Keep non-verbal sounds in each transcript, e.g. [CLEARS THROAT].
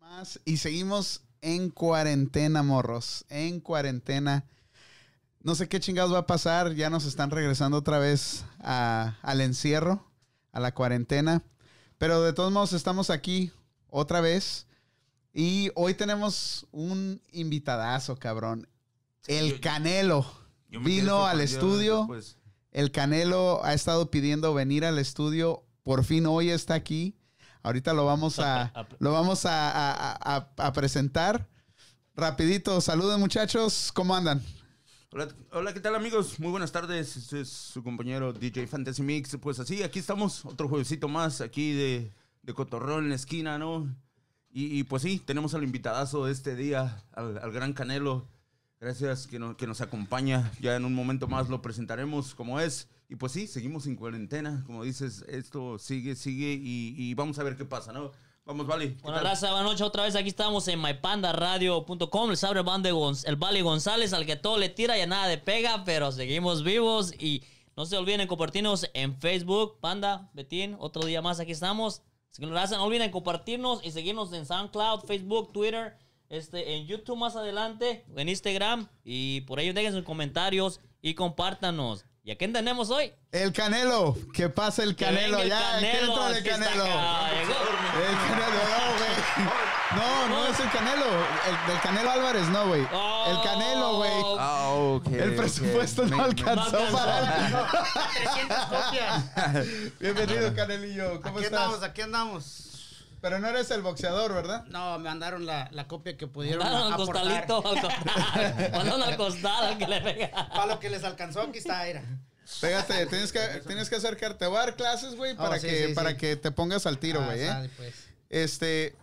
más y seguimos en cuarentena, morros. En cuarentena. No sé qué chingados va a pasar. Ya nos están regresando otra vez a- al encierro, a la cuarentena. Pero de todos modos estamos aquí otra vez. Y hoy tenemos un invitadazo, cabrón. El yo- Canelo. Yo pues. me quedé Vino al sorprendido estudio. después. El Canelo ha estado pidiendo venir al estudio. Por fin hoy está aquí. Ahorita lo vamos [LAUGHS] a, lo vamos a, a- a- a- a presentar. Rapidito, saluden muchachos. ¿Cómo andan? Hola, hola, ¿qué tal amigos? Muy buenas tardes. Este es su compañero DJ Fantasy Mix. Pues así, aquí estamos, otro juevesito más aquí de, de Cotorrón en la esquina, ¿no? Y, y, pues sí, tenemos al invitadazo de este día, al, al gran Canelo. Gracias que, no- que nos acompaña. Ya en un momento más lo presentaremos como es. Y pues sí, seguimos en cuarentena. Como dices, esto sigue, sigue y, y vamos a ver qué pasa, ¿no? Vamos, vale. ¿qué Buenas tal? raza, buenas noches otra vez. Aquí estamos en mypandaradio.com. Les abre el, bande Gonz- el Vale González, al que todo le tira y a nada le pega, pero seguimos vivos. Y no se olviden compartirnos en Facebook, Panda, Betín. Otro día más aquí estamos. Así que raza, no olviden compartirnos y seguirnos en SoundCloud, Facebook, Twitter, este, en YouTube más adelante, en Instagram. Y por ello dejen sus comentarios y compártanos. ¿Y a quién tenemos hoy? El Canelo. ¿Qué pasa el Que Canelo? venga el ya, que Canelo, entre el aquí está Canelo. acá, llegó. El Canelo, no, güey. No, no es el Canelo. El, el Canelo Álvarez, no, güey. Oh. El Canelo, güey. Ah, ok, El ok. presupuesto Me- no me- No alcanzó alcanzó. para... 300 [LAUGHS] copias. Bienvenido, Canelillo. ¿Cómo aquí estás? andamos, aquí andamos. Pero no eres el boxeador, ¿verdad? No, me mandaron la, la copia que pudieron Mandaron al aportar. costalito, al costal. [LAUGHS] Mandaron al costal, al que le pega. Para lo que les alcanzó, aquí está, era. Pégate, tienes que, tienes que acercarte. Te voy a dar clases, güey, para, Oh, sí, que, sí, para sí. que te pongas al tiro, Ah, güey, ¿eh? sale, pues. Este,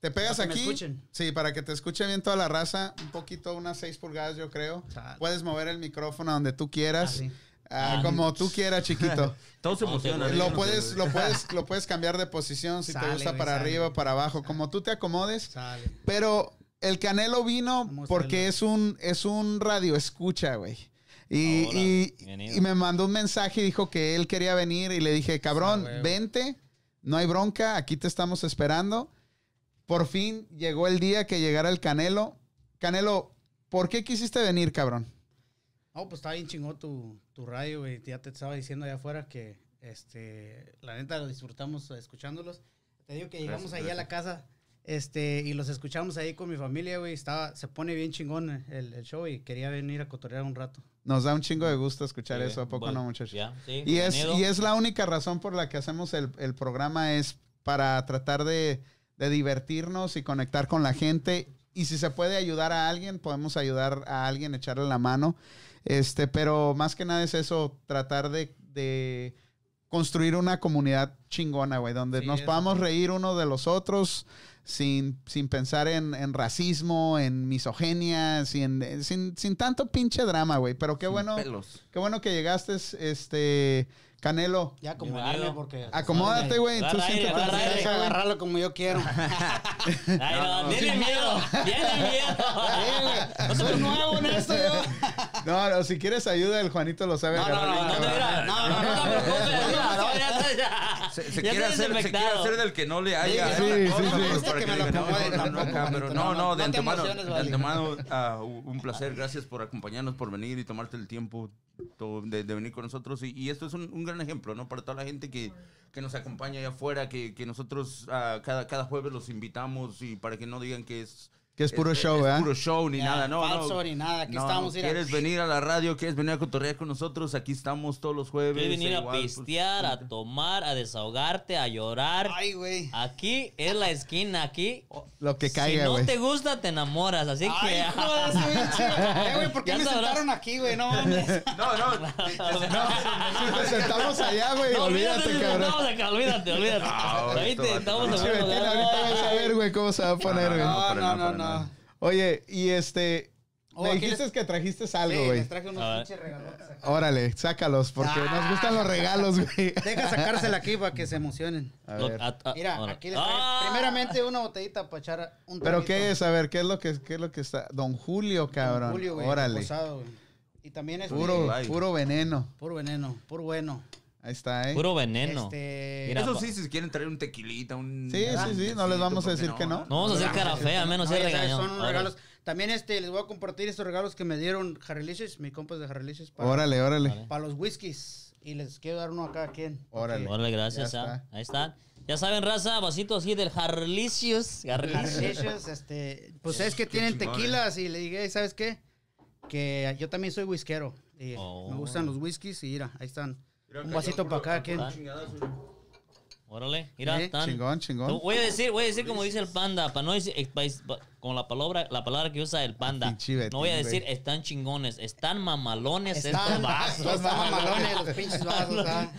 te pegas Para que me aquí. escuchen. Sí, para que te escuche bien toda la raza. Un poquito, unas 6 pulgadas, yo creo. Sale. Puedes mover el micrófono a donde tú quieras. Ah, sí. Ah, como tú [LAUGHS] quieras, chiquito. Todos se emocionan. lo puedes, lo puedes, lo puedes cambiar de posición si te Sale, gusta güey, para sale. arriba, para abajo, como tú te acomodes. Sale. Pero el Canelo vino Vamos a porque verlo. es un, es un radio escucha, güey. Y, Ahora, y- bienvenido. y me mandó un mensaje y dijo que él quería venir y le dije, cabrón, Ah, huevo. vente, no hay bronca, aquí te estamos esperando. Por fin llegó el día que llegara el Canelo. Canelo, ¿por qué quisiste venir, cabrón? No, pues está bien chingón tu, tu radio, güey. Ya te estaba diciendo allá afuera que, este, la neta, lo disfrutamos escuchándolos. Te digo que llegamos Gracias, ahí a la casa, este, y los escuchamos ahí con mi familia, güey. Estaba, se pone bien chingón el, el show y quería venir a cotorrear un rato. Nos da un chingo de gusto escuchar Sí, eso, ¿a poco bueno, no, muchachos? Pues, ya, sí, Y es, bienvenido. y es la única razón por la que hacemos el, el programa, es para tratar de, de divertirnos y conectar con la gente. Y si se puede ayudar a alguien, podemos ayudar a alguien, echarle la mano. Este, pero más que nada es eso, tratar de, de construir una comunidad chingona, güey, donde Sí, nos eso. podamos reír uno de los otros sin, sin pensar en, en racismo, en misogenia, sin, sin, sin tanto pinche drama, güey. Pero qué bueno. Pelos. Qué bueno que llegaste, este, Canelo. Ya Bienvenido. acomodarme porque... Acomódate, güey. Tú Agarra aire, siéntate en agarra la aire. mesa, Deja güey. agarrarlo como yo quiero. Ay, no, tiene miedo, tiene miedo. No soy nuevo en esto yo. [LAUGHS] No, no, si quieres ayuda, el Juanito lo sabe. No, no, agarrar. no, No, mira, no, no, no, no, no, ya está, ya. Se, se Ya quiere hacer, está se quiere desinfectado. hacer del que no le haya. Sí, eh, sí, no, sí, no, sí. para Que que me diga, lo no, acomode no, no, tampoco, acá, pero Juanito, No, no, no, no te de antemano, emociones, de vale. antemano, ah, u- un placer. Gracias por acompañarnos, por venir y tomarte el tiempo to- de, de venir con nosotros. Y, y esto es un, un gran ejemplo, ¿no? Para toda la gente que, que nos acompaña allá afuera, que, que nosotros ah, cada, cada jueves los invitamos y para que no digan que es. Que es puro show, ¿verdad? puro show ni Ya, nada, no, falso no. ni nada, aquí No, estamos, mira. ¿Quieres venir a la radio? ¿Quieres venir a cotorrear con nosotros? Aquí estamos todos los jueves. Quieres venir eh, a igual, pues, pistear, a tomar, a desahogarte, a llorar. Ay, güey. Aquí es la esquina, aquí. Lo que Si caiga, no güey. [LAUGHS] te gusta, te enamoras. Así Ay, que. hijo [LAUGHS] de su pinche- Eh, güey, ¿por qué Ya me sabrás. sentaron aquí, güey? No mames. [LAUGHS] No, no. [LAUGHS] Si te sentamos allá, güey, No, olvídate, cabrón. Estamos acá, olvídate, olvídate. Ah, Ahorita ahorita, estamos ahorita. Pinche hablando de Betín, ahorita vas a ver, güey, cómo se va a poner, no, güey. no, No, no, para nada, no, para nada. no. Oye, y este, Oh, me aquí dijiste les- que trajiste Sí, [LAUGHS] algo, güey. les traje A unos ver. pinches regalotes acá. Órale, sácalos, porque Ah. nos gustan los regalos, güey. Deja sacársela aquí para que se emocionen. A ver. Ah, Mira, aquí les traje primeramente una botellita para echar un Pero traguito. qué es, a ver, qué es lo que, qué es lo que está. Don Julio, cabrón. Julio, güey, pues, Órale. reposado, güey. Y también es Puro, Ay. puro veneno. puro veneno, puro bueno. Ahí está, ¿eh? Puro veneno. Este, Mira, Eso pa- sí, si quieren traer un tequilita, un... Sí, sí, sí, no les vamos a ¿por qué decir que no. No vamos a hacer Regalos, cara sí, fea, sí. menos ser ya sabes, regañón. Son unos Ahora. regalos. También este, les voy a compartir estos regalos que me dieron Harrelicious, mi compas de Harrelicious, para, Órale, órale. Vale. para los whiskies. Y les quiero dar uno a cada quien. Órale. Órale, gracias. Ya ah. está. Ahí están. Ya saben, raza, vasitos así del Harlicious. Harlicious. Harrelicious, este, pues es que Qué tienen chingón, eh. tequilas y le dije, ¿sabes qué? Que yo también soy whiskero. y Oh. Me gustan los whiskies y mira, ahí están. Mira, Un vasito puro- para cada quien. puro [LAUGHS] chingadazo. Órale, mira, Eh, están. Chingón, chingón. Voy a decir, voy a decir como dice el panda, para no decir eh, pa- es- pa- con la palabra, la palabra que usa el panda. Pinche Betín, No voy a decir güey. están chingones, están mamalones estos Están, [LAUGHS] vasos. están mamalones los pinches vasos. ah.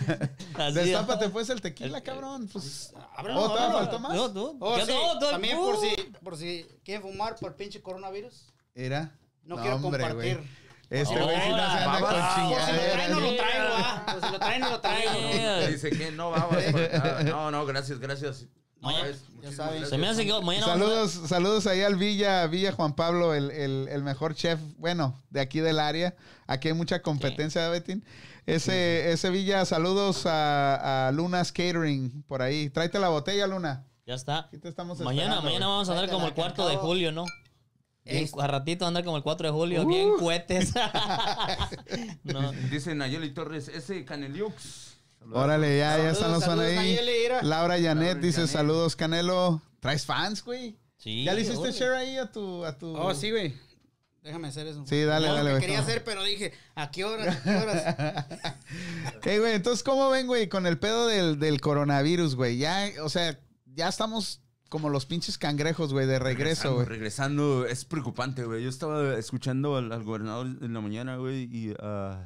Así es. Destápate pues el tequila, cabrón. Pues. ábrelo, ¿O te ábrelo. faltó más? No, tú. Oh, Yo sí, no, tú- también por uh. si, por si quieren fumar por pinche coronavirus. Era. No, quiero hombre, compartir. güey. Este güey sí no se Ahora, anda con babas. Por si lo traen, no chingaderas. lo traigo, ah. Por si lo traen, no lo traigo. Yeah. Dice que no, vamos. por nada. No, no, gracias, gracias. No, Mañana- es- muchísimas saben. gracias. Se me hace que mañana vamos a- Saludos, saludos ahí al Villa, Villa Juan Pablo, el, el- el mejor chef, bueno, de aquí del área. Aquí hay mucha competencia, Betín. Ese, ese Villa, saludos a, a Luna's Catering por ahí. Tráete la botella, Luna. Ya está. Aquí te estamos Mañana, esperando, mañana vamos a andar Ahorita como la el 4 de acabo. julio, ¿no? Bien, Este- a ratito andar como el 4 de julio, Uh. bien cohetes. [LAUGHS] no. Dice Nayeli Torres, ese Caneliux. güey. Órale, ya, ya están los fan Saludos, ahí. Nayeli, mira. Laura Janet Laura dice, Janet. saludos, Canelo. ¿Traes fans, güey? Sí, ¿Ya le hiciste órale. share ahí a tu... A tu... Oh, sí, güey. Déjame hacer eso. Sí, dale, No, dale, lo güey. quería hacer, pero dije, ¿a qué [LAUGHS] horas? ¿A qué horas? Ey, güey, entonces, ¿cómo ven, güey, con el pedo del, del coronavirus, güey? Ya, o sea, ya estamos como los pinches cangrejos, güey, de regreso, güey. Regresando, es preocupante, güey. Yo estaba escuchando al, al gobernador en la mañana, güey, y, ah,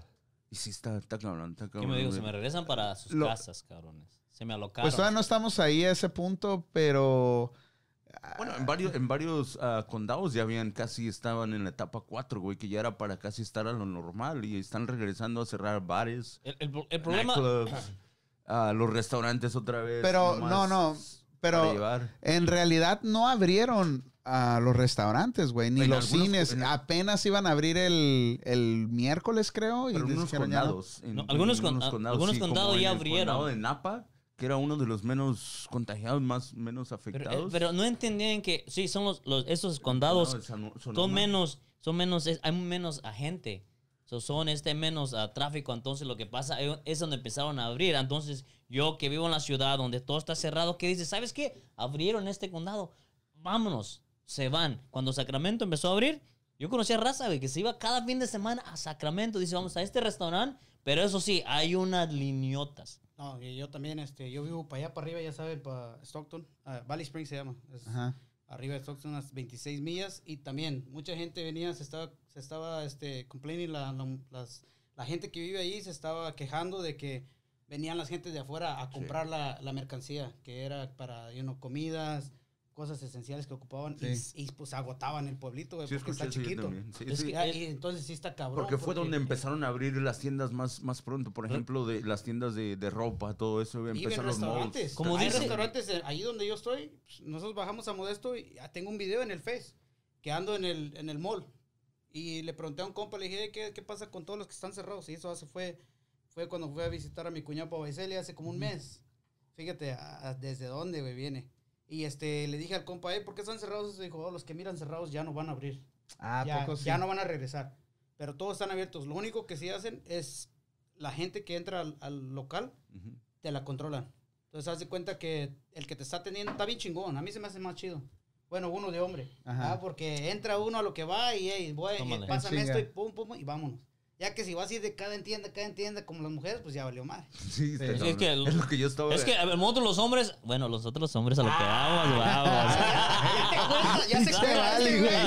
y sí, está, está cabrón, está ¿Qué cabrón. me digo? Se güey. me regresan para sus Lo- casas, cabrones. Se me alocaron. Pues todavía no estamos ahí a ese punto, pero Bueno, en varios, en varios ah, condados ya habían casi estaban en la etapa 4, güey, que ya era para casi estar a lo normal y están regresando a cerrar bares, el, el- el problema... [LAUGHS] nightclubs, ah, los restaurantes otra vez. Pero, nomás no, no, para pero llevar. en realidad no abrieron a los restaurantes, güey, ni En los algunos- cines. en- Apenas iban a abrir el, el miércoles, creo. Y Pero algunos dijeron ya no. condados. en- No, algunos en con- a- algunos como condados en ya el abrieron. condado de Napa, que era uno de los menos contagiados, más menos Pero, afectados. eh, pero no entendían que... Sí, son los, los- esos Condado condados... de San- Sonoma. Son menos... Son menos... es- hay menos agente. So, son este menos ah, tráfico. Entonces lo que pasa es- es donde empezaron a abrir. Entonces yo que vivo en la ciudad donde todo está cerrado, ¿qué dices? ¿Sabes qué? Abrieron este condado. Vámonos. Se van. Cuando Sacramento empezó a abrir, yo conocí a raza, güey, que se iba cada fin de semana a Sacramento. Dice, vamos a este restaurante. Pero eso sí, hay unas liniotas. No, y yo también, este, yo vivo para allá, para arriba, ya saben, para Stockton. Ah, Valley Springs se llama. Es Ajá. Arriba de Stockton, unas 26 millas. Y también, mucha gente venía, se estaba, se estaba, este, complaining, la, la- las- la gente que vive ahí se estaba quejando de que venían las gentes de afuera a comprar la, la mercancía, que era para, you know, comidas, cosas esenciales que ocupaban. y- Sí. Y, pues agotaban el pueblito, güey, Sí, porque está escuché eso yo chiquito. también. Sí, Es sí. que- Ya, y entonces sí está cabrón. Porque fue donde empezaron a abrir las tiendas más, más pronto. Por Re- ejemplo, de las tiendas de, de ropa, todo eso. Y ven Empezaron los malls. restaurantes. Como Hay dice- restaurantes eh, ahí donde yo estoy. pues, Nosotros bajamos a Modesto y ah, tengo un video en el Face que ando en el, en el mall. Y le pregunté a un compa, le dije, "Hey, ¿qué, qué pasa con todos los que están cerrados? Y eso hace fue, fue cuando fui a visitar a mi cuñado Pau Baisele hace como un mes. Fíjate a- a- desde dónde güey, viene. Y este, le dije al compa, "Hey, ¿por qué están cerrados? Y dijo, "Oh, los que miran cerrados ya no van a abrir Ah, ya, poco sí? ya no van a regresar. Pero todos están abiertos. Lo único que sí hacen es la gente que entra al, al local, Ujú. te la controlan. Entonces, haz de cuenta que el que te está atendiendo está bien chingón. A mí se me hace más chido. Bueno, uno de hombre. Ajá. ¿ah? Porque entra uno a lo que va y, hey, voy, eh, Tómale. pásame En esto chinga. y pum, pum, y vámonos. Ya que si vas a ir de cada en tienda, cada en tienda, como las mujeres, pues ya valió madre. Sí, está Es cabrón. que- es lo que yo estaba... Es que a ver, nosotros los hombres... Bueno, los otros hombres a lo que vamos, vamos. [LAUGHS] ya, Ah. [LAUGHS] te Ah. cuesta, ya se Che, vale, güey. [LAUGHS]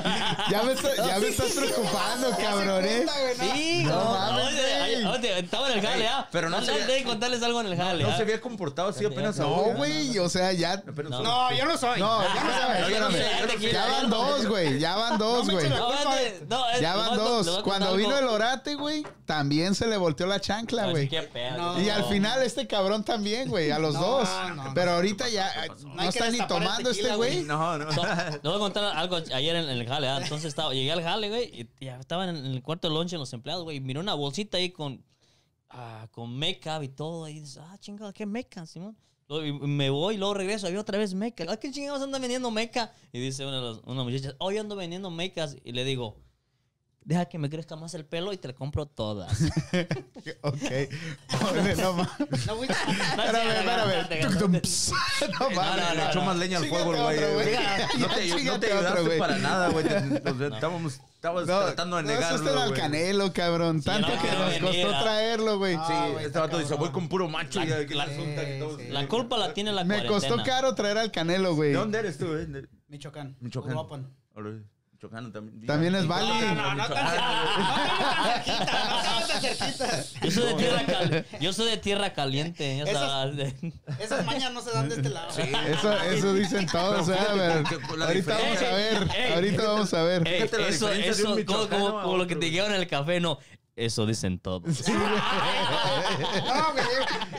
Ya me, está- ya me [LAUGHS] estás preocupando, cabrón, eh. Sí, No no, mames, oye, güey. ay, oye, estaba en el jale, ¿ah? pero no Dale, se ve- dale, contarles algo en el jale. No ¿ah? se había comportado así apenas No, ahora. güey, o sea, ya... Apenas No. ahora. No, yo no soy. No, Ah, espérame, yo no sé, espérame. ya te quiero, Ya ya van no- dos, güey. Ya van dos, me güey. eches la No, culpa, espérate, no, es- Ya le van voy a- le voy dos. a Cuando contar vino el algo. orate, güey, también se le volteó la chancla, Ay, güey. qué pedo, No. Y no. al final este cabrón también, güey, a los No, dos. no, no. Pero ahorita ya eh, no, No hay que está ni destapar el tomando tequila, este güey. [LAUGHS] No, no. So, le voy a contar algo ayer en, en el jale, ¿ah? Entonces estaba, llegué al jale, güey, y ya estaba en, el cuarto de lunch en los empleados, güey, y miré una bolsita ahí con ah, con make-up y todo. Y dices, ah, chingada, ¿qué make-up, Simón? Luego, y- y me voy, luego regreso, había otra vez make-up. Ah, ¿qué chingados anda vendiendo make-up? Y dice una de las una muchacha, oh, yo ando vendiendo make-up. Y le digo, deja que me crezca más el pelo y te la compro todas. [LAUGHS] Ok. Órale, no ma- [LAUGHS] No, güey. Espérame, espérame. Tum, tum, ps. No No, no, mames. Le [LAUGHS] echó más leña al fuego, el Chíngate otro, güey. güey. [LAUGHS] No te, no Chíngate te otro, ayudaste güey. para nada, güey. Te- o sea, Estábamos, estabas No, tratando de no, eso negarlo, usted al güey. canelo, cabrón. Tanto no, que no, nos venía. costó traerlo, güey. Sí, Ah, güey, este está vato dice, cabrón. voy con puro macho. y La- aquí la- resulta que todos- sí. La culpa la tiene la Me cuarentena. costó caro traer al canelo, ¿De güey. dónde eres tú, eh? güey? De- Michoacán. Michoacán. Uruapan. Ahora, Michoacán también. También es Ah, válido. no, no, Michoacán. no, no. Yo [LAUGHS] soy de tierra, cal- yo soy de tierra caliente. ya Esas- sabes, de- Esas mañas no se dan de este lado. Eso, eso dicen todos, Pero fíjate ¿verdad? que- que la Ahorita vamos a diferencia- Ey, ver, ahorita vamos a [LAUGHS] ver. Ey, Fíjate la eso, diferencia de eso, un como, michoacano como- a como lo que otro, te güey. dijeron en el café, no. Eso [LAUGHS] dicen todos. No, güey.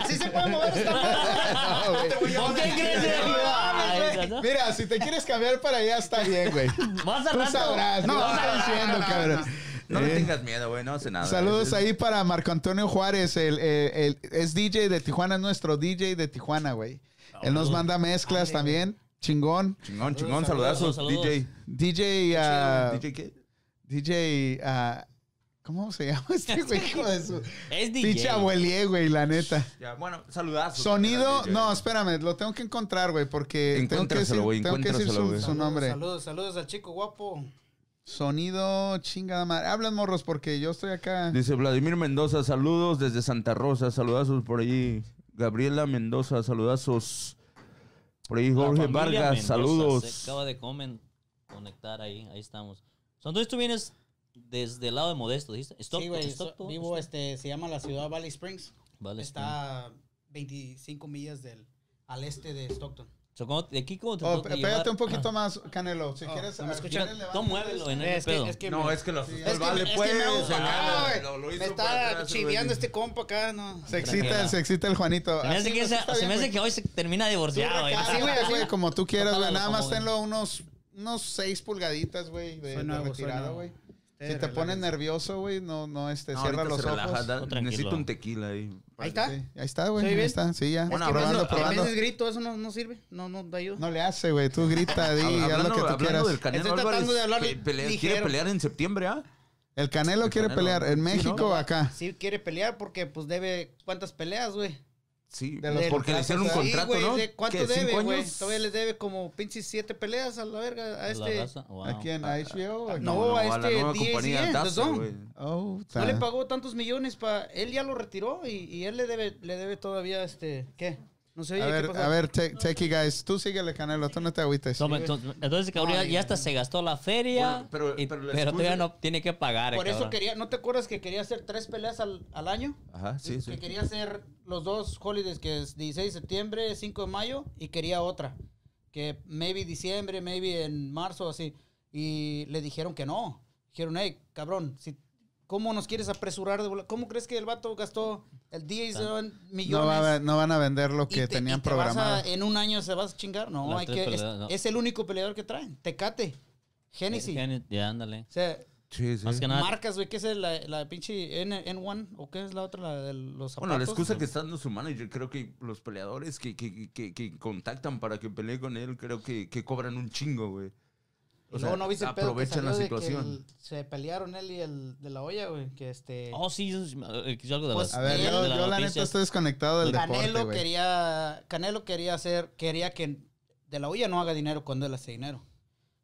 Sí se puede mover esta madre. [LAUGHS] No, güey. ¿Por qué crees? Ay, no, no. Mira, si te quieres cambiar para allá está bien, güey. Más al Tú rato. sabrás, no, no, no, está diciendo, no, no, cabrón. No le Eh, tengas miedo, güey, no hace nada. Saludos Es- ahí para Marco Antonio Juárez, el, el- el- es DJ de Tijuana, es nuestro DJ de Tijuana, güey. Él nos manda mezclas Ándale, también, chingón. Chingón, chingón, Saludos, saludazos, saludos. DJ. DJ, ah, ¿DJ qué? DJ, ah, ¿cómo se llama [LAUGHS] este güey? Hijo de [LAUGHS] su- Ah, Es DJ. Pinche abuelie, güey, la neta. Ya, bueno, saludazos. Sonido, DJ. no, espérame, lo tengo que encontrar, güey, porque tengo que decir, Encuéntraselo, güey, tengo que decir encuéntraselo, su, güey. su nombre. Saludos, saludos al chico guapo. Sonido, chingada madre. Hablan morros porque yo estoy acá. Dice Vladimir Mendoza, saludos desde Santa Rosa, saludazos por allí. Gabriela Mendoza, saludazos. Por ahí La Jorge familia Vargas, Mendoza Se saludos. acaba de comen, conectar ahí. Ahí estamos. So, Entonces tú vienes desde el lado de Modesto, ¿dijiste? Stop, Sí, güey. stop, so- stop, stop. Vivo, este, se llama la ciudad Valley Springs. Vale, está. Está a 25 millas del, al este de Stockton. So, ¿cómo- ¿De aquí cómo te Oh, tengo que pe- llevar? Ah. pégate un poquito más, Canelo. Si Oh, quieres, ¿no me ah, escuchan? ¿quieres Tú levantar muévelo eh, en Es ese que, pedo. es que No, me- es que lo asustó es el que- vale, es que pues. me hago acá, güey. lo- lo hizo Me por atrás, está el chiviando güey. este compa acá, no. Se excita, Tranquila. se excita el Juanito. Se me hace Así, que, así esa- está se bien, me hace güey. que hoy se termina divorciado. güey. Así, güey, así, como tú quieras, güey. Tócalo Nada como, más güey. tenlo unos, unos seis pulgaditas, güey, de, Soy de nuevo, soy retirado, nuevo. güey. Ustedes Si te relájense. pones nervioso, güey, no, no, este, No, cierra ahorita los se relaja, ojos. da- No, tranquilo. necesito un tequila ahí. Ahí está. Sí, ahí está, güey. ¿Soy Ahí bien? está. Sí, ya. Bueno, Es que probando, a veces- probando. A veces grito, eso no, no sirve. No, no, da ayuda. No le hace, güey. Tú [LAUGHS] grita, di, Hab- haz lo que tú quieras. del Canelo Estoy tratando Álvarez, de hablar pe- pelea- quiere ligero. pelear en septiembre, ¿ah? El Canelo El quiere Canelo. pelear. ¿En Sí, México ¿no? o acá? Sí quiere pelear porque pues debe cuántas peleas, güey. Sí, De los porque le contratos, hicieron un ¿eh? contrato, güey, ¿no? ¿de ¿Cuánto ¿Qué, debe, cinco güey? años? Todavía les debe como pinches siete peleas a la verga La a este. raza, wow. ¿Aquí en Ah, HBO? o aquí? no, a la este nueva DAZN, compañía The DAZN, Zone. güey. Oh, No ta. le pagó tantos millones para él ya lo retiró y, y él le debe le debe todavía este, ¿qué? No sé, oye, a ¿qué ver, pasa? a ver, te- Techie Guys, tú síguele Canelo, tú no te agüites. So, entonces, entonces, cabrón, ya- ya hasta se gastó la feria, Bueno, pero- y- pero pero, la todavía excusa- no tiene que pagar. Por eso cabrón. quería, ¿no te acuerdas que quería hacer tres peleas al, al año? Ajá, sí, que sí. quería hacer los dos holidays, que es 16 de septiembre, 5 de mayo, y quería otra. Que maybe diciembre, maybe en marzo, así. Y le dijeron que no. Dijeron, hey, cabrón, si, ¿cómo nos quieres apresurar? De vola- ¿Cómo crees que el vato gastó el día y se van millones? No, va a ver- no van a vender lo y que te- tenían y te vas a- programado. en un año se vas a chingar. No, Las hay tres que, es, peleas, no. es el único peleador que traen. Tecate, Genesis. Gen- Ya, ándale. o sea, Sí, sí. Más que nada, marcas, güey, que es la, la pinche N, N1 o qué es la otra, la de los zapatos. Bueno, la excusa que está dando su manager, creo que los peleadores que, que, que, que contactan para que pelee con él, creo que, que cobran un chingo, güey. O Y sea, luego no viste el pedo que aprovechan salió la de [LAUGHS] que situación. el- se pelearon él y el de la olla, güey. Que este. oh, sí, es- eh, yo algo de Pues, las, A ver, eh, yo, de las yo la noticias. neta estoy desconectado del Canelo deporte, güey. quería. Canelo quería hacer. Quería que de la olla no haga dinero cuando él hace dinero.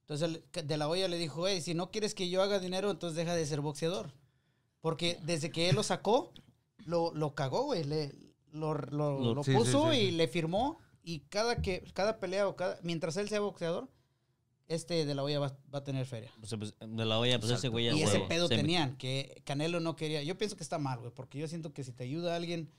Entonces el- que de la olla le dijo, hey, si no quieres que yo haga dinero, entonces deja de ser boxeador. Porque desde que él lo sacó, lo, lo cagó, güey. Le, lo, lo- Lo- lo sí, sí, puso sí, y sí. le firmó. Y cada que cada pelea o cada. Mientras él sea boxeador, este de la olla va- va a tener feria. Pues, pues, de la olla, pues ese Exacto. güey ya Y huevo. ese pedo Se- tenían, que Canelo no quería. Yo pienso que está mal, güey, porque yo siento que si te ayuda alguien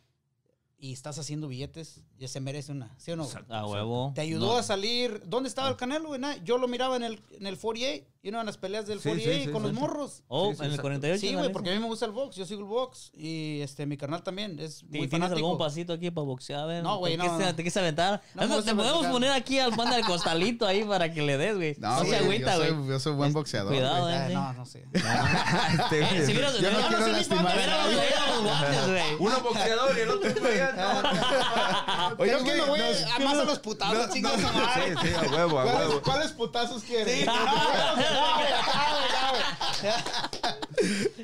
y estás haciendo billetes, ya se merece una, ¿sí o no? güey? Exacto. A huevo. Te ayudó No. a salir. ¿Dónde estaba el Canelo, güey? Nada, Yo lo miraba en el, en el 48, y no en las peleas del Sí, 48 sí, sí, con los sí. morros. Oh, Sí, sí, en el exacto. 48. Sí, güey, ándale. porque a mí me gusta el box, yo sigo el box y este mi carnal también es ¿Y muy ¿Tienes fanático. algún pasito aquí para boxear? A ver, No, güey, ¿te quieres- no, no. ¿Te quieres aventar? No me Eso, gusta te podemos boxear. poner aquí al panda del costalito ahí para que le des, güey. No, No güey, se agüita, yo, güey. soy, yo soy buen boxeador. Cuidado, güey. Ah, eh. no, no sé. Este, Eh, si güey. miras- Yo no no, quiero sí, lastimar mi a papá, nadie. hubiéramos- hubiéramos mames, güey. Uno boxeador y el otro comediante. Ah, No, no, no, no. Oye, Oye, que me voy güey, nos- a- más a los putazos, No, chingados. no, sí, sí, a huevo, a ¿Cuáles, huevo. ¿Cuáles putazos quieres?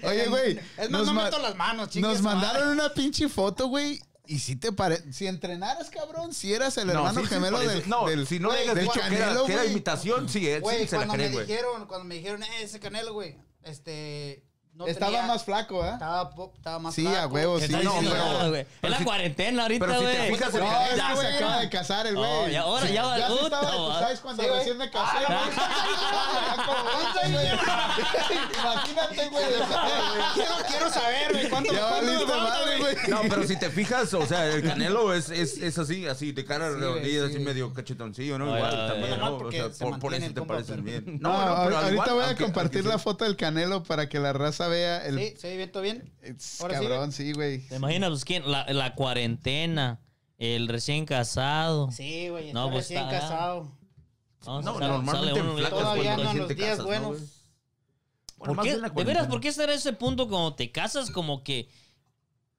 Oye, güey. Es más, nos no ma- meto las manos, chicos. Nos mandaron una pinche foto, güey. Y si te pare... Si entrenaras, cabrón, si eras el No, hermano sí, sí, gemelo por eso. del, No, del- si no le del hayas dicho que era- Canelo, que era güey. imitación, sí, él sí Güey, se la cuando cree, me güey. dijeron, cuando me dijeron, "Eh, ese canelo, güey, este. no Estaba tenía- más flaco, ¿eh? Estaba, po- estaba más Sí, a flaco. huevo, ¿Qué sí. está no, diciendo pero- nada, güey? Es pero la si- cuarentena pero ahorita, si te güey. fijas, No, Ya es que se se acaba de casar el güey. Oh, ya, ahora, ya va Ya se puto, estaba de va. tu size cuando Sí, güey. recién me casé. Ah, güey. [LAUGHS] [LAUGHS] Ya como once, güey. Imagínate, güey. Quiero, quiero saber, güey, cuánto Ya cuánto me valiste falta, madre, güey. No, pero si te fijas, o sea, el Canelo es, es, es así, así, de cara Sí, güey, redondilla, sí, así güey. medio cachetoncillo, ¿no? Ay, igual, ay, también, ay. ¿no? Nomás O porque sea, se por, por mantiene eso el te compa, pareces pero- bien. No, No, no, pero al Ah, ahorita igual, voy a aunque- compartir aunque la sí. foto del Canelo para que la raza vea el Sí, se viento bien. Es Ahora sí, cabrón, sí, güey. ¿Te imaginas pues, quién? La, la cuarentena, el recién casado. Sí, güey, No, está pues, recién está- casado. No, No, sale- normalmente sale uno en y otro. flacas, cuando Todavía no en recién los te días casas, ¿no, buenos. güey? Bueno, ¿Por más qué? bien la De veras, cuarentena. ¿por qué será ese punto cuando te casas como que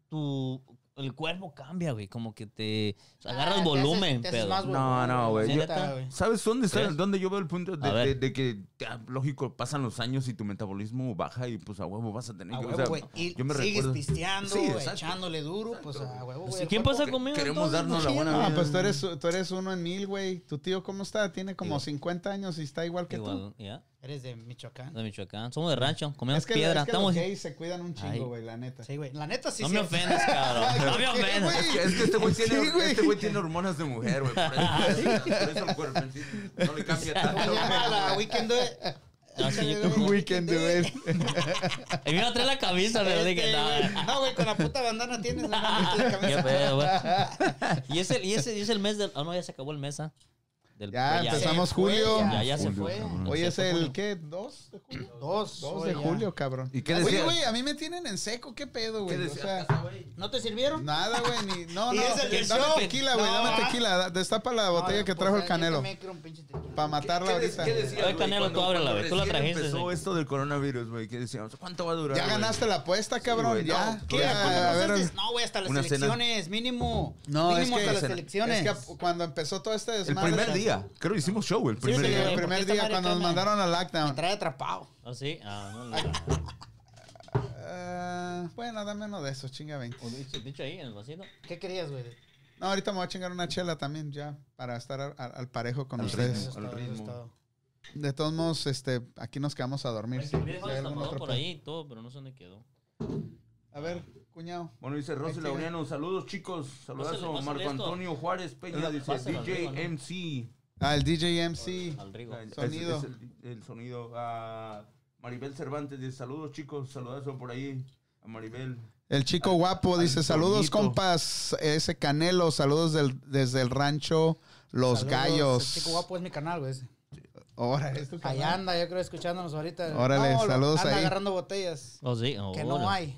tu el cuerpo cambia, güey? Como que te agarras Ah, te haces- volumen, te haces pedo. más No, no, güey, yo- neta, güey. ¿Sabes dónde está, ¿Crees? dónde yo veo el punto de, A ver. de- de que, ah, lógico, pasan los años y tu metabolismo baja y pues a huevo vas a tener A que... o huevo, sea, güey. Y yo me sigues recuerdo- pisteando, Sí, güey, exacto. echándole duro, pues a huevo, güey. ¿Y el quién cuerpo- pasa conmigo? Queremos entonces? darnos la buena No, Ah, vida. pues tú eres, mm. tú eres uno en mil, güey. Tu tío, ¿cómo está? Tiene como Igual. 50 años y está igual que tú. Igual, ya, Eres de Michoacán. de Michoacán. Somos de rancho, comemos Es que, piedra. es que Estamos... los gays se cuidan un Ay. chingo, güey, la neta. Sí, güey. La neta sí No sí. me [LAUGHS] ofendas, cabrón. No me ¿Qué, ofendas. güey? Es que este güey tiene, Sí, güey. Ah, este güey tiene hormonas de mujer, güey. Por eso, por eso el cuerpo en sí no le cambia ¿Cómo se tanto. llama la Weekend Dude? No, sí, yo [LAUGHS] Un como- weekend, este. güey. Y me iba a traer la camisa, [LAUGHS] pero Este, dije, güey. no. [LAUGHS] No, güey, con la puta bandana tienes la mano en [LAUGHS] la Qué cabeza. pedo, [LAUGHS] güey. Y es el, y ese- y es el mes del. Ah, no, ya se acabó el mes, ¿ah? Del- Ya empezamos Se fue, julio. ya. Ya, ya se Julio, fue. cabrón. Hoy es Se fue el, julio. ¿qué? ¿2 de julio? Dos. 2 güey, de ya. julio, cabrón. ¿Y qué Oye, decía? güey, a mí me tienen en seco. ¿Qué pedo, ¿Qué güey? O decía? sea, ¿No te sirvieron? nada, güey. Ni, no, Y no. es el que- del Dame show. tequila, güey. No. pues, Dame tequila. da- Destapa la botella que trajo el Canelo. Para matarla ¿Qué de- ahorita. qué decía, Oye, güey, Canelo, cuando- tú ábrela, cuando güey, tú la recién trajiste, empezó sí. esto del coronavirus, güey, que decíamos, ¿cuánto va a durar? Ya güey? ganaste la apuesta, cabrón. güey, ya. no, ¿Qué? ya, A ver, el- No, güey, hasta las Una cena. elecciones, mínimo. No, es mínimo que, hasta las es que- es elecciones. que cuando empezó todo este El desmadre. primer día. Creo que hicimos show el primer Sí, día. el ¿Por qué primer esta día madre cuando nos cana? mandaron al Me lockdown. trae atrapado. ¿Ah, sí? Ah, no, no. Ah, bueno, dame uno de esos, chinga 20. O dicho, dicho ahí, en el vasito. ¿Qué querías, güey? No, ahorita me voy a chingar una chela también ya para estar al, al- al parejo con Al ustedes. ritmo. Eso al es todo, eso es ritmo. todo. De todos modos, este, aquí nos quedamos a dormir. Oye, si- que hubiera si dejado hay el algún destapador otro por pedo. ahí y todo, pero no sé dónde quedó. A ver, cuñado. Bueno, dice Ahí Rosy sigue. Laureano, saludos chicos, Pásale, saludazo pásale Marco esto. Antonio Juárez Peña, Pásale, dice pásale, DJ arriba, ¿no? MC. Ah, el DJ MC. Al Rigo. Es- Sonido. es el, el sonido. Ah, Maribel Cervantes dice, saludos chicos, saludazo por ahí a Maribel. El chico guapo dice, saludos Toñito". compas, ese Canelo, saludos del- desde el rancho Los Saludos, Gallos. el chico guapo es mi canal, güey. ese. Ahora, es tu Ahí canal. anda, yo creo, escuchándonos ahorita. Órale, No, saludos anda ahí. agarrando botellas. Oh, sí. Que no hay.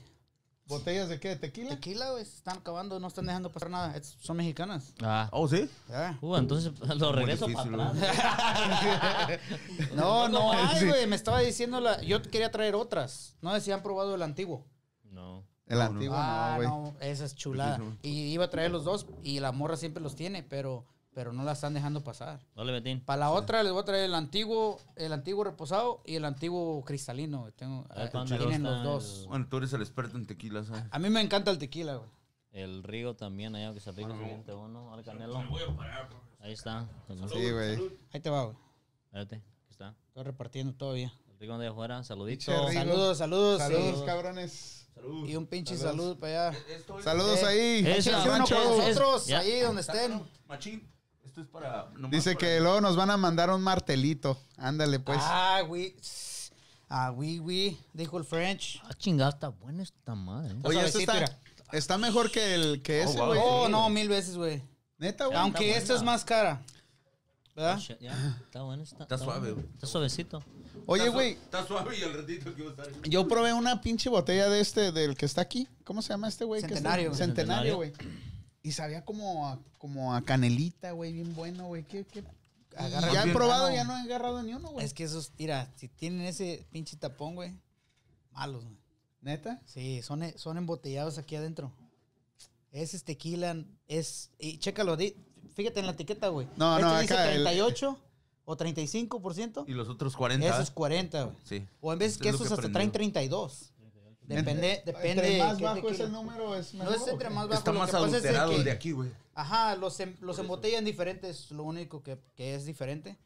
¿Botellas de qué? ¿De ¿Tequila? Tequila, güey. se Están acabando, no están dejando pasar nada. Estas son mexicanas. Ah. Oh, ¿sí? [LAUGHS] Ya. Uh, entonces lo regreso difícil, para atrás. [LAUGHS] No, no sí. hay, güey. Me estaba diciendo la. Yo quería traer otras. No sé si han probado el antiguo. No. El No, no. antiguo no, Ah, güey. no, esa es chulada. Riquísimo. Y iba a traer los dos y la morra siempre los tiene, pero, pero no la están dejando pasar. Dale, Betín. Para la otra les voy a traer el antiguo, el antiguo reposado y el antiguo cristalino. güey. Tengo, A ver, eh, ¿cuándo tienen está los dos. Bueno, tú eres el experto en tequilas. ¿eh? A mí me encanta el tequila, güey. El Rigo también, allá que se aplica el siguiente uno. Al Canelo. Ahí está. Sí, güey. Ahí te va, güey. Espérate, aquí está. Estoy repartiendo todavía. El Rigo de afuera, saludito. Pinche Rigo. Saludos, saludos. Saludos, y- cabrones. Salud. Y un pinche Saludos. saludo para allá. Esto es- Saludos Eh, ahí. es la- el Uno rancho. con es- nosotros, ya. ahí donde estén. Machín, esto es para... nomás Dice para- que luego nos van a mandar un martelito. Ándale, pues. Ah, güey. Ah, güey, güey. Dijo el French. Ah, chingada, está buena esta madre. ¿eh? Oye, este suavecito, está, está mejor que el que ese, güey. Oh, no, mil veces, güey. Neta, güey. Aunque este buena. esta es más cara. ¿Verdad? Shit, Ya, está buena esta. Está suave, buena. güey. Está suavecito. Oye, Está su- güey, Está suave y el ratito que va a estar. yo probé una pinche botella de este, del que está aquí. ¿Cómo se llama este, güey? que está- Centenario, güey. Centenario, güey. Y sabía como a, como a canelita, güey, bien bueno, güey. ¿Qué, qué? Agarra ya he bien. probado, Ah, no. ya no he agarrado ni uno, güey. Es que esos, mira, si tienen ese pinche tapón, güey, malos, güey. ¿Neta? Sí, son, e- son embotellados aquí adentro. Ese es tequila, es... Y chécalo, di- fíjate en la etiqueta, güey. No, Este no, dice acá el- 38 o 35%. Y los otros 40. ¿ah? Eso es 40, güey. Sí. O en veces Eso que es lo esos que hasta aprendí. traen 32. Depende, depende. Entre más qué bajo es tequila. el número, es No mejor. es entre más bajo. Está lo más que pasa es de adulterado que- el de aquí, güey. Ajá, los, em- los embotellan diferentes, lo único que, que es diferente.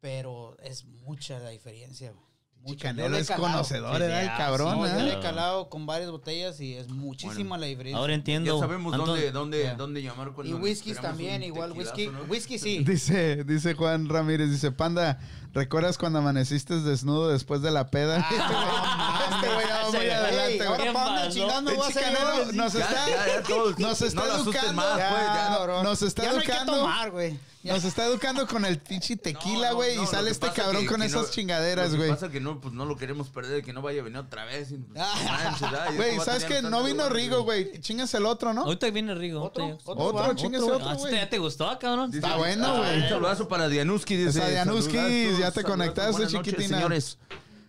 Pero es mucha la diferencia, güey. Muy Mucha. Yo canelo le he es calado. conocedor, Sí, ¿verdad? sí, El ah, cabrón, No, sí, ¿eh? yo le he Ah. calado con varias botellas y es muchísima la diferencia. Ahora entiendo. Ya sabemos Anton- dónde, dónde, Ya. dónde llamar cuando. y whiskies queramos también, un igual. tequilazo, Whisky, ¿no? [LAUGHS] whisky sí. [LAUGHS] Dice, dice Juan Ramírez, dice, Panda, ¿recuerdas cuando amaneciste desnudo después de la peda? [LAUGHS] este güey ya va muy Ese adelante, Ah, Ey, güey. ahora ¿Qué pa' dónde pasó? chingando Pinche vas a Canelo llegar? nos Ya, está, ya, ya [LAUGHS] todos- nos está no lo asusten educando. más, Ya, pues, ya. cabrón. Nos está Ya no hay que educando. tomar, güey. Ya. Nos está educando con el pinche tequila, No, no, güey. no, y lo sale que este pasa cabrón que- con que no- esas chingaderas, Lo que güey. pasa que no, pues no lo queremos perder, que no vaya a venir otra vez. y, pues, Ah. no manches, ah, y Güey, esto va a ¿sabes tener qué? No tanto vino valor. Rigo, güey. Chingas el otro, ¿no? Ahorita viene Rigo. ¿Otro? ahorita- ¿Otro? Otro, va, chingas otro, el Ah, otro, este güey. ya te gustó, cabrón. Dice- Está bueno, Ah, güey. Un saludazo para Dianuski. Dice, Esa Dianuski, saludazo, ya te saludazo, conectaste, buenas noches, chiquitina. señores.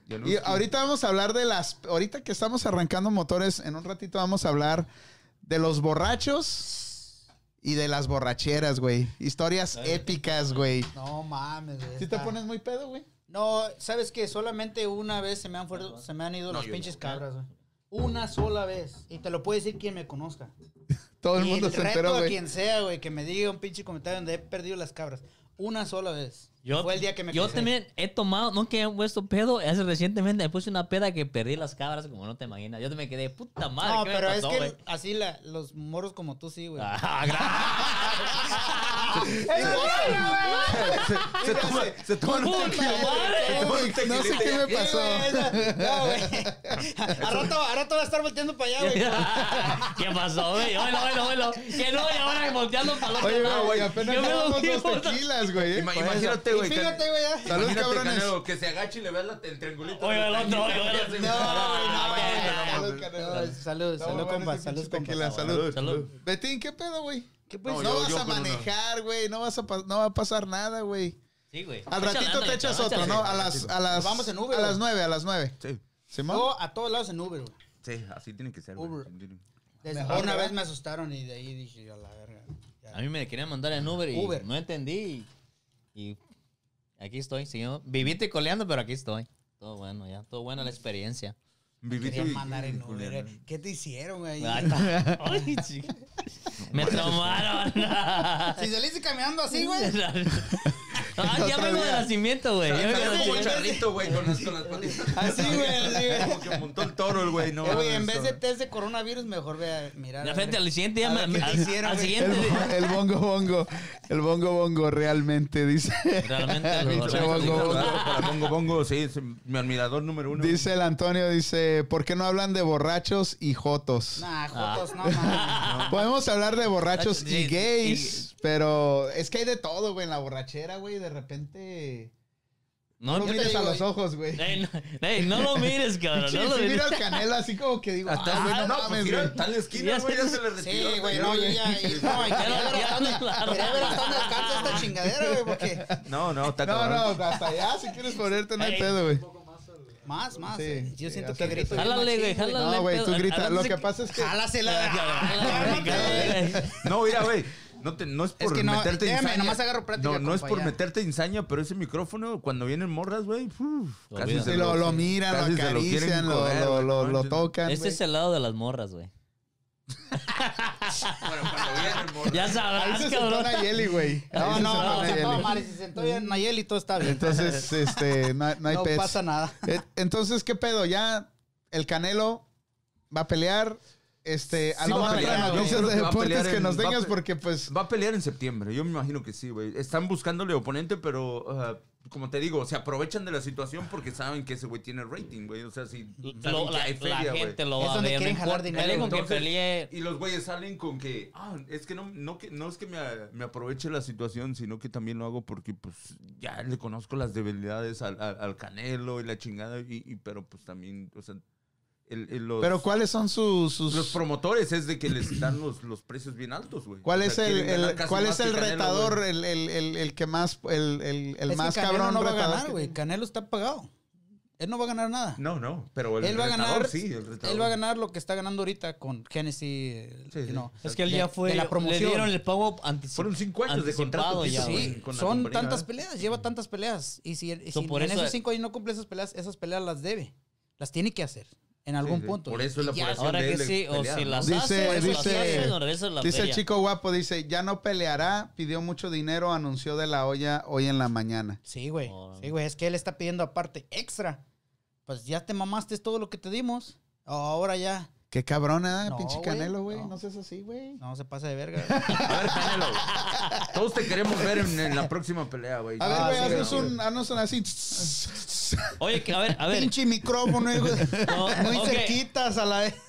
Y Dianuski. ahorita vamos a hablar de las. Ahorita que estamos arrancando motores, en un ratito vamos a hablar de los borrachos y de las borracheras, güey. Historias épicas, güey. No mames, güey. Si te está- pones muy pedo, güey. No, sabes que solamente una vez se me han, fuer- se me han ido No, los yo pinches no. cabras, güey. Una sola vez. Y te lo puede decir quien me conozca. Todo el Y mundo el se reto enteró, a güey. quien sea, güey, que me diga un pinche comentario donde he perdido las cabras. Una sola vez. Yo, Fue el día que me yo casé. también he tomado, nunca he puesto pedo. Hace recientemente me puse una peda que perdí las cabras, como no te imaginas. Yo me quedé, puta madre. No, ¿qué pero me es pasó, que güey? así la, los moros como tú sí, [LAUGHS] güey. [LAUGHS] Ah, gracias. Se- se toma- Se toma un Puta tequila, se madre. toma [LAUGHS] un No sé tequilita. qué me pasó. No, güey. [LAUGHS] A rato, a rato va a estar volteando para allá, [LAUGHS] güey. [LAUGHS] ¿Qué pasó, güey? Oilo, oilo, oilo. Que no, y ahora volteando para el otro Oye, lado, güey, Ah, güey. apenas Yo me llevamos dormí, dos puta. tequilas, güey. eh. Ima- Imagínate, güey. Y fíjate, que- güey. ya. Salud, imagínate, cabrones. Canelo, que se agache y le veas la, el triangulito. Oye, el otro, oye, el otro. No, No, Salud, no, no. Canelo. No, Salud, Está muy salud, bueno compa. ese Salud, pinche compa. tequila, Salud. Salud. Betín, ¿qué pedo, güey? ¿Qué pues? No, yo- vas yo a con una. manejar, güey. No vas a pa- no va a pasar nada, güey. Sí, güey. Al ratito Échale, te echas ándale, otro, ándale. ¿no? A las, a las. Vamos en Uber, A las güey. Oh, nueve, a las nueve. Sí, ¿Simón? Yo a todos lados en Uber, güey. sí, así tiene que ser. güey. Desde- Mejor, una ¿verdad? vez me asustaron y de ahí dije, a la verga. A mí me querían mandar en Uber y Uber. no entendí. Y aquí estoy, señor. Viviste coleando, pero aquí estoy. Todo bueno, ya. Todo buena la experiencia. Vivito Querían y- mandar en Uber. Julián. eh. ¿Qué te hicieron, güey? Ay, [LAUGHS] ta- [LAUGHS] ay, chica. Me tomaron. Si saliste caminando [LAUGHS] así, güey. Ay, Ah, ya Otro vengo de día. nacimiento, güey. Ya vengo Está de como nacimiento. charrito, güey, con las, con las patitas. Así, güey, así, güey. Como que montó el toro, el güey. No, Eh, güey, Ah, en mames, vez de no. test de coronavirus, mejor vea, mirar. De a frente ver. al siguiente día A ver, me- ¿qué te al, hicieron, al güey? El, siguiente [LAUGHS] bo- el bongo bongo. El bongo bongo realmente dice. Realmente, lo- Pinche Sí, bongo, claro, bongo. Para Bongo Bongo, sí, es mi admirador número uno. Dice el Antonio, dice, ¿por qué no hablan de borrachos y jotos? Nah, Jotos, no mames. Podemos hablar de borrachos Sí, y gays, pero es que hay de todo, güey, en la borrachera, güey, de repente... No, No lo no, mires a digo, los ojos, güey. ey, no, ey, no lo mires, cabrón. Sí, No lo sí, mires. mira al Canelo así como que digo, Hasta el "Ah, güey, no, mames, pues, güey". mira, tal esquina, Ya güey, ya sé. se le retiró. Sí, güey, no, yo ya. y- No, y quería ver hasta dónde quería ver hasta dónde alcanza esta chingadera, güey, porque. No, no, está No, cabrón. no, hasta allá, si quieres ponerte, no hay Ey. pedo, güey. Más, más. Sí, eh. sí, Yo siento así que grito. es. bien Jálale, machín, güey, jálale. No, güey, tú pedo. grita. Lo Háganse- que pasa es que... [LAUGHS] Ah, Jálasela. No, mira, güey. No, te, no es por Es que no, meterte déjame, insania. nomás agarro plática, No, no es compa, por ya. meterte insania, pero ese micrófono, cuando vienen morras, güey, uf, Lo casi olvidan. Sí, se lo, lo sí, miran, casi lo se lo quieren acarician, lo, comer, lo, güey, lo, no lo manches. tocan. Este güey. es el lado de las morras, güey. Bueno, cuando vienen morras. Ya Ahí se sabrás, sentó Ah, cabrón. Nayeli, güel güey. No, Ahí se sentó no, no, se Nayeli. todo mal. y Si se sentó ya en Nayeli, todo está bien. Entonces, este, no, no hay no pets. pasa nada. [LAUGHS] Eh, Entonces, ¿qué pedo? Ya el Canelo va a pelear. Este, a Sí lo va a mejor pelear, las güey. noticias Creo de que va a deportes pelear que en- nos va a tengas pe- porque pues Va a pelear en septiembre, yo me imagino que sí, güey. Están buscándole oponente, pero ah, como te digo, se aprovechan de la situación porque saben que ese güey tiene rating, güey. O sea, si saben Lo- que la, hay la feria, güey. gente lo Es va a donde ver. quieren no jalar importa. dinero, Pelee con quien Entonces, pelee. Y los güeyes salen con que, ah, es que no, no, que, no es que me, me aproveche la situación, sino que también lo hago porque, pues, ya le conozco las debilidades al, al- al Canelo y la chingada, y, y- pero pues también, o sea, el- el- los, pero cuáles son sus, sus- los promotores es de que les dan los, los precios bien altos, güey. cuál O sea, es el, quieren el- ganar casi cuál más es el que Canelo, retador güey. el, el, el, el que más el, el, el Es que más Canelo cabrón no va a retador ganar, que- güey. Canelo está pagado. Él no va a ganar nada. No, no, pero Pues el él va a retador, ganar, sí, el retador. él va a ganar lo que está ganando ahorita con Genesis. Sí, you sí. know. Es que él De- ya fue. de la promoción. Le dieron el pago anticipado. Fueron cinco años de contrato, Ya, dice, güey. Sí, güey, con la son compañía. tantas peleas, lleva tantas peleas. Y si, y So, si por en eso- esos cinco años no cumple esas peleas, esas peleas las debe. Las tiene que hacer en algún sí. punto. Por eso es la Y ya- población. Ahora de que él de sí, o pelear, si ¿no? las Dice- hace, o si las dice- hace, o regresa la Dice el feria. chico guapo, dice, ya no peleará, pidió mucho dinero, anunció de la olla hoy en la mañana. Sí, güey. Órale. Sí, güey. Es que él está pidiendo aparte extra. Pues ya te mamaste todo lo que te dimos. Ahora ya. Qué cabrona, No, pinche güey, canelo, güey. no. No. seas así, güey. No se pasa de [LAUGHS] verga. A ver, Canelo. Todos te queremos ver en, en la próxima pelea, güey. A ver, Ah, güey, sí, haznos, no, un, haznos un [LAUGHS] así. Oye, que- a ver, a ver. Pinche micrófono, hijo de- No, [LAUGHS] Muy ok. cerquitas a la e- vez.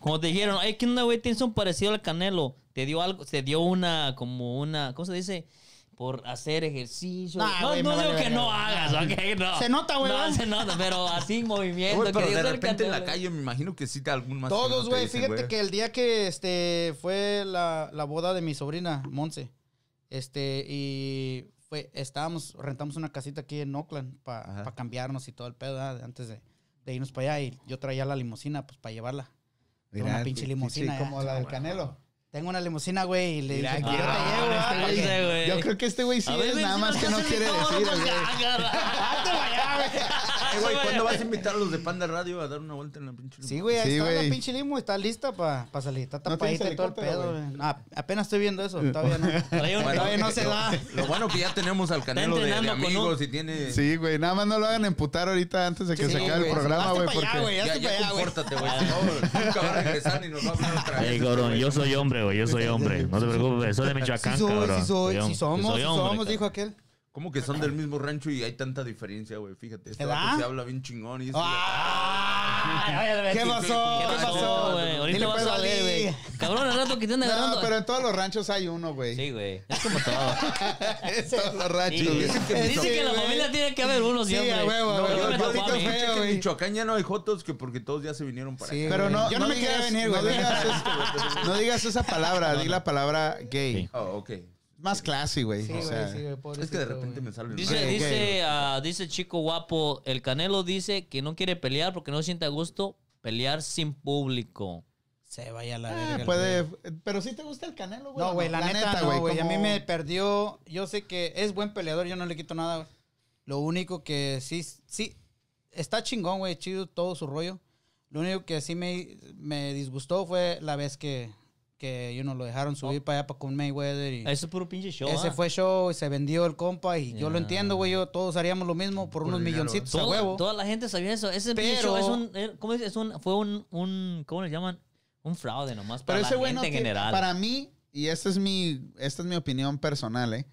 Como te dijeron, ay, que onda, güey, tienes un parecido al Canelo. Te dio algo, te dio una, como una, ¿cómo se dice? Por hacer ejercicio. Nah, no, güey, no me digo vale que verga. no hagas, ok, no. Se nota, güey, No, ¿verdad? se nota, pero así en movimiento. Güey, que pero dice de el repente en la Canelo. calle me imagino que sí te algún más. que no Todos, te güey. dicen, Fíjate güey. que el día que este fue la, la boda de mi sobrina, Monse, este, y fue, estábamos, rentamos una casita aquí en Oakland para Ajá. cambiarnos y todo el pedo, ¿verdad? antes de, de irnos para allá. Y yo traía la limusina, pues, para llevarla. Era una pinche limusina, ¿eh? sí, ya. como la del canelo. Tengo una limusina, güey, y le Mira, dije, aquí "Pues, yo te Ah, llevo, ah, este para güey, que- güey. Yo creo que este güey sí A ver, es, güey, nada si más que no alcanzas quiere ni todo, decir, no güey. cagas. Hazte para allá, güey. Eh, güey, ¿cuándo vas a invitar a los de Panda Radio a dar una vuelta en la pinche Sí, güey, ahí Sí, está güey. la pinche limo, está lista para salir. Está ¿No tienes tapadita y todo el helicóptero, pedo, güey? güey. Ah, apenas estoy viendo eso, [LAUGHS] todavía no. Trae un- Bueno, Todavía no se lo- da. Lo bueno que ya tenemos al Canelo de, de entrenando con amigos un- y tiene... Sí, güey, nada más no lo hagan emputar ahorita antes de que Sí, se acabe güey, el programa, hazte güey, pa' allá, porque... güey, Ya, hazte pa' ya allá, güey. compórtate, güey. por favor. Nunca va a regresar ni nos va a hablar otra vez. Ey, cabrón, yo soy hombre, güey. Yo soy hombre. No te preocupes, soy de Michoacán, sí soy, cabrón. sí soy, sí hom- somos, soy sí hombre, somos, cabrón. dijo aquel. ¿Cómo que son del mismo rancho y hay tanta diferencia, güey? Fíjate, este ¿Verdad? vato se habla bien chingón y... es- Ah, ¿Qué sí, pasó? ¿Qué ¿Qué pasó, güey? pasó? Ahorita vas a ver, güey. Cabrón, al rato que te andan No, agarrando. pero en todos los ranchos hay uno, güey. Sí, güey. Es como todo. [LAUGHS] en todos los Sí, ranchos, güey. Dicen que Sí, en la güey. familia tiene que haber uno Sí, siempre. a huevo, a No, No, huevo. yo me yo, yo tocó a ahorita mí. escuché que güey. en Michoacán ya no hay jotos que porque todos ya se vinieron para Sí, acá. Pero no, Yo no me quería digas- venir, güey. No [LAUGHS] digas, este, no digas esa palabra, di la palabra gay. Sí. Ah, ok. Más classy, güey. Sí, o güey, sea, sí, güey, pobrecito, Es que de repente me sale... el Dice, Ok, dice, ah, dice el chico guapo, el Canelo dice que no quiere pelear porque no siente a gusto pelear sin público. Se vaya a la ah, verga. el puede, güey. pero sí te gusta el canelo, güey. No, güey, la, neta, no, güey. A como- mí me perdió. Yo sé que es buen peleador, yo no le quito nada, güey. Lo único que sí, sí, está chingón, güey, chido todo su rollo. Lo único que sí me, me disgustó fue la vez que, que you know, lo dejaron subir para allá para con Mayweather. Y, Eso Oh. es puro pinche show. Ese ah. fue show y se vendió el compa y yo Ya. lo entiendo, güey. Yo todos haríamos lo mismo por, Por unos dinero. milloncitos a Todo- huevo. Toda la gente sabía eso. Ese pinche Pero- show es un, eh, ¿cómo dice? Es un, fue un, un, ¿cómo le llaman? Un fraude nomás para Pero ese la güey gente no en tiene- general. Para mí, y esta es mi, esta es mi opinión personal, ¿eh?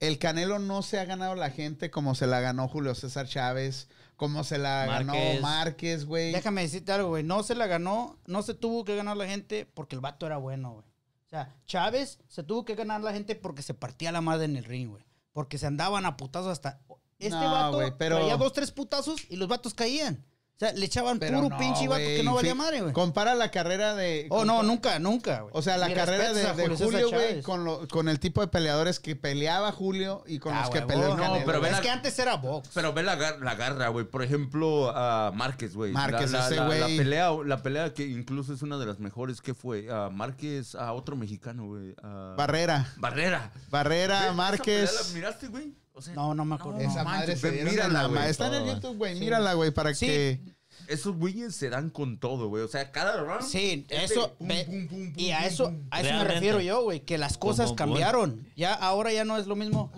El Canelo no se ha ganado la gente como se la ganó Julio César Chávez, como se la Márquez. ganó Márquez, güey. Déjame decirte algo, güey. No se la ganó, no se tuvo que ganar la gente porque el vato era bueno, güey. O sea, Chávez se tuvo que ganar la gente porque se partía la madre en el ring, güey. Porque se andaban a putazos hasta. Este No, vato güey, pero- traía dos, tres putazos y los vatos caían. O sea, le echaban Pero puro no, pinche vato que güey. no valía Sí, madre, güey. Compara la carrera de. Oh, no, compa- nunca, nunca, güey. O sea, la Mi carrera respetos de, a de Julio César Julio, güey, Chávez. con, lo- con el tipo de peleadores que peleaba Julio y con Ah, los que huevo, peleó el no, Canelo. pero pero ve es la- que antes era box. Pero ve la, gar- la garra, güey. Por ejemplo, a Márquez, güey. Márquez, La- la- ese la- La, güey. pelea, la pelea que incluso es una de las mejores que fue. A Márquez, a otro mexicano, güey. a- Barrera. Barrera. Ve, Barrera, esa pelea Márquez. ¿La miraste, güey? O sea, No, no me acuerdo. Esa no. madre manches, se ve, dieron mírala, en la güey. ma- Está en el Todo, YouTube, güey. Mírala, güey, para Sí. que. esos güeyes se dan con todo, güey. O sea, cada round. Sí, este, eso. pum, ve- pum, pum, pum, y a pum, eso, pum. a eso me Realmente. refiero yo, güey, que las cosas pum, pum. cambiaron. Ya ahora ya no es lo mismo.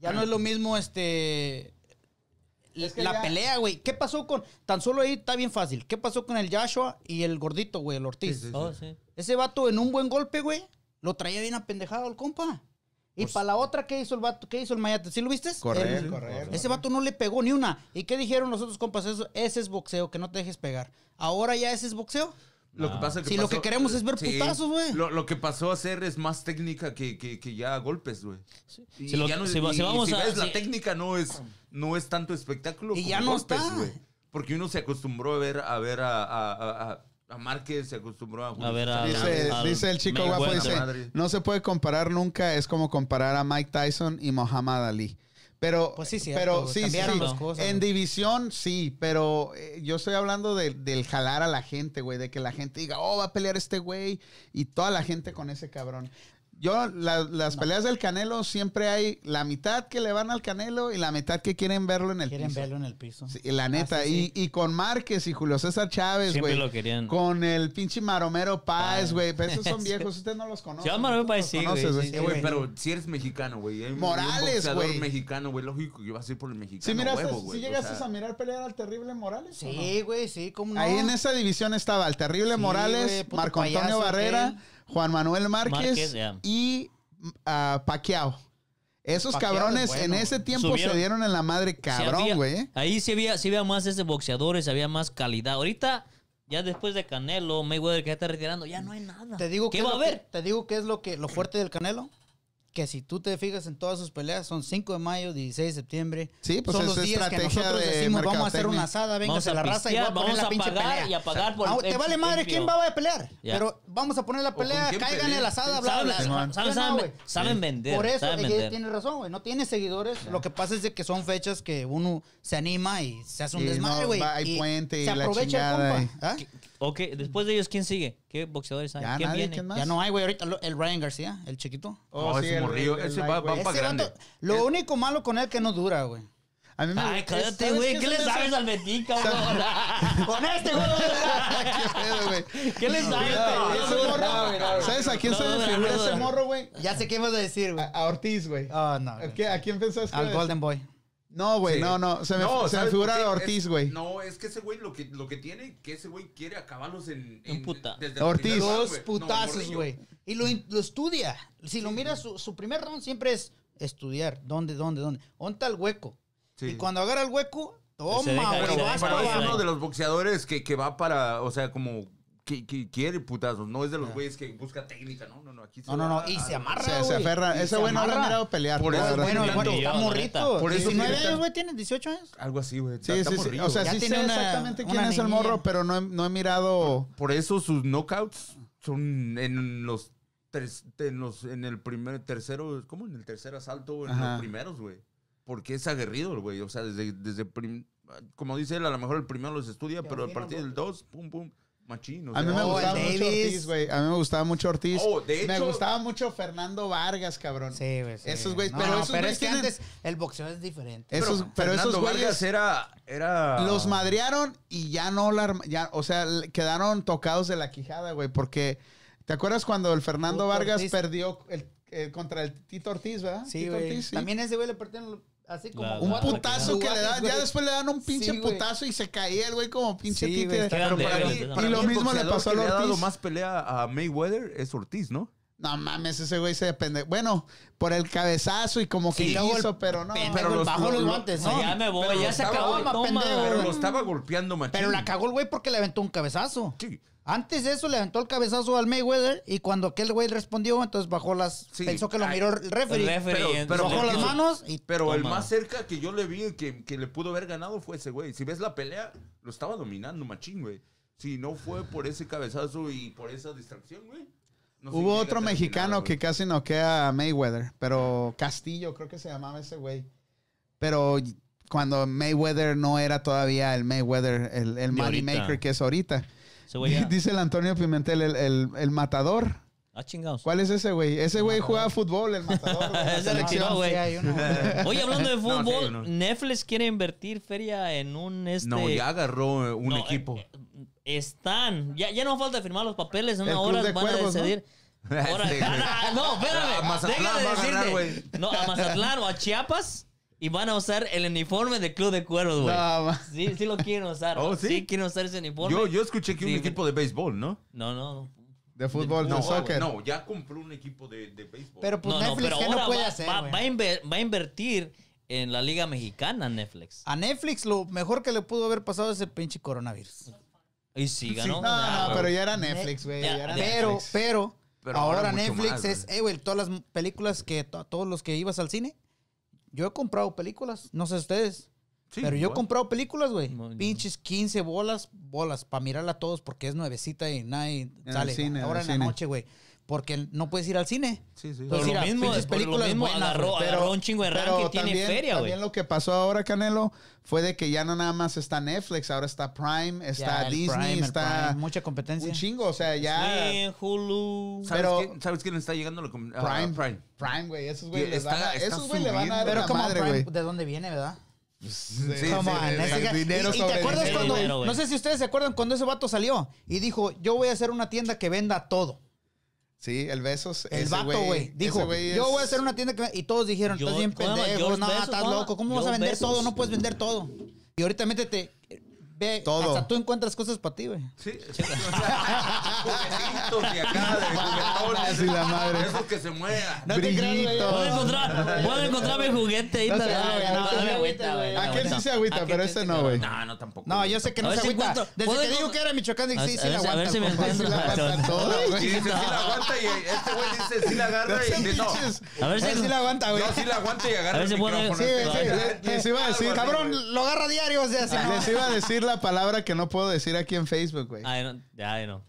Ya no es lo mismo, este. Es que la ya- pelea, güey. ¿Qué pasó con.? Tan solo ahí está bien fácil. ¿Qué pasó con el Joshua y el gordito, güey, el Ortiz? Sí, sí, Oh, sí. Ese vato en un buen golpe, güey, lo traía bien apendejado el compa. Y Pues para la otra, ¿qué hizo el vato? ¿Qué hizo el Mayate? ¿Sí lo viste? Correr, El- correr, Ese correr. vato no le pegó ni una. ¿Y qué dijeron los otros compas? Eso, ese es boxeo, que no te dejes pegar. Ahora ya ese es boxeo. Lo que pasa es que Sí, lo que pasó- queremos es ver putazos, güey. Lo, lo que pasó a ser es más técnica que, que, que ya golpes, güey. Y Si lo- ya no- si- y- si y vamos si a- ves, si- la técnica no es, no es tanto espectáculo Y como ya no golpes, está. güey. Porque uno se acostumbró a ver a ver a, a, a- a- a Márquez, se acostumbró a... A ver, a- Dice, al- dice el chico guapo, Mayweather. dice, Madre. no se puede comparar nunca, es como comparar a Mike Tyson y Muhammad Ali. Pero, Pues sí, cierto, pero güey, sí, sí, cambiaron sí. las cosas, En güey. división, sí, pero eh, yo estoy hablando de- del jalar a la gente, güey, de que la gente diga, oh, va a pelear este güey, y toda la gente con ese cabrón. Yo, la- las peleas del Canelo siempre hay la mitad que le van al Canelo y la mitad que quieren verlo en el Quieren piso. verlo en el piso. Sí, la neta, Ah, sí, Y, y con Márquez y Julio César Chávez, Siempre güey. lo querían. Con el pinche Maromero Páez, Páez. güey. Pero esos [LAUGHS] son viejos, usted no los conoce. Sí, a Maromero no Páez los sí, güey, conoces, sí, Eh, güey, pero si eres mexicano, güey. hay un- Morales, un boxeador güey. mexicano, güey. Lógico que vas a ir por el mexicano. Si miraste, Ah, huevo, si güey, o llegaste sea, a mirar pelear al terrible Morales. ¿o Sí, güey, sí, ¿cómo no? no? Ahí en esa división estaba el terrible Sí, Morales, güey, puto Marco Antonio payaso Barrera, aquel. Juan Manuel Márquez, Márquez, ya. y ah, Pacquiao. Esos Pacquiao es cabrones bueno, en güey. ese tiempo Subieron. se dieron en la madre Sí cabrón, había- güey. ¿eh? Ahí sí había, sí había más ese boxeadores, había más calidad. Ahorita, ya después de Canelo, Mayweather que ya está retirando, ya no hay nada. Te digo ¿Qué que va a haber? Te digo que es lo que lo fuerte del Canelo. Que si tú te fijas en todas sus peleas, son 5 de mayo, 16 de septiembre. Sí, pues son es los días que estrategia nosotros de decimos, vamos a hacer mercadotecnia. una asada, venga, Vamos se a la raza y voy a pistear, poner vamos la a pinche pagar pelea. y a pagar por Ah, te el- vale madre el- quién va a pelear, Ya. pero vamos a poner la con pelea, quién caigan pelea. en la asada, bla, Saben, bla, bla. saben, saben, Ya no, güey. saben- saben vender. Por eso, saben eh, vender. tiene razón, güey. No tiene seguidores. Lo que pasa es de que son fechas que uno se anima y se hace un Y desmadre, no, güey. va- hay y puente y se la aprovecha el chingada compa. y- ¿Ah? Ok, después de ellos, ¿quién sigue? ¿Qué boxeadores hay? Ya ¿Quién nadie, viene? ¿quién más? Ya no hay, güey. Ahorita lo- el Ryan García, el chiquito. Oh, No, sí, ese el- morrillo, el ese va, va lightweight. pa' Ese grande. vato- lo único malo con él que no dura, [LAUGHS] güey. A mí me [LAUGHS] Ay, gusta- cállate, ¿sabes güey. qué ¿Qué se le me hace? sabes al Betín, cabrón? con este, güey. no dura. ¿Qué pedo, güey? [LAUGHS] ¿Qué le sabes? Fíjate, cabrón? ese morro- ¿Sabes a quién No, se no, me no, figura no, no. ese morro, güey? ya sé qué vas a decir, güey. A, a Ortiz, güey. Ah, no. ¿A güey. ah. qué- Ah, a quién pensabas que Al era? Golden Boy. No, güey, Sí. no, no. Se me, se me ¿sabes por figura qué? a Es- Ortiz, güey. No, es que ese güey lo que, lo que tiene, que ese güey quiere acabarlos en. Un en- puta- desde el Ortiz. primer round, Dos güey. No, putazos, morrillo. güey. Y lo, in- lo estudia. Si lo miras, su, su primer round siempre es estudiar. ¿Dónde, dónde, dónde? ¿Onta el hueco? Sí. Y cuando agarra el hueco, toma, deja ir, güey. Pero, se vas deja pero para es ir, güey. uno abajo. de los boxeadores que, que va para, o sea, como que, que quiere putazos, no es Ah. de los güeyes que busca técnica, no, no, no, aquí se No, no, va no. Y a- se amarra, Se, se güey. aferra. Y Ese se güey no lo he amarra. mirado pelear. Por la eso, verdad. Bueno, Ni bueno, yo, está la morrito. neta. Por eso 19 ahorita- años, güey, tienes 18 años. Algo así, güey. Sí, está sí, sí. morrillo, O sea, Ya sí sé tiene una- exactamente quién una es el niña. morro, pero no he, no he mirado. Por eso sus knockouts son en los tres, en los, en el primer, tercero, ¿cómo? En el tercer asalto, en Ajá. los primeros, güey. Porque es aguerrido el güey. O sea, desde, desde prim- como dice él, a lo mejor el primero los estudia, pero a partir del dos, pum, pum, machín. o A mí sea, me No, gustaba el mucho Davis. Ortiz, güey. A mí me gustaba mucho Ortiz. Oh, de Me hecho- gustaba mucho Fernando Vargas, cabrón. Sí, güey. sí. Esos güeyes- No, pero no, esos pero güeyes es que tienen- antes el boxeo es diferente. Esos, pero, esos Fernando güeyes Vargas era, era... los madrearon y ya no la arma- ya, o sea, le- quedaron tocados de la quijada, güey, porque ¿te acuerdas cuando el Fernando Puto Vargas Ortiz. perdió el- eh, contra el Tito Ortiz, ¿verdad? Sí, Tito güey. Ortiz, sí. También a ese güey le partieron así como La- un Ah, putazo que le dan, ya después le dan un pinche Sí, güey. putazo y se caía el güey como pinche Sí, títere. güey, está Pero para Debe, mí, debe. para Y lo mí el mismo le boxeador pasó que al le ha dado Ortiz. más pelea a Mayweather es Ortiz, ¿no? No mames, ese güey se depende. Bueno, por el cabezazo y como que Sí, luego el hizo, pero no. pendejo, pero el los- bajó los- los los- guantes, No, ¿no? ya me voy, Pero ya lo se estaba- acabó. toma, Toma, pendejo. Pero Ah. lo estaba golpeando machín. Pero la cagó el güey porque le aventó un cabezazo. Sí. Antes de eso le aventó el cabezazo al Mayweather y cuando aquel güey respondió, entonces bajó las... Sí. Pensó que lo Ay, miró el referee. El referee, Pero- entonces, pero bajó porque- las manos y... Pero el Toma. más cerca que yo le vi que, que le pudo haber ganado fue ese güey. Si ves la pelea, lo estaba dominando machín, güey. Si no fue por ese cabezazo y por esa distracción, güey. no sé Hubo si otro llega a mexicano terminar, que güey. casi noquea a Mayweather, pero Castillo creo que se llamaba ese güey. Pero cuando Mayweather no era todavía el Mayweather, el, el De money ahorita. maker que es ahorita. [LAUGHS] Se voy a... [LAUGHS] Dice el Antonio Pimentel, el, el- el matador. Ah, chingados. ¿Cuál es ese güey? Ese güey jugaba fútbol, el matador. güey, en la Ese retiró, selección. güey. Sí, hay uno, güey. Oye, hablando [LAUGHS] de No, sí, fútbol, no. Netflix quiere invertir feria en un [LAUGHS] este. No, ya agarró eh, un No, equipo. eh, Están. Ya, ya no falta firmar los papeles. En El una Club hora de van Cuervos, a ¿no? decidir. Ahora, Este, güey. ah, no, espérame. A Mazatlán deja de va a ganar, decirte. No, a Mazatlán o a Chiapas. Y van a usar el uniforme del Club de Cuervos, güey. No, ma- Sí, sí lo quieren usar. Oh, ¿sí? ¿sí? quieren usar ese uniforme. yo, yo escuché que un Sí, equipo de béisbol, ¿no? No, no. de fútbol, No, de soccer. no, ya compró un equipo de, de béisbol. Pero pues No, no, Netflix, pero ¿qué ahora no puede va, hacer, va- güey? va a inver- va a invertir en la Liga Mexicana Netflix. A Netflix lo mejor que le pudo haber pasado es el pinche coronavirus. Y sí, No, ganó. Ah, no, güey. pero ya era Netflix, güey. ya era Pero, Netflix. pero, Pero ahora ahora mucho Netflix más, es, eh, güey, todas las películas que, to- todos los que ibas al cine, yo he comprado películas, no sé ustedes. Sí, Pero yo he igual. comprado películas, güey. No, yo Pinches 15 bolas, bolas, para mirarla a todos porque es nuevecita y nadie el sale. cine, en Ahora el en la cine. noche, güey. Porque no puedes ir al cine. Sí, sí. Pero Pues lo mira, mismo, pinches por lo películas mismo buenas, agarró, güey, agarró pero- un chingo de Pero ranking, tiene también, feria, güey. también lo que pasó ahora, Canelo, fue de que ya no nada más está Netflix, ahora está Prime, está Ya, el Disney, Prime, el está Prime, mucha competencia. un chingo. O sea, ya Sling, Hulu. ¿Sabes, pero- quién, ¿Sabes quién está llegando? a la com- a Prime. Prime. Prime, güey. Esos güey Güey, les van está- a- está esos güey le van a dar Pero la como madre, Prime, güey. ¿de dónde viene, verdad? Sí, sí, Come sí, on, de- ese de- ga- dinero y, y te sobre acuerdas dinero. cuando, Dinero, güey. no sé si ustedes se acuerdan cuando ese vato salió y dijo, yo voy a hacer una tienda que venda todo. Sí, el Besos. El ese vato, güey, dijo, ese güey yo es- voy a hacer una tienda que venda- y todos dijeron, Yo- estás bien ¿cómo se llama? pendejo, George no, Bezos, estás ¿cómo? loco, ¿cómo vas a George vender Bezos. todo? No puedes vender todo. Y ahorita métete, ve, Todo. hasta tú encuentras cosas para ti, güey. Sí. O sea, juguetitos de acá, de juguetones. Sí, la madre. Esos que se muevan. No te creas, güey. Brillito. Puedo encontrar, puedo encontrar mi juguete ahí. No dale, se dale, haga, no dale, se dame haga, agüita, güey, dame Aquel agüita. sí se agüita, Aquel pero sí este se- no, güey. No, no, tampoco. No, yo sé que A no ver se si agüita. encuentro- Desde ¿puedo que dijo encontrar- que era Michoacán, dije, A- sí, a sí, la ver si- a ver aguanta. si me compa. [LAUGHS] Sí la aguantan todas, Sí, güey. dice, sí la aguanta y este güey dice, sí la agarra y dice, no. Pinches- A ver si- Él sí la aguanta, güey. No, sí la aguanta y agarra A ver si el puede- micrófono. Sí, Sí, güey, sí, Ay, les- les iba a decir, Algo cabrón. así, güey. Cabrón, lo agarra diario, o sea, sí, no. Les iba a decir la palabra que no puedo decir aquí en Facebook, Ah. güey. Ay, no, ya, no.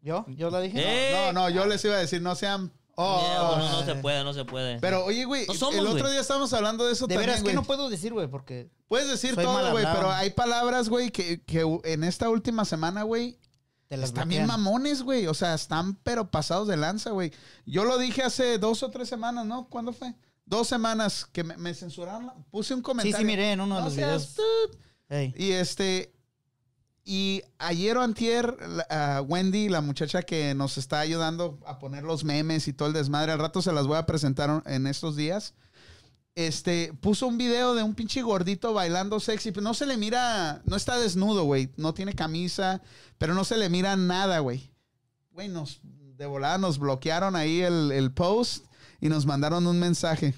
¿Yo? ¿Yo la dije? Eh, No, no, yo les iba a decir, no sean. Oh, Yeah, bueno, no, se puede, no se puede. Pero, oye, güey, No somos, el otro güey. día estábamos hablando de eso De también, veras que güey. no puedo decir, güey, porque... Puedes decir Soy mal todo, güey, hablado. pero hay palabras, güey, que, que en esta última semana, güey, Te las están bien bloquean. mamones, güey. O sea, están pero pasados de lanza, güey. Yo lo dije hace dos o tres semanas, ¿no? ¿Cuándo fue? Dos semanas que me, me censuraron. la- Puse un comentario. sí, miré en uno de No los seas videos. tú. Ey. Y este. Y ayer o antier, la- a Wendy, la muchacha que nos está ayudando a poner los memes y todo el desmadre, al rato se las voy a presentar en estos días. Este, puso un video de un pinche gordito bailando sexy, pero no se le mira, no está desnudo, güey, no tiene camisa, pero no se le mira nada, güey. Güey, nos, de volada nos bloquearon ahí el, el post y nos mandaron un mensaje.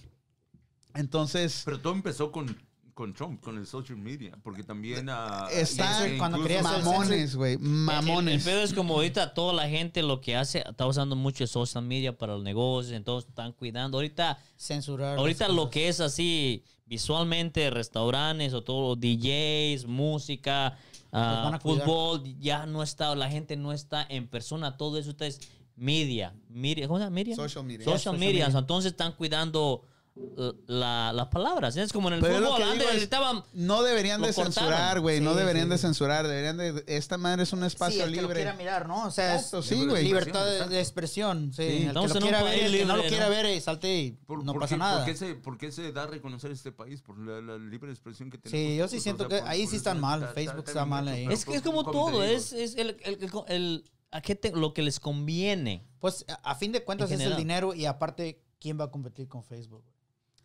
Entonces, Pero todo empezó con, con Trump, con el social media, porque también... ah, Está e cuando incluso- quería hacer- mamones, güey, El, el mamones. pedo es como ahorita toda la gente lo que hace, está usando mucho el social media para los negocios, entonces están cuidando. Ahorita, Censurar. ahorita las lo cosas. que es así, visualmente, restaurantes o todo, DJs, música, ah, van a cuidar. fútbol, ya no está, la gente no está en persona, todo eso está es media, media, ¿cómo se llama? Media. Social media. Social, social media. media. Entonces están cuidando eh, la- las palabras. Es como en el Pero es lo fútbol, que digo antes es- estaban... No deberían Lo de cortaron. censurar, güey. no Sí, deberían sí, de sí. censurar. Deberían de. Esta madre es un Sí, espacio el que lo quiera libre. mirar, ¿no? O sea, es Esto, sí, güey. libertad de, de expresión. Sí, el que Estamos lo en un quiera país ver, el que no lo libre, quiera ¿no? ver, eh, salte y Por- no por pasa qué- nada. ¿por qué, se, por qué se da a reconocer este país? Por la, la libre expresión que tenemos. Sí, yo sí todos, siento o sea, que ahí sí están eso mal, Facebook está mal bien ahí. hecho, Es que pues, pero es como te todo, digo? es, es el, el- el- el- a qué te- lo que les conviene. Pues a- a fin de cuentas En es el general. dinero y aparte, ¿quién va a competir con Facebook?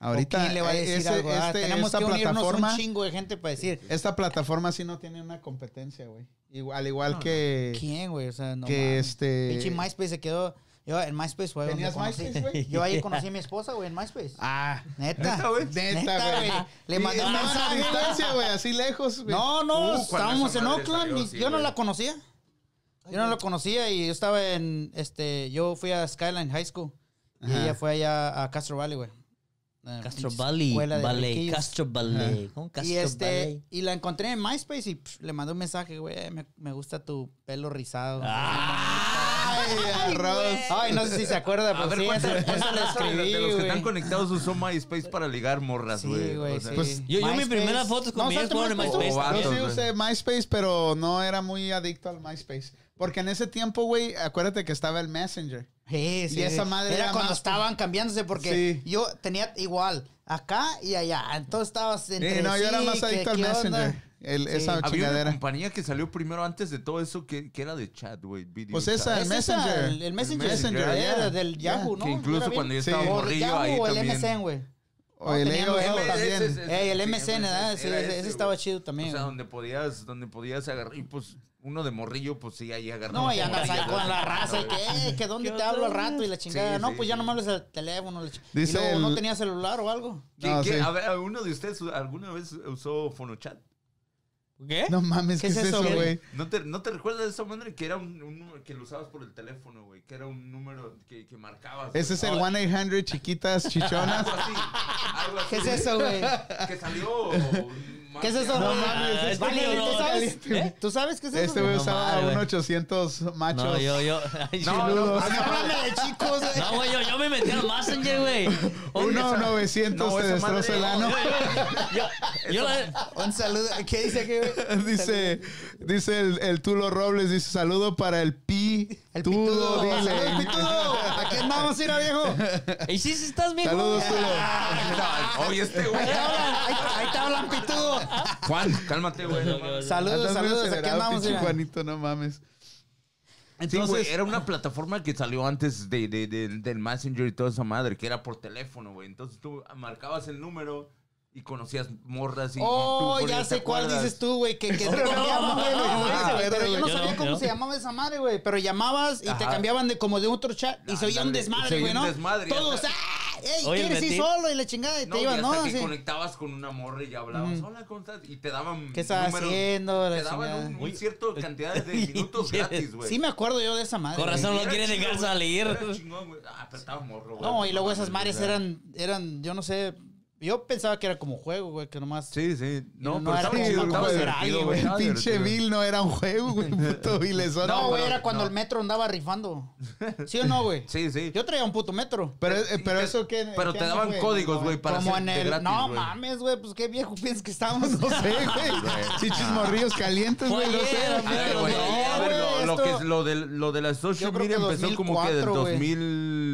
¿O Ahorita ¿Quién le va a eh, decir ese- algo? Ah, este- Tenemos esta que unirnos un plataforma. chingo de gente para decir, Esta plataforma sí no tiene una competencia, güey. Igual, al igual que. ¿quién, güey? O sea, no que mames. este. Pinche MySpace se quedó. Yo en MySpace, güey. ¿Tenías donde conocí- MySpace, güey? [LAUGHS] Yo ahí conocí a mi esposa, güey, en MySpace. Ah. Neta. ¿Neta, güey? Neta, güey. Le Y mandé un estaban a mensaje. distancia, güey, así lejos, güey. No, no, Uh, cuando estábamos esa en madre Oakland salió, y sí, yo no güey. la conocía. Yo no la conocía y yo estaba en, este, yo fui a Skyline High School y Ajá. ella fue allá a Castro Valley, güey. Eh, Castro pinche Valley, escuela de Ballet, riquillos. Castro Ballet, ¿cómo Castro y este, Ballet? y la encontré en MySpace y pf, le mandé un mensaje, güey, "Eh, me, me gusta tu pelo rizado. Ay, arroz. Ay, no sé si se acuerda, A pero ver, sí, ¿cuántos eso, eso de, le los- escribí, de los que están güey. conectados usó MySpace para ligar morras, güey? Sí, güey, O sea, sí. pues, yo- yo mi MySpace. primera foto con mi ex salte fue en MySpace. O vatos, Yo sí güey. usé MySpace, pero no era muy adicto al MySpace. Porque en ese tiempo, güey, acuérdate que estaba el Messenger. Sí, sí. Y esa madre era era cuando más- estaban cambiándose porque Sí. yo tenía igual acá y allá. Entonces estabas entre Sí, no, yo era sí, más que- adicto al ¿qué onda? Messenger. El- Sí. Esa Había una chingadera. compañía que salió primero antes de todo eso que, que era de chat, güey. video Pues chat. esa, Es el esa, Messenger. el, el Messenger. Messenger, era yeah. del Yeah. Yahoo, ¿no? Que incluso Era bien- cuando yo Sí. estaba O O del morrillo Yahoo ahí o el también. MSN, güey. O el tenían los AOL dos. también. Ey, el Sí, MSN, ¿verdad? Sí, era ese- ese güey. estaba chido también, O sea, güey. donde podías, donde podías agarrar. Y pues uno de morrillo, pues sí, ahí agarró. No, y andas ahí con la raza y que, eh, que dónde ¿Qué te hablo al onda? rato y la chingada. Sí, no, sí, pues ya sí. no me hables al teléfono. la chi- Dice y luego no el- tenía celular o algo. No, sí. A ver, ¿uno de ustedes alguna vez usó Fonochat? ¿Qué? No mames, ¿qué, ¿Qué es es eso, eso, güey? güey? ¿No te, ¿No te recuerdas de esa madre que era un, un número que lo usabas por el teléfono, güey? Que era un número que, que marcabas. Ese es güey. el 1-800 chiquitas [LAUGHS] chichonas. Algo así. Algo así. ¿Qué es eso, güey? Que salió. ¿Qué es eso? No güey? mames, este Vale, cabrón, ¿tú sabes? caliente. ¿Eh? [LAUGHS] ¿Tú sabes qué es eso? Este güey güey? No usaba mames, güey. un 800 machos. No, yo, yo. [LAUGHS] No, Ay, yo- no, Chiludos. no, Háblame de chicos, güey. No, güey, yo, yo me metí al Messenger, güey. Uno esa- 900 no, te esa destroza madre- el ano. Yo la- Un saludo. ¿Qué dice aquí, güey? [LAUGHS] Dice, dice el, el Tulo Robles, dice saludo para el Pi. El Tudo, pitudo. dile. ¡Saludos, [LAUGHS] pitudo! ¿A quién vamos a ir, viejo? Y sí, sí estás bien. Saludos, Tulo. Ah, no, Oye, este Ahí güey. te hablan, ahí, ahí te hablan, pitudo. Juan, cálmate, güey. no mames. Saludos, Andas bien saludos. ¿A quién acelerado, vamos a pinche ir? Juanito, no [LAUGHS] mames. Sí, güey, Entonces, era una plataforma que salió antes de, de- de- del Messenger y toda esa madre, que era por teléfono, güey. Entonces tú marcabas el número y conocías morras y... Oh, tú, por ya eso te sé cuál acuerdas. dices tú, güey, que, que te no, cambiaban, güey, no, los no, nombres, no, güey, Pero yo no yo sabía no, cómo yo. se llamaba esa madre, güey. Pero llamabas y te Ajá. cambiaban de como de otro chat y se oía un Ándale, se desmadre, oía güey, un ¿no? desmadre, Todos, ajá. ¡ah! ¡Ey, Oye, quieres ir metí- solo! Y la chingada, y No, te y ibas, hasta ¿no? que Sí. conectabas con una morra y hablabas, hola, ¿cómo estás? Y te daban ¿Qué estás números, haciendo? La Te daban chingada. un, un cierto cantidad [LAUGHS] de minutos gratis, güey. Sí me acuerdo yo de esa madre. Con güey. razón. No lo Era quiere chido, dejar güey, salir. era chingón, güey. Ah, pero estaba morro, güey. No, y luego esas mames, madres o sea. eran, eran, yo no sé, yo pensaba que era como juego, güey, que nomás... Sí, sí. No, pero no era estaba como chido, matar estaba a divertido, alguien, güey, güey. el estaba pinche divertido. Bill no era un juego, [LAUGHS] güey. Puto vilezón. No, güey, pero- era cuando no. el metro andaba [LAUGHS] rifando. ¿Sí o no, güey? Sí, sí. Yo traía un puto metro. Pero, eh, pero Te- eso [LAUGHS] que. Pero te daban códigos, güey, para Como en hacerte el... gratis, no güey. mames, güey, pues qué viejo [LAUGHS] piensas que estábamos. No [LAUGHS] sé, güey. Chichis morrillos calientes, güey. No Fue ayer, A sé. ver, Pero güey, no, Ah, a ver, lo, güey, lo que esto- es- lo de, lo de la Yo social creo media que empezó como que del 2004, güey.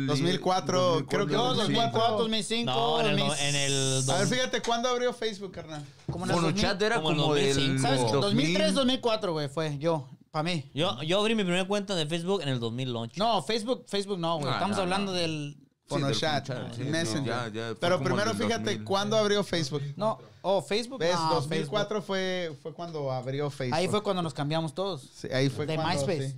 2000... 2004, creo que Yo, 2005. 2004, 2005, No, en el, mis- en el A ver, fíjate, ¿cuándo abrió Facebook, carnal? como en el Bueno, 2000, chat era como en como del... 2005. ¿Sabes? qué? 2000. 2003, 2004, güey, fue yo, para mí. Yo, yo abrí mi primera cuenta de Facebook en el 2008. No, Facebook, Facebook no, güey, No, estamos no, hablando no. del... Sí, del Fonochat, Fonochat, sí, Messenger. ya, ya, fue pero como primero, del fíjate, 2000. ¿cuándo abrió Facebook? No, oh, Facebook. ¿Ves? no, 2004 fue, fue cuando abrió Facebook. Facebook. Ahí fue cuando nos cambiamos todos. Sí, ahí fue de cuando, MySpace. sí.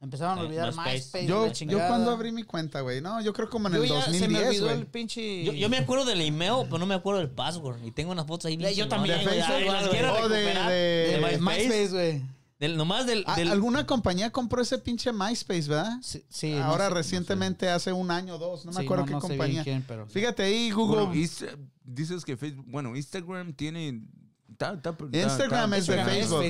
Empezaron a Eh, olvidar MySpace. MySpace. Yo, la yo chingada. cuando abrí mi cuenta, güey. No, yo creo como en el Yo ya se me 2010, olvidó güey. Eh, el pinche. Yo, yo me acuerdo del email, pero no me acuerdo del password. Y tengo unas fotos ahí. Yo bien también, chingonas, güey, Ay, igual, las güey. quiero Oh, de- recuperar. de- de de MySpace, güey. Del, nomás del... Ah, del- Alguna compañía compró ese pinche MySpace, ¿verdad? Ah, Sí, sí, no Ahora sé- recientemente, hace un año o dos, no me sí, acuerdo qué no sé bien compañía. quién, pero- Fíjate ahí, Google. Bueno, Insta- dices que Facebook... Bueno, Instagram tiene... ta- ta- ta- Instagram ta- es de Pero es Facebook.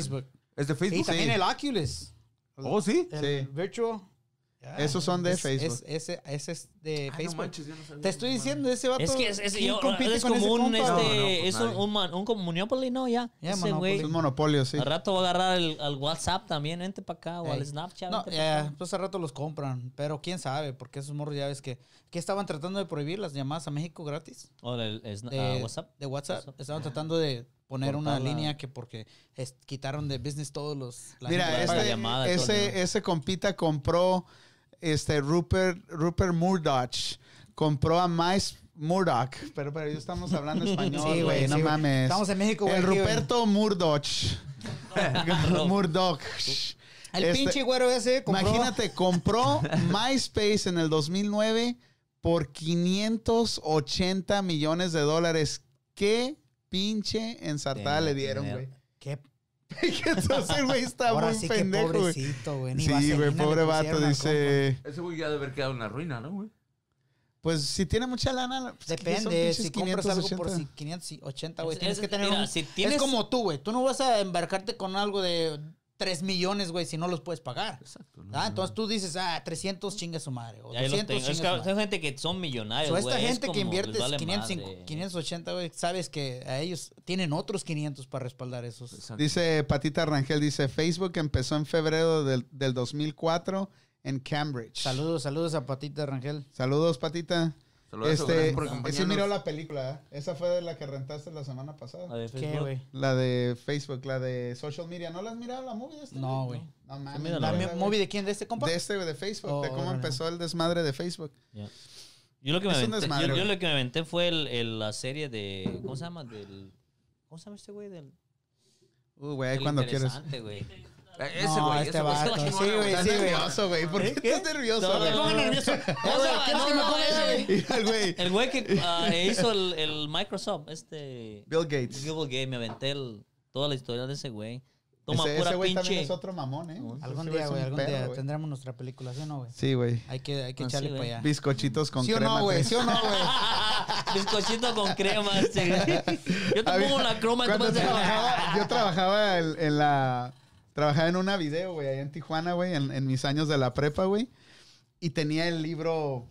¿Es de Y Facebook? también sí. el Oculus. ¿Oh, sí? El Sí. Virtual. Esos son de Es- Facebook. Es, ese, ese es de Ah, no Facebook. manches, yo no sabía. Te estoy diciendo, ese vato. es que es, es, ¿quién yo- compite es con como ese un... compa, este, güey? No, no, pues es un, nadie. un, man- un como Monopoly, no, ya. Ya, Ese Monopoly. güey. Es un monopolio, sí. Al rato va a agarrar el, al WhatsApp también. Vente para acá. O al Ey. Snapchat. No, vente pa' ya, acá. pues al rato los compran. Pero quién sabe, porque esos morros ya ves que. Que estaban tratando de prohibir las llamadas a México gratis. O el, el sna- de, ah, WhatsApp. de WhatsApp. WhatsApp. Estaban tratando de poner una Cortarla. línea que porque es- quitaron de business todos los... la Mira, gente- para este, llamada y todo, ese, ¿no? ese compita compró este Rupert, Rupert Murdoch. Compró a Mice Murdoch. Pero, pero ya estamos [LAUGHS] hablando español, [LAUGHS] Sí, güey. güey, no sí, güey. mames. Estamos en México, güey. El aquí, güey. Ruperto [LAUGHS] Murdoch. [LAUGHS] Murdoch. El este- pinche güero ese compró... Imagínate, compró [LAUGHS] MySpace en el 2009 por 580 millones de dólares. ¿Qué pinche ensartada Tenía le dieron, dinero. güey? [LAUGHS] Qué- Entonces, [LAUGHS] güey, está ahora muy sí que pendejo, güey. pobrecito, güey. ni Sí, vaselina güey, le pobre vato, pusieron al dice. Ese güey ya debe haber quedado en la ruina, ¿no, güey? Pues si tiene mucha lana, pues, compa. ¿qué son Depende, pinches si compras algo por 580? si- 580, güey. Es- Tienes es- que tener mira, un... si tienes- Es como tú, güey. Tú no vas a embarcarte con algo de 3 millones, güey, si no los puedes pagar. Exacto. Ah, entonces tú dices, ah, 300 chinga su madre. O Y ahí los 200 tengo. chinga Es su que madre. hay gente que son millonarios, So, güey. esta es gente como, que les invierte vale 505, madre. 580, güey, sabes que a ellos tienen otros 500 para respaldar Pues, esos. Dice Patita Rangel, dice Facebook empezó en febrero del, del 2004 en Cambridge. Saludos, saludos a Patita Rangel. Saludos, Patita. este, Este, sí miró la película, ¿eh? Esa fue de la que rentaste la semana A pasada. ver, ¿Qué, Facebook. güey? La de Facebook, la de social media. ¿No la has mirado la movie? Este? No, güey. No Sí, mames. mira, ¿La güey. mi- movie de quién? ¿De este compa? De este, güey, de Facebook. Oh, de cómo órale. empezó el desmadre de Facebook. Yo lo que me Es un aventé, desmadre, yo, yo güey. lo que me aventé fue el, el- la serie de ¿cómo se llama? Del ¿Cómo se llama este güey del? Uh, güey, ahí del cuando quieres. interesante, güey. Eh, Ese No, güey, este ese güey. vato, Ese sí, chingón, güey, Estás sí, güey. ¿Eh? nervioso, güey. ¿Por qué, estás nervioso, No, güey? me [LAUGHS] pongo nervioso. No, O sea, ¿qué no, se me no, pone, ese- güey? Mira, güey. El güey que ah, hizo e el, el Microsoft, este Bill Gates. Google Game, me aventé el toda la historia de ese güey. Toma ese, pura ese güey pinche. también es otro mamón, ¿eh? Algún Ese Algún güey día, es güey, un algún perro, día güey. tendremos nuestra película, ¿sí o no, güey? Sí, güey. Hay que, hay que Ah, sí, echarle güey. para allá. Bizcochitos con ¿Sí o crema. no, güey? tres. ¿Sí [LAUGHS] o no, güey? Bizcochito con [LAUGHS] crema, este güey. Yo te Había- pongo la croma y tú me Cuando haces- trabajaba, yo trabajaba en, en la... Trabajaba en una video, güey, allá en Tijuana, güey, en, en mis años de la prepa, güey. Y tenía el libro...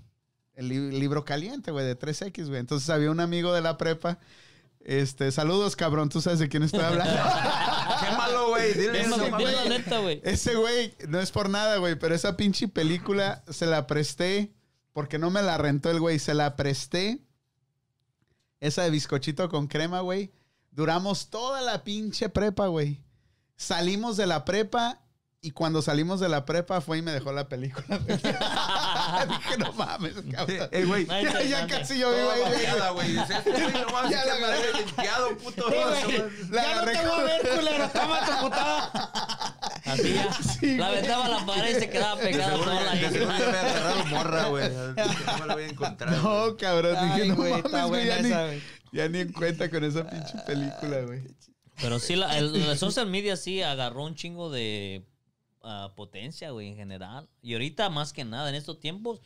El li- libro caliente, güey, de 3X, güey. Entonces había un amigo de la prepa. Este, saludos, cabrón. Tú sabes de quién estoy hablando. Qué malo, güey. Dile Es eso, más, mamá. dilo neta, güey. Ese güey, no es por nada, güey, pero esa pinche película se la presté porque no me la rentó el güey, se la presté. Esa de bizcochito con crema, güey. Duramos toda la pinche prepa, güey. Salimos de la prepa y cuando salimos de la prepa fue y me dejó la película. [LAUGHS] Dije, no mames, cabrón. Eh, güey. Ay, Ya, ya interesante. casi yo vivo ahí. güey. Toda babeada, güey. Dice, este güey no va a Ya la ser agarré. limpiado, puto. La ya no agarré te voy a con- ver, culero. Toma tu [LAUGHS] putada. Así ya. Sí, la güey. aventaba a la pared y se quedaba De pegada seguro toda ya- de la seguro ya me agarraron morra, [LAUGHS] güey. No la voy a encontrar. güey. No, cabrón. Dije, Ay, no güey, mames, está güey. buena Ya esa, ni, güey. ya ni en cuenta con esa pinche película, güey. Pero sí, la, el, la social media sí agarró un chingo de ah, potencia, güey, en general. Y ahorita, más que nada, en estos tiempos,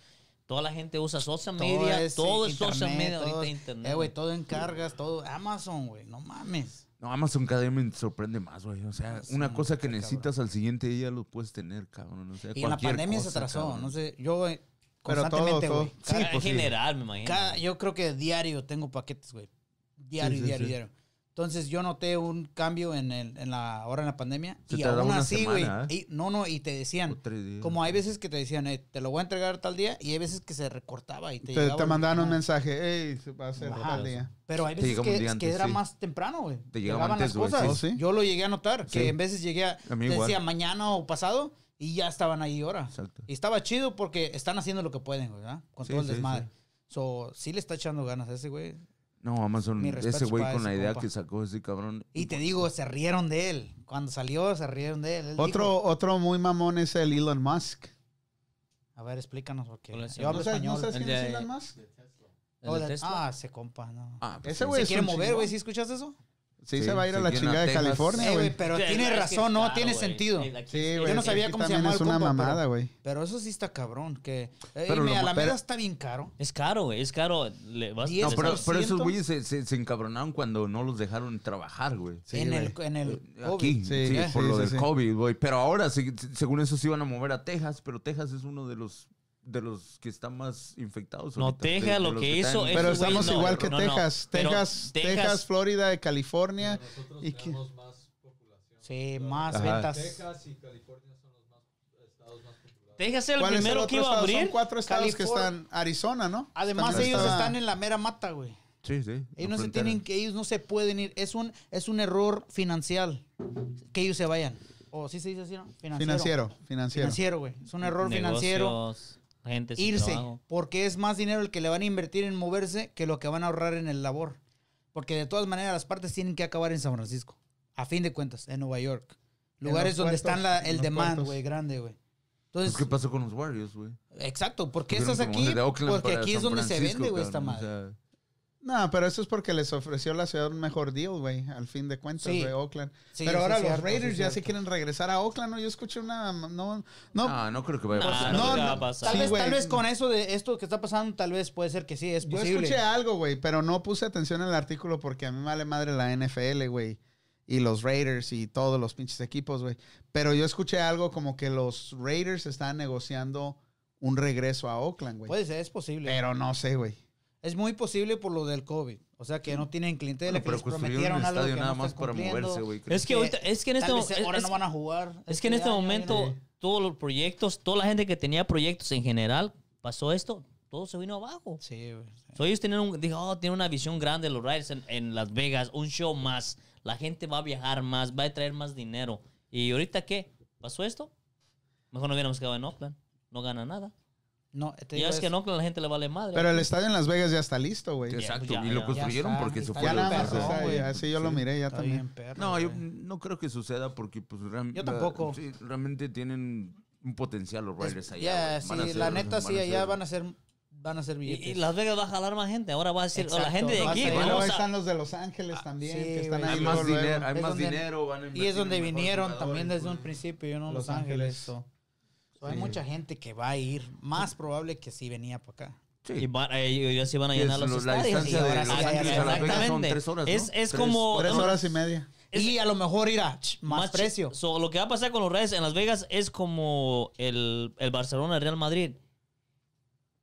toda la gente usa social media. Todo es, social media, todo ahorita es- internet. Eh, güey, güey. todo encargas, todo. Amazon, güey, no mames. No, Amazon cada día me sorprende más, güey. O sea, Sí, una cosa que cabrón. necesitas al siguiente día lo puedes tener, cabrón. O sea, Y en la cualquier pandemia se cosa, atrasó, cabrón. no sé. Yo, güey, Pero todo, constantemente, todo. güey. Cada- sí, en pues sí. general, me imagino. Cada- yo creo que diario tengo paquetes, güey. Diario, Sí, sí, diario, sí. diario. Entonces yo noté un cambio en, el, en la ahora en la pandemia. Se y tardaba aún una así, güey. semana, ¿eh? y- No, no, y te O decían, tres días. como hay veces que te decían, eh, te lo voy a entregar tal día, y hay veces que se recortaba y te, Te, llegaba te el- mandaban un Ajá. mensaje, hey, se va a hacer Ajá. tal día. Pero hay Te veces llegaba que, un día es que antes, era sí. más temprano, güey. Te llegaba Llegaban antes, güey, las cosas. sí. Oh, sí. Yo lo llegué a notar, que Sí. en veces llegué a, A mí te igual. decía mañana o pasado y ya estaban ahí ahora. Exacto. Y estaba chido porque están haciendo lo que pueden, güey, ¿verdad? Con Sí, todo el sí, desmadre. sí. So, sí le está echando ganas a ese güey. No, Amazon, Mi respeto ese güey para con la ese idea compa. que sacó ese cabrón. Y te digo, se rieron de él. Cuando salió, se rieron de él. Él dijo, Otro, otro muy mamón es el Elon Musk. a ver, explícanos porque Hola, yo hablo ¿No sabes, español. no sabes el quién es de- Elon Musk? El de Hola, Tesla. ah, se compa, no. Ah, pues Ese sí. güey se es quiere un mover, chingón. güey. ¿Sí escuchas eso? Sí, Sí, se va a ir a se la quiere chingada a de Texas. California, Eh, güey, güey. pero Sí, tiene es que razón, está, no tiene güey. sentido. Sí, la- Sí, güey. Yo no sabía es que cómo se también llamaba Es el una compa, pero- mamada, güey. Pero eso sí está cabrón, que... Ey, Pero mira, lo- la pero- meta está bien caro. Es caro, güey. Es caro. Le vas- Diez No, le pero, estás- pero 100%. esos güeyes se, se, se encabronaron cuando no los dejaron trabajar, güey. Sí, en, el, güey. en el Aquí, COVID. sí, Sí, eh, por sí, lo sí, del sí. COVID, güey. Pero ahora, se- se- según eso, se iban a mover a Texas, pero Texas es uno de los de los que están más infectados. No, ahorita, de- Texas de lo los que están- hizo es- Pero Esos güeyes estamos no, igual que no, no. Texas. Pero Texas, Texas- Texas, Florida, de California. Nosotros Y que- tenemos más población. Sí, más Ajá. ventas. Texas y California son los más estados más poblados. Texas es el ¿Cuál es el primero otro que iba a estado? Son abrir. cuatro estados que California. están... Arizona, ¿no? Además, Están- ellos estaba- están en la mera mata, güey. Sí, sí. Ellos la no se frontera. tienen que, ellos no se pueden ir. Es un, es un error financiero que ellos se vayan. O sí se dice así, ¿no? Financiero, financiero. Financiero, güey. Es un error financiero Negocios, gente sin irse, trabajo. porque es más dinero el que le van a invertir en moverse que lo que van a ahorrar en el labor. Porque de todas maneras las partes tienen que acabar en San Francisco, a fin de cuentas, en Nueva York. En Lugares los donde puertos, están la- en el los demand, puertos. güey, grande, güey. Pues, Entonces, ¿Qué pasó con los Warriors, güey? exacto, ¿por qué Tuvieron estás que aquí? moverse de Oakland Porque para aquí es San donde se Francisco, vende, güey, esta cabrón, o madre. sea, No, pero eso es porque les ofreció la ciudad un mejor deal, güey, al fin de cuentas, Sí. de Oakland. Sí, pero sí, ahora es los cierto, sí, es Raiders ya se cierto. quieren regresar a Oakland, ¿no? Yo escuché una... No, no, No, Ah, no creo que vaya a Nah, pasar. Ah, no, no, te va a no. pasar. Tal, Sí, vez, güey. tal vez con eso de esto que está pasando, tal vez puede ser que sí, es Yo posible. escuché algo, güey, pero no puse atención al artículo porque a mí me vale madre la NFL, güey. Y los Raiders y todos los pinches equipos, güey. Pero yo escuché algo como que los Raiders están negociando un regreso a Oakland, güey. Puede ser, es posible. Pero no sé, güey. Es muy posible por lo del COVID. O sea, que no tienen clientela, Bueno, que pero les construyeron prometieron un algo estadio que nada no más están para moverse, cumpliendo. güey. Es que ahorita, es que en este Tal vez momento. ahora no van a jugar. Es que en este año, momento año. todos los proyectos, toda la gente que tenía proyectos en general, pasó esto, todo se vino abajo. Sí, güey. So, ellos tienen un, digo, oh, tienen una visión grande los Riders en, en Las Vegas, un show más, la gente va a viajar más, va a traer más dinero. ¿Y ahorita qué? ¿Pasó esto? Mejor no hubiéramos quedado en Oakland, no gana nada. No, te Y ya digo es que en eso. Oakland la gente le vale madre. Pero el estadio en Las Vegas ya está listo, güey. Exacto, Ya, y lo ya. construyeron Ya está, porque se está fue Ya Bueno, nada más, perro, o sea, güey. así yo lo miré ya Está también. bien, perro, No, yo güey. no creo que suceda porque pues realmente... Yo tampoco. Sí, realmente tienen un potencial los Riders allá. Ya, güey. Van a sí, ser- la neta van sí, a allá ser- van a ser van a ser Y, billetes. y Las Vegas va a jalar más gente. Ahora va a decir, o la Exacto, gente de va a aquí, Y salir. luego vamos a... están los de Los Ángeles también, ah, sí, que están güey. ahí. Hay Es luego, más luego. dinero, hay Es más donde- dinero. van a Y es invertir donde en mejores vinieron también desde un jugadores, principio, yo no Los, Los Ángeles. Ángeles. so. So, hay Sí. mucha gente que va a ir, más probable que sí venía para acá. güey. Y van, eh, y- y así van a Y llenar es los lo- la estadios. distancia Y de ahora Los sí, Ángeles a Vegas Las son exactamente. tres horas, ¿no? Es, es Tres- como... Tres horas y [LAUGHS] media. Es- y a lo mejor ir a ch, más, Más chi- precio. so, lo que va a pasar con los Reyes en Las Vegas es como el, el Barcelona, el Real Madrid.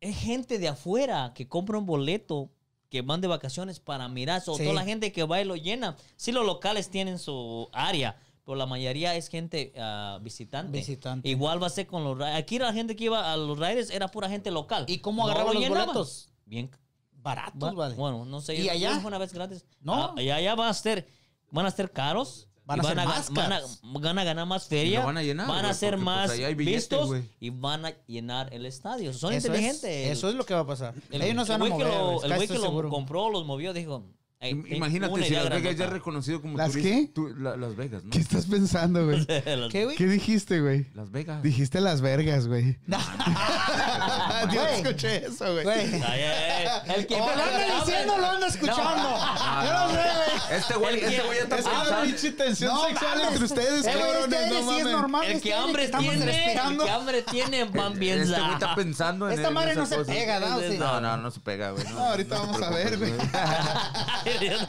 Es gente de afuera que compra un boleto, que van de vacaciones para mirar. So, Sí. Toda la gente que va y lo llena. Sí, los locales tienen su área, pero la mayoría es gente ah, visitante. Visitante. Igual va a ser con los Raiders. Aquí la gente que iba a los Raiders era pura gente local. ¿Y cómo No agarraban los llenaban. boletos? Bien. Baratos, va- vale. Bueno, no sé. ¿Y yo- allá? yo Una vez gratis. No. Ah, y allá va a ser, van a ser caros. Van y a ser ga- más van a- caros. van a ganar más feria. Y lo van a llenar, Van a güey, ser porque, pues, más ahí hay billete, vistos güey. y van a llenar el estadio. Son Eso es- inteligentes. eso es lo que va a pasar. El- Ellos no el se van a güey que mover. lo- güey, El casi güey que estoy lo seguro. compró, los movió, dijo. "Ay, Im- tengo Imagínate una si idea Las Vegas ya [LAUGHS] grandota". es reconocido como ¿Las turista- qué? tu- la- Las Vegas, ¿no? ¿Qué estás pensando, [LAUGHS] güey? ¿Qué, güey? ¿Qué dijiste, güey? Las Vegas. Dijiste Las Vergas, [LAUGHS] güey. Yo no Güey, escuché eso, güey. güey. Ay, ay, ay. [LAUGHS] El que Oh, lo anda diciendo, lo anda escuchando. Ah, [LAUGHS] Yo no sé, güey. Este güey, El este que- güey ya está Es que pensando. la pinche tensión No sexual mames. entre ustedes, Eh, güey, cabrones, este no sí es mames. Eh, normal, El este que hambre estamos tiene, el respirando. que hambre [LAUGHS] tiene, van Este bien güey está pensando en Esta en madre no esas se cosas. pega, ¿no? Sí. No, no, no se pega, güey. No, ahorita te vamos a ver, preocupes, güey.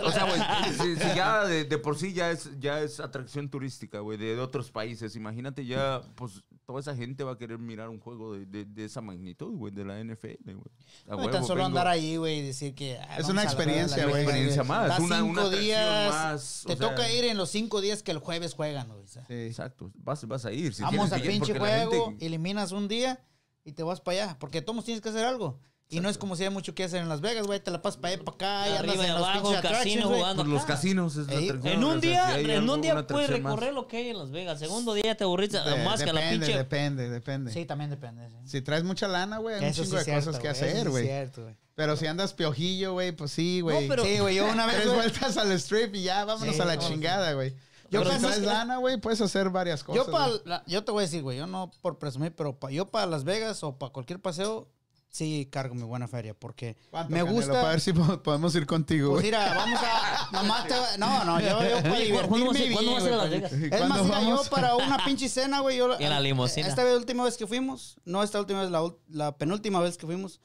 O sea, güey, si, si ya de, de por sí ya es, ya es atracción turística, güey, de, de otros países. Imagínate ya, pues, toda esa gente va a querer mirar un juego de, de- de esa magnitud, güey, de la NFL, güey. A No, huevo, tan solo vengo- andar ahí, güey, y decir que... ah, Es vamos una a la verga, experiencia, la güey. verga, Experiencia más, Vas una- una cinco atracción días, más, o Te sea- toca ir en los cinco días que el jueves juegan, güey. o sea. Sí. Exacto, vas, vas a ir. si Vamos tienes al billete, pinche porque la juego, gente- eliminas un día y te vas para allá. Porque todos tienes que hacer algo. Y no es como si hay mucho que hacer en Las Vegas, güey. Te la pasas para allá, para acá. Y Arriba andas y en los abajo, pinches casino attractions, güey. jugando. Pues los casinos es la Ey, atracción, [LAUGHS] En o un sea, si día, hay en algo- un una día puedes atracción más. recorrer lo que hay en Las Vegas. Segundo día te aburriste De- más que la depende, pinche depende, depende. Sí, también depende. sí. Si traes mucha lana, güey, hay un Eso chingo sí de es cierto, cosas que güey, eso sí hacer, es güey. cierto, güey. Pero si andas piojillo, güey, pues sí, güey. pero- Sí, güey, yo [LAUGHS] una vez... Tres güey, vueltas al strip y ya, vámonos Sí, a la vamos. chingada, güey. Yo Pero si ¿sabes traes qué? lana, güey, puedes hacer varias cosas. Yo, pa güey. la- yo te voy a decir, güey, yo no por presumir, pero pa- yo para Las Vegas o para cualquier paseo, sí cargo mi buena feria, porque ¿Cuánto, me Canelo? gusta... Para ver si po- podemos ir contigo, Pues güey. mira, vamos a. Nomás te va- No, no, yo, yo para ¿cuándo divertirme vas a- y cuándo bien, vas a ir a güey, Las para- Vegas? ¿Y Es más, cuándo mira, yo vamos? para una pinche cena, güey. Yo, Y [LAUGHS] en la limusina. Esta vez, última vez que fuimos, no esta última vez, la, ul- la penúltima vez que fuimos,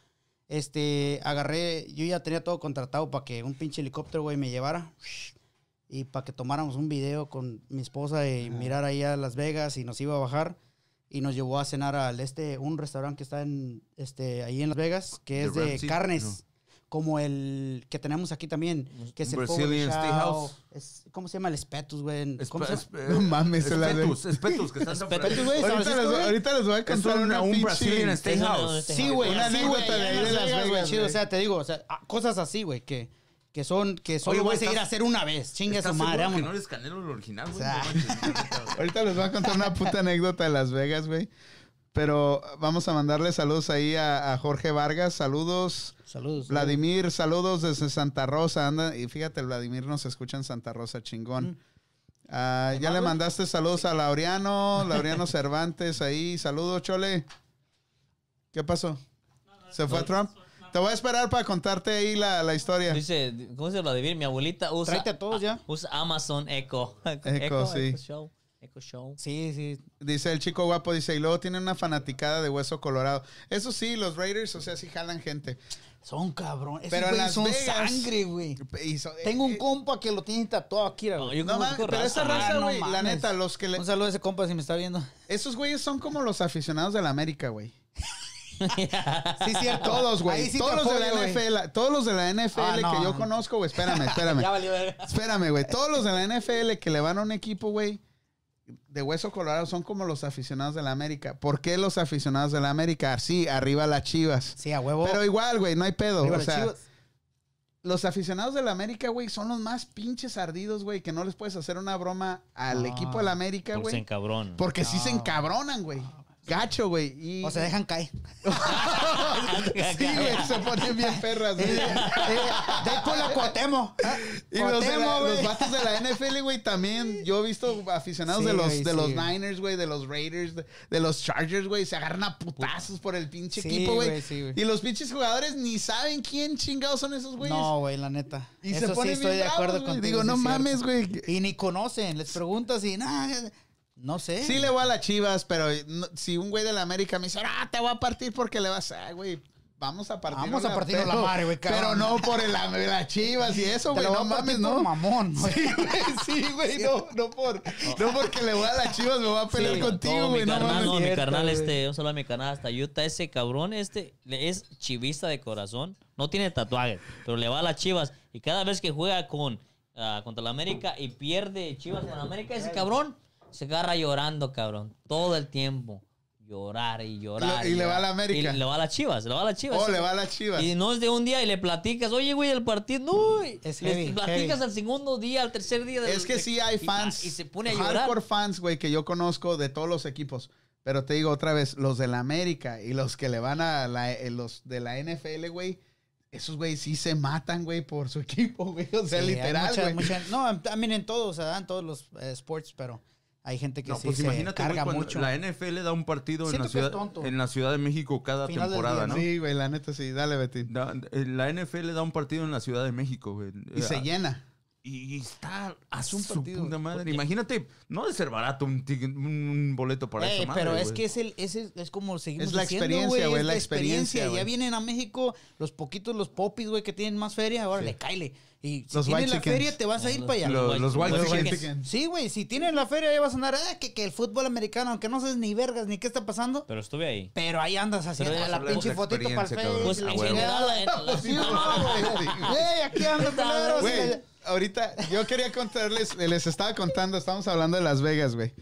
este, agarré, yo ya tenía todo contratado para que un pinche helicóptero, güey, me llevara. Y para que tomáramos un video con mi esposa y mirar ahí a Las Vegas y nos iba a bajar. Y nos llevó a cenar al este, un restaurante que está en, este, ahí en Las Vegas, que es The de Ramsey, carnes. no. Como el que tenemos aquí también, que es el Brazilian Fogo de Steakhouse. Chao, es- ¿Cómo se llama el Espetus, güey? en- Es- ¿Cómo se llama? es- No mames, se la Espetus, espetus, que están tan Espetus, güey. San Ahorita les, Francisco, güey. ahorita les voy a Es contar una, un pinche- Brazilian Steakhouse. Steakhouse. Sí, güey. Una así, anécdota güey, de allá ahí en de Las Vegas, güey, chido. güey. O sea, te digo, o sea, ah, cosas así, güey, que, que son, que solo Oye, voy güey, a seguir a ¿estás- hacer una vez. Chingue su ¿Estás madre, seguro que no vámonos. eres Canelo el original, güey? O sea. No manches. Ahorita les voy a contar una puta anécdota de Las Vegas, güey. Pero vamos a mandarle saludos ahí a, a Jorge Vargas. Saludos. Saludos. Vladimir, saludos desde Santa Rosa. Anda, y fíjate, el Vladimir nos escucha en Santa Rosa, chingón. Ah, ya le mandaste saludos a Laureano, Laureano Cervantes ahí. Saludos, Chole. ¿Qué pasó? ¿Se fue Trump? Te voy a esperar para contarte ahí la, la historia. Dice, ¿cómo se lo adivina? Mi abuelita usa. Tráete a todos ya. Usa Amazon Echo. [LAUGHS] Echo, sí. Show. Echo Show. Sí, sí. Dice el chico guapo, dice, y luego tiene una fanaticada de hueso colorado. Eso sí, los Raiders, o sea, sí jalan gente. Son cabrón. Esos Pero en güeyes Las son Vegas- sangre, güey. Y so- Tengo un eh, compa que lo tiene tatuado aquí, No, güey. yo No como mames, dijo pero esa raza, raza, Ah, no güey, la mames. neta, los que le- Un saludo a ese compa si me está viendo. Esos güeyes son como los aficionados de la América, güey. Sí, cierto. [LAUGHS] Todos, güey. Ahí sí te todos, los de apoyo, la güey. NFL, todos los de la NFL Ah, no. que yo conozco, güey. [LAUGHS] Espérame, espérame. Ya valió eh. verga. espérame, güey. Todos los de la NFL que le van a un equipo, güey, de hueso colorado son como los aficionados de la América. ¿Por qué los aficionados de la América? Sí, arriba las chivas. Sí, a huevo. Pero igual, güey, no hay pedo. Oh. Arriba o las sea, Chivas. los aficionados de la América, güey, son los más pinches ardidos, güey, que no les puedes hacer una broma al Ah, equipo de la América, Por güey. cien cabrón. Porque sí se No. [LAUGHS] encabronan, güey. Gacho, güey. Y O se dejan caer. [LAUGHS] Sí, güey, se ponen bien perras, Eh, güey. Ya con la Cuauhtémoc. Ah, Y los, de la- Cuauhtémoc, los güey. vatos de la NFL, güey, también. Yo he visto aficionados Sí, de los, güey, de sí, los güey. Niners, güey, de los Raiders, de, de los Chargers, güey. Se agarran a putazos por el pinche Sí, equipo, güey. güey, sí, güey. y los pinches jugadores ni saben quién chingados son esos güeyes. No, güey, la neta. y Eso se ponen sí, estoy bien de acuerdo bravos, güey. Digo, contigo. sí no es cierto. mames, güey. Y ni conocen, les preguntas y nada. No sé. Sí le voy a las chivas, pero eh, no- si un güey de la América me dice, ah, te voy a partir porque le vas a, güey. Vamos a partir. Vamos a partirnos la madre, güey, cabrón. Pero no por el, la, la chivas y eso, Te güey. lo voy No a partir mames, por no. Mamón, güey. [LAUGHS] Sí, güey, sí, güey, no, no por, no porque le voy a las chivas, me voy a pelear Sí, contigo, no, güey, Mi no carnal, mames. no, mi Cierto, carnal, güey. este, un saludo a mi carnal hasta Utah. Ese cabrón, este, le- es chivista de corazón. No tiene tatuaje, pero le va a las chivas. Y cada vez que juega con, ah, contra la América y pierde chivas en América, ese cabrón se agarra llorando, cabrón. Todo el tiempo. Llorar y llorar. Y le va a la llorar. América. Y le va a las chivas, le va a las chivas. Oh, le va a las chivas. Y no es de un día y le platicas, oye, güey, el partido, no, y Es le heavy, platicas heavy. al segundo día, al tercer día. del- Es que sí hay y- fans. Y, se pone a llorar. Hardcore fans, güey, que yo conozco de todos los equipos. Pero te digo otra vez, los de la América y los que le van a la- eh, los de la NFL, güey, esos güey sí se matan, güey, por su equipo, güey. O sea, Sí, hay literal, mucha- güey. mucha- no, también en todos, o sea, en todos los eh, sports, pero hay gente que No, sí pues se imagínate, güey, carga cuando mucho. la NFL da un partido en Siento la, que es ciudad, tonto. en la Ciudad de México cada Final del temporada, día, ¿no? Sí, güey, la neta sí. Dale, Betty. Da- eh, la NFL da un partido en la Ciudad de México, güey. Y se Ah, llena. Y y está a Hace su un partido. puta madre. Imagínate, no de ser barato un, tig- un boleto para Güey, esa madre, Eh, pero es güey. que es, el, es, el- es como seguimos Es la diciendo, experiencia, güey, es la experiencia, güey. Ya vienen a México los poquitos, los popis, güey, que tienen más feria, ahora le caile. Y si Los white tienes la chickens. feria, te vas a ir Los- para allá. Lo- los, Los Wild Los Chickens. Chickens. Sí, güey, si tienes la feria, ahí vas a andar, ah, que, que el fútbol americano, aunque no sabes ni vergas ni qué está pasando, Pero estuve ahí. pero ahí andas haciendo Pero ya la hablamos pinche de fotito para el experiencia, cabrón. Facebook. Pues Ah, en huevo. general, la- la- la- Sí, no, güey. Güey, aquí ando, culeros, y Ah. Güey, la- ahorita yo quería contarles, les estaba contando, estamos hablando de Las Vegas, güey.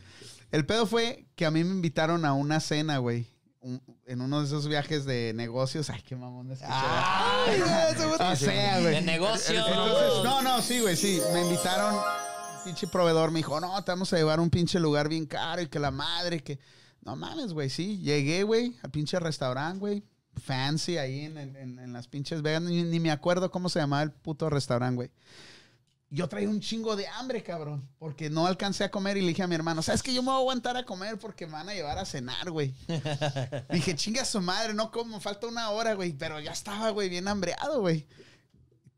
El pedo fue que a mí me invitaron a una cena, güey. un- en uno de esos viajes de negocios. Ay, qué mamón Ah, es. Ay, güey, eso fue- o sea, de güey. negocio. Entonces, no, no, sí, güey, sí. Me invitaron, pinche proveedor me dijo, no, te vamos a llevar a un pinche lugar bien caro y que la madre, que... No mames, güey, sí. Llegué, güey, al pinche restaurante, güey. Fancy ahí en, en- en- en las pinches Vegas. Ni, ni me acuerdo cómo se llamaba el puto restaurante, güey. Yo traía un chingo de hambre, cabrón, porque no alcancé a comer y le dije a mi hermano, ¿sabes que Yo me voy a aguantar a comer porque me van a llevar a cenar, güey. Dije, chinga su madre, no como, falta una hora, güey. Pero ya estaba, güey, bien hambreado, güey.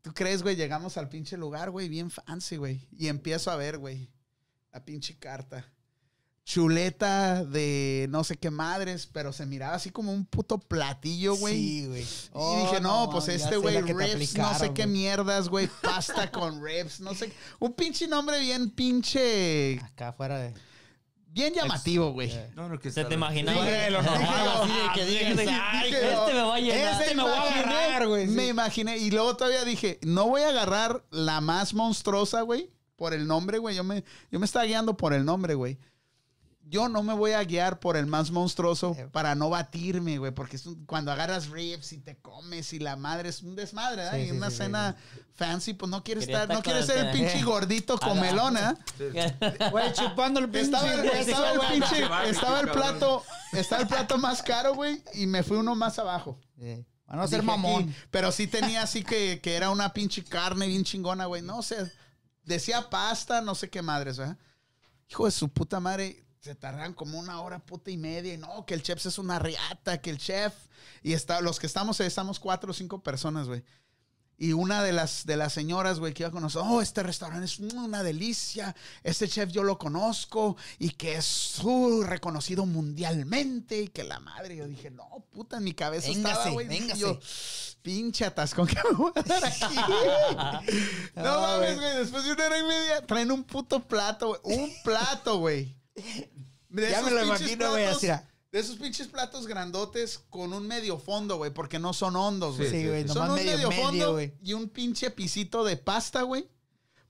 ¿Tú crees, güey? Llegamos al pinche lugar, güey, bien fancy, güey. Y empiezo a ver, güey, la pinche carta. Chuleta de no sé qué madres, pero se miraba así como un puto platillo, güey. Sí, güey. y dije, no, Oh, pues ya este sé güey, la que te ribs, no sé aplicaron, qué güey. mierdas, [LAUGHS] güey, pasta con ribs, no sé. qué- Un pinche nombre bien pinche, Acá fuera de. bien llamativo, güey. eh, No, no, que Se está- te imaginaba. Dije, lo- Así de que dije, digas, dije, "Ay, dije, este me va a llenar. Ese Este me iba va a llenar. agarrar, güey, sí. Me imaginé. Y luego todavía dije, no voy a agarrar la más monstruosa, güey, por el nombre, güey. Yo me, yo me estaba guiando por el nombre, güey. Yo no me voy a guiar por el más monstruoso Eh. para no batirme, güey, porque es un- cuando agarras ribs y te comes y la madre es un desmadre, ¿verdad? Sí, y sí, una sí, sí, cena fancy, pues no quieres Quería eh. estar, no estar quieres con ser el el- pinche gordito comelón, ¿eh? Güey, chupando el pinche. Estaba, güey, estaba el güey. pinche, barbecue, estaba el cabrón. plato, estaba el plato más caro, güey, y me fui uno más abajo. Eh, Para no ser Dije mamón. aquí, pero sí tenía así que, que era una pinche carne bien chingona, güey. No sé. decía pasta, no sé qué madres, ¿verdad? Hijo de su puta madre. Se tardan como una hora puta y media. Y no, que el chef es una riata, que el chef. Y está, los que estamos, eh, estamos cuatro o cinco personas, güey. Y una de las, de las señoras, güey, que iba con nosotros, oh, este restaurante es una delicia, este chef yo lo conozco y que es uh, reconocido mundialmente y que la madre, yo dije, no, puta, en mi cabeza estaba, Véngase, güey. Dije véngase. yo, pinche atascón que me voy a dar aquí. [LAUGHS] no No, mames, Ah, güey. güey, después de una hora y media traen un puto plato, güey, un plato, güey. De Ya me esos lo pinches imagino, güey, así era. De esos pinches platos grandotes con un medio fondo, güey, porque no son hondos, güey. Sí, güey, Son nomás un medio, medio, medio, fondo güey. y un pinche pisito de pasta, güey.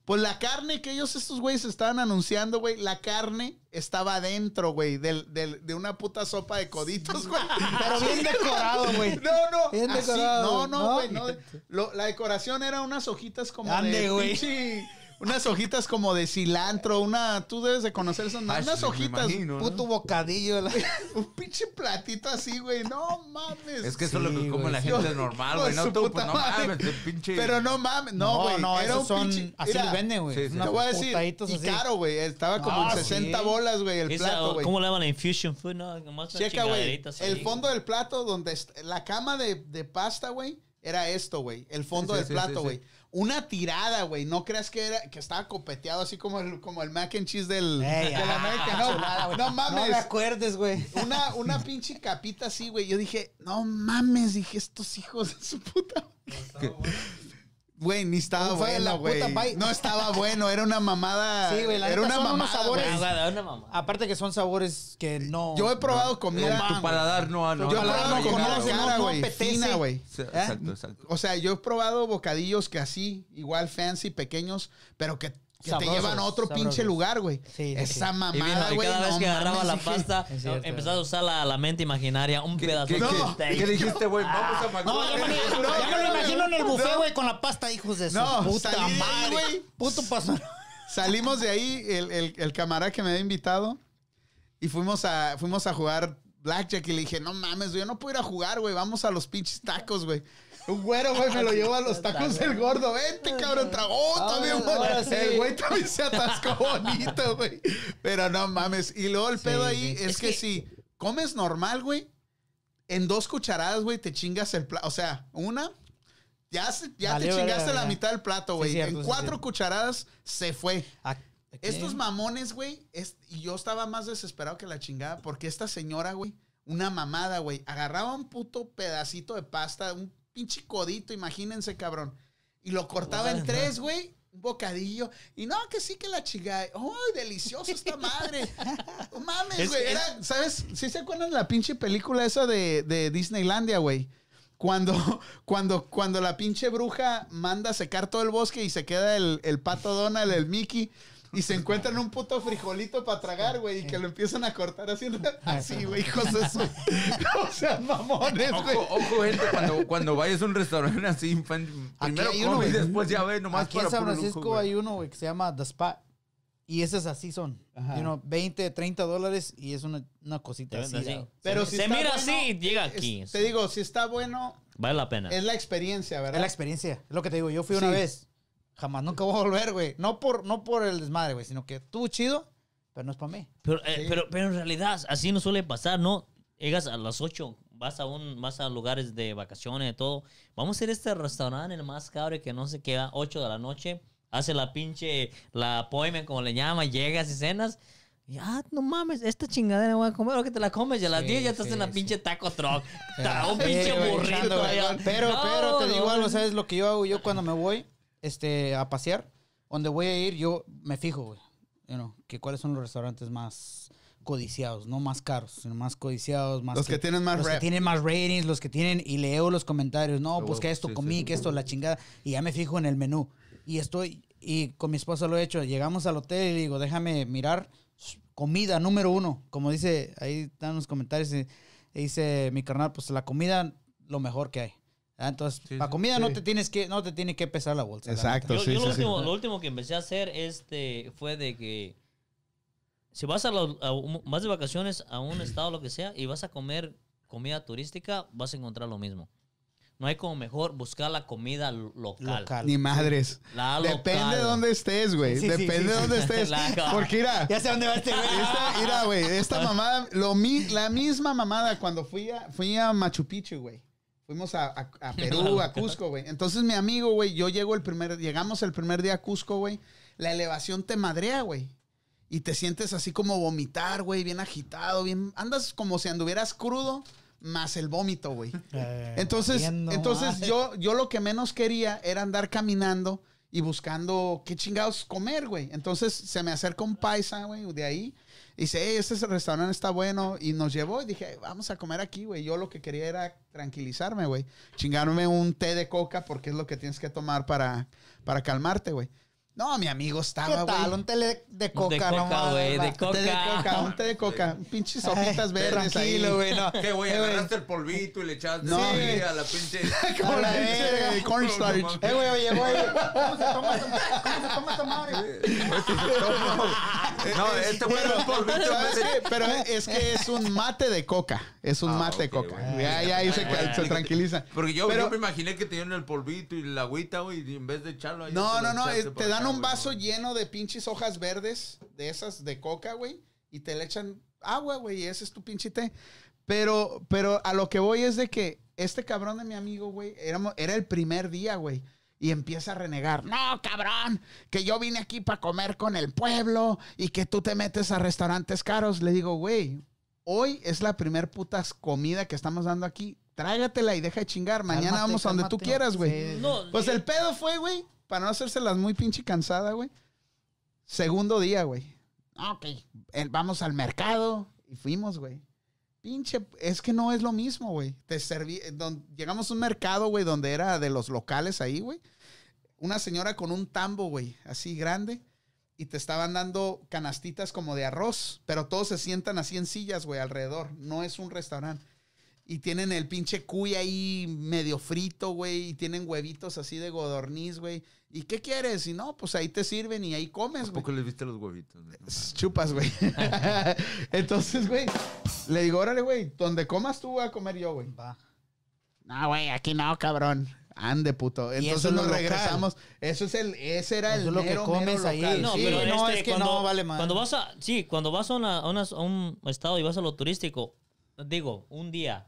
Pues la carne que ellos, estos güeyes, estaban anunciando, güey, la carne estaba adentro, güey, del- del- de una puta sopa de coditos, güey. Pero bien decorado, güey. No, no. Bien así, decorado, no, güey. no, güey. No. no. Lo- la decoración era unas hojitas como Ande, de güey. pinche unas hojitas como de cilantro, una, tú debes de conocer esas, Hash, unas me hojitas, imagino, ¿no? Puto bocadillo. la- [LAUGHS] [LAUGHS] un pinche platito así, güey, no mames. Es que eso es lo Sí, que come güey, la sí. gente normal, güey. Hijo de No, su tú, puta pues, no madre. mames, de pinche. Pero no mames, no, güey, no, era esos un son. pinche, así mira, lo venden, güey. Sí, sí. Te voy a decir, putaditos y así. caro, güey, estaba como Ah, en 60 sí. bolas, güey, el Esa, plato, güey. ¿Cómo le llaman la infusion food? No, nomás unas Checa, güey. chingaderitas ahí. El fondo del plato donde est- la cama de, de pasta, güey, era esto, güey. El fondo Sí, del sí, sí, plato, sí. güey. Una tirada, güey. No creas que era que estaba copeteado así como el, como el mac and cheese del, Ey, de ah, la América. No, no No me mames. acuerdes, [LAUGHS] güey. Una, una pinche capita así, güey. Yo dije, no mames, dije, estos hijos de su puta. Güey, ni estaba No fue la bueno, puta güey. pay. No estaba bueno, era una mamada. Sí, güey, la Era una neta son unos mamada. sabores. güey. Ah, güey, da una mamá. Aparte que son sabores que no. Yo he probado comida. Con tu paladar no ha. No, Yo he ha- no, probado ha comida llegado, güey. cara, no güey, apetece. fina, güey. Sí, ¿Eh? Exacto, exacto. O sea, yo he probado bocadillos que así, igual fancy, pequeños, pero que, que te Sabrosos, llevan a otro sabrosos. pinche lugar, güey. Sí, sí, Esa sí. Y, vino, mamada, y güey. cada vez no que agarraba mames, la dije, [LAUGHS] pasta, Es cierto. empezaba a usar la, la mente imaginaria. Un ¿Qué, pedazo qué- de qué- steak. qué dijiste, güey? Vamos a Ah. No, ya me, McDonald's. ya me lo imagino en el buffet, No. güey, con la pasta, hijos de su No, puta salí de ahí, madre. güey. Puto [LAUGHS] paso. Salimos de ahí, el, el, el camarada que me había invitado, y fuimos a, fuimos a jugar blackjack y le dije, no mames, yo no puedo ir a jugar, güey, vamos a los pinches tacos, güey. Un güero, güey, me lo llevó a los tacos el gordo. Vente, cabrón. tra- Oh, todavía, Ah, Ahora- ahora sí. güey. El güey también se [LAUGHS] atascó bonito, güey. Pero no mames. Y luego el pedo ahí es, que, si comes normal, güey, en dos cucharadas, güey, te chingas el plato. O sea, una, ya, se- ya Valió te verga, chingaste la ya. mitad del plato, güey. cierto, en sí, cuatro cierto. cucharadas se fue. Estos Ok. mamones, güey, es- y yo estaba más desesperado que la chingada porque esta señora, güey, una mamada, güey, agarraba un puto pedacito de pasta, un pinche codito, imagínense, cabrón, y lo cortaba en tres, güey, un bocadillo, y no, que sí que la chingada, ¡ay, delicioso esta madre! No mames, Es- güey, es- era, ¿sabes? ¿Sí se acuerdan de la pinche película esa de, de Disneylandia, güey? Cuando, [LAUGHS] cuando, cuando la pinche bruja manda a secar todo el bosque y se queda el, el pato Donald, el Mickey, y se encuentran un puto frijolito para tragar, güey, y que lo empiezan a cortar así, así, güey, hijos de su... [LAUGHS] O sea, mamones, güey. Ojo, ojo, gente, cuando, cuando vayas a un restaurante así, fan- Aquí primero hay uno, come y güey. después ya ve nomás Aquí en para San puro lujo, Francisco güey. hay uno, güey, que se llama The Spot. Y esas así son. You know, 20, 30 dólares y es una, una Te cosita ves así. así. ¿no? Pero se si se está mira bueno, así y llega Es- aquí. Ah. te digo, si está bueno, Vale la pena. es la experiencia, Es la ¿verdad? experiencia. Es lo que te digo. Yo fui una Sí. vez. Jamás, nunca voy a volver, güey. No por, no por el desmadre, güey, sino que estuvo chido, pero no es para mí. Pero, eh, Sí. pero, pero en realidad así no suele pasar, ¿no? Llegas a las 8, vas a un, vas a lugares de vacaciones y todo. Vamos a ir a este restaurante, el más cabre que no sé qué, a 8 de la noche. Hace la pinche, la poema como le llama, llegas y cenas. Y, ah, no mames, esta chingadera voy a comer, o que te la comes. Y a las Sí, 10 ya estás sí, en la sí. pinche taco truck. Tra- [LAUGHS] un Ah, pinche Sí, güey, echando, burrito. güey. allá. Pero, No, pero te digo no, algo, no. ¿sabes lo que yo hago yo cuando me voy este, a pasear? Donde voy a ir, yo me fijo, güey. you know, que cuáles son los restaurantes más codiciados, no más caros, sino más codiciados, más Los que tienen más los que rep. tienen más ratings, los que tienen y leo los comentarios, no, Ah, pues que huevo, esto sí, comí, sí. que esto la chingada y ya me fijo en el menú y estoy y con mi esposa lo he hecho, llegamos al hotel y digo, déjame mirar comida número uno, como dice ahí están los comentarios y- y dice mi carnal, pues la comida lo mejor que hay. Ah, Entonces, Sí, para sí. comida no te tienes que no te tiene que pesar la bolsa. la Exacto. Yo, Sí, yo lo, sí, sí. último, lo último que empecé a hacer este fue de que si vas a, los, a un- vas de vacaciones [CLEARS THROAT] a un estado lo que sea y vas a comer comida turística, vas a encontrar lo mismo. No hay como mejor buscar la comida lo- local. neta. Local. Ni madres. La local. Depende de dónde estés, güey. Sí, sí, Depende sí, de sí. dónde estés. La- Porque mira, Ya sé dónde va este güey. Esta, mira, güey, [LAUGHS] esta mamada, lo mi- la misma mamada cuando fui a, fui a Machu Picchu, güey. Fuimos a, a- a [LAUGHS] Perú, a Cusco, güey. Entonces mi amigo, güey, yo llego el primer, llegamos el primer día a Cusco, güey. La elevación te madrea, güey. Y te sientes así como vomitar, güey, bien agitado, bien, andas como si anduvieras crudo, más el vómito, güey. Eh, Entonces, viendo, ah, entonces madre. yo, yo lo que menos quería era andar caminando y buscando qué chingados comer, güey. Entonces se me acerca un paisa, güey, de ahí. Y dice, hey, este restaurante está bueno. Y nos llevó y dije, vamos a comer aquí, güey. Yo lo que quería era tranquilizarme, güey. Chingarme un té de coca porque es lo que tienes que tomar para, para calmarte, güey. No, mi amigo [LAUGHS] ¿Qué estaba, tal? güey. Un tele de, de coca, coca, no mames, güey, va. de coca. Té de coca, un té de coca. Pinches [LAUGHS] sopitas Ay, verdes Tranquilo, ahí. güey, no. ¿Qué, güey? Eh, Agarraste el polvito y le echaste No, así güey. a la pinche... Como A la la verga. pinche cornstarch. Eh, güey, oye, güey. ¿Cómo se toma esta- cómo se toma esta madre? [LAUGHS] No, este fue el [LAUGHS] polvito. ¿Sabes qué? Pero es que es un mate de coca. Es un Ah, mate de ok, coca. bueno. Ya, ya ahí se, Bueno, se explícate. tranquiliza. Porque yo, Pero- yo me imaginé que te dieron el polvito y la agüita, güey, y en vez de echarlo ahí... No, se lo no, no. echaste es- por Te acá, dan un güey, vaso ¿no? lleno de pinches hojas verdes, de esas de coca, güey, y te le echan agua, güey, y ese es tu pinche té. Pero, pero a lo que voy es de que este cabrón de mi amigo, güey, éramos- era el primer día, güey. Y empieza a renegar. No, cabrón, que yo vine aquí para comer con el pueblo y que tú te metes a restaurantes caros. Le digo, güey, hoy es la primer puta comida que estamos dando aquí. Trágatela y deja de chingar. Mañana Cálmate, vamos a donde tú cálmate. quieras, güey. Sí. No, Pues el pedo fue, güey, para no hacérselas muy pinche cansada, güey. Segundo día, güey. Ok. eh, Vamos al mercado y fuimos, güey. Pinche, es que no es lo mismo, güey. Te serví, eh, don- llegamos a un mercado, güey, donde era de los locales ahí, güey. Una señora con un tambo, güey, así grande. Y te estaban dando canastitas como de arroz, pero todos se sientan así en sillas, güey, alrededor. No es un restaurante. Y tienen el pinche cuy ahí medio frito, güey. Y tienen huevitos así de godorniz, güey. ¿Y qué quieres? Y no, pues ahí te sirven y ahí comes, ¿A güey. Eh, poco les viste los huevitos? güey? Chupas, [LAUGHS] güey. Entonces, güey, le digo, órale, güey, donde comas tú voy a comer yo, güey. Va. No, güey, aquí no, cabrón. Ande, puto. Y eso Entonces es nos lo regresamos. Eso es el, ese era Eso el es lo que mero, mero comes ahí. local. No, Ah, Sí, pero no, este, es que cuando, no, vale madre. Cuando vas a, sí, cuando vas a, una- a unas- a un estado y vas a lo turístico, digo, un día,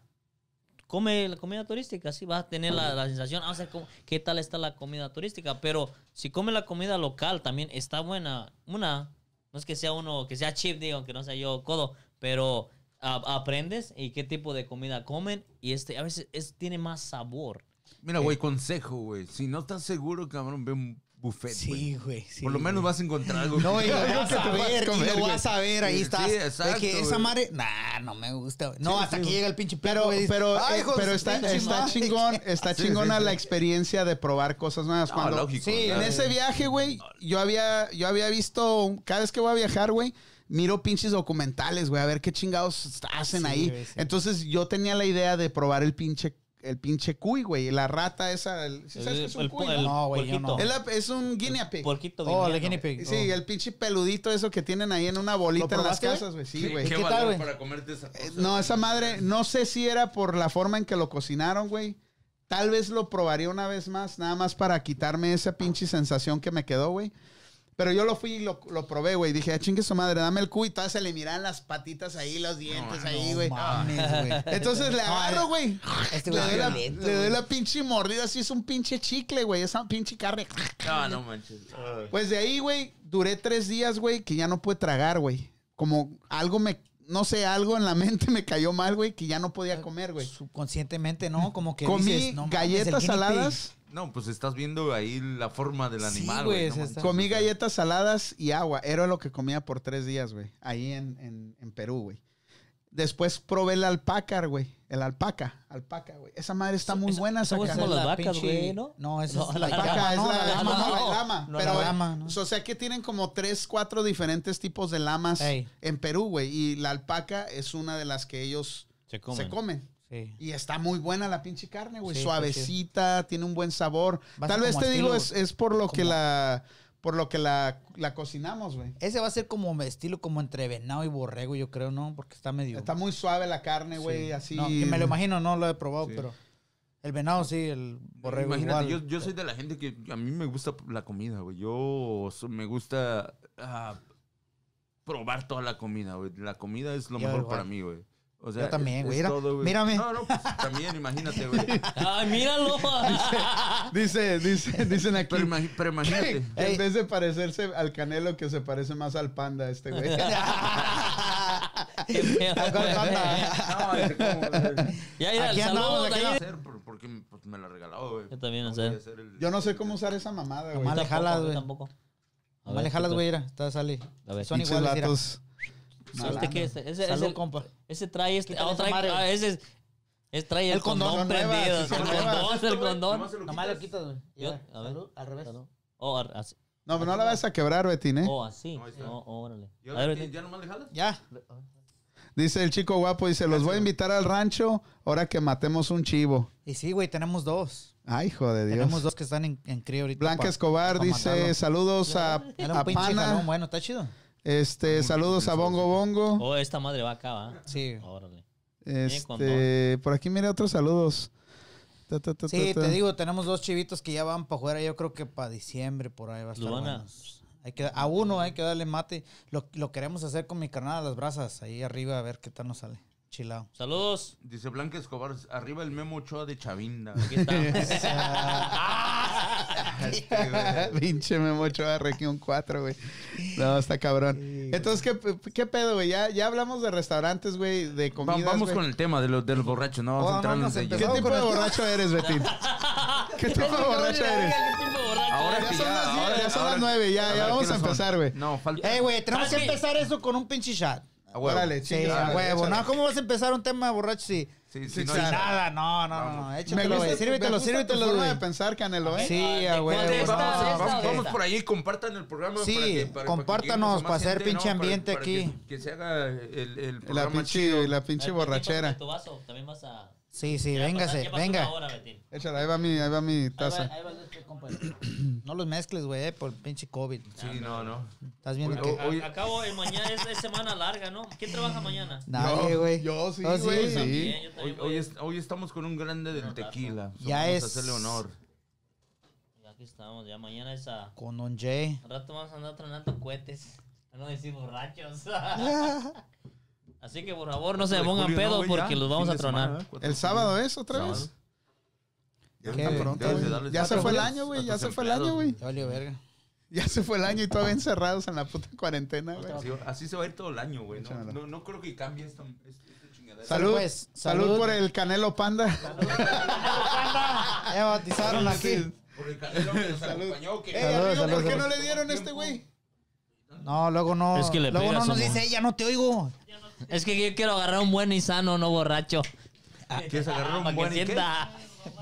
come la comida turística, sí, vas a tener la, la sensación, ah, o sea, ¿cómo- qué tal está la comida turística, pero si come la comida local también está buena. Una, no es que sea uno, que sea chip, digo, que no sea yo codo, pero a- aprendes y qué tipo de comida comen y este, a veces es, tiene más sabor. Mira, güey, consejo, güey. Si no estás seguro, cabrón, ve un buffet, güey. Sí, güey. sí, Por lo menos güey. vas a encontrar algo. No, y lo Algo [LAUGHS] vas que te a puedas ver, y comer, lo güey. vas a ver, ahí Sí, estás. sí, De exacto, que esa güey. madre, nah, no me gusta. güey. No, Sí, hasta sí, que güey. llega el pinche Pero, pero, eh, pero está, está [LAUGHS] chingón, está Sí, chingona sí, sí. la experiencia de probar cosas nuevas. No, Cuando, lógico. sí, En claro. ese viaje, güey, yo había, yo había visto, un- cada vez que voy a viajar, güey, miro pinches documentales, güey, a ver qué chingados hacen Sí, ahí. güey, sí. Entonces yo tenía la idea de probar el pinche, el pinche cuy, güey, la rata esa, el- ¿sí sabes qué es un cuy, no? No, güey, yo puerquito. no. Es la- es un guinea pig. Puerquito de Oh, invierno. la guinea pig. Sí, oh. el pinche peludito eso que tienen ahí en una bolita ¿Lo en las probaste, güey? casas, güey. Sí, ¿Qué, güey. qué ¿Qué tal, valor güey? para comerte esa cosa? Eh, No, esa madre, no sé si era por la forma en que lo cocinaron, güey. Tal vez lo probaría una vez más, nada más para quitarme esa pinche sensación que me quedó, güey. Pero yo lo fui y lo, lo probé, güey. Dije, ah, chingue su madre, dame el cuy. Todavía se le miran las patitas ahí, los dientes ahí, No güey. mames, güey. [LAUGHS] Entonces le No, agarro, el- güey. Este Le güey doy, es la, violento, le doy güey. la pinche mordida, así es un pinche chicle, güey. Esa pinche carne. No, no manches. Ay. Pues de ahí, güey, duré tres días, güey, que ya no pude tragar, güey. Como algo me, no sé, algo en la [LAUGHS] mente me cayó mal, güey, que ya no podía comer, güey. Subconscientemente, ¿no? Como que Comí dices, no mames, el galletas guinea pig. saladas, No, pues estás viendo ahí la forma del Sí, animal, güey, güey. se no está- manches. comí galletas saladas y agua. Era lo que comía por tres días, güey. Ahí en, en- en Perú, güey. Después probé el alpaca, güey. El alpaca, alpaca, güey. Esa madre está Eso- muy eso- buena, eso esa es carne. como Es las la vacas, pinche- güey, ¿no? No, esa No, es la la Alpaca, llama, es no, la, la lama, llama, no, no. la lama. No, la pero, lama, ¿no? O sea que tienen como tres, cuatro diferentes tipos de lamas Ey. en Perú, güey. Y la alpaca es una de las que ellos Se se comen. Sí. Y está muy buena la pinche carne, güey. Sí, está Suavecita, tiene un buen sabor. Va a Tal ser vez como te estilo- digo, es, es por lo que como- la. Por lo que la, la cocinamos, güey. Ese va a ser como estilo como entre venado y borrego, yo creo, ¿no? Porque está medio... Está muy suave la carne, güey, Sí. así. No, y me lo imagino, no lo he probado, Sí. pero... El venado sí, el borrego Imagínate, igual. yo, yo [LAUGHS] soy de la gente que a mí me gusta la comida, güey. Yo so- me gusta ah, probar toda la comida, güey. La comida es lo Yo mejor igual. para mí, güey. O sea, Yo también, es- güey. es Mira, todo, güey. mírame. No, no, pues también, imagínate, güey. [LAUGHS] [LAUGHS] Ay, míralo. [LAUGHS] Dice, [LAUGHS] dice, dicen aquí. Pero, imagi- pero imagínate. [LAUGHS] que En vez de parecerse al canelo, que se parece más al panda este, güey. [LAUGHS] [LAUGHS] Qué feo, güey. No, es como- eh, [LAUGHS] Ya, ya, Aquí andamos, saludos aquí ahí. andamos. hacer por- porque pues, me la regaló, güey. Yo también, o No sea. voy a hacer el- Yo no sé cómo usar esa mamada, güey. Nomás le Tampoco, jalas, yo güey. Tampoco. A Nomás le ver, jalas, ¿qué güey, mira, está, sale. A ver. Son Pinches iguales, mira. vatos. tal? ¿Este qué es? Ese- ese- Salud, ese- compa. Ese trae este. Quítale ah, esa trae- madre, ah, güey. ese es- ese trae el, El condón, son condón, nuevas, prendido. sí, son el nuevas. condón, el condón. Nomás Este se lo Nomás lo quitas. quitas, güey. Yo- Ya, a ver. salud, al revés. Salud. Oh, ar- así. No, pero no la vas a quebrar, Betín, ¿eh? Oh, así. No, ahí está. Oh, órale. ¿Ya, A ver, ya, ahorita- nomás le jalas? Ya. Dice el chico guapo, dice, los voy a invitar al rancho ahora que matemos un chivo. Y sí, güey, tenemos dos. Ay, hijo de Tenemos Dios. dos que están en, en cría ahorita. Blanca pa- Escobar pa dice, matarlo. saludos a, Era un a pinche jalón, Pana, Bueno, está chido. este, saludos a Bongo Bongo. Oh, esta madre va acá, ¿va? Sí. Órale. Este, por aquí mire otros saludos. Ta, ta, ta, Sí, ta, ta. te [LAUGHS] digo, tenemos dos chivitos que ya van para jugar. Yo creo que para diciembre por ahí va a estar. Lo van a- buenos. Hay que, a uno hay que darle mate. Lo, lo queremos hacer con mi carnal a las brasas. Ahí arriba a ver qué tal nos sale. Chilao. Saludos. Dice Blanca Escobar, arriba el memo Ochoa de Chavinda. [LAUGHS] Aquí está. Este, güey. Pinche Memo Ochoa, Región 4, güey. No, está cabrón. Entonces, ¿qué, qué pedo, güey? Ya, ya hablamos de restaurantes, güey, de Va- comidas, vamos güey. con el tema de los, de los borrachos, no vamos Oh, a entrar no, nos en ¿Qué empezamos. ello. tipo de borracho eres, [LAUGHS] Betín? ¿Qué tipo de borracho eres? ¿Qué tipo de borracho Ahora Ya eres? sí, son las diez, ahora- ya son las ahora- nueve, ya, ahora, ya vamos ¿quiénes a son? empezar, güey. No, falta... Eh, güey, tenemos que Tati. empezar eso con un pinche shot. A huevo. Órale, Sí, chinga, a dale, huevo. échale. No, ¿cómo vas a empezar un tema de borracho si, Sí, sí, sin no, ya. nada? No, no, no, no. Vamos. Échatelo, güey. Sírvetelo, gusta tu sírvetelo, forma güey. de pensar, Canelo, ¿eh? Sí, a Ah, huevo. ¿de cuál no, es esta? Vamos, vamos- vamos, vamos esta. por ahí, compartan el programa. Sí, compártanos lleguemos a para más hacer gente, pinche para- ambiente para que- aquí. Que, se haga el, el La programa chido. pinche, la pinche Betín, pásame borrachera. Tu vaso, también vas a... Sí, sí, Ya pasó- véngase, ya pasó venga. una hora, Betín. Échala, ahí va mi, ahí va mi Ahí va- taza. ahí va el otro, compa. No los mezcles, güey, eh, por el pinche COVID. Sí, no, no. Estás viendo Oye, que... oh, A- Acabo el mañana, es, es semana larga, ¿no? ¿Quién trabaja mañana? Nadie, güey. Yo sí, Oh, sí. güey. También, Sí. yo también Hoy, voy. hoy es- hoy estamos con un grande del tequila. Ya Vamos es- a hacerle honor. Aquí estamos, ya mañana es a... Con Don Jay. Al rato vamos a andar tronando cohetes. A no decir borrachos. [LAUGHS] Así que por favor no se De pongan julio, ¿no, pedos güey? porque Ya, los vamos fin a de tronar. semana, ¿eh? ¿El sábado es otra vez? Ya Qué está pronto, debes de güey. darles Ya se cuatro fue el días año, güey. a Ya tus se fue el empleados. año, güey. Ya valió verga. [LAUGHS] Ya se fue el año y todavía encerrados en la puta cuarentena, güey. Así, así se va a ir todo el año, güey. No, Échamelo. no, no creo que cambie este, esta, esta chingadera. Salud. Pues, salud. salud. por el Canelo Panda. Ya bautizaron aquí. Por el Canelo que nos acompañó, [LAUGHS] que- Ey, Salud, amigo, salud, ¿por qué salud. no le dieron este güey? No, luego no. Es que le luego pega no a nos su dice, mamá. ella no te oigo. Es que yo quiero agarrar un buen y sano, no borracho. Ah, ¿Quieres agarrar un Para buen que y qué? sienta.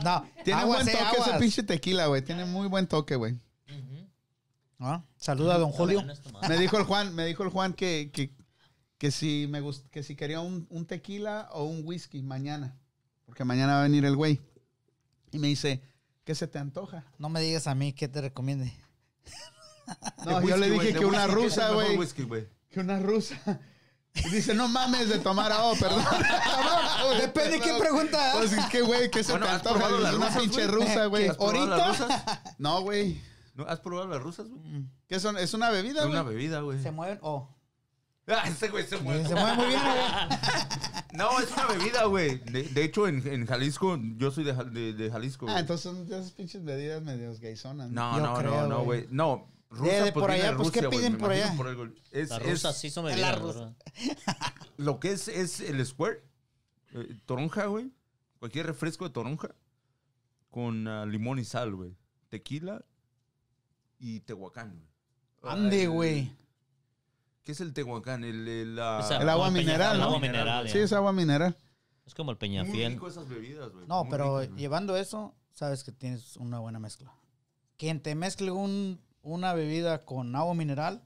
No, Tiene aguas, buen eh, toque ese aguas. pinche tequila, güey. Tiene muy buen toque, güey. Ah, Saluda a don Julio. Me dijo el Juan, me dijo el Juan que, que, que si me gust- que si quería un, un tequila o un whisky mañana. Porque mañana va a venir el güey. Y me dice, ¿qué se te [LAUGHS] antoja? No me digas a mí qué te recomiende. No, De yo le whisky, güey, dije de que una whisky, ¿qué es el rusa, mejor güey. whisky, güey? Que una rusa. [LAUGHS] Y dice, no mames de tomar a O, [LAUGHS] perdón. [LAUGHS] Depende qué ¿eh? pregunta. Pues es que, güey, ¿qué se Bueno, te ¿has antoja? probado las Dice, una rusas, pinche güey? rusa, güey. ¿Has probado Ahorita. las rusas? No, güey. ¿No? ¿Has probado las rusas, güey? ¿Qué son? ¿Es una bebida, Es güey? Ah, una bebida, güey. Se mueven. Oh. Ah, este güey se muere. Se mueven muy [LAUGHS] bien, güey. No, es una bebida, güey. De, de hecho, en, en Jalisco, yo soy de, Ja- de- de Jalisco. Ah, güey. entonces son de esas pinches bebidas medios gaysonas. No, Yo no, creo, no, no, güey. güey. No, Rusia, De- de pues, por viene allá, de pues, ¿qué Rusia, güey, piden me por imagino allá? algo. Es, Las es- rusas sí son la bebidas, rusa. ¿verdad? lo que es es el square, eh, toronja, güey. Cualquier refresco de toronja con ah, limón y sal, güey. Tequila y tehuacán, güey. Ande, El- güey. ¿Qué es el tehuacán? El, el, ah, O sea, [LAUGHS] El agua como Peña- mineral, el ¿no? agua mineral, Sí, ya. es agua mineral. Es como el muy Peñafiel. rico esas bebidas, güey. No, Muy pero eh, ricas, güey. llevando eso, sabes que tienes una buena mezcla. Quien te mezcle un, una bebida con agua mineral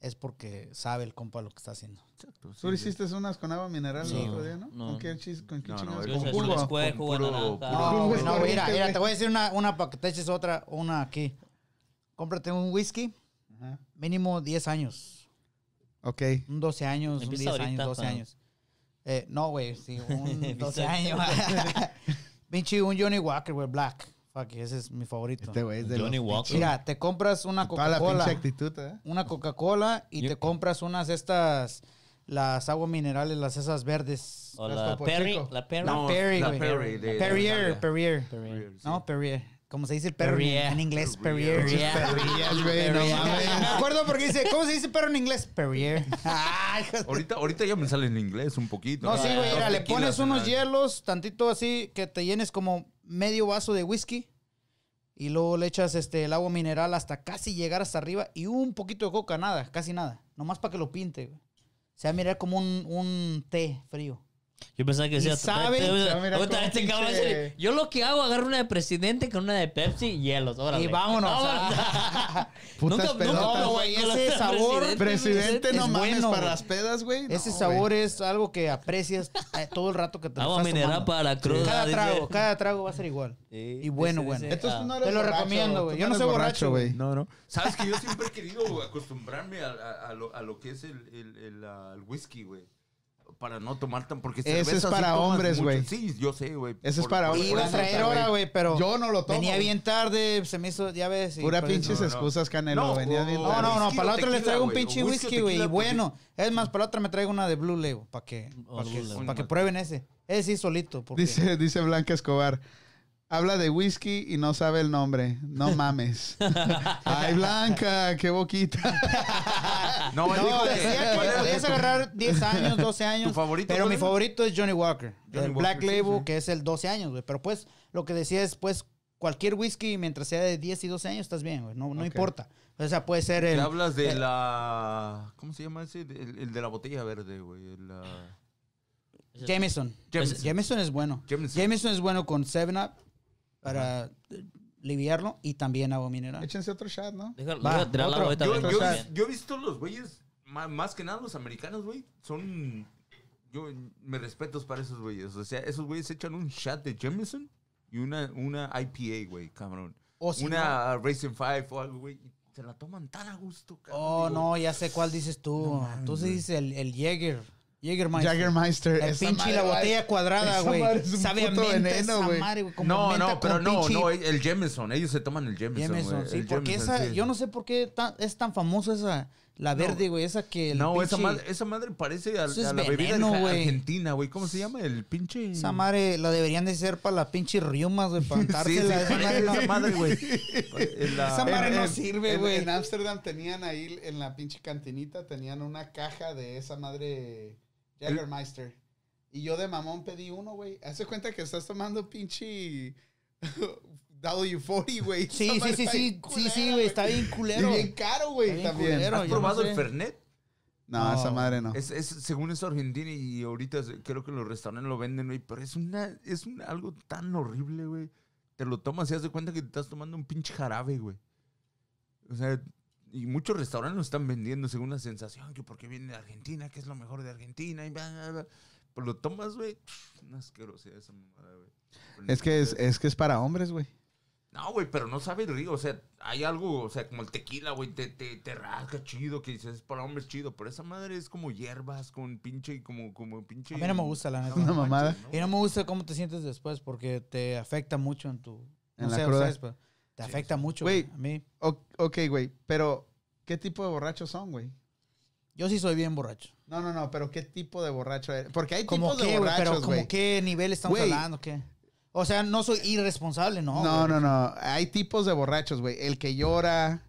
es porque sabe el compa lo que está haciendo. Exacto, sí, Tú güey. hiciste unas con agua mineral Sí. el otro día, ¿no? No. ¿Con qué chis, con qué No, no, chingados? yo con hice jugo pulgo. de square, Con jugo de puro- naranja. puro- No, güey, güey, no, Ah, mira, ahorita, mira, güey. te voy a decir una, una para que te eches otra, una aquí. Cómprate un whisky, Ajá. mínimo 10 años. Ok. Un 12 años, un Empieza 10 años, ahorita, 12 pa. años. Eh, no, [LAUGHS] güey, sí, un Empieza 12 años. [LAUGHS] Vinci, un Johnny Walker, güey, black. Fuck, ese es mi favorito. Este güey es de Johnny los Walker. Mira, te compras una Toda la pinche Coca-Cola. actitud, ¿eh? Una Coca-Cola y Yo- te compras unas estas, las aguas minerales, las esas verdes. O Las la Topo Perry. Chico. La Perry. La No, Perrier, la güey. Perrier de- de Perrier, Italia. Perrier. Perrier, sí. No, Perrier. Como se dice perro Perrier. en- en inglés, Perrier. Perrier. Perrier. Perrillas, güey, no Me mames. acuerdo porque dice, ¿cómo se dice perro en inglés? Perrier. Ay, hijo de- Ahorita, ahorita ya me sale en inglés un poquito. Ah, no, sí, güey, Dos mira, le tequilas pones en la- unos hielos, tantito así, que te llenes como medio vaso de whisky. Y luego le echas este, el agua mineral hasta casi llegar hasta arriba y un poquito de coca, nada, casi nada. Nomás para que lo pinte, güey. O sea, mirar como un, un té frío. Yo pensaba que Y decía. sabe, "Ahorita- se va a mirar ahorita como este pinche- cabrón va a decir, Yo lo que hago, agarro una de presidente con una de Pepsi y ah. hielos. Órale. Y vámonos. [LAUGHS] Putas pelotas. No, güey, ese sabor- Presidente, Es no mames bueno, para güey. las pedas, güey. Ese No, sabor güey. es algo que aprecias eh, todo el rato que te lo Agua estás mineral tomando. para la cruda. Cada dice. trago, cada trago va a ser igual. Sí, Y bueno, dice, bueno. dice, Entonces tú ah. no eres Te lo borracho, recomiendo, güey. tú Yo no eres soy borracho, No, no. Sabes que yo siempre he querido acostumbrarme a, a- a lo, a lo que es el, el- el, ah, el whisky, güey. Para no tomar tan. Porque Ese es cerveza sí para tomas hombres, mucho. güey. Sí, yo sé, güey. Ese es Por- para por- hombres. por Iba a eso traer está, ahora, güey. güey, pero Yo no lo tomo. venía güey. bien tarde, se me hizo, ya ves. y Pura por eso- pinches no, no. excusas, Canelo. No, venías bien no, tarde. No, no, no, Whisky o para la otra les tequila, traigo un güey, o pinche whisky o whisky, güey. Y tequila, bueno, es más, para la otra me traigo una de Blue Label, para que, O para que, Blue Label. pa' que prueben ese. Ese sí solito, porque Dice, dice Blanca Escobar. Habla de whisky y no sabe el nombre. No [LAUGHS] mames. Ay, Blanca, qué boquita. No, él dijo No, que- [LAUGHS] decía que ¿cuál era podías tu- agarrar 10 años, 12 años. ¿Tu favorito, Pero cuál mi era? favorito es Johnny Walker. Johnny el Black Walker, sí, Label, sí. que es el 12 años, güey. Pero pues, lo que decía es, pues, cualquier whisky, mientras sea de 10 y 12 años, estás bien, güey. No, no Ok. importa. O sea, puede ser Te el... hablas de eh, la. ¿Cómo se llama ese? De- El, el de la botella verde, güey. El, ah, Jameson. Pues, Jameson. Jameson es bueno. Jameson. Jameson, es bueno con 7-Up para eh, aliviarlo y también agua mineral. Échense otro shot, ¿no? Déjalo, Va, déjalo tirar la otro. boleta, Yo, venga, yo- está bien. yo he visto los güeyes, ma- más, que nada los americanos, güey, son... Yo me respetos para esos güeyes. O sea, esos güeyes echan un shot de Jameson y una, una IPA, güey, cabrón. O si Oh, no- una Racing Five o algo, güey. y Se la toman tan a gusto, cabrón. Oh, Digo, no, ya sé cuál dices tú. tú sí dices el, el Jäger. Jägermeister. Jaggermeister. El esa pinche y la madre, botella cuadrada, esa güey. madre es un Sabe a puto menta veneno, esa güey. madre, güey. como No, menta no, pero con no, pinche no, el Jameson. Ellos se toman el Jameson, Jameson, güey. sí, el porque Jameson, esa, sí. yo no sé por qué tan- es tan famosa esa, la verde, güey, esa que el No, esa, pinche- madre, esa madre parece a, Eso es a la bebida veneno, de Ja- güey. argentina, güey. ¿Cómo se llama? El pinche... esa madre la deberían de ser para la pinche riumas, güey, [LAUGHS] para Sí, sí, dársela. [LAUGHS] esa madre parece no- esa madre, güey. La- [LAUGHS] Esa madre Ah, En- no en- sirve, en- güey. En Ámsterdam tenían ahí, en la pinche cantinita, tenían una caja de esa madre Jaggermeister. Y yo de mamón pedí uno, güey. Hace cuenta que estás tomando pinche [LAUGHS] W40, güey. Esa Sí, sí, madre sí, está sí, bien sí, culera, sí, güey, está bien culero. Y bien caro, güey, Está bien también. culero. ¿Has yo no probado sé. el Fernet? No, No. esa madre no. Es, es- según es argentina y ahorita es- creo que en los restaurantes lo venden, güey. Pero es una, es un- algo tan horrible, güey. Te lo tomas y haz de cuenta que te estás tomando un pinche jarabe, güey. O sea, y muchos restaurantes lo están vendiendo según la sensación que porque viene de Argentina, que es lo mejor de Argentina y bla, bla, bla. Pues lo tomas, güey. Una asquerosidad esa mamada, güey. Es que es, es que es para hombres, güey. No, güey, pero no sabe rico. O sea, hay algo, o sea, como el tequila, güey, te, te, te rasca chido, que dices, es para hombres chido. Pero esa madre es como hierbas con pinche, como, como pinche. A mí no me gusta, la neta. Una mamada. Y no me gusta cómo te sientes después porque te afecta mucho en tu... En no la sé, cruda. ustedes, pero te afecta mucho, Güey. güey. A mí, O- ok, güey, pero ¿qué tipo de borrachos son, güey? yo sí soy bien borracho. No, no, no, pero ¿qué tipo de borracho eres? Porque hay Como tipos de qué, güey, pero borrachos, como güey. qué nivel estamos Güey. hablando, qué. O sea, no soy irresponsable, no. No, güey. no, no. Hay tipos de borrachos, güey. El que llora,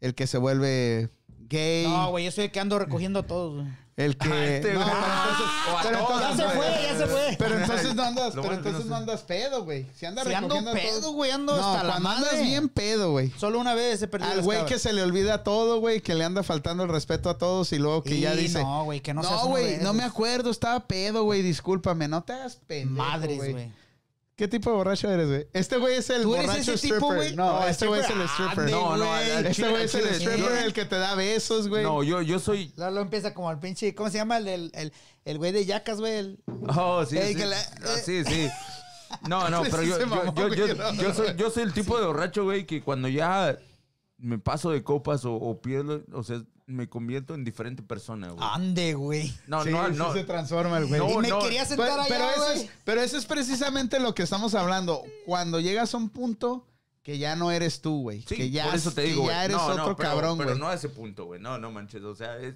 el que se vuelve gay, No, güey, yo soy el que ando recogiendo a todos, güey. el [LAUGHS] que. eh, Ah, no, pero este, güey. entonces- Ah, O a pero todas, entonces- güey. fue. Pero entonces no andas, pero Lo bueno que no entonces sé. no andas pedo, güey. Si andas Si ando recogiendo a todos- pedo, güey, ando No, hasta la cuando madre. andas bien pedo, güey. Solo una vez se perdió. Al güey que se le olvida todo, güey, que le anda faltando el respeto a todos y luego que ya dice, No, güey, que no seas no, uno de güey, no esos". me acuerdo, estaba pedo, güey, discúlpame, no te hagas pendejo, Madres, güey. ¿Qué tipo de borracho eres, güey? Este güey es el ¿Tú eres borracho ese stripper. tipo, güey? No, No, este güey es el stripper. stripper. No, no, güey. al- al este chile- güey es el al chile, stripper, yo- el que te da besos, güey. No, yo, yo soy. Lalo empieza como el pinche, ¿cómo se llama? El del el, el güey de Yacas, güey. el- Oh, sí, Ey, sí. que la- Ah, sí, sí. [LAUGHS] No, no, pero eh. Sí yo, se yo, mamó, yo, yo- güey, no. yo soy, yo soy el tipo de borracho, güey, que cuando ya me paso de copas o, o pierdo, o sea, me convierto en diferente persona, güey. Ande, güey. no, Sí, no, sí no. se transforma el güey. No, y me no. quería Pero, sentar allá, pero eso güey. es, pero eso es precisamente lo que estamos hablando. Cuando llegas a un punto que ya no eres tú, güey. Sí, que ya, por eso te que digo, güey. ya eres No, no, otro pero- cabrón, Pero güey. no a ese punto, güey. No, no manches. O sea, es,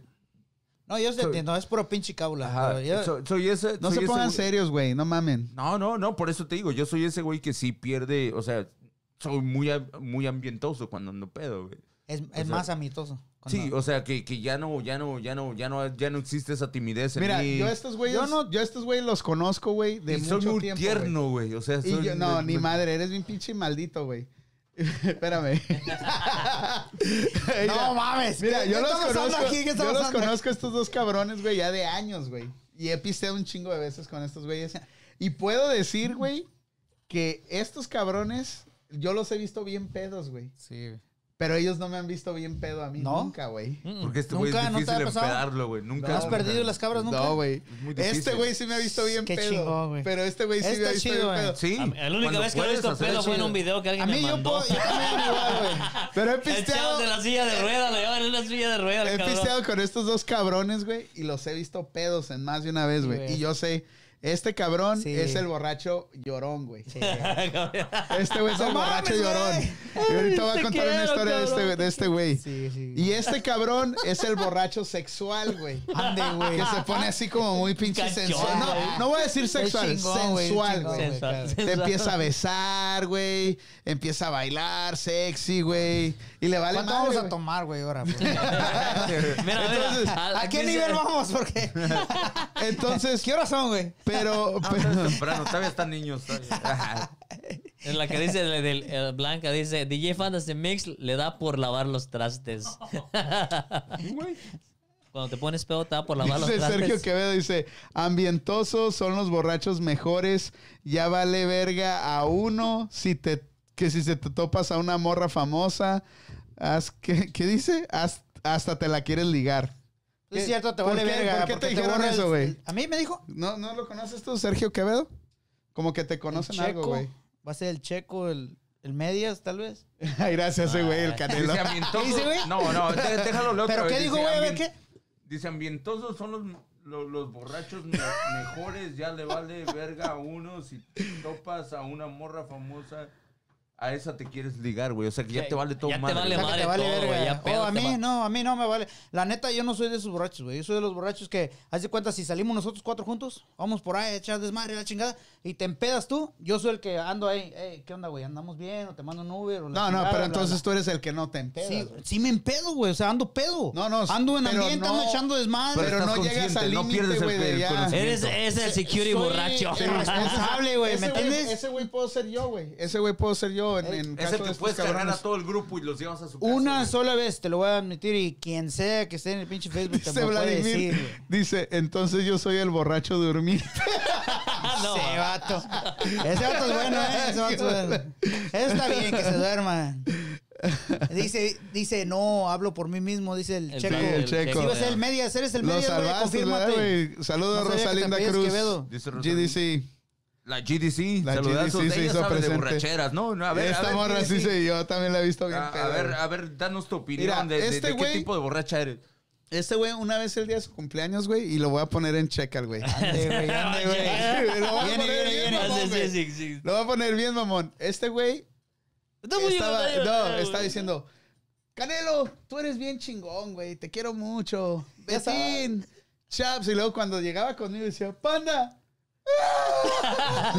No, yo te Soy- entiendo, es puro pinche cabula. Ajá, pero yo- so- soy ese. No soy se ese pongan güey- serios, güey. No mamen. No, no, no, por eso te digo, yo soy ese güey que sí pierde, o sea, soy muy, a- muy ambientoso cuando ando pedo, güey. es sea- es más amitoso. cuando- Sí, o sea, que, que ya no, ya no, ya no, ya no, ya no existe esa timidez en Mira, mí. yo a estos güeyes, yo, Yo no, yo a estos güeyes los conozco, güey, de Y mucho soy muy tiempo, güey. tierno, güey, o sea, Y soy- yo- no, ni me- madre, eres bien pinche maldito, güey. [LAUGHS] [LAUGHS] Espérame. Mira, mames. Mira, ¿Qué- yo qué los estamos hablando conozco. aquí? ¿Qué yo estamos los hablando? conozco a estos dos cabrones, güey, ya de años, güey. Y he pisteado un chingo de veces con estos güeyes. Y puedo decir, güey, que estos cabrones, yo los he visto bien pedos, güey. Sí, güey. Pero ellos no me han visto bien pedo a mí ¿No? nunca, güey. Mm. Porque este güey es ¿Nunca? ¿No te difícil ha pasado? empedarlo, güey. Nunca. ¿Has nunca. perdido las cabras nunca? No, güey. Es muy difícil. Este güey sí me ha visto bien Qué pedo. chingón, güey. pero este güey sí Está me ha visto chido, bien güey. pedo. Sí. A- La única cuando vez que lo he puedes visto hacer pedo fue en chido. un video que alguien A mí me yo mandó. puedo, yo también igual, güey. [LAUGHS] Pero he El chavo pisteado, de la silla [LAUGHS] de rueda, lo llevan en una silla de rueda. he el cabrón. pisteado con estos dos cabrones, güey, y los he visto pedos en más de una vez, Sí, güey. güey. Y yo sé, este cabrón Sí. es el borracho llorón, güey. [LAUGHS] [LAUGHS] Cabrón. Este güey es el No borracho mames, llorón. güey. Y ahorita Ay, voy a te contar una quiero, historia de este, cabrón. güey- de este güey. Sí, sí. Y este cabrón es el borracho sexual, güey. Ande, güey. Que se pone así como muy pinche Cachón, sensual. No, güey. no voy a decir sexual, Es chingón, güey, sensual, chingón, güey. güey, claro. Te empieza a besar, güey. Empieza a bailar, sexy, güey. Y le vale ¿Cuánto madre, vamos a güey. tomar, güey, [LAUGHS] ahora? güey? Mira, mira, Entonces, al- ¿A qué dice- [LAUGHS] nivel vamos? Porque... [LAUGHS] Entonces, ¿Qué horas son, güey? pero, Ah, pero pero- es temprano, todavía están niños. [LAUGHS] todavía. Ah, En la que dice la del- eh, Blanca, dice DJ Fantasy Mix le da por lavar los trastes. [LAUGHS] Cuando te pones pedo, te da por lavar los dice trastes. Sergio Quevedo, dice, ambientosos son los borrachos mejores, ya vale verga a uno si te, que si se te topas a una morra famosa, haz, ¿qué, qué dice? Haz- hasta te la quieres ligar. Es cierto, te ¿Por vale qué- verga. por qué te porque dijeron borra el- eso, güey? A mí me dijo... ¿No, ¿No lo conoces tú, Sergio Quevedo? Como que te conocen el algo, Checo, güey. [LAUGHS] Va a ser el checo, el, el medias, tal vez. Ay, gracias, ese güey, el Ah, canelo. [LAUGHS] Dice ambientoso. ¿Qué dice, güey? No, no, dé- déjalo leo otra ¿Pero vez. qué dijo, Dice güey? A ver, ambien- ¿qué? Dice, ambientosos son los, los, los borrachos me- mejores, ya le vale verga a uno si topas a una morra famosa, a esa te quieres ligar, güey. O sea, que ya te vale todo Ya te madre. vale O sea, que madre te vale todo, verga. güey, ya Oh, pedo a te mí va- no, a mí no me vale. La neta, yo no soy de esos borrachos, güey. Yo soy de los borrachos que, haz de cuenta, si salimos nosotros cuatro juntos, vamos por ahí, echar desmadre, la chingada, y te empedas tú, yo soy el que ando ahí, "Ey, ¿qué onda, güey? ¿Andamos bien? ¿O te mando un Uber? O la No, no, chingada, pero bla, bla, entonces tú eres el que no te empedas. Sí, güey. sí me empedo, güey. O sea, ando pedo. No, no, Ando en pero ambiente, ando no- echando desmadre. pero no estás llegas consciente, al no límite, pierdes el- güey, de el ya. conocimiento. Eres, eh, es el security Soy- borracho. soy responsable, güey. ¿Me Ese entiendes? Ese güey puedo ser yo, güey. Ese güey puedo ser yo en, en caso Es el de que estos puedes cargar cabrones. a todo el grupo y los llevas a su casa. Una güey. sola vez, te lo voy a admitir, y quien sea que esté en el pinche Facebook [LAUGHS] te Dice lo puede Vladimir, decir, güey. dice, entonces yo soy el borracho [LAUGHS] durmiente. [LAUGHS] No. Ese vato. Ese vato es bueno, ¿eh? Ese vato es bueno. Eso está bien, que se duerman. Dice, dice, no, hablo por mí mismo, dice el, El checo. Sí, el checo. Sí, vas a ser [LAUGHS] el medias, eres el Lo medias, güey, salvaste, ¿verdad, confírmate. güey. Saludos No a sabía que te Rosalinda apellidas Cruz. Quevedo. Dice Rosalinda. GDC. La GDC, La saludazos GDC se de ella hizo sabe de presente. borracheras, ¿no? No, A ver, a Esta ver, morra sí GDC. se yo también la he visto bien. A, a pedo, ver, güey. a ver, danos tu opinión Mira, de, de- de este qué güey- tipo de [LAUGHS] borracha eres. Este güey, una vez el día de su cumpleaños, güey, y lo voy a poner en checa, [LAUGHS] al güey. Ande, güey, ande, [LAUGHS] güey. Lo voy a Viene, poner viene, bien, viene. mamón, Sí, sí, güey. sí, sí. Lo voy a poner bien, mamón. Este güey Está muy estaba, bien, no, güey. está diciendo, Canelo, tú eres bien chingón, güey, te quiero mucho. Betín, chaps. Y luego cuando llegaba conmigo decía, panda. ¡Ah!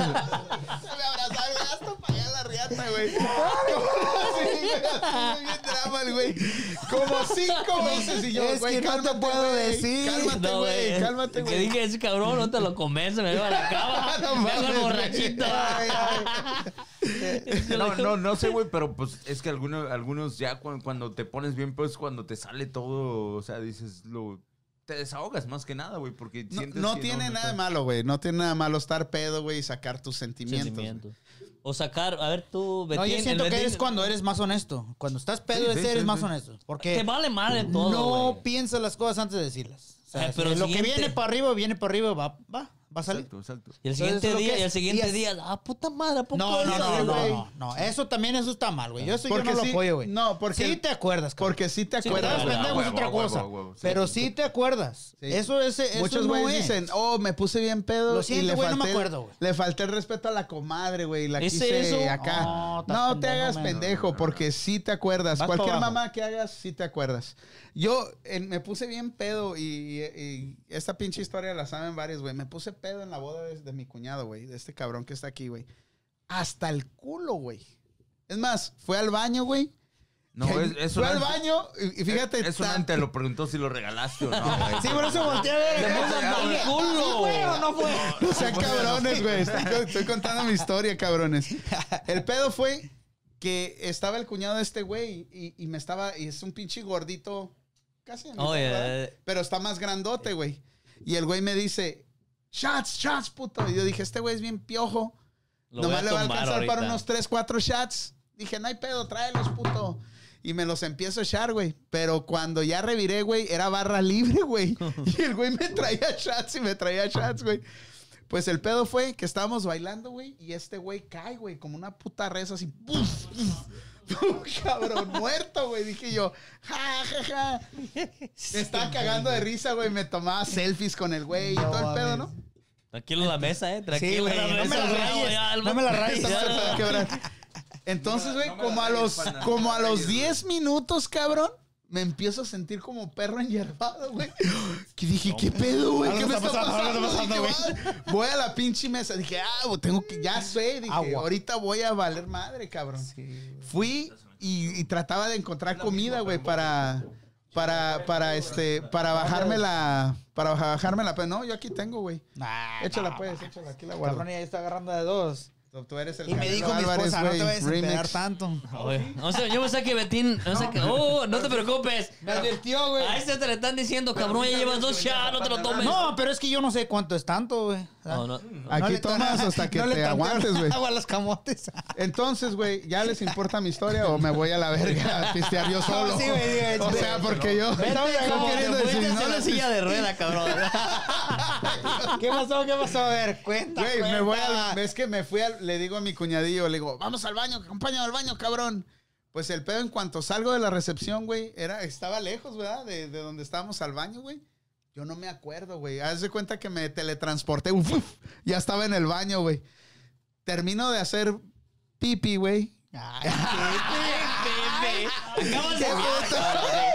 Se me abrazaba el gasto, para allá la riata, güey. Así, güey, así, bien drama el güey. Como cinco veces y yo, Es güey, que no te cálmate, puedo güey, decir. Cálmate, [LAUGHS] No, güey, cálmate, el güey. Ah, Que [LAUGHS] dije, ese cabrón, no te lo comes, me lleva a la cama. No me hago el mames, [LAUGHS] borrachito. güey. No, no, [LAUGHS] no sé, güey, pero pues es que algunos, algunos ya cu- cuando te pones bien, pues cuando te sale todo, o sea, dices, lo, te desahogas más que nada, güey, porque No, sientes no que tiene nada estás- de malo, güey. No tiene nada de malo estar pedo, güey, y sacar tus sentimientos. Sentimientos. O sacar, a ver tú, Betín. No, yo el siento que Betín- eres cuando eres más honesto. Cuando estás pedo, Sí, ese sí, eres sí, más sí. honesto. Porque Te vale madre todo, no güey. piensas las cosas antes de decirlas. O sea, Ay, pero lo que siguiente- viene para arriba, viene para arriba, va, va, va a salir. Exacto, exacto. Y el Entonces, siguiente ¿eso lo día, qué y el es? siguiente Y- día, ah, puta madre, ¿a poco No, no, eso, no, no, güey? no, no. Eso también, eso está mal, güey. Yo eso yo Porque no lo sí- apoyo, güey. no, porque- Sí te acuerdas, cabrón. Porque sí te Si te acuerdas, das Ah, güey. claro. pendejo es huevo, otra huevo, cosa. huevo, sí. Pero sí te acuerdas. Sí. Eso es. Eso Muchos no güeyes es. dicen, oh, me puse bien pedo. Lo y siento, le güey, no me falté- acuerdo, güey. Le falté el respeto a la comadre, güey. La ¿Es quise eso? acá. No, estás no te pendejo, hagas man. pendejo, porque sí te acuerdas. Vas Cualquier pa' abajo. mamá que hagas, sí te acuerdas. Yo eh, me puse bien pedo y, y- y esta pinche historia la saben varios, güey. Me puse pedo en la boda de, de mi cuñado, güey. De este cabrón que está aquí, güey. Hasta el culo, güey. Es más, fue al baño, güey. No, es, es un Fue al ante- baño y y fíjate. Es un tan- ante, lo preguntó si lo regalaste [LAUGHS] o no, güey. Sí, por eso volteé a ver. acá. Dije, culo. ¿sí fue o no fue? O sea, cabrones, güey. Estoy, co- estoy contando mi historia, cabrones. El pedo fue que estaba el cuñado de este güey y, y me estaba. Y es un pinche gordito. Casi. de mi Oye, edad, eh. Pero está más grandote, güey. Y el güey me dice: shots, shots, puto. Y yo dije, este güey es bien piojo. Lo voy Nomás le va a tumbar alcanzar para ahorita. unos 3, 4 shots. Dije, no hay pedo, tráelos, puto. Y me los empiezo a echar, güey. Pero cuando ya reviré, güey, era barra libre, [LAUGHS] güey. Y el güey me traía shots y me traía shots, güey. Pues el pedo fue que estábamos bailando, güey, y este güey cae, güey, como una puta reza así. ¡puf! [LAUGHS] ¡puf! Un cabrón muerto, güey. Dije yo, ja, ja, ja. [LAUGHS] Me estaba cagando de risa, güey. Me tomaba selfies con el güey y No todo el pedo, mames. ¿no? Tranquilo [LAUGHS] la mesa, eh. Tranquilo. güey, la no me mesa, la bravo, rayes, ya, Alba. no me la rayes. Esto se Ya. te va a quebrar. Entonces, güey, No me la como a rayes, los pana, como no a me la los rayes, 10 minutos, cabrón, me empiezo a sentir como perro enyerbado, güey. Que dije, ¿qué pedo, güey? Algo ¿Qué me está está pasando? pasando, algo está Dije, pasando, "Va, voy a la pinche mesa. Dije, ah, güey, tengo que, ya sé. Dije, Agua. ahorita voy a valer madre, cabrón. Fui y, y trataba de encontrar comida, güey, para, para, para, este, para bajarme la, para bajarme la, pero no, yo aquí tengo, güey. Nah, Échala, nah, pues, nah. échala, aquí la guardo. Ah, Cabrón, ya está agarrando de dos. Tú- tú eres el Y me Canelo dijo mi Álvarez, esposa, no te güey. vayas a Remix. esperar tanto. Oye, No sé, yo pensé que Betín. No, sé que- oh, no te preocupes. Me advirtió, güey. A este te le están diciendo, cabrón, ya llevas dos shots, no te lo tomes. No, pero es que yo no sé cuánto es tanto, güey. O sea, No, no. Aquí le tomas to- hasta que [LAUGHS] no le te tanteo aguantes, güey. Agua a [LAUGHS] los camotes. Entonces, güey, ¿ya les importa mi historia o me voy a la verga a pistear [LAUGHS] yo solo? Sí, güey, sí, o güey. sea, porque yo... Estaba Como te queriendo fuiste decir, en no la les- silla de rueda, cabrón. [LAUGHS] ¿Qué pasó? ¿Qué pasó? A ver, cuenta. Güey, me cuenta. voy al... Es que me fui al... Le digo a mi cuñadillo, le digo, vamos al baño, acompáñame al baño, cabrón. Pues el pedo, en cuanto salgo de la recepción, güey, era, estaba lejos, ¿verdad? De, de donde estábamos al baño, güey. Yo no me acuerdo, güey. Haz de cuenta que me teletransporté. Uf, uf, ya estaba en el baño, güey. Termino de hacer pipi, güey. Acabas de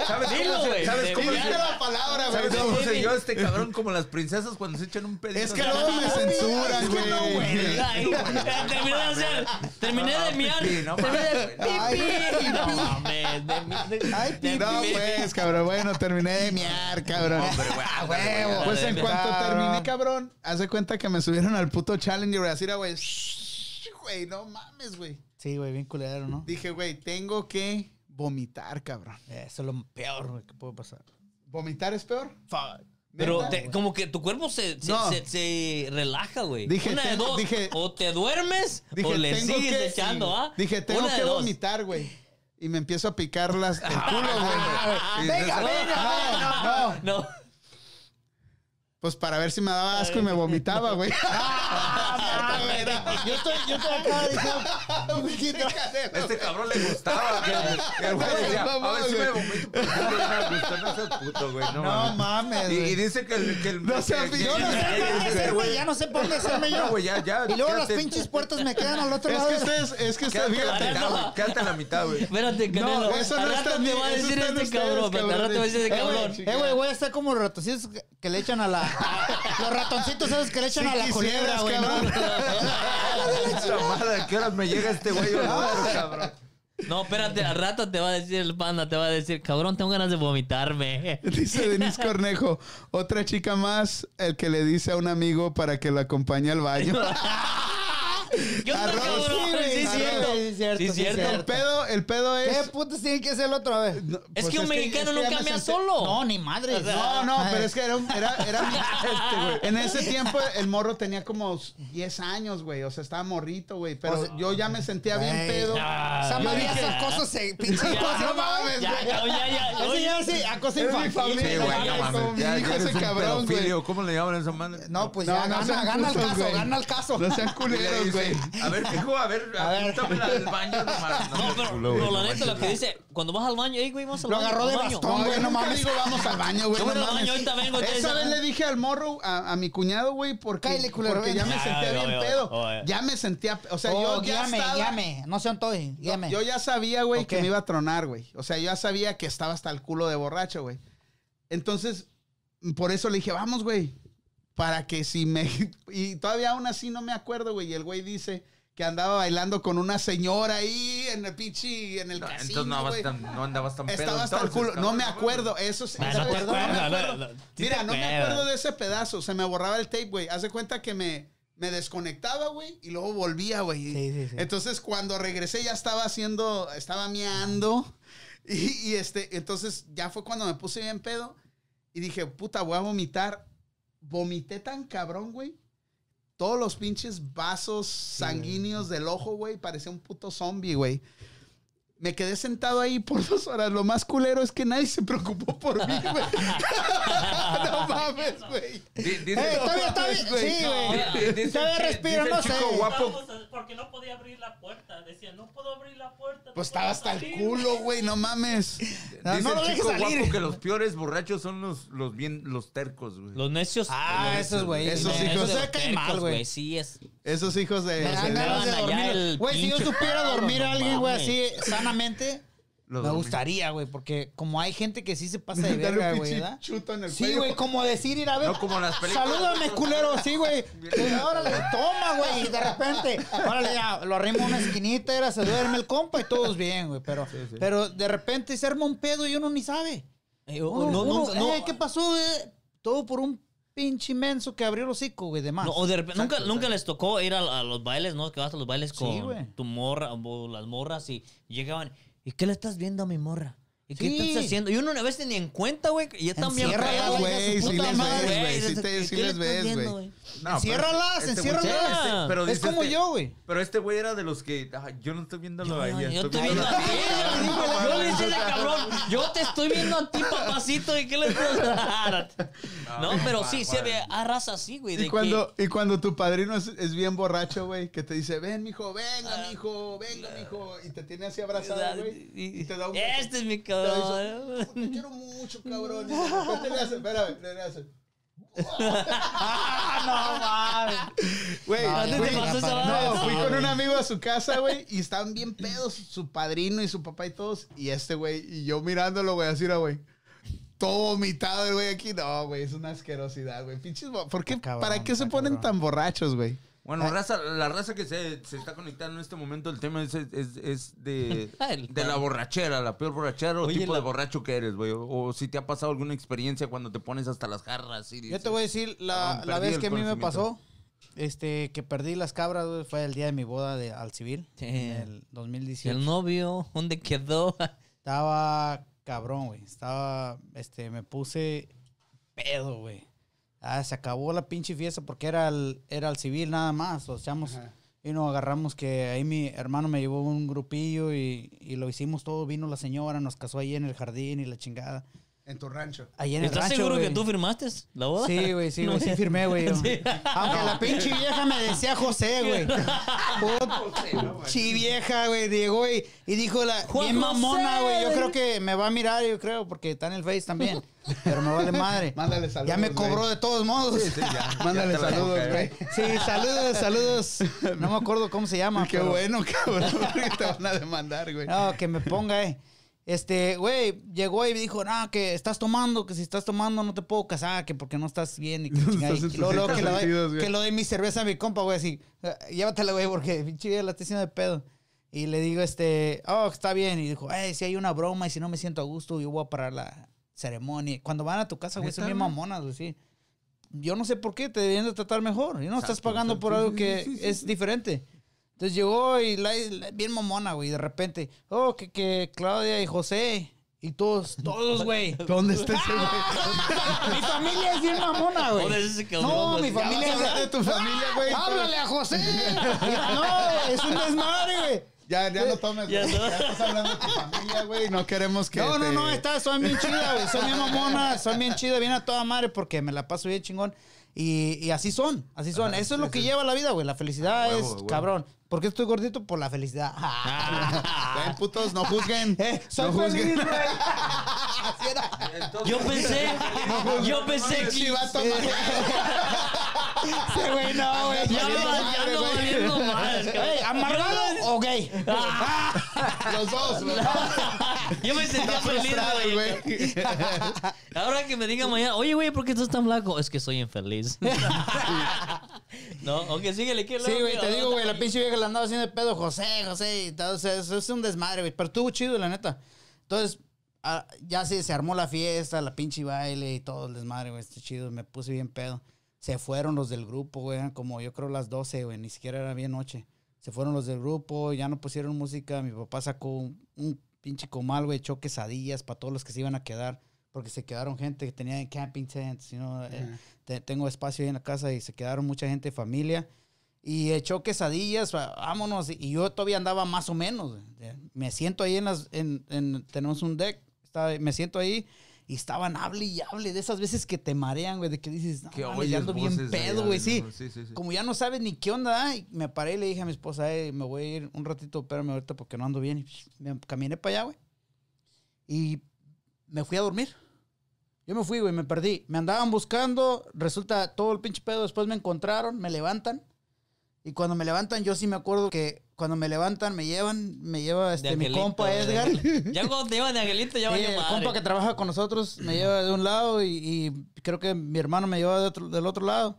¿Sabes Dilo, cómo se- güey. ¿Sabes De cómo Dijiste se- la palabra, güey. ¿Sabes cómo se Sí. dio este cabrón como las princesas cuando se echan un pedito? Es que luego me censuran, que no, güey. [LAUGHS] güey. Ay, Terminé de hacer. Terminé de miar. No, Terminé de mames, güey. pipí. No mames. de- de- Ay, de- pipi. No, pues, cabrón. Bueno, terminé de miar, cabrón. Ah, huevo. Pues en Cabrón. cuanto terminé, cabrón, haz de cuenta que me subieron al puto Challenger, güey. Así era, güey. Shh, Güey, no mames, güey. Sí, güey, bien culero, ¿no? Dije, güey, tengo que vomitar, cabrón. Eso es lo peor, güey, que puede [LAUGHS] pasar. ¿Vomitar es peor? Pero ¿Neta? te- como que tu cuerpo se, se, No. se- se relaja, güey. Dije, Una de tengo- dos. dije- o te duermes o Pues le sigues echando, ¿ah? Dije, tengo Una de que dos. vomitar, güey. Y me empiezo a picar las, el culo, güey. Ah, Sí, venga, sí, venga. ah, no, no. Pues para ver si me daba asco y me vomitaba, güey. [LAUGHS] Yo estoy, yo estoy acá, dije, Este cabrón le gustaba. que- [LAUGHS] que El güey decía, a ver si me vomito. pero No me gusta, no seas puto, güey. No, No mames. mames, Y, y güey. dice que el. Que el No seas que- yo no que- sé que- "Ay, que- ese güey, güey, ya no sé por dónde hacerme no, yo. güey, ya, ya. Y luego las quédate- pinches puertas me quedan al otro Es lado. Eh, que de- ustedes, es que ustedes, Quédate a la fíjate. mitad, güey. Quédate a la [LAUGHS] mitad, güey. Espérate, Canelo. No, eso no Al está rato en mí, te va a eso decir está en este ustedes, cabrón. pero Al cabrón. rato va a decir este Eh, güey, cabrón. chica. Eh, güey, voy a estar como los ratoncitos que- que le echan a la. Los ratoncitos, ¿sabes? Que le echan Sí a la culebra, quisieras, güey. ¿no? cabrón. Esa madre, ¿a qué horas me llega este güey? Yo no, cabrón. No, espérate, al rato te va a decir el panda, te va a decir, cabrón, tengo ganas [LAUGHS] de vomitarme. [LAUGHS] Dice Denise Cornejo, otra chica más, el que le dice a un amigo para que lo acompañe al baño. [LAUGHS] ¿Qué onda, Arroz, cabrón? sí, güey, Sí, es arroz. cierto. Sí, es cierto, Sí, es sí, es El cierto. cierto. pedo, el pedo ¿Qué es. putas tienen que hacer el otro? A ver. No, Es pues que un es mexicano que ya no me cambia senté- solo. No, ni madre. No, no, pero es que era, un- era, era [LAUGHS] este, güey. en ese tiempo el morro tenía como 10 años, güey, o sea, estaba morrito, güey, pero yo ya me sentía bien Güey. pedo. Ah, Esa yo madre, dije, esas cosas se. Pinches Ya, no cosas, mames, Ya, pues, güey. cabrón, ya, ya. Ese Oye, ya sí, a cosa Es mi infantil. familia, Sí, güey, no Como mames. mi Ya, hijo ya ese eres un cabrón, güey. pedofilio. ¿Cómo le llaman a esa madre? No, pues No, ya, no gana, sean gana el putos, caso, güey. gana el caso. No [LAUGHS] sean culeros, güey. A ver, hijo, a ver, A ver. apúntame al baño. No, mames, no, No, seas pero culo, güey, no, no la neta, lo manches. que dice, cuando vas al baño, ey, güey, vamos al Lo baño. agarró de al baño". bastón. No, yo güey, no nunca mames. digo vamos al baño, güey. Yo no voy al mames. baño, ahorita vengo. ustedes Esa vez hablan. le dije al morro, a, a mi cuñado, güey, porque, Cáele, culero, porque ya ven. me Ah, sentía oye, bien oye, pedo. oye. Ya me sentía, o sea, Oh, yo ya guíame, estaba- guíame. No sean toy, guíame. Yo ya sabía, güey, Ok. que me iba a tronar, güey. O sea, yo ya sabía que estaba hasta el culo de borracho, güey. Entonces, por eso le dije, vamos, güey, para que si me... [LAUGHS] Y todavía aún así no me acuerdo, güey. Y el güey dice que andaba bailando con una señora ahí en el pinche, en el No, casino, entonces no, andabas güey. tan, no andabas tan pedo. Estaba hasta el entonces, culo. No cabrón, me mames. acuerdo. Eso sí. Ah, no ¿sabes? te No me acuerdas, no, acuerdo. no, no, sí te Mira, no me acuerdas. acuerdo de ese pedazo. Se me borraba el tape, güey. Haz de cuenta que me, me desconectaba, güey. Y luego volvía, güey. Sí, sí, sí. Entonces, cuando regresé ya estaba haciendo... Estaba miando. [LAUGHS] Y, y este... Entonces, ya fue cuando me puse bien pedo. Y dije, puta, voy a vomitar. vomité tan cabrón, güey. Todos los pinches vasos sanguíneos del ojo, güey. Parecía un puto zombie, güey. Me quedé sentado ahí por [LAUGHS] dos horas. Lo más culero es que nadie se preocupó por mí, güey. [LAUGHS] no mames, güey. Di- dice- Eh, todavía está bien. güey. Sí, güey. Di- dice- Todavía respiro, dice no el chico sé. guapo. Porque no podía abrir la puerta. Decía, no puedo abrir la puerta. no Pues estaba puedo hasta el salir". culo, güey. No mames. No, dice no lo el dejes chico salir. guapo que los peores borrachos son los, los bien, los tercos, güey. Los necios. Ah, esos güey. Esos no, hijos se de los caen tercos, mal, güey. Sí, es. Esos hijos de... Me dan se ganas van de allá dormir. el Güey, si yo pinche supiera carro, dormir no a alguien, güey, mames. así sanamente, Los me dormidos. gustaría, güey, porque como hay gente que [LAUGHS] sí se pasa de Darle un verga, güey, pinche ¿verdad? chuto en el Sí, cuello. güey, como decir, ir a ver. No como las películas. Salúdame, culero, sí, [LAUGHS] güey. Y Órale, toma, güey. Y de repente, órale, ya, lo arrimo a una esquinita, era, se duerme el compa y todos bien, güey. Pero, pero de repente se arma un pedo y uno ni sabe. Eh, Uno, o- no, uno, nunca- no, "Eh, ¿Qué pasó, eh?" Todo por un pinche inmenso que abrió el hocico, güey, de más. no, o de repente, nunca, nunca les tocó ir a, a los bailes, ¿no? Que vas a los bailes con güey. tu morra o las morras y llegaban. ¿Y qué le estás viendo a mi morra? ¿Y qué Sí. estás haciendo? Y uno a veces ni en cuenta, güey. Y ya también. Enciérrala, pedo, güey, hija de su sí puta les madre, ves, güey, sí ¿Y te- qué sí le les estás ves, viendo, güey? No, pero Enciérralas, enciérralas. muchacho- pero Es dice como este- yo, güey. Pero este güey era de los que. "Ah, yo no estoy viéndolo a ella. Yo estoy te viendo viéndolo a a ti, ti". güey. Yo le decía, cabrón, yo te estoy viendo a ti, papacito, ¿y qué le estás [LAUGHS] No, pero sí, se ve a raza así, güey. de Y que- cuando, y cuando tu padrino es, es bien borracho, güey, que te dice, ven, mijo, Ah. venga, mijo, venga, mijo, y te tiene así abrazado, güey, y te da un... beso. Este es mi Te dice, cabrón. "Hijo, Te quiero mucho, cabrón. Y de repente le hace, espérame, le le [LAUGHS] hace. Güey, ¿Dónde te güey, pasó esa vara? no, fui Sí, con güey. un amigo a su casa, güey, y estaban bien pedos, su padrino y su papá y todos, y este güey, y yo mirándolo, güey, así era, güey. Todo vomitado el güey aquí. No, güey, es una asquerosidad, güey. Pinches, bo- ¿por qué? Está cabrón, ¿Para qué se está ponen cabrón. tan borrachos, güey? Ah. Bueno, raza, la raza que se, se está conectando en este momento, el tema es, es, es de, [LAUGHS] El de la pan. borrachera, la peor borrachera o Oye, tipo la- de borracho que eres, güey. O, o si te ha pasado alguna experiencia cuando te pones hasta las jarras. Y Yo te voy a decir, la, Cabrón, la perdí vez el que a mí me conocimiento. pasó, este, que perdí las cabras, güey, fue el día de mi boda de, al civil, Sí. en el Y 2018. el novio, ¿dónde quedó? Estaba cabrón, güey. Estaba, este, me puse pedo, güey. Ah, se acabó la pinche fiesta porque era el, era el civil nada más. O echamos y nos agarramos que ahí mi hermano me llevó un grupillo y, y lo hicimos todo. Vino la señora, nos casó ahí en el jardín y la chingada. En tu [LAUGHS] rancho. Ahí en el ¿Estás rancho, seguro que güey. tú firmaste la boda? Sí, güey, sí, güey, [LAUGHS] sí firmé, güey. yo. Sí. Aunque la pinche vieja me decía José, güey. Ah, Pinche vieja, güey, llegó y, y dijo la Juan bien mamona, José, güey. Yo güey. creo que me va a mirar, yo creo, porque está en el Face también. Pero me vale madre. Mándale saludos. Ya me cobró güey. de todos modos. Sí, [LAUGHS] ya, ya Mándale te la saludos, toca, güey. Sí, saludos, saludos. No me acuerdo cómo se llama. Qué pero- bueno, cabrón, [LAUGHS] porque te van a demandar, güey. No, que me ponga, eh. Este, güey, llegó y dijo, no, que estás tomando, que si estás tomando no te puedo casar, que porque no estás bien. [LAUGHS] Y que, No chingada, y estás en tus que luego, luego cinco que, le doy, sentidos, güey. que le doy mi cerveza a mi compa, güey, así, "Ah, llévatela, güey, porque pinche vieja la está haciendo de pedo. Y le digo, este, oh, está bien. Y dijo, eh, si hay una broma y si no me siento a gusto, yo voy a parar la ceremonia. Cuando van a tu casa, güey, son bien mamonas, güey, sí. Yo no sé por qué te deben de tratar mejor. Y no estás Exacto, pagando exacto. por algo Sí, que sí, sí, es diferente. Entonces llegó y la, la- bien mamona, güey. De repente, oh, que, que Claudia y José. Y todos, todos, güey. ¿Dónde está ese güey? [LAUGHS] mi familia es bien mamona, güey. Joder, ese cabrón, No, güey. mi Vamos familia a hablar Ah, de es. tu familia, güey. ¡Háblale a José! [LAUGHS] no, es un desmadre, güey. Ya, ya no tomes, Ya güey. no. Ya estás hablando de tu familia, güey. No queremos que. No, no, te- no, está, son bien chidas, güey. Son bien mamonas, son bien chidas, bien a toda madre porque me la paso bien chingón. Y, y así son, así son. Eso es lo que lleva la vida, güey. La felicidad huevo, es, huevo. cabrón. ¿Por qué estoy gordito? Por la felicidad. Ah. [LAUGHS] Ven, putos, no juzguen. Eh, soy no feliz, juzguen. [LAUGHS] güey. Así era. Yo pensé, yo pensé Sí, que... va a tomar. Ese güey no, güey. Ya Ya, va- ya madre, ando güey. valiendo [LAUGHS] más, Ey, ¿Amargado o gay? Los [LAUGHS] dos, güey. Yo me sentía feliz, Frustrado, güey. güey. [LAUGHS] Ahora que me digan mañana, oye, güey, ¿por qué estás tan flaco? Es que soy infeliz. [LAUGHS] no, aunque síguele, ¿qué Sí, güey, te digo, güey, la pinche vieja la andaba haciendo de pedo, José, José, y todo, o sea, eso es un desmadre, güey, pero estuvo chido, la neta. Entonces, ah, ya sí, se armó la fiesta, la pinche baile y todo el desmadre, güey, estuvo chido, me puse bien pedo. Se fueron los del grupo, güey, eran como yo creo las 12, güey, ni siquiera era bien noche. Se fueron los del grupo, ya no pusieron música, mi papá sacó un, un pinche comal, güey, echó quesadillas para todos los que se iban a quedar. porque se quedaron gente que tenía camping tents, you know, eh, te- tengo espacio ahí en la casa y se quedaron mucha gente, familia. Y echó quesadillas, va- vámonos. Y yo todavía andaba más o menos. eh, Me siento ahí en las. En, en- tenemos un deck, estaba- me siento ahí y estaban hable y hable de esas veces que te marean, güey, de que dices, no, [LAUGHS] Que Ah, mames, oyes ya ando bien voces de pedo, allá, güey, sí. ¿no? Sí, sí, sí. Como ya no sabes ni qué onda, ¿ah? y me paré y le dije a mi esposa, "Ey, me voy a ir un ratito, espérame ahorita porque no ando bien. Y psh, me caminé para allá, güey. Y me fui a dormir. Yo me fui, güey, me perdí. Me andaban buscando, resulta todo el pinche pedo. Después me encontraron, me levantan. Y cuando me levantan, yo sí me acuerdo que cuando me levantan, me llevan, me lleva este, mi Angelito, compa de Edgar. Angelito. Ya cuando te llevan de Angelito, ya Sí, valió el madre. compa que trabaja con nosotros me lleva de un lado y, y creo que mi hermano me lleva de otro- del otro lado.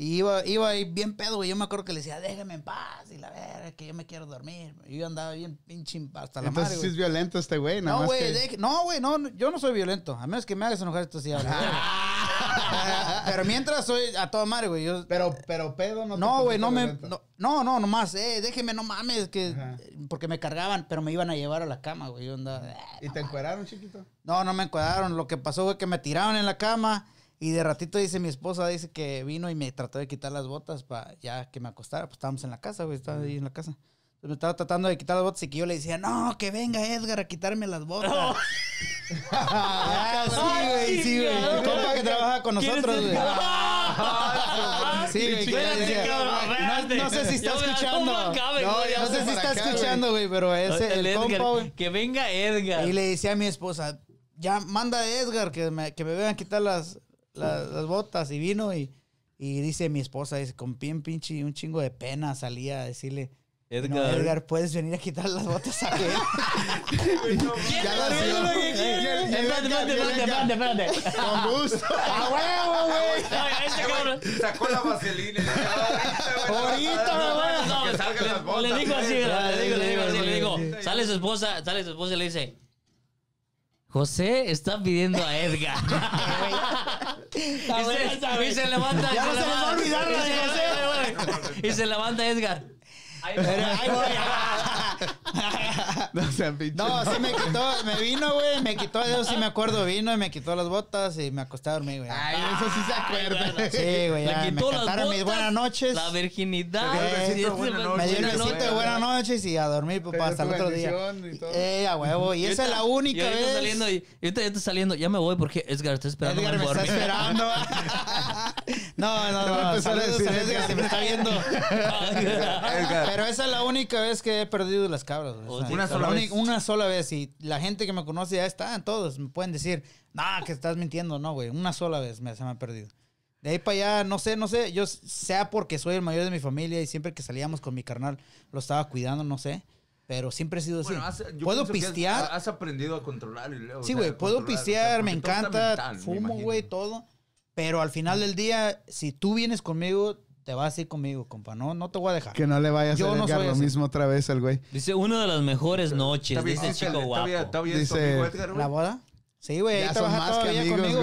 Y iba, iba ahí bien pedo, güey. Yo me acuerdo que le decía, déjame en paz y la verga, que yo me quiero dormir. Y yo andaba bien pinche hasta la Entonces madre, sí güey. es violento este güey, nada No, más güey, que- deje- no, güey, no, no, yo no soy violento. A menos que me hagas enojar, esto sí. a [LAUGHS] la verga. Pero mientras soy a toda madre, güey. Yo, Pero, pero pedo no te no, pusiste güey, no me. violento. No, no, no, nomás, eh, déjeme, no mames, que. Ajá. Porque me cargaban, pero me iban a llevar a la cama, güey. Yo andaba. "Eh, ¿Y te encueraron, chiquito? no, no me encuadraron. Lo que pasó fue que me tiraron en la cama y de ratito dice mi esposa, dice que vino y me trató de quitar las botas para ya que me acostara. Pues estábamos en la casa, güey, estaba ahí en la casa. Entonces me estaba tratando de quitar las botas y que yo le decía, no, que venga Edgar a quitarme las botas. [LAUGHS] Ah, sí, güey, sí, güey. chingado. El compa que trabaja con ¿Quién es Ah, nosotros, el [LAUGHS] güey. Ah, Sí, güey, que yo le Espérate, decía, cabrón, espérate. no, no sé si está Yo me la escuchando. tomo acá, güey, No, güey. ya No sé si para está acá, güey. escuchando, güey, pero ese, El el Edgar, compa, güey. Que venga Edgar. Y le decía a mi esposa, ya manda a Edgar que me, que me vean quitar las, las, las botas. Y vino y, y dice mi esposa, dice, con bien pinche, un chingo de pena salía a decirle, Edgar. "No, Edgar, ¿puedes venir a quitar las botas a [LAUGHS] él? Ya la Espérate, hacía. espérate, espérate, espérate, espérate, espérate. Con gusto. Oye, este cabrón. Sacó la vaselina. [LAUGHS] [LAUGHS] No, bueno, no, Que salgan le- las botas, Le digo así, güey. le digo, le digo así, le digo. sí. Sale su esposa, sale su esposa y le dice. José está pidiendo a Edgar. [LAUGHS] y, se, y se levanta. Ya no se nos va a olvidar la de de José. Y se levanta Edgar. Ahí voy, ahí voy. [LAUGHS] No sean pinches. No, sí me quitó, me vino, güey, me quitó, yo sí me acuerdo, vino y me quitó las botas y me acosté a dormir, güey. Ay, de eso sí se acuerda. Sí, güey, ya, Le me quitó las cantaron botas. mis buenas noches. La virginidad. Me dio el besito, Sí, buenas Me noches, dio el buenas besito de noches. buenas noches y a dormir, dio papá, hasta el tu otro día. bendición y todo. Eh, a huevo. Y esa es la única y ahorita vez. Saliendo, y, y ahorita yo estoy saliendo. Ya me voy porque Edgar está esperando. Edgar me está [LAUGHS] esperando. [LAUGHS] no, no, Te voy a no. empezar a saludos decir a Edgar Edgar. si me está viendo. Pero esa es la única vez que he perdido las cabras. güey. Otra. Esa- Una la sola única- vez. Una sola vez. Y la gente que me conoce ya están todos. Me pueden decir, nah, que estás mintiendo. No, güey. Una sola vez me, se me ha perdido. De ahí para allá, no sé, no sé. Yo s- sea porque soy el mayor de mi familia y siempre que salíamos con mi carnal lo estaba cuidando, no sé. Pero siempre he sido así. Bueno, has- yo Puedo pienso que has- pistear. Has, aprendido a controlar. el- o Sí, sea, güey, puedo controlar, o sea, pistear, me porque todo está encanta, mental, me fumo, imagino. güey, todo. Pero al final del día, si tú vienes conmigo, te vas a ir conmigo, compa. No, no te voy a dejar. Que no le vaya a hacer Yo no Edgar soy lo así. mismo otra vez al güey. Dice, una de las mejores noches. Está bien, Dice está chico bien, está bien, guapo. está bien, Dice- tu amigo Edgar, güey. ¿La boda? Sí, güey, ahí Ya son trabaja más que todavía amigos, conmigo.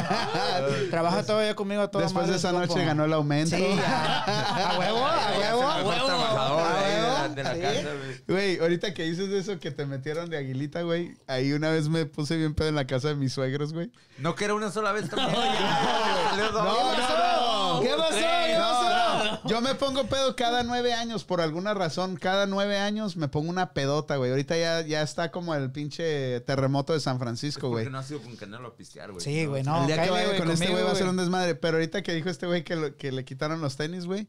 [LAUGHS] güey. Trabaja todavía conmigo a toda Después madre, de esa compa. noche ganó el aumento. [LAUGHS] Sí, a, a huevo, a Ya huevo. se me fue el huevo, Ah, trabajador a de ahí, de la- huevo, de la sí. casa, güey. Güey, ahorita que dices eso que te metieron de aguilita, güey. Ahí una vez me puse bien pedo en la casa de mis suegros, güey. No que era una sola vez [LAUGHS] también. No, no, no. ¿Qué pasó? ¿Qué pasó? No, no. Yo me pongo pedo cada nueve años, por alguna razón. Cada nueve años me pongo una pedota, güey. Ahorita ya, ya está como el pinche terremoto de San Francisco, Porque güey. no ha sido con Canelo a pistear, güey. Sí, güey, no. el día que cállate, vaya güey, con este conmigo, güey va a ser güey. un desmadre. Pero ahorita que dijo este güey que, lo- que le quitaron los tenis, güey,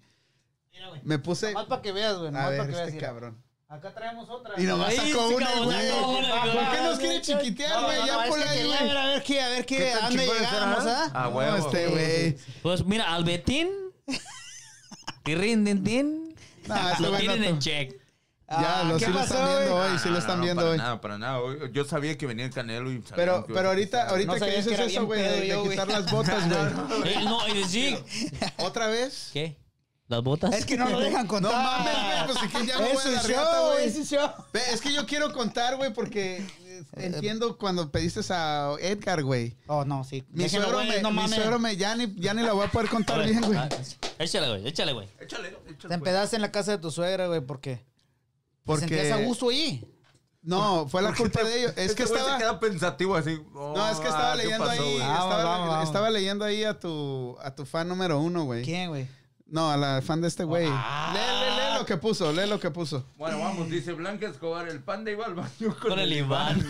Mira, güey. me puse. Más para que veas, güey. A Más para ver, que veas. este mira. cabrón. Acá traemos otra. Y nomás Ahí sacó sí, una, cabrón, güey. sacó una, Ah, ¿Por qué cabrón. nos quiere chiquitear, güey? no, Ya es por que ahí, quería güey. ver, a ver qué, a ver ¿Qué qué, tan a dónde chingón será? llegamos, ¿ah? Ah, No, huevo. este güey. Pues mira, al Betín. Y rin, din, din. No, este Lo güey no tienen en to- check. Ya, Ah, lo, ¿qué sí lo están pasó, viendo Ah, hoy, sí no, lo están no, viendo para hoy. nada, para nada. güey. Yo sabía que venía el Canelo y Pero, pero ahorita, ahorita No que sabías que dices era eso, bien güey, de, pedo yo, de güey. quitar las botas, [LAUGHS] güey. Eh, no, y sí. ¿Otra vez? ¿Qué? ¿Las botas? Es que no lo dejan No contar. mames, güey, pues es que ya me Es voy a su la show, regata, es su güey. show. Ve, Es que yo quiero contar, güey, porque eh, entiendo cuando pediste a Edgar, güey. Oh, no, sí. Mi Déjenlo, suegro güey, me, no mi mames. suegro me, ya ni, ya ni la voy a poder contar bien, güey. Ah, Échale, güey, échale, güey. Échale, pues. Te échale. güey. empedaste en la casa de tu suegra, güey, porque te Porque sentías a gusto ahí. No, fue la culpa de ellos. Es que Este güey se estaba. queda pensativo así. "Oh, ah, No, es que estaba leyendo ahí. Ah, Vamos, estaba, vamos, vamos. estaba leyendo ahí a tu, a tu fan número uno, güey. ¿Quién, güey? No, a la fan de este güey. Ah. Lee, lee, lee lo que puso, lee lo que puso. Bueno, vamos, dice Blanca Escobar, el panda iba al baño con, Con el Iván. Sí,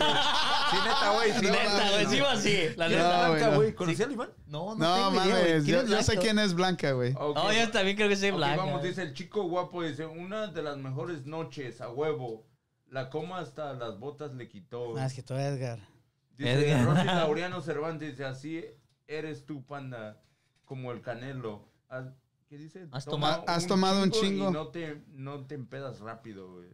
neta, güey. Sí, Neta, güey, sí va así. La neta. No, güey, Blanca, no. güey. ¿Conocía al Iván? No, No, tengo idea, güey. mames, ¿Quién yo, es yo sé Blanco? quién es Blanca, güey. Ok. Oh, yo también creo que soy Ok, blanco. vamos, dice el chico guapo, dice, una de las mejores noches, a huevo. La coma hasta las botas le quitó. Ah, es que tú, Edgar. Dice Rosy Laureano Cervantes, dice, así eres tú, panda, como el canelo. Haz- ¿Qué dice? Has Toma tomado- has tomado un chingo. Y no te, no te empedas rápido, güey.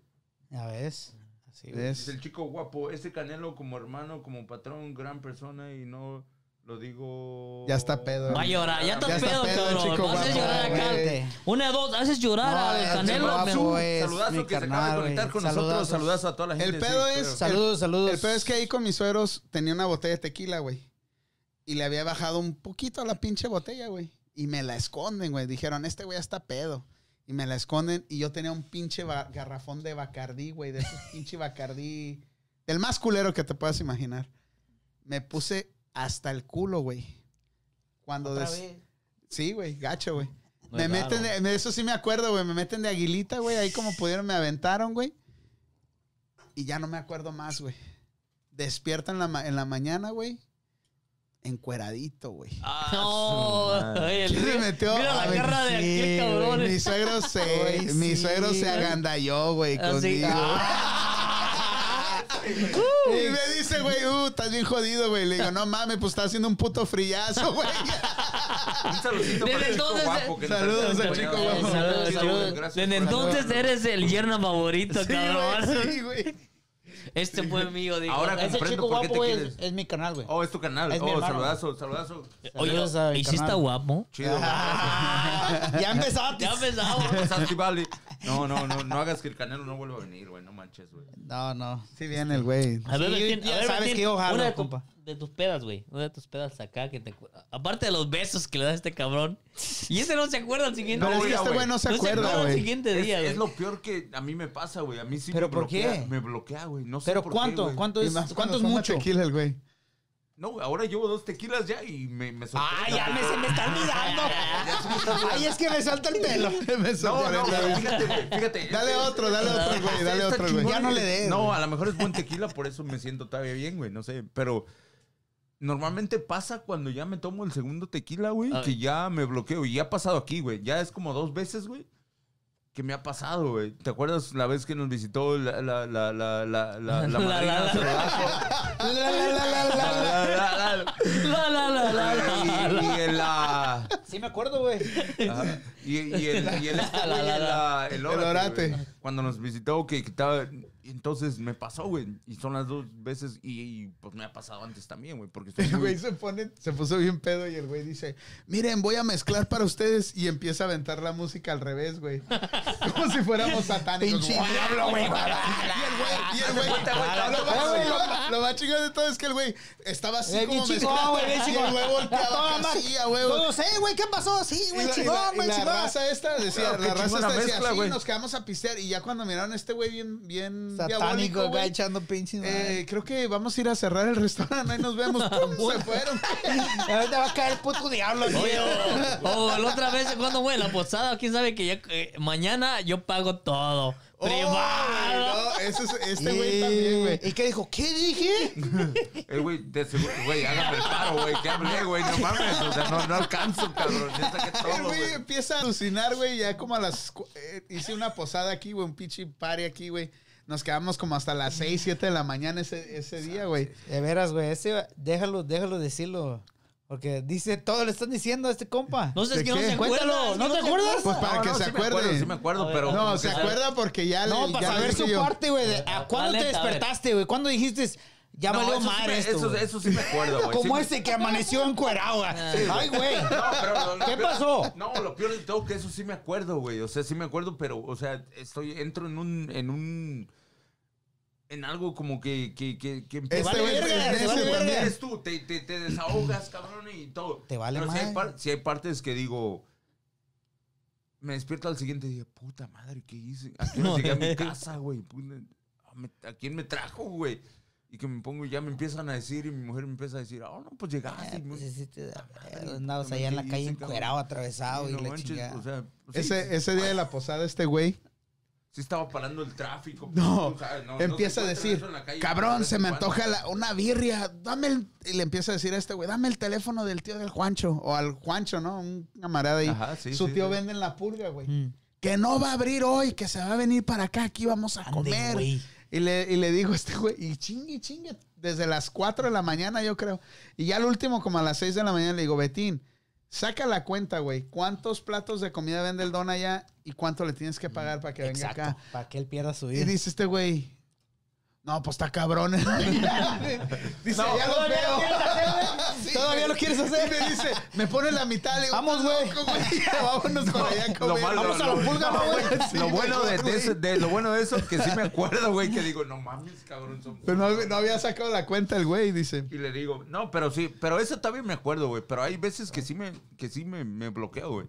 Ya ves. Así, güey. Es- Dice el chico guapo, ese canelo como hermano, como patrón, gran persona y no lo digo... Ya está pedo. Va a llorar. Ya está Ya está pedo, pedo, cabrón. chico, Vas a guapo, llorar acá. güey. Una, dos. Haces llorar No, al es Canelo. guapo, me- güey. Pues, saludazo mi que se acaba de carnal, conectar güey. con nosotros. Saludazos. Saludazo a toda la gente. El pedo sí, es- pero- Saludos, saludos. El peor es que ahí con mis sueros tenía una botella de tequila, güey. Y le había bajado un poquito a la pinche botella, güey. Y me la esconden, güey. Dijeron, este güey ya está pedo. Y me la esconden. Y yo tenía un pinche ba- garrafón de Bacardí, güey. De esos [LAUGHS] pinche Bacardí. Del más culero que te puedas imaginar. Me puse hasta el culo, güey. Cuando... des- Sí, güey. Gacho, güey. No me es meten raro. de, me- eso sí me acuerdo, güey. Me meten de aguilita, güey. Ahí como pudieron me aventaron, güey. Y ya no me acuerdo más, güey. Despierto en la, ma- en la mañana, güey. Encueradito, güey. [LAUGHS] Ah, No. Ay, el- ¿Quién le metió? Mira A la ver, cara de sí, aquel güey, cabrón. Mi [LAUGHS] suegro se, Ay, mi sí. suegro se agandalló, güey, Así. ah. conmigo. [LAUGHS] Uh. Y me dice, güey, uh, estás bien jodido, güey. Le digo, no mames, pues está haciendo un puto frillazo, [LAUGHS] güey. Un saludito Desde para el chico entonces- guapo. que nos Saludos está al chico acompañando. guapo. Saludos, Sí, saludos. gracias Desde por entonces saludarnos. eres el yerno favorito, Sí, cabrón. güey, [LAUGHS] sí, güey. Este fue mío, digo. Ahora Ese comprendo chico por qué guapo, te güey, quieres. es, es mi canal, güey. Oh, es tu canal. Es mi oh, hermano. saludazo, saludazo. Oye, Saludos a mi ¿y si está carnal. guapo? Chido. [LAUGHS] ya Ah, empezaste. Ya empezamos. Santi Valley. No, no, no, no hagas que el canelo no vuelva a venir, güey. No manches, güey. No, no. Sí, viene el güey. A ver, Sí, Valentín, ya a ver, sabes Valentín, que yo jalo, una de, tu- compa. de tus pedas, güey. Una de tus pedas acá que te acu- Aparte de los besos que le da este cabrón. Y ese no se acuerda al siguiente Pero es día. que este güey no se acuerda, al güey. siguiente Es, día, es güey. lo peor que a mí me pasa, güey. A mí sí ¿Pero me por bloquea. qué? Me bloquea, güey. No sé Pero por qué, ¿cuánto? güey. ¿Cuánto es, cuánto es mucho? Tequila, el güey. No, güey, ahora llevo dos tequilas ya y me, me sorprende. Ah, ya me, se me está [LAUGHS] olvidando. [LAUGHS] Ay, es que me [LAUGHS] salta el pelo. Me No, no, sorprende, güey. fíjate, güey, fíjate. Dale otro, dale otro, güey, dale Esta otro, güey. chingona- Ya no le des, No, güey. a lo mejor es buen tequila, por eso me siento todavía bien, güey. No sé, pero normalmente pasa cuando ya me tomo el segundo tequila, güey, Ay. que ya me bloqueo. Y ya ha pasado aquí, güey. Ya es como dos veces, güey, que me ha pasado, güey. ¿Te acuerdas la vez que nos visitó la, la, la, la, la, la, [LAUGHS] la La, la, madrina la, Cerdazo? La, la, la, la, la, la. La, la, la, [LAUGHS] La, la, la, la, la. la. Y- y en la... Sí me acuerdo, güey. Ajá. Y, y el, y el, este, güey, la, la- el órate, orate. güey. Cuando nos visitó, que quitaba. y Entonces me pasó, güey. Y son las dos veces. Y, y, pues me ha pasado antes también, güey. [LAUGHS] Porque estoy El muy- güey se pone, se puso bien pedo y el güey dice, miren, voy a mezclar para ustedes y empieza a aventar la música al revés, [LAUGHS] güey. Como si fuéramos satánicos. Pinche Guau. diablo, güey. Y el güey, lo más chingón- lo más chingón de todo es que el güey estaba así Eh, como bien chingón, mezclado. güey, bien Y el chingón. güey volteaba así, a huevo. No sé, güey, ¿qué pasó? Sí, Y la- güey, y la- chingón, y güey, la chingón. raza esta decía, Claro, qué la raza chingona esta decía, mezcla, sí, güey. nos quedamos a pistear. Y ya cuando miraron a este güey bien, bien diabólico, Satánico, güey, güey, echando pinches. madre. eh, creo que vamos a ir a cerrar el restaurante, ahí nos vemos. ¡Pum! se [LAUGHS] fueron. [LAUGHS] Ahorita va a caer el puto diablo, aquí. [LAUGHS] Oye, o, o la otra vez, cuando güey, la posada, quién sabe que ya eh, mañana yo pago todo. Oh, güey, Privado. no, ese es- este Y- güey también, güey. ¿Y qué dijo? ¿Qué dije? El güey, de seguro, güey, hágame el paro, güey. Te hablé, güey. No mames. O sea, no, no alcanzo, cabrón. Ya saqué El todo, güey güey. empieza a alucinar, güey. Ya como a las. cu- eh, hice una posada aquí, güey. Un pinche party aquí, güey. Nos quedamos como hasta las 6, 7 de la mañana ese, ese día, güey. De veras, [LAUGHS] güey, ese, déjalo, déjalo decirlo. Porque dice todo, le están diciendo a este compa. No sé, es ¿De que no qué? se acuerda. Cuéntalo, es que ¿no te se acuerdas? acuerda. Pues para No, que no, se sí me acuerde. acuerdo, sí me acuerdo, pero. no, como se que- acuerda porque ya No, le. para ya le saber dije su yo. parte, güey. de- ¿A cuándo La te neta, a ver. despertaste, güey? ¿Cuándo dijiste, ya No, valió eso sí me- madre esto? Eso, güey"? eso sí me acuerdo, güey. Como Sí, ese que amaneció encuerado, güey. Ay, güey. No, pero lo- lo ¿Qué peor- pasó? No, lo peor de todo que eso sí me acuerdo, güey. O sea, sí me acuerdo, pero, o sea, estoy, entro en un, en un, en algo como que, que, que, que Este vale güey es verga, te necio vale verga. también. eres tú, te, te, te desahogas, cabrón, y todo. Te vale Pero si hay, madre. par- sí hay partes que digo, eh. me despierto al siguiente día, puta madre, ¿qué hice? ¿A qué hora llegué a mi casa, güey? Puta- "Mame, ¿a quién me trajo, güey? Y que me pongo y ya me empiezan a decir y mi mujer me empieza a decir, ah, no, pues llegaste. y me- Pues sí te da pedo, madre, Andabas puta allá en la madre, calle y ese cabrón- encuerado, atravesado Ah, Sí, y no la manches, chingada. o sea, sí, Ese, ese día de la posada, este güey sí estaba parando el tráfico. pues, No, tú sabes, no, no empieza se a encuentra decir, eso en la calle, cabrón, pero se me de vez en antoja cuando". la- una birria, dame el... Y le empieza a decir a este güey, dame el teléfono del tío del Juancho, o al Juancho, ¿no? Un camarada ahí. Ajá, sí, Su sí, tío sí. vende en la purga, güey. Mm. Que no va a abrir hoy, que se va a venir para acá, aquí vamos a Ande, comer. güey. Y le, y le digo a este güey, y chingue, chingue, desde las 4 de la mañana, yo creo. Y ya al último, como a las 6 de la mañana, le digo, Betín, saca la cuenta, güey. ¿Cuántos platos de comida vende el don allá y cuánto le tienes que pagar para que venga Exacto. acá? Para que él pierda su Y vida. dice este güey, no, pues está cabrón. [LAUGHS] dice, ya lo veo. [LAUGHS] Sí, ¿Todavía güey. lo quieres hacer? Y me dice, me pone la mitad. Le digo, Vamos, güey. "Loco, [LAUGHS] Vámonos para allá a comer. malo- Vamos a la lo- pulga, no, ¿no, güey. [LAUGHS] Sí, Lo bueno de, güey. de eso, de- lo bueno de eso, que sí me acuerdo, güey, que digo, no mames, cabrón, son Pero no, no había sacado la cuenta el güey, dice. Y le digo, no, pero sí, pero eso también me acuerdo, güey. Pero hay veces que sí me, que sí me, me bloqueo, güey.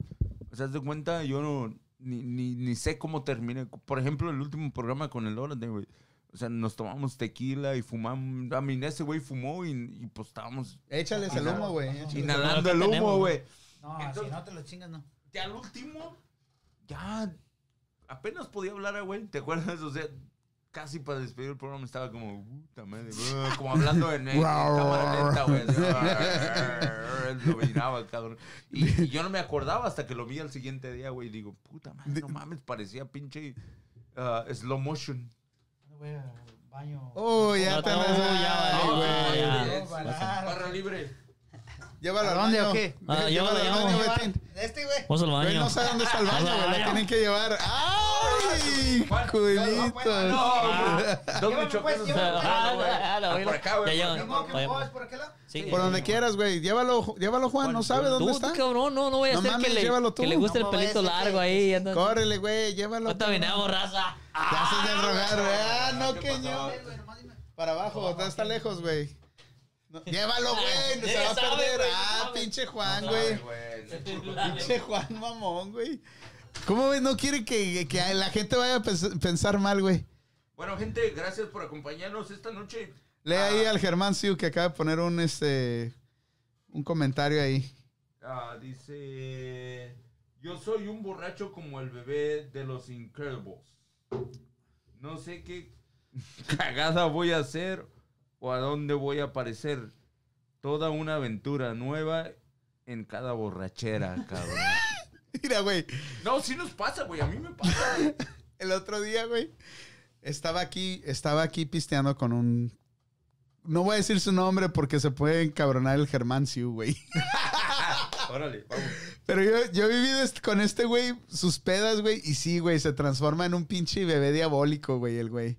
O sea, haz de cuenta, yo no, ni, ni, ni sé cómo terminé. Por ejemplo, el último programa con el Orden, güey. O sea, nos tomamos tequila y fumamos. A mí ese güey fumó y, y pues estábamos Échales el humo, güey. échales el humo. inhalando ¿qué el humo, tenemos? güey. No, Entonces- no te lo chingas, no. Ya al último, ya apenas podía hablar, eh, güey. ¿Te acuerdas? O sea, casi para despedir el programa estaba como, puta madre, güey, como hablando en, en cámara lenta, güey. así, Lo miraba, cabrón. Y, y yo no me acordaba hasta que lo vi al siguiente día, güey. Y digo, puta madre, no mames, parecía pinche ah, slow motion. baño. Uy, ya te No, vas a- ya Ay, valió, güey. ya. Ah, Eh, no, barra libre. Llévalo al ¿A dónde baño. o qué? Ah, Llévalo al llévalo, baño, llévalo. Betín. Este, güey. Vamos al Güey, baño. no sabe dónde está el baño, güey. Lo tienen que llevar. ¡Ay! Culito. Dos Llévame, bichos pues, pesos. llévame, pues. Ah, güey. Ah, lo- ah, lo- Por acá, güey. Ya por llevo. acá, por acá. Vayamos. por aquel lado? Sí. Por donde quieras, güey. Llévalo, llévalo, Juan. No sabe dónde Tú, está. cabrón, no, no voy a No hacer mames, que, le, llévalo tú. que le guste el No, no, pelito ese que- largo ahí. anda- Córrele, güey. Llévalo. No te venamos, raza. Te haces de rogar, güey. Ah, no, ¿Qué pasó? queño. Para abajo. Está hasta lejos, güey. No, Llévalo, güey. No se va a Sabe, perder. güey, Ah, sabe. pinche Juan, No güey. sabe, güey. Pinche Juan mamón, güey. ¿Cómo ves? No quiere que, que la gente vaya a pens- pensar mal, güey. Bueno, gente, gracias por acompañarnos esta noche. Lee ahí al Germán Siu que acaba de poner un este un comentario ahí. [LAUGHS] Ah, dice, yo soy un borracho como el bebé de los Incredibles. No sé qué [LAUGHS] cagada voy a hacer o a dónde voy a aparecer. Toda una aventura nueva en cada [LAUGHS] borrachera, cabrón. Mira, güey. No, sí nos pasa, güey. A mí me pasa. El otro día, güey, estaba aquí, estaba aquí pisteando con un. No voy a decir su nombre porque se puede encabronar el Germán Siu, güey. [LAUGHS] Órale, vamos. Pero yo, yo he vivido est- con este güey sus pedas, güey. Y sí, güey, se transforma en un pinche bebé diabólico, güey, el güey.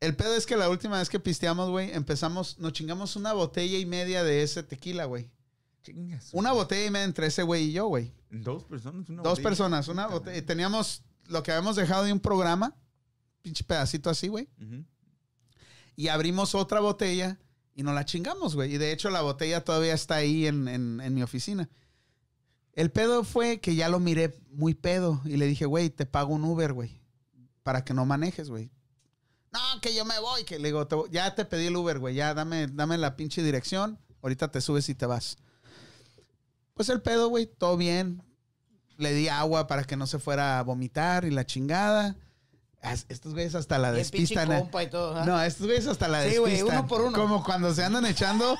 El pedo es que la última vez que pisteamos, güey, empezamos, nos chingamos una botella y media de ese tequila, güey. Chingas. Una botella y media entre ese güey y yo, güey. Dos personas, una Dos botella. personas, una Puta botella. madre. Teníamos lo que habíamos dejado de un programa, pinche pedacito así, güey. Ujú. y abrimos otra botella y nos la chingamos, güey. Y de hecho la botella todavía está ahí en, en- en mi oficina. El pedo fue que ya lo miré muy pedo y le dije, güey, te pago un Uber, güey, para que no manejes, güey. No, que yo me voy, que le digo, "Te voy- ya te pedí el Uber, güey, ya dame, dame la pinche dirección, ahorita te subes y te vas. Pues el pedo, güey, todo bien. Le di agua para que no se fuera a vomitar y la chingada. As- Estos güeyes hasta la Y el pinche despistan. eh. compa y todo, ¿ah? No, estos güeyes hasta la Sí, güey, despistan. uno por uno. Como cuando se andan [LAUGHS] echando.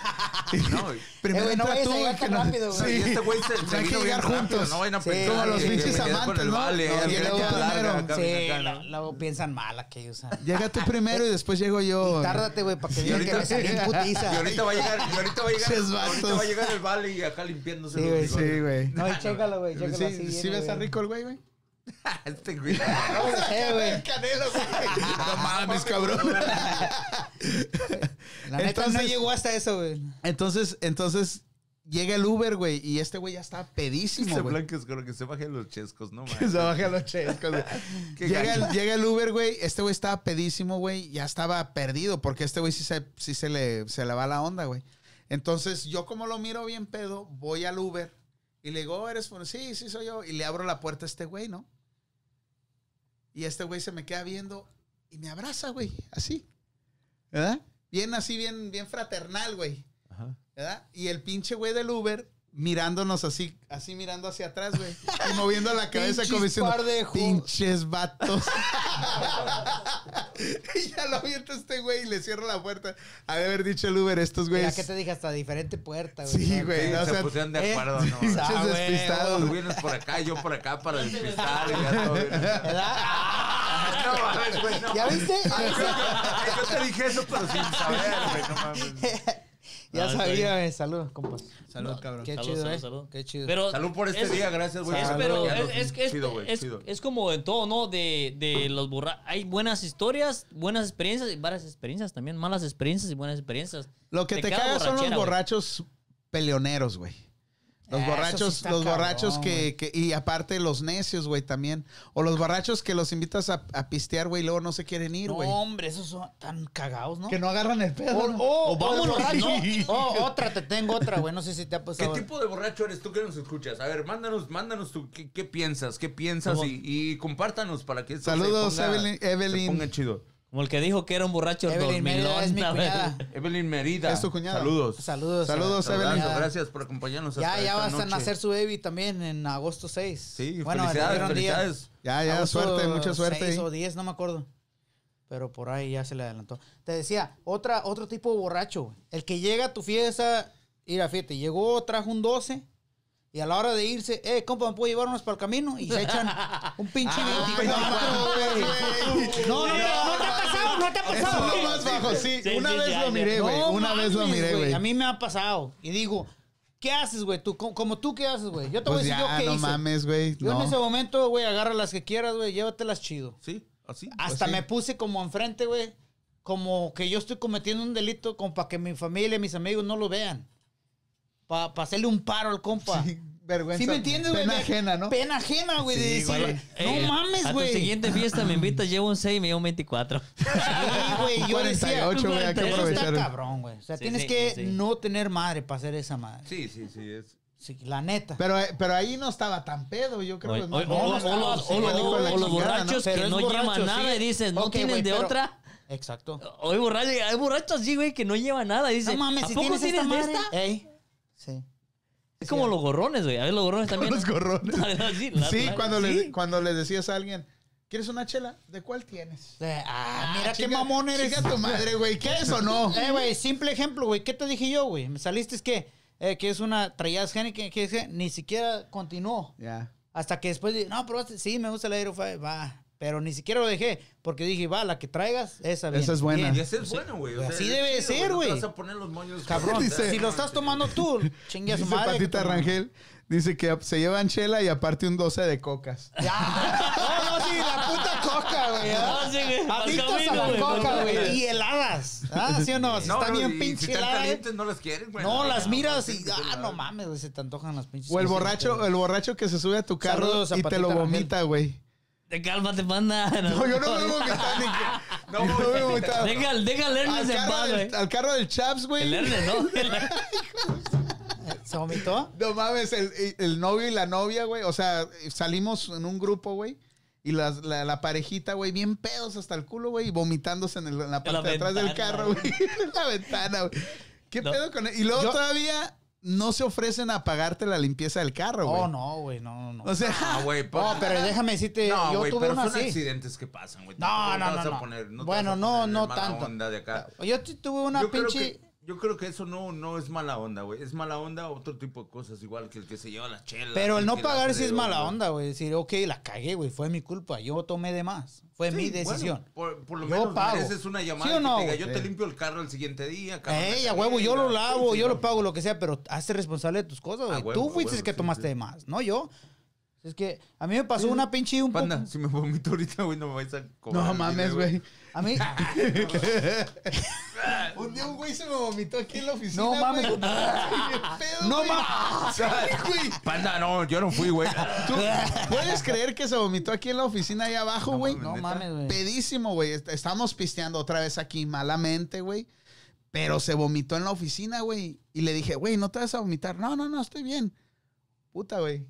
No, y- primero Eh, güey, no entra vayas tú a y llegar que tan no- rápido, güey. Sí. Y este güey se, se Hay que vino bien llegar rápido, juntos. no vayan a Sí, pensar como que- los que pinches me quedé con amantes, el ¿no? vale, No, al que yo le luego echa larga, primero. acá, Sí, acá, la- ¿no? la piensan mal aquí, o sea. Llega tú primero y después llego [LAUGHS] yo. Y tárdate, güey, para que Y digan que ahorita- me [LAUGHS] salí en Y putiza. ahorita va a llegar, y ahorita va a llegar, Ches ahorita vatos. va a llegar el vale y acá limpiándose Sí, los güey, bigotes. Sí, güey. No, y chécalo, güey, chécalo Sí, así. sí viene, ves a güey. rico el güey, güey. Este güey. No, sé, [LAUGHS] güey. Canelo, [LAUGHS] güey. No Este mames, cabrón. La neta no Entonces- llegó hasta eso, güey. Entonces, entonces llega el Uber, güey, y este güey ya está pedísimo, Este güey. blanco es con lo que se bajen los chescos, no Se mames. baja [LAUGHS] los chescos, güey. Qué Llega el, gacho. llega el Uber, güey. Este güey estaba pedísimo, güey. Ya estaba perdido porque este güey sí, se, sí se, le, se le va la onda, güey. Entonces, yo como lo miro bien pedo, voy al Uber y le digo, "Oh, eres fun-". Sí, sí, soy yo. Y le abro la puerta a este güey, ¿no? Y este güey se me queda viendo Y me abraza, güey, así. ¿Verdad? Bien así, bien, bien fraternal, güey. Ajá. ¿Verdad? Y el pinche güey del Uber mirándonos así, así mirando hacia atrás, güey. Y moviendo la cabeza como Pinches diciendo, par de ju- pinches vatos. [LAUGHS] y ya lo aviento a este güey y le cierro la puerta. Ha de haber dicho el Uber, estos Mira, güeyes. ¿qué te dije? Hasta diferente puerta, güey. Sí, güey, no, o Se sea, eh, pusieron de acuerdo, ¿no? pinches Ah, güey, despistados. Tú vienes por acá, yo por acá para despistar y ya todo bien. [LAUGHS] [LAUGHS] No mames, güey, no. ¿Ya viste? Ay, Yo te dije eso, pero sin saber, güey, no mames. ya No, está sabía, güey. Saludos, compas. Salud, cabrón. Qué Salud, chido, salud, eh. salud. Qué chido. Pero Salud por este es- día, gracias, güey. Es, Salud, pero ya es, nos- es que es, chido, güey, es- chido. es como en todo, ¿no? De, de los borra Hay buenas historias, buenas experiencias y malas experiencias también. Malas experiencias y buenas experiencias. Lo que De te cada caga son los borrachera, güey. borrachos peleoneros, güey. Los Ah, eso borrachos, sí está los borrachos cabrón, que, que- y aparte los necios, güey, también. O los borrachos que los invitas a, a pistear, güey, y luego no se quieren ir, No, güey. hombre, esos son tan cagados, ¿no? Que no agarran el pedo. Oh, ¿no? oh, O vámonos, ¿no? Oh, otra, te tengo otra, güey. No sé si te ha ¿Qué pasado. tipo de borracho eres tú que nos escuchas? A ver, mándanos, mándanos tú, ¿qué, qué piensas? ¿Qué piensas? ¿Cómo? Y, y compártanos para que esto Saludos, se ponga, Evelyn- se Evelyn. ponga chido. Como el que dijo que era un borracho Evelyn Mérida es mi dormilón, cuñada. Evelyn Merida. Es tu cuñada. Saludos. Saludos. Saludos, a- Abrazo, Evelyn. Ya- Gracias por acompañarnos. Ya, hasta ya esta vas a noche. nacer su baby también en agosto 6. Sí, Bueno, felicidades, le dieron día. felicidades. Ah, Ya, ya, Agosto suerte, mucha suerte. 6 o 10, no me acuerdo. Pero por ahí ya se le adelantó. Te decía, otra, otro tipo de borracho. güey. El que llega a tu fiesta, mira, fíjate, llegó, trajo un 12. Y a la hora de irse, eh, compa, ¿me puedo llevarnos para el camino? Y se echan un pinche 24, güey. No, no, no, no te ha pasado, no te ha Ah, Eso pasado. es lo más bajo, sí. Sí, una sí, vez ya, lo ya. miré, güey. No una vez lo mames, miré, A güey. mí me ha pasado. Y digo, ¿qué haces, güey? Tú, como, como tú, ¿qué haces, güey? Yo te voy a Pues decir yo ya, qué no hice. mames, güey. Yo en ese No. Pues momento, güey, agarra las que quieras, güey, llévatelas chido. Sí, así. Hasta sí. me puse como enfrente, güey, como que yo estoy cometiendo un delito como para que mi familia, mis amigos no lo vean. Para hacerle un paro al compa. Sí, Sí. vergüenza. me entiendes, güey? Pena Me- ajena, ¿no? Pena ajena, güey. de Sí, decirle, güey. no Eh, mames, A tu güey. siguiente fiesta me invitas, llevo un 6 y me llevo un 24. Sí, güey, yo decía, 48, güey, hay que eso está aprovechar. cabrón, güey. O sea, Sí, tienes sí, que sí. no tener madre para hacer esa madre. Sí, sí, sí. Es. Sí, la neta. Pero, pero ahí no estaba tan pedo, yo creo. O- que no- o- no, o- no o- estaba o- así, o- güey, o- con la o chingada, los ¿no? borrachos que es no borracho, llevan nada sí. y dices, no Ok, tienen güey, de pero- otra. Exacto. [LAUGHS] Hoy borracho, hay borrachos así, güey, que no llevan nada. y Dice, No mames, ¿a si poco tienes, esta de madre. esta?" Ey. Sí. Es como los gorrones, güey. A ver, los gorrones también. Los [LAUGHS] gorrones. sí, la- Sí, la- cuando, sí. Le, cuando le decías a alguien, ¿quieres una chela? ¿De cuál tienes? Eh, Ah, mira qué Chinga- mamón eres. Chinga tu madre, güey. ¿Qué es o [LAUGHS] no? Eh, güey, simple ejemplo, güey. ¿Qué te dije yo, güey? ¿Me saliste es que eh, que es una traías Heineken, que es que ni siquiera continuó Ya. hasta que después dije, "No, probaste, sí, me gusta el Aero Five, va." Pero ni siquiera lo dejé porque dije, "Va, la que traigas, esa bien." Esa es buena. bien. Y ese es bueno, güey. o sea, Así es debe chido, ser, no te güey. Vas a poner los moños. Cabrón, [LAUGHS] Dice- si lo estás tomando tú, chingue a su Dice madre. que Patita tu- Rangel, dice que se llevan chela y aparte un 12 de cocas. [LAUGHS] Ya. No, no, sí, la puta coca, güey. ¿ah? Ah, sí, güey. Pa'l Adictos camino, a la güey, coca, pa'l güey. [LAUGHS] camino. Y heladas. ¿Ah, sí o no? Si está no, bien y pinche Si están helada, eh. calientes, no las quieren, güey. No, las ya, miras sí, y. sí, Ah, sí, no sí. mames, güey, se te antojan las pinches. O el cosas, borracho, güey. el borracho que se sube a tu carro Saludos a y te Patita lo Rangel. vomita, güey. Cálmate, panda. No, yo no me voy a vomitar ni que- No, yo [LAUGHS] no me voy a vomitar. Deja, deja al Al Ernest en carro paz, güey. del- Al carro del Chaps, El güey. Ernest, ¿no? [LAUGHS] [LAUGHS] ¿Se vomitó? No mames, el, el novio y la novia, güey. O sea, salimos en un grupo, güey. Y las- la, la parejita, güey, bien pedos hasta el culo, güey. Y vomitándose en, el- en la parte de atrás del ventana, carro, güey. [LAUGHS] En la ventana, güey. ¿Qué No. pedo con él? Y luego todavía no se ofrecen a pagarte la limpieza del carro, güey. Oh, no, güey, no, no. O sea, [LAUGHS] Ah, güey, No, pero déjame decirte, No, yo güey, tuve pero una son así. accidentes que pasan, güey. No, Tampoco te no, vas no, a no. poner- te Bueno, vas a no, poner no mala tanto. onda de acá. Yo tu- tuve una yo pinche. Creo que, yo creo que eso no, no es mala onda, güey. Es mala onda otro tipo de cosas, igual que el que se lleva la chela. Pero el no pagar sí es mala onda, güey. Decir, ok, la cagué, güey, fue mi culpa. Yo tomé de más. Fue mi decisión. por, por lo Yo menos pago. mereces una llamada ¿Sí o que no, te diga, güey? yo te limpio el carro el siguiente día. cabrón, Ey, la a huevo, yo lo chela". lavo, Sí, yo sí, lo pago, lo que sea, pero hazte responsable de tus cosas, güey. huevo, Tú a fuiste huevo, el que sí, tomaste sí. de más, no yo. Es que a mí me pasó una pinche un poco. Panda, si me vomito ahorita, güey, no me vais a cobrar. no el mames, video, güey. [LAUGHS] A mí. Un día un güey se me vomitó aquí en la oficina. No mames. [LAUGHS] güey. ¿Qué pedo, No güey? mames. Sí, [LAUGHS] güey. Panda, no, yo no fui, güey. ¿Tú puedes creer que se vomitó aquí en la oficina allá abajo, güey? No mames, güey. Pedísimo, güey. Est- Estamos pisteando otra vez aquí malamente, güey. Pero se vomitó en la oficina, güey. Y le dije, güey, no te vas a vomitar. No, no, no, estoy bien. Puta, güey.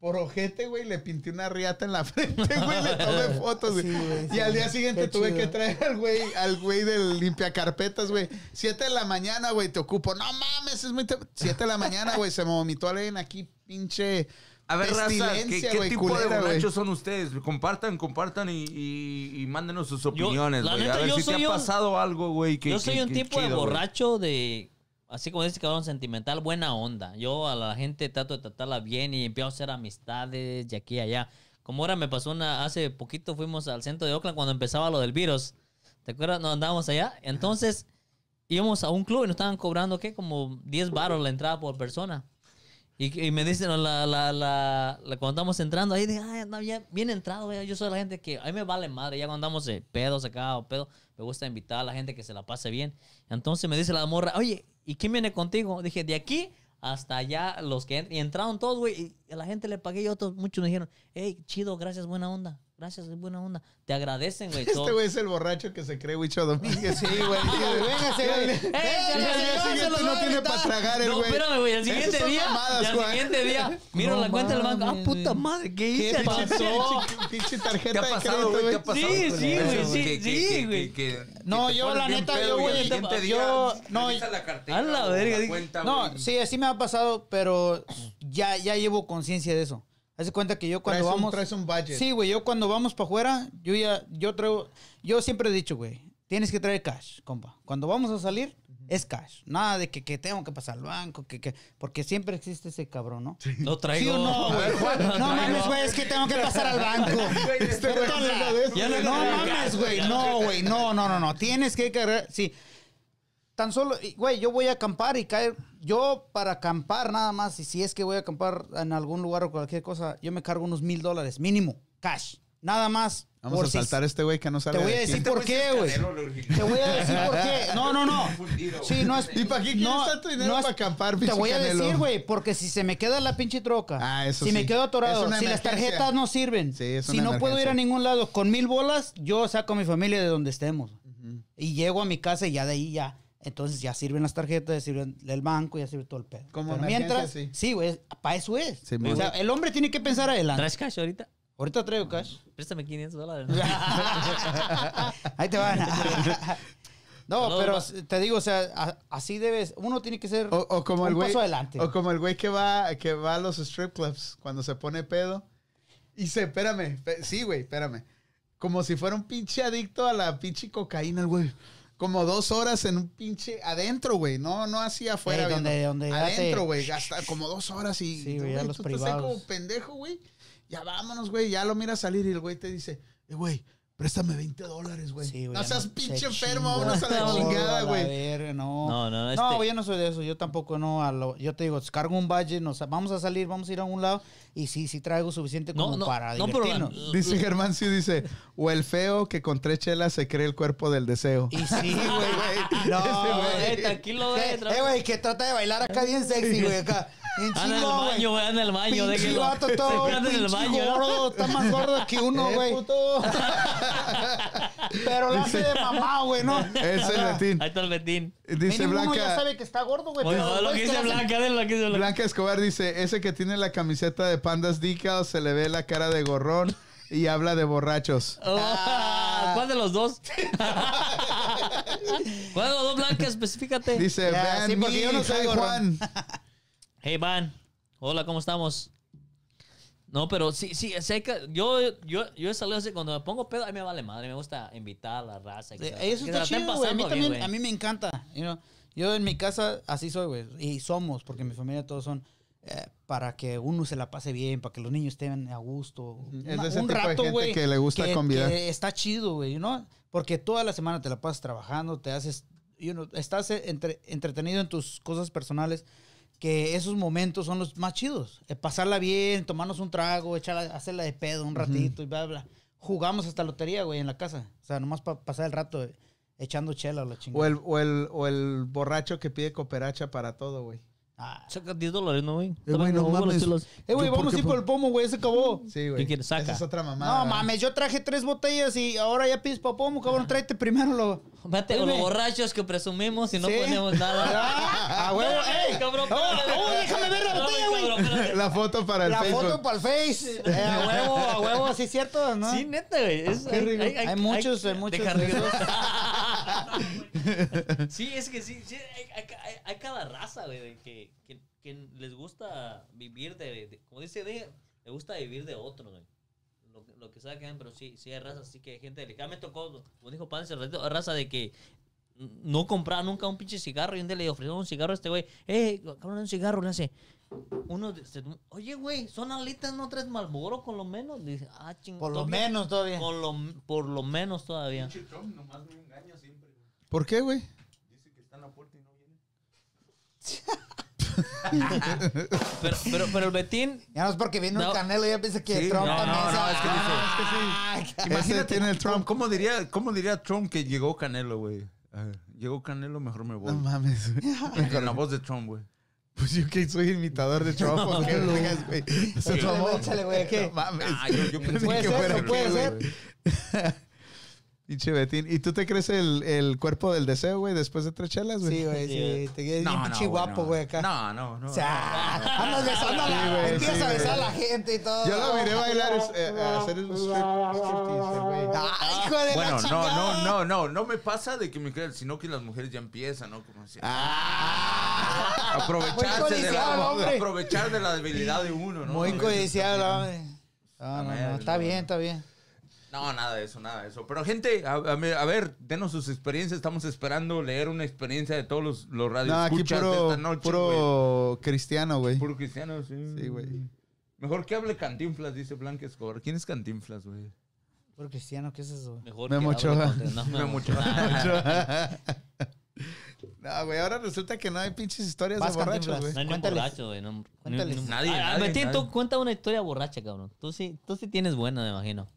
Por ojete, güey, le pinté una riata en la [LAUGHS] frente, güey, le tomé fotos, güey. Sí, güey, y sí. al día siguiente Qué tuve chido. que traer al güey, al güey del limpiacarpetas, güey. Siete de la mañana, güey, te ocupo. No mames, es muy... tem-". Siete de la mañana, güey, se me vomitó alguien aquí, pinche... A ver, raza, ¿qué, Pestilencia, qué güey, tipo culera, de güey. borrachos son ustedes? Compartan, compartan y, y, y mándenos sus Yo- opiniones, la güey. A neta, ver yo si te soy ha un- pasado algo, güey. que- Yo que- soy un que tipo de chido, güey. borracho de. Así como dice cabrón sentimental, buena onda. Yo a la gente trato de tratarla bien y empiezo a hacer amistades de aquí y allá. Como ahora me pasó una. Hace poquito fuimos al centro de Oakland cuando empezaba lo del virus. ¿Te acuerdas? Nos andábamos allá. Entonces íbamos a un club y nos estaban cobrando, ¿qué? Como 10 baros la entrada por persona. Y, y me dicen, la, la, la, la- cuando estamos entrando ahí, dije, ay, no, ya, bien entrado, güey. yo soy la gente que, a mí me vale madre, ya cuando andamos de pedos acá o pedo, me gusta invitar a la gente que se la pase bien. Entonces me dice la morra, oye, ¿y quién viene contigo? Dije, de aquí hasta allá, los que entran, y entraron todos, güey, y a la gente le pagué y otros, muchos me dijeron, hey, chido, gracias, buena onda, gracias, buena onda, te agradecen, güey. todo. Este güey es el borracho que se cree Huicho Domínguez. Sí, [LAUGHS] güey. Véngase, ¡Eh, se Y lo al día llevó, se siguiente lo no llevó, tiene está. pa' tragar el No, güey. espérate, güey. El Esas siguiente son día. mamadas, y al Juan. siguiente día. Miro [LAUGHS] No la cuenta del banco. Ah, mames, puta güey. madre. ¿Qué ¿Qué hice? pasó? [LAUGHS] Pinche- Pinche ¿Qué tarjeta ha de pasado, güey? ¿Qué ha crédito, güey. pasado? Sí, con sí, eso, güey, sí, Que- que- sí, que- que- güey. que- No, que te yo, pones la bien neta, pedo yo, y güey, al siguiente yo- día no, revisas la cartera a la o verga, dije- cuenta, No, güey. sí, así me ha pasado, pero ya, ya llevo conciencia de eso. Hace cuenta que yo cuando Traes un- vamos... traes un budget. Sí, güey, yo cuando vamos para afuera, yo ya, yo traigo, yo siempre he dicho, güey, tienes que traer cash, compa. Cuando vamos a salir, es cash. Nada de que, que tengo que pasar al banco, que, que, porque siempre existe ese cabrón, ¿no? [LAUGHS] No traigo. ¿Sí o no, A ver, Juan, No mames, güey, es que tengo que pasar al [LAUGHS] banco. Este güey Vete a la- haciendo de eso. Ya no mames, güey. No, güey. No, no, no, no. Tienes que cargar. Sí. Tan solo, y, güey, yo voy a acampar y caer. Yo para acampar nada más, y si es que voy a acampar en algún lugar o cualquier cosa, yo me cargo unos mil dólares mínimo, cash. Nada más. Vamos por a si- saltar a este güey que no Te sale voy a de aquí. decir por qué, güey. Te voy a decir por qué. [LAUGHS] No, no, no. Sí, no es. ¿Y para qué quieres no, tanto dinero no es- para acampar, Te pinche voy a Canelo? decir, güey, porque si se me queda la pinche troca, Ah, eso si sí. me quedo Es atorado, una si las emergencia. tarjetas no sirven, Sí, es si una no puedo ir emergencia. a ningún lado con mil bolas, yo saco a mi familia de donde estemos. Y llego a mi casa y ya de ahí ya. Entonces ya sirven las tarjetas, ya sirven el banco, ya sirve todo el pedo. Como Pero emergencia, mientras, sí. sí, güey, para eso es. Sí, o sea, el hombre tiene que pensar adelante. ¿Traes cash ahorita? Ahorita traigo cash. Préstame 500 dólares. [LAUGHS] Ahí [LAUGHS] te van. No, Saludos, pero bro. te digo, o sea, a- así debes. Uno tiene que ser O, o como un el güey. paso adelante. O como el güey que va, que va a los strip clubs cuando se pone pedo. Y se, espérame, pe- sí, güey, espérame. Como si fuera un pinche adicto a la pinche cocaína, el güey. Como dos horas en un pinche adentro, güey. No, no así afuera. Sí, Eh, donde- viendo. donde ya adentro, te- güey. Hasta como dos horas y. Sí, güey, ya los tú te estás privados. como pendejo, güey. Ya vámonos, güey. Ya lo miras salir y el güey te dice, eh, güey, préstame 20 dólares, güey. Sí, güey, no ya seas no- pinche se enfermo, chinga vámonos a la [LAUGHS] todo, a chingada, la güey. verga, No, No, no, No, este- güey, yo no soy de eso. Yo tampoco, no. a lo- yo te digo, cargo un budget, nos, vamos a salir, vamos a ir a un lado. Y sí, sí traigo suficiente No, como no, para no, pero la- divertirnos. [LAUGHS] Dice Germán sí dice, o el feo que con tres chelas se cree el cuerpo del deseo. [LAUGHS] Y sí, güey. Ese [LAUGHS] No, güey. güey. Eh, tranquilo, güey. Eh, eh, güey, que trata de bailar acá bien sexy, güey. Acá. [LAUGHS] Bien Anda en el chingón, güey. baño, güey. Anda en el baño. Pinche déjelo. vato Se [LAUGHS] todo, anda en el pinche baño. gordo, está más gordo que uno, [LAUGHS] Eh, [LAUGHS] güey. puto. Pero lo hace de mamá, güey, ¿no? [LAUGHS] Es el latín. Ahí está el Betín. Dice Mínimo uno ya Blanca. sabe que está gordo, güey. Oye, pero pues, joder, lo güey, que se dice hace- Blanca, de lo que dice Blanca. Blanca Escobar dice, ese que tiene la camiseta de pandas decal se le ve la cara de gorrón y habla de [LAUGHS] borrachos. Oh, ¿Cuál de los dos? [LAUGHS] ¿Cuál de los dos, Blanca? Específícate. Dice, Ya, vean sí, porque mi yo no soy hija, Juan. gorrón". [LAUGHS] Hey, Van. Hola, ¿cómo estamos? No, pero sí, sí, sé que yo, yo, yo he salido así, cuando me pongo pedo, a mí me vale madre, me gusta invitar a la raza. que Eh, se- Eso que se la está estén chido, güey. A mí pasando bien, también, güey. a mí me encanta. you know. Yo en mi casa así soy, güey. Y somos, porque mi familia todos son eh, para que uno se la pase bien, para que los niños estén a gusto. Es de ese tipo de gente que le gusta que- convidar. que está chido, güey, ¿no? Porque toda la semana te la pasas trabajando, te haces, you know, estás eh, entre- entretenido en tus cosas personales. Que esos momentos son los más chidos. Eh, pasarla bien, tomarnos un trago, echarla, hacerla de pedo un ratito y bla, bla. Jugamos hasta lotería, güey, en la casa. O sea, nomás para pasar el rato eh, echando chela o la O chingada. el, o, el, o el borracho que pide cooperacha para todo, güey. Ah. Saca 10 dólares, ¿no, güey? Eh, güey, no Toma, mames. chulos. Eh, güey, Yo, ¿por vamos qué a ir por- por el pomo, güey, se acabó. Sí, ¿Qué güey. quieres? Saca. Esa es otra mamada. No ¿verdad? mames, yo traje tres botellas y ahora ya pides pa' pomo, cabrón. Tráete primero lo. Vete Oye, con los güey. borrachos que presumimos y no Sí. ponemos nada. [LAUGHS] Ah, ah, güey, No, ey. cabrón, Oh, espérame. oh, déjame ver la No, botella, güey. pero, [LAUGHS] pero- La foto para el eh. La Facebook. foto para el Face. [LAUGHS] Eh, a huevo, a huevo, sí es cierto, ¿no? Sí, neta, güey. es- Qué rico. Hay muchos, hay muchos dejar de ricos. [LAUGHS] esos. sí, es que sí. sí, hay, hay- hay- hay cada raza, güey, de que, que, que les gusta vivir de, de- Como dice, de, le gusta vivir de otro, güey. Lo, que- lo que sea que hagan, pero sí, sí hay raza, así que hay gente delicada. Me tocó, como dijo Pan, hace ratito, raza de que no compraba nunca un pinche cigarro y un día le ofrecieron un cigarro a este güey. ¡Eh, cabrón, un cigarro! Le hace. Uno de- se- Oye, güey, son alitas, no tres malboro, con lo menos. Dice, ah, chingón. Por lo menos todavía. Por lo, por lo menos todavía. Pinche Trump nomás me engaña siempre. güey. ¿Por qué, güey? Dice que está en la puerta y no viene. Pero, pero, pero el Betín. Ya no es porque viene No. un canelo y ya piensa que Sí, Trump no, no, también no, sabe. es que dice- Ah, ca- Ese tiene el Trump. ¿Cómo diría, cómo diría Trump que llegó Canelo, güey? Ah, llegó Canelo, mejor me voy. No mames, [LAUGHS] güey. Con la voz de Trump, güey. Pues yo que soy imitador de [LAUGHS] Trump, ¿o ¿qué vergas, güey? Eso Échale, no- güey, échale, güey, ¿qué? No mames. Ah, yo- yo pensé Ni que que fuera fuera qué, ser. güey. [LAUGHS] Pinche Betín. ¿Y tú te crees el, el cuerpo del deseo, güey, después de tres chelas, güey? Sí, güey, sí. Te quedas bien pinche guapo, güey, acá. No, no, no. O sea, andas besando a la- Sí, güey, empiezas sí, a besar güey. a la gente y todo. Yo lo miré bailar, es- eh, a hacer el strip- striptease, güey. Ay, hijo de Bueno, la no, chingada. no, no, no, no me pasa de que me crean, sino que las mujeres ya empiezan, ¿no? Como así. Muy Aprovecharse de, la, [LAUGHS] Ah, codiciado, hombre. aprovechar de la debilidad de uno, ¿no? Muy Eso codiciado, también. hombre. No, no, no. Madre, Está no, bien, no. está bien. No, nada de eso, nada de eso. Pero gente, a, a me- a ver, denos sus experiencias. Estamos esperando leer una experiencia de todos los, los No, aquí radioescuchas de puro, esta noche. güey. puro cristiano, güey. Puro cristiano, sí. Sí, [LAUGHS] güey. Mejor que hable Cantinflas, dice Blanca Escobar. ¿Quién es Cantinflas, güey? Por cristiano, ¿qué es eso? güey? Mejor Memo que hable Ochoa. contra- Ah, No, Memo [LAUGHS] mucho. No, güey, ahora resulta que no hay pinches historias Vas, de borrachos, güey. Cantinflas. No hay ni un Cuéntales. borracho, güey. No, Cuéntales. ni- ni- Nadie, Ah, ah, nadie, Betín, tú nadie. cuenta una historia borracha, cabrón. Tú sí, tú sí tienes buena, me imagino.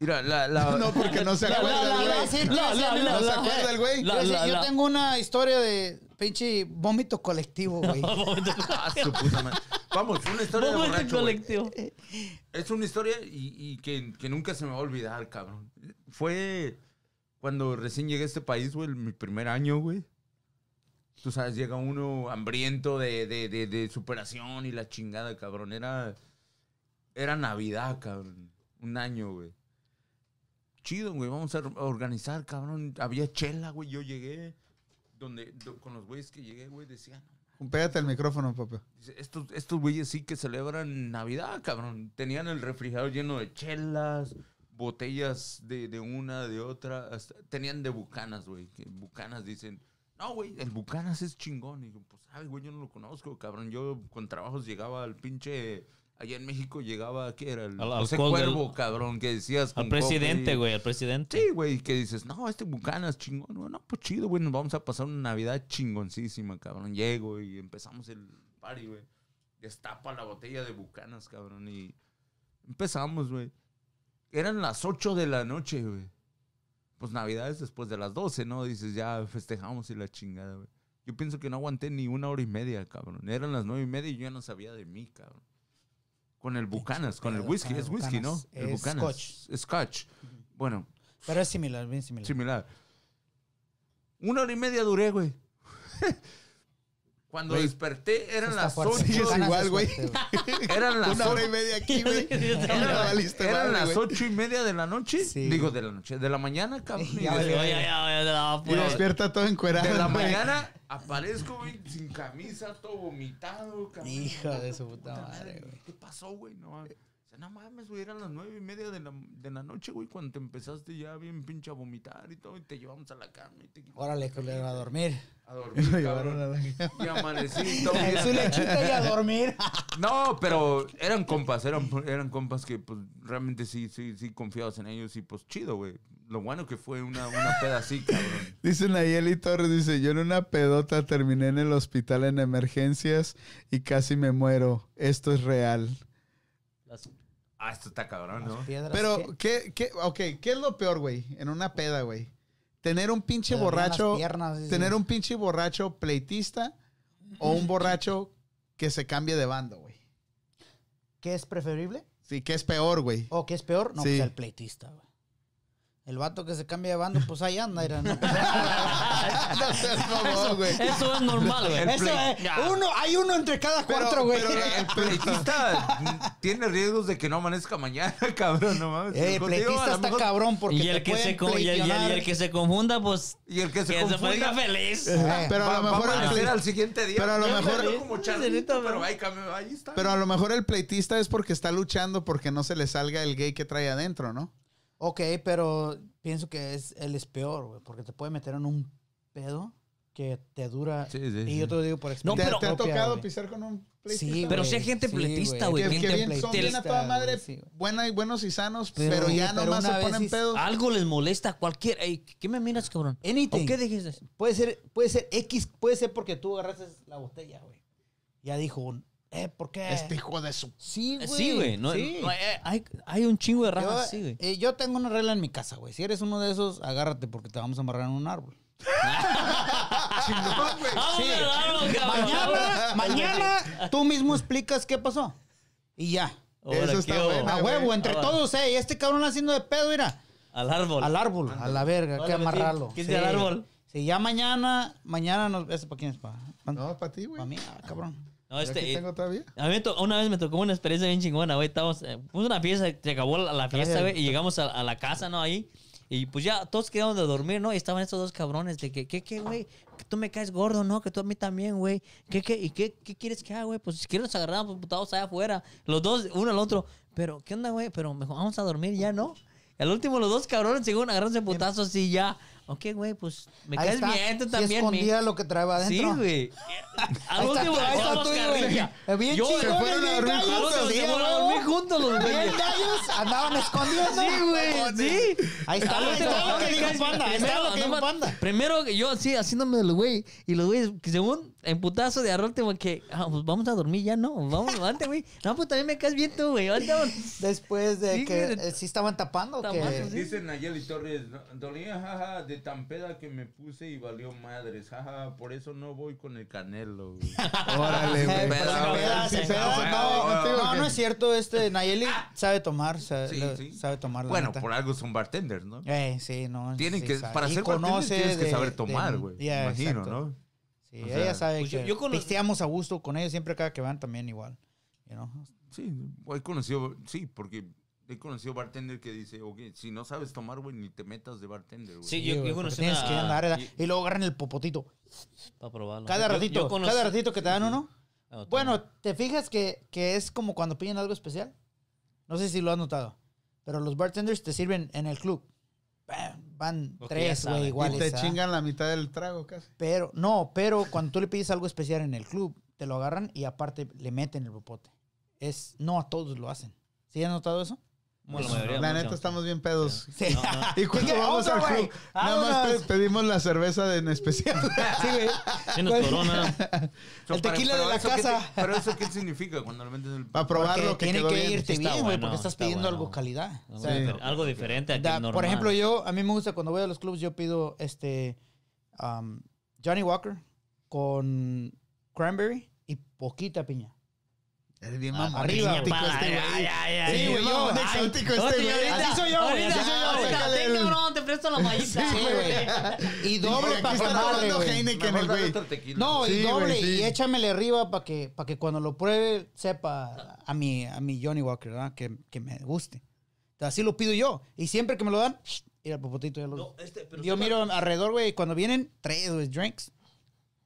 Mira, la... [LAUGHS] la No, porque no se acuerda, la, güey. iba a decir, La, la, no, la, No se la. acuerda el güey. La- yo, sí- yo la. tengo una historia de pinche vómito colectivo, güey. [LAUGHS] Ah, su puta madre. Vamos, una historia de ¿Cómo es el borracho, güey. colectivo? Es una historia y, y que, que nunca se me va a olvidar, cabrón. Fue cuando recién llegué a este país, güey, mi primer año, güey. Tú sabes, llega uno hambriento de, de- de- de superación y la chingada, cabrón. Era, era Navidad, cabrón. Un año, güey. Chido, güey. Vamos a or- a organizar, cabrón. Había chela, güey. Yo llegué donde, do- con los güeyes que llegué, güey, decían, Pégate el micrófono, papá. Dice, Estos, estos güeyes sí que celebran Navidad, cabrón. Tenían el refrigerador lleno de chelas, botellas de, de una, de otra. hasta- tenían de bucanas, güey. que Bucanas dicen, no, güey, el bucanas es chingón. Y yo, pues, ay, güey, yo no lo conozco, cabrón. Yo con trabajos llegaba al pinche... Allá en México llegaba, ¿qué era? El, Al- al José col del- Cuervo, cabrón, que decías... Al con coca presidente, y- güey, al presidente. Sí, güey, que dices, no, este Bucanas chingón, güey. No, pues chido, güey, nos vamos a pasar una Navidad chingoncísima, cabrón. Llego y empezamos el party, güey. Destapa la botella de Bucanas, cabrón, y empezamos, güey. Eran las 8 de la noche, güey. Pues Navidad es después de las 12, ¿no? Dices, ya festejamos y la chingada, güey. Yo pienso que no aguanté ni una hora y media, cabrón. Eran las nueve y media y yo ya no sabía de mí, cabrón. Con el Bucanas, con el pedo, whisky, con el es whisky, ¿no? Bucanas. El Es Bucanas. Scotch. Bueno, Pero es similar, bien similar. similar. Una hora y media duré, güey. [LAUGHS] Cuando Güey, desperté eran Está las fuerte. ocho. Sigues Ganas igual, es güey. fuerte, [LAUGHS] Eran las Una hora y ocho. media aquí, güey. [LAUGHS] Eran, Ya valiste eran madre, las güey. ocho y media de la noche. Sí. Digo, de la noche. De la mañana, cabrón. y Ya de- Oye, oye, oye, de la- Y despierta todo encuerado. [LAUGHS] de la güey. mañana aparezco, güey, sin camisa, todo vomitado, cabrón. Hijo de su puta Puta madre, madre, güey. ¿Qué pasó, güey? No, mames. O sea, no mames, güey, eran las nueve y media de la, de la noche, güey, cuando te empezaste ya bien pinche a vomitar y todo, y te llevamos a la cama y te Órale, culero, [LAUGHS] a dormir. a [LAUGHS] Lo dormir, llevaron a cabrón. la Y amanecí todo Es su bien. lechita y a dormir. Ah, No, pero eran compas, eran, eran compas que pues realmente sí, sí, sí confiabas en ellos y pues chido, güey. Lo bueno que fue una, una peda así, cabrón. Dice Nayeli Torres, dice, yo en una pedota terminé en el hospital en emergencias y casi me muero. Esto es real. Las- Ah, esto está cabrón, ¿no? Piedras, Pero, ¿qué? ¿qué, qué, ok, ¿qué es lo peor, güey? En una peda, güey. Tener un pinche Te dolían borracho, las piernas, dice. tener un pinche borracho pleitista o un borracho que se cambie de bando, güey. ¿Qué es preferible? Sí, que es peor, güey. [LAUGHS] ¿O qué es peor? No, Sí. pues el pleitista, güey. El vato que se cambia de bando, pues ahí anda. Era, [LAUGHS] no. No seas mamón, güey. Eso es normal, güey. Eso play- es, Ya. uno, hay uno entre cada Pero- cuatro, güey. Eh, pero el pleitista- Está- tiene riesgos de que no amanezca mañana, [LAUGHS] cabrón, no mames. Eh, el Contigo, a pleitista lo está mejor- cabrón porque Y el, te que se pueden con- y, el, y el- y el pleitear. que se confunda, pues. Y el que se que se confunda ponga feliz. Eh, Pero va, a lo va mejor a el amanecer plei- al siguiente día. pero a lo Ya mejor- amaneció como charlito, Cenita, pero bro. ahí, cam- ahí está. Pero a lo mejor el pleitista es porque está luchando porque no se le salga el gay que trae adentro, ¿no? Ok, pero pienso que es, él es peor, güey, porque te puede meter en un pedo que te dura. Sí, sí, y sí. yo te lo digo por No, ¿Te, experiencia. pero- te ha propia, tocado güey. pisar con un pleitista? Sí, Pero güey, si hay gente sí, pleitista, güey. güey, Que, bien que bien, son pleitista, bien a toda madre, güey, sí, güey. buena y buenos y sanos, pero, Pero- ya pero nomás se una vez ponen sí- pedos. Algo les molesta a cualquier. Ey, ¿Qué me miras, cabrón? Anything. ¿O qué dijiste? Puede ser, puede ser X, puede ser porque tú agarraste la botella, güey. Ya dijo un, eh, ¿por qué? Este hijo de su... Sí, güey. Eh, Sí, güey. No, sí. no, eh, hay, hay un chingo de yo, ramas así, güey. eh, yo tengo una regla en mi casa, güey. Si eres uno de esos, agárrate porque te vamos a amarrar en un árbol. [LAUGHS] Vamos, Ah, vamos, cabrón. Mañana, mañana, tú mismo explicas qué pasó. Y ya. Ahora, Eso ¿qué está hubo? buena. A Ah, huevo, güey. entre Ah, todos, eh. Este cabrón haciendo de pedo, mira. Al árbol. Al árbol, a la verga, hay que Ándale, sí. amarrarlo. ¿Quién es el árbol? Sí, ya mañana, mañana nos. ¿Ese para quién es? ¿Para No, para ti, güey. mí? Ah, cabrón. No, Yo aquí este. eh, tengo todavía. A mí me to- una vez me tocó una experiencia bien chingona, güey. Estábamos, eh, fuimos a una fiesta, se acabó la, la fiesta, güey, y llegamos a, a la casa, ¿no? Ahí. Y pues ya todos quedamos de dormir, ¿no? Y estaban estos dos cabrones de que, ¿qué, qué, güey? Que tú me caes gordo, ¿no? Que tú a mí también, güey. ¿Qué, qué? ¿Y qué, qué quieres que haga, güey? Pues si quieres nos agarramos putados allá afuera. Los dos, uno al otro. Pero, ¿qué onda, güey? Pero mejor vamos a dormir ya, ¿no? Al último, los dos cabrones siguieron agarrándose putazos y ya. Ok, güey, pues me Ahí caes está. bien, tú Sí también, mi- escondía lo que traía Sí, adentro. güey. Al Ahí está último, tu- ahí está todos tu, güey. carrilla. Eh, bien Yo- chingón, Se fueron a bien dormir gallos, juntos, sí, se a fueron a huevo. dormir juntos los güeyes. Bien gallos, andaban escondidos. ¿no? Sí, güey, sí. Ahí está, Al ahí último, está lo que dijo casi- Panda, ahí está primero, lo que dijo no, Panda. Primero que yo así, haciéndome del güey. Y los güeyes, que según, en putazo de arroz, como que, ah, pues vamos a dormir ya, no. Vamos, levante, güey. No, pues también me caes bien tú, güey. Levante, vamos. Después de Sí, que güey. eh, sí estaban tapando, ¿o Tapando, qué? sí. Dice Nayeli Torres, "No, dolía jaja de tan peda que me puse y valió madres, jaja, por eso no voy con el canelo. [LAUGHS] güey". Órale, Eh, güey. pues, Pero, se güey, peda, sí, se pero, peda, güey, no, güey, no, Ah, güey. no, no es cierto, este Nayeli sabe tomar, sabe, Sí, le- sí. sabe tomar. la Bueno, neta. por algo son bartenders, ¿no? Eh, sí, no. Tienen sí, que, sabe. para Y ser bartenders conoce tienes que de- saber de- tomar, güey. Ya, Imagino, exacto. ¿no? Sí, O ella sea, sabe pues yo- que yo cono- pisteamos a gusto con ellos siempre cada que van también igual. you know. Sí, he conocido, sí, porque he conocido bartender que dice, oye, si no sabes tomar, güey, ni te metas de bartender, güey. Sí, yo- yo güey, conocí porque tienes una- que andar, ¿verdad? y- Y, luego agarran el popotito. Para probarlo. Yo- Cada yo ratito, conocí- cada ratito que te dan uno. Ah, tú. Bueno, ¿te fijas que, que es como cuando piden algo especial? No sé si lo has notado. Pero los bartenders te sirven en el club. Bam, Van Porque ya tres, saben. güey, Y Y iguales. te ¿ah? chingan la mitad del trago casi. Pero, no, pero cuando tú le pides algo especial en el club, te lo agarran y aparte le meten el popote. Es, no a todos lo hacen. ¿Sí has notado eso? Bueno, la mayoría, La mucho. neta, estamos bien pedos. [LAUGHS] Sí. Y cuando Dije, vamos "Otro, al güey, club, nada más vámonos". pe- pedimos la cerveza de- en especial. Sí, güey. Pues, Tienes [LAUGHS] corona. So, el para- tequila pero de la eso qué casa. pero eso qué significa cuando le metes el... Para probar Porque lo que tiene quedó que bien. irte Está bien, güey, bueno, porque estás está pidiendo bueno. algo calidad. O Algo sea, difer- Algo diferente a que da- normal. por ejemplo, yo, a mí me gusta cuando voy a los clubs, yo pido este um, Johnny Walker con cranberry y poquita piña. Eres bien Ah, mamón. arriba, Exótico pala, este ya, güey. ya, ya, Sí, ya. güey, yo. Ay, Exótico este Ahorita, güey. ahorita, Así soy yo, güey. ahorita, Así soy yo, güey. ahorita, Déjale ten, el- cabrón, te presto la [LAUGHS] mallita. Sí, [LAUGHS] güey. Y doble Aquí para está madre, tomando güey. Heineken el Mejor dale güey. otro tequila. No, Sí, y güey, doble, sí. y échamele arriba para que, pa' que cuando lo pruebe sepa a mi, a mi Johnny Walker, ¿verdad? Que, que me guste. Así lo pido yo. Y siempre que me lo dan, y el popotito ya lo... No, este, pero yo usted- miro alrededor, güey, y cuando vienen, tres, güey, drinks.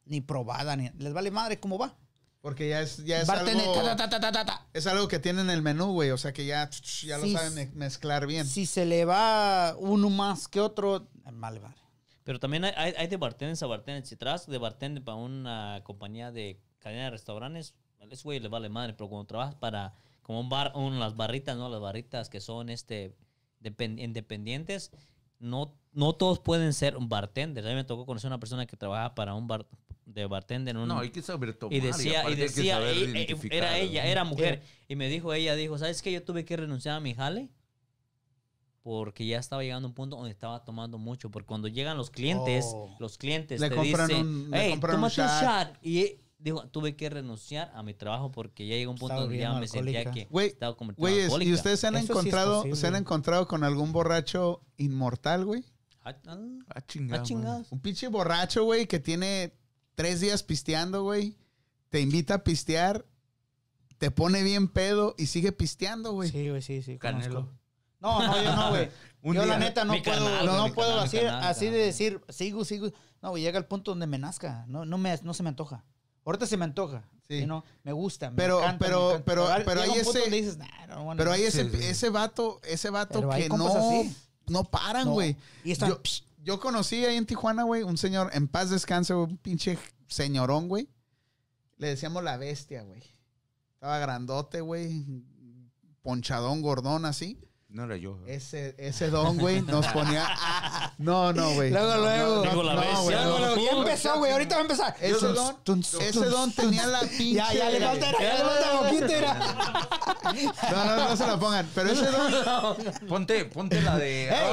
Ni probada, ni... Les vale madre cómo va. Porque ya es, ya es Bartender, algo... ta, ta, ta, ta, ta, ta. Es algo que tienen en el menú, güey. O sea que ya, ya lo Sí, saben me- mezclar bien. Si se le va uno más que otro, vale madre. Pero también hay, hay, hay de bartenders a bartenders. Si trabajas de bartender para una compañía de cadena de restaurantes, a ese güey le vale madre. Pero cuando trabajas para como un bar, un- las barritas, ¿no? Las barritas que son este depen- independientes, no, no todos pueden ser un bartender. A mí me tocó conocer una persona que trabajaba para un bar de bartender en un No, hay que saber tomar. y decía, y aparte hay que decía, saber y- y- identificar, era ella, güey. era mujer. Y me dijo, ella dijo, ¿sabes qué? Yo tuve que renunciar a mi jale porque ya estaba llegando a un punto donde estaba tomando mucho. Porque cuando llegan los clientes, Oh. los clientes Le te compran dicen, un- le hey, compran un tómate un shot. shot. Y eh, dijo, tuve que renunciar a mi trabajo porque ya llegó un punto Estaba donde ya bien me sentía alcohólica. que Güey, estaba convertido en Güeyes, ¿y alcohólica. ustedes se han Eso sí es encontrado, posible. se han encontrado con algún borracho inmortal, güey? Ah, ah, Ah, chingada. ah, chingados. Un pinche borracho, güey, que tiene tres días pisteando, güey. Te invita a pistear, te pone bien pedo y sigue pisteando, güey. Sí, güey, sí, sí. conozco. Canelo. No, no, yo no, [LAUGHS] güey. Un yo día. la neta no Mi puedo, canal, no, güey, mi puedo canal, mi así, canal, mi así de canal. decir, sigo, sigo. No, güey, llega el punto donde me nazca. No, no, me, no se me antoja. Ahorita se me antoja. Sí. Sí. No, me gusta. Me Pero- encanta, pero- me encanta. pero- pero llega hay un punto ese- donde dices, "Nah, no, bueno, Pero hay ese, Sí, sí. ese vato, ese vato Pero hay que compas no, así. no paran, no". güey. Y está. Yo- Yo conocí ahí en Tijuana, güey, un señor, en paz descanse, güey, un pinche señorón, güey. Le decíamos la bestia, güey. Estaba grandote, güey. Ponchadón, gordón, así. No era yo. Ese, ese don, güey, nos [LAUGHS] ponía. Ah, no, no, güey. Luego, No, luego. no, Digo, la no, bestia, güey, luego, no. luego. Ya empezó, güey. Ahorita va a empezar. Ese don, ese don tenía la pinche. Ya, ya le falta era, ya le falta poquito era. No, no, no se la pongan. Pero ese [LAUGHS] don. Ponte, ponte la de. Ah, ¡Ey!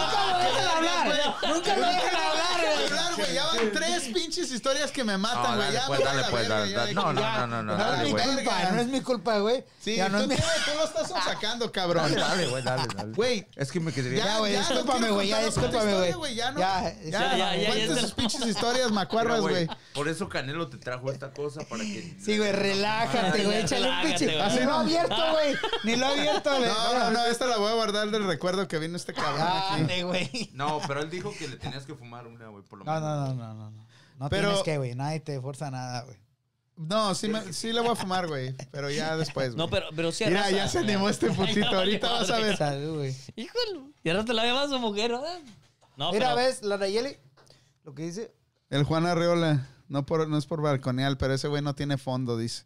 Nunca lo dejan Ah, hablar. Nunca lo dejan hablar, güey. Hablar, güey, Ya van tres pinches historias que me matan, No, güey. dale, ya, pues, me dale, la pues, verga, dale, ya dale. de- No, no, no, no, no, No es dale, mi güey. culpa, no es mi culpa, güey. Sí, Ya no es tú, mi tú- tú lo estás [LAUGHS] sacando, cabrón. Dale, dale, güey, dale, dale. Güey, Es que me quedé. Ya, güey, no discúlpame, quiero güey, ya, contar la puta discúlpame, historia, güey. Ya, no. Ya, ya, ya, ya, ya, cuenten ya. sus pinches [LAUGHS] historias Mira, macuarras, güey, güey. Por eso Canelo te trajo esta cosa para que. [LAUGHS] Sí, güey, relájate, Ay, güey. ya, Échale un relájate, pinche. güey. Ni lo ha abierto, güey. Ni lo ha abierto, güey. No, no, no, esta la voy a guardar del recuerdo que vino este cabrón aquí. Date, güey. No, pero él dijo que le tenías que fumar una, güey, por lo No, menos. no, no, no, no. No, no Pero- tienes que, güey. Nadie te forza nada, güey. No, sí, me- sí le voy a fumar, güey. Pero ya después, güey. No, pero, pero sí. hay Mira, raza, ya se güey. animó este putito. [LAUGHS] Ay, no, Ahorita qué vas a padre. ver. Salud, güey. Híjole. Y ahora te la llevas a su mujer, ¿verdad? No, Mira, pero- ves, la Nayeli, lo que dice. El Juan Arreola, no, por, no es por balconeal, pero ese güey no tiene fondo, [LAUGHS] dice.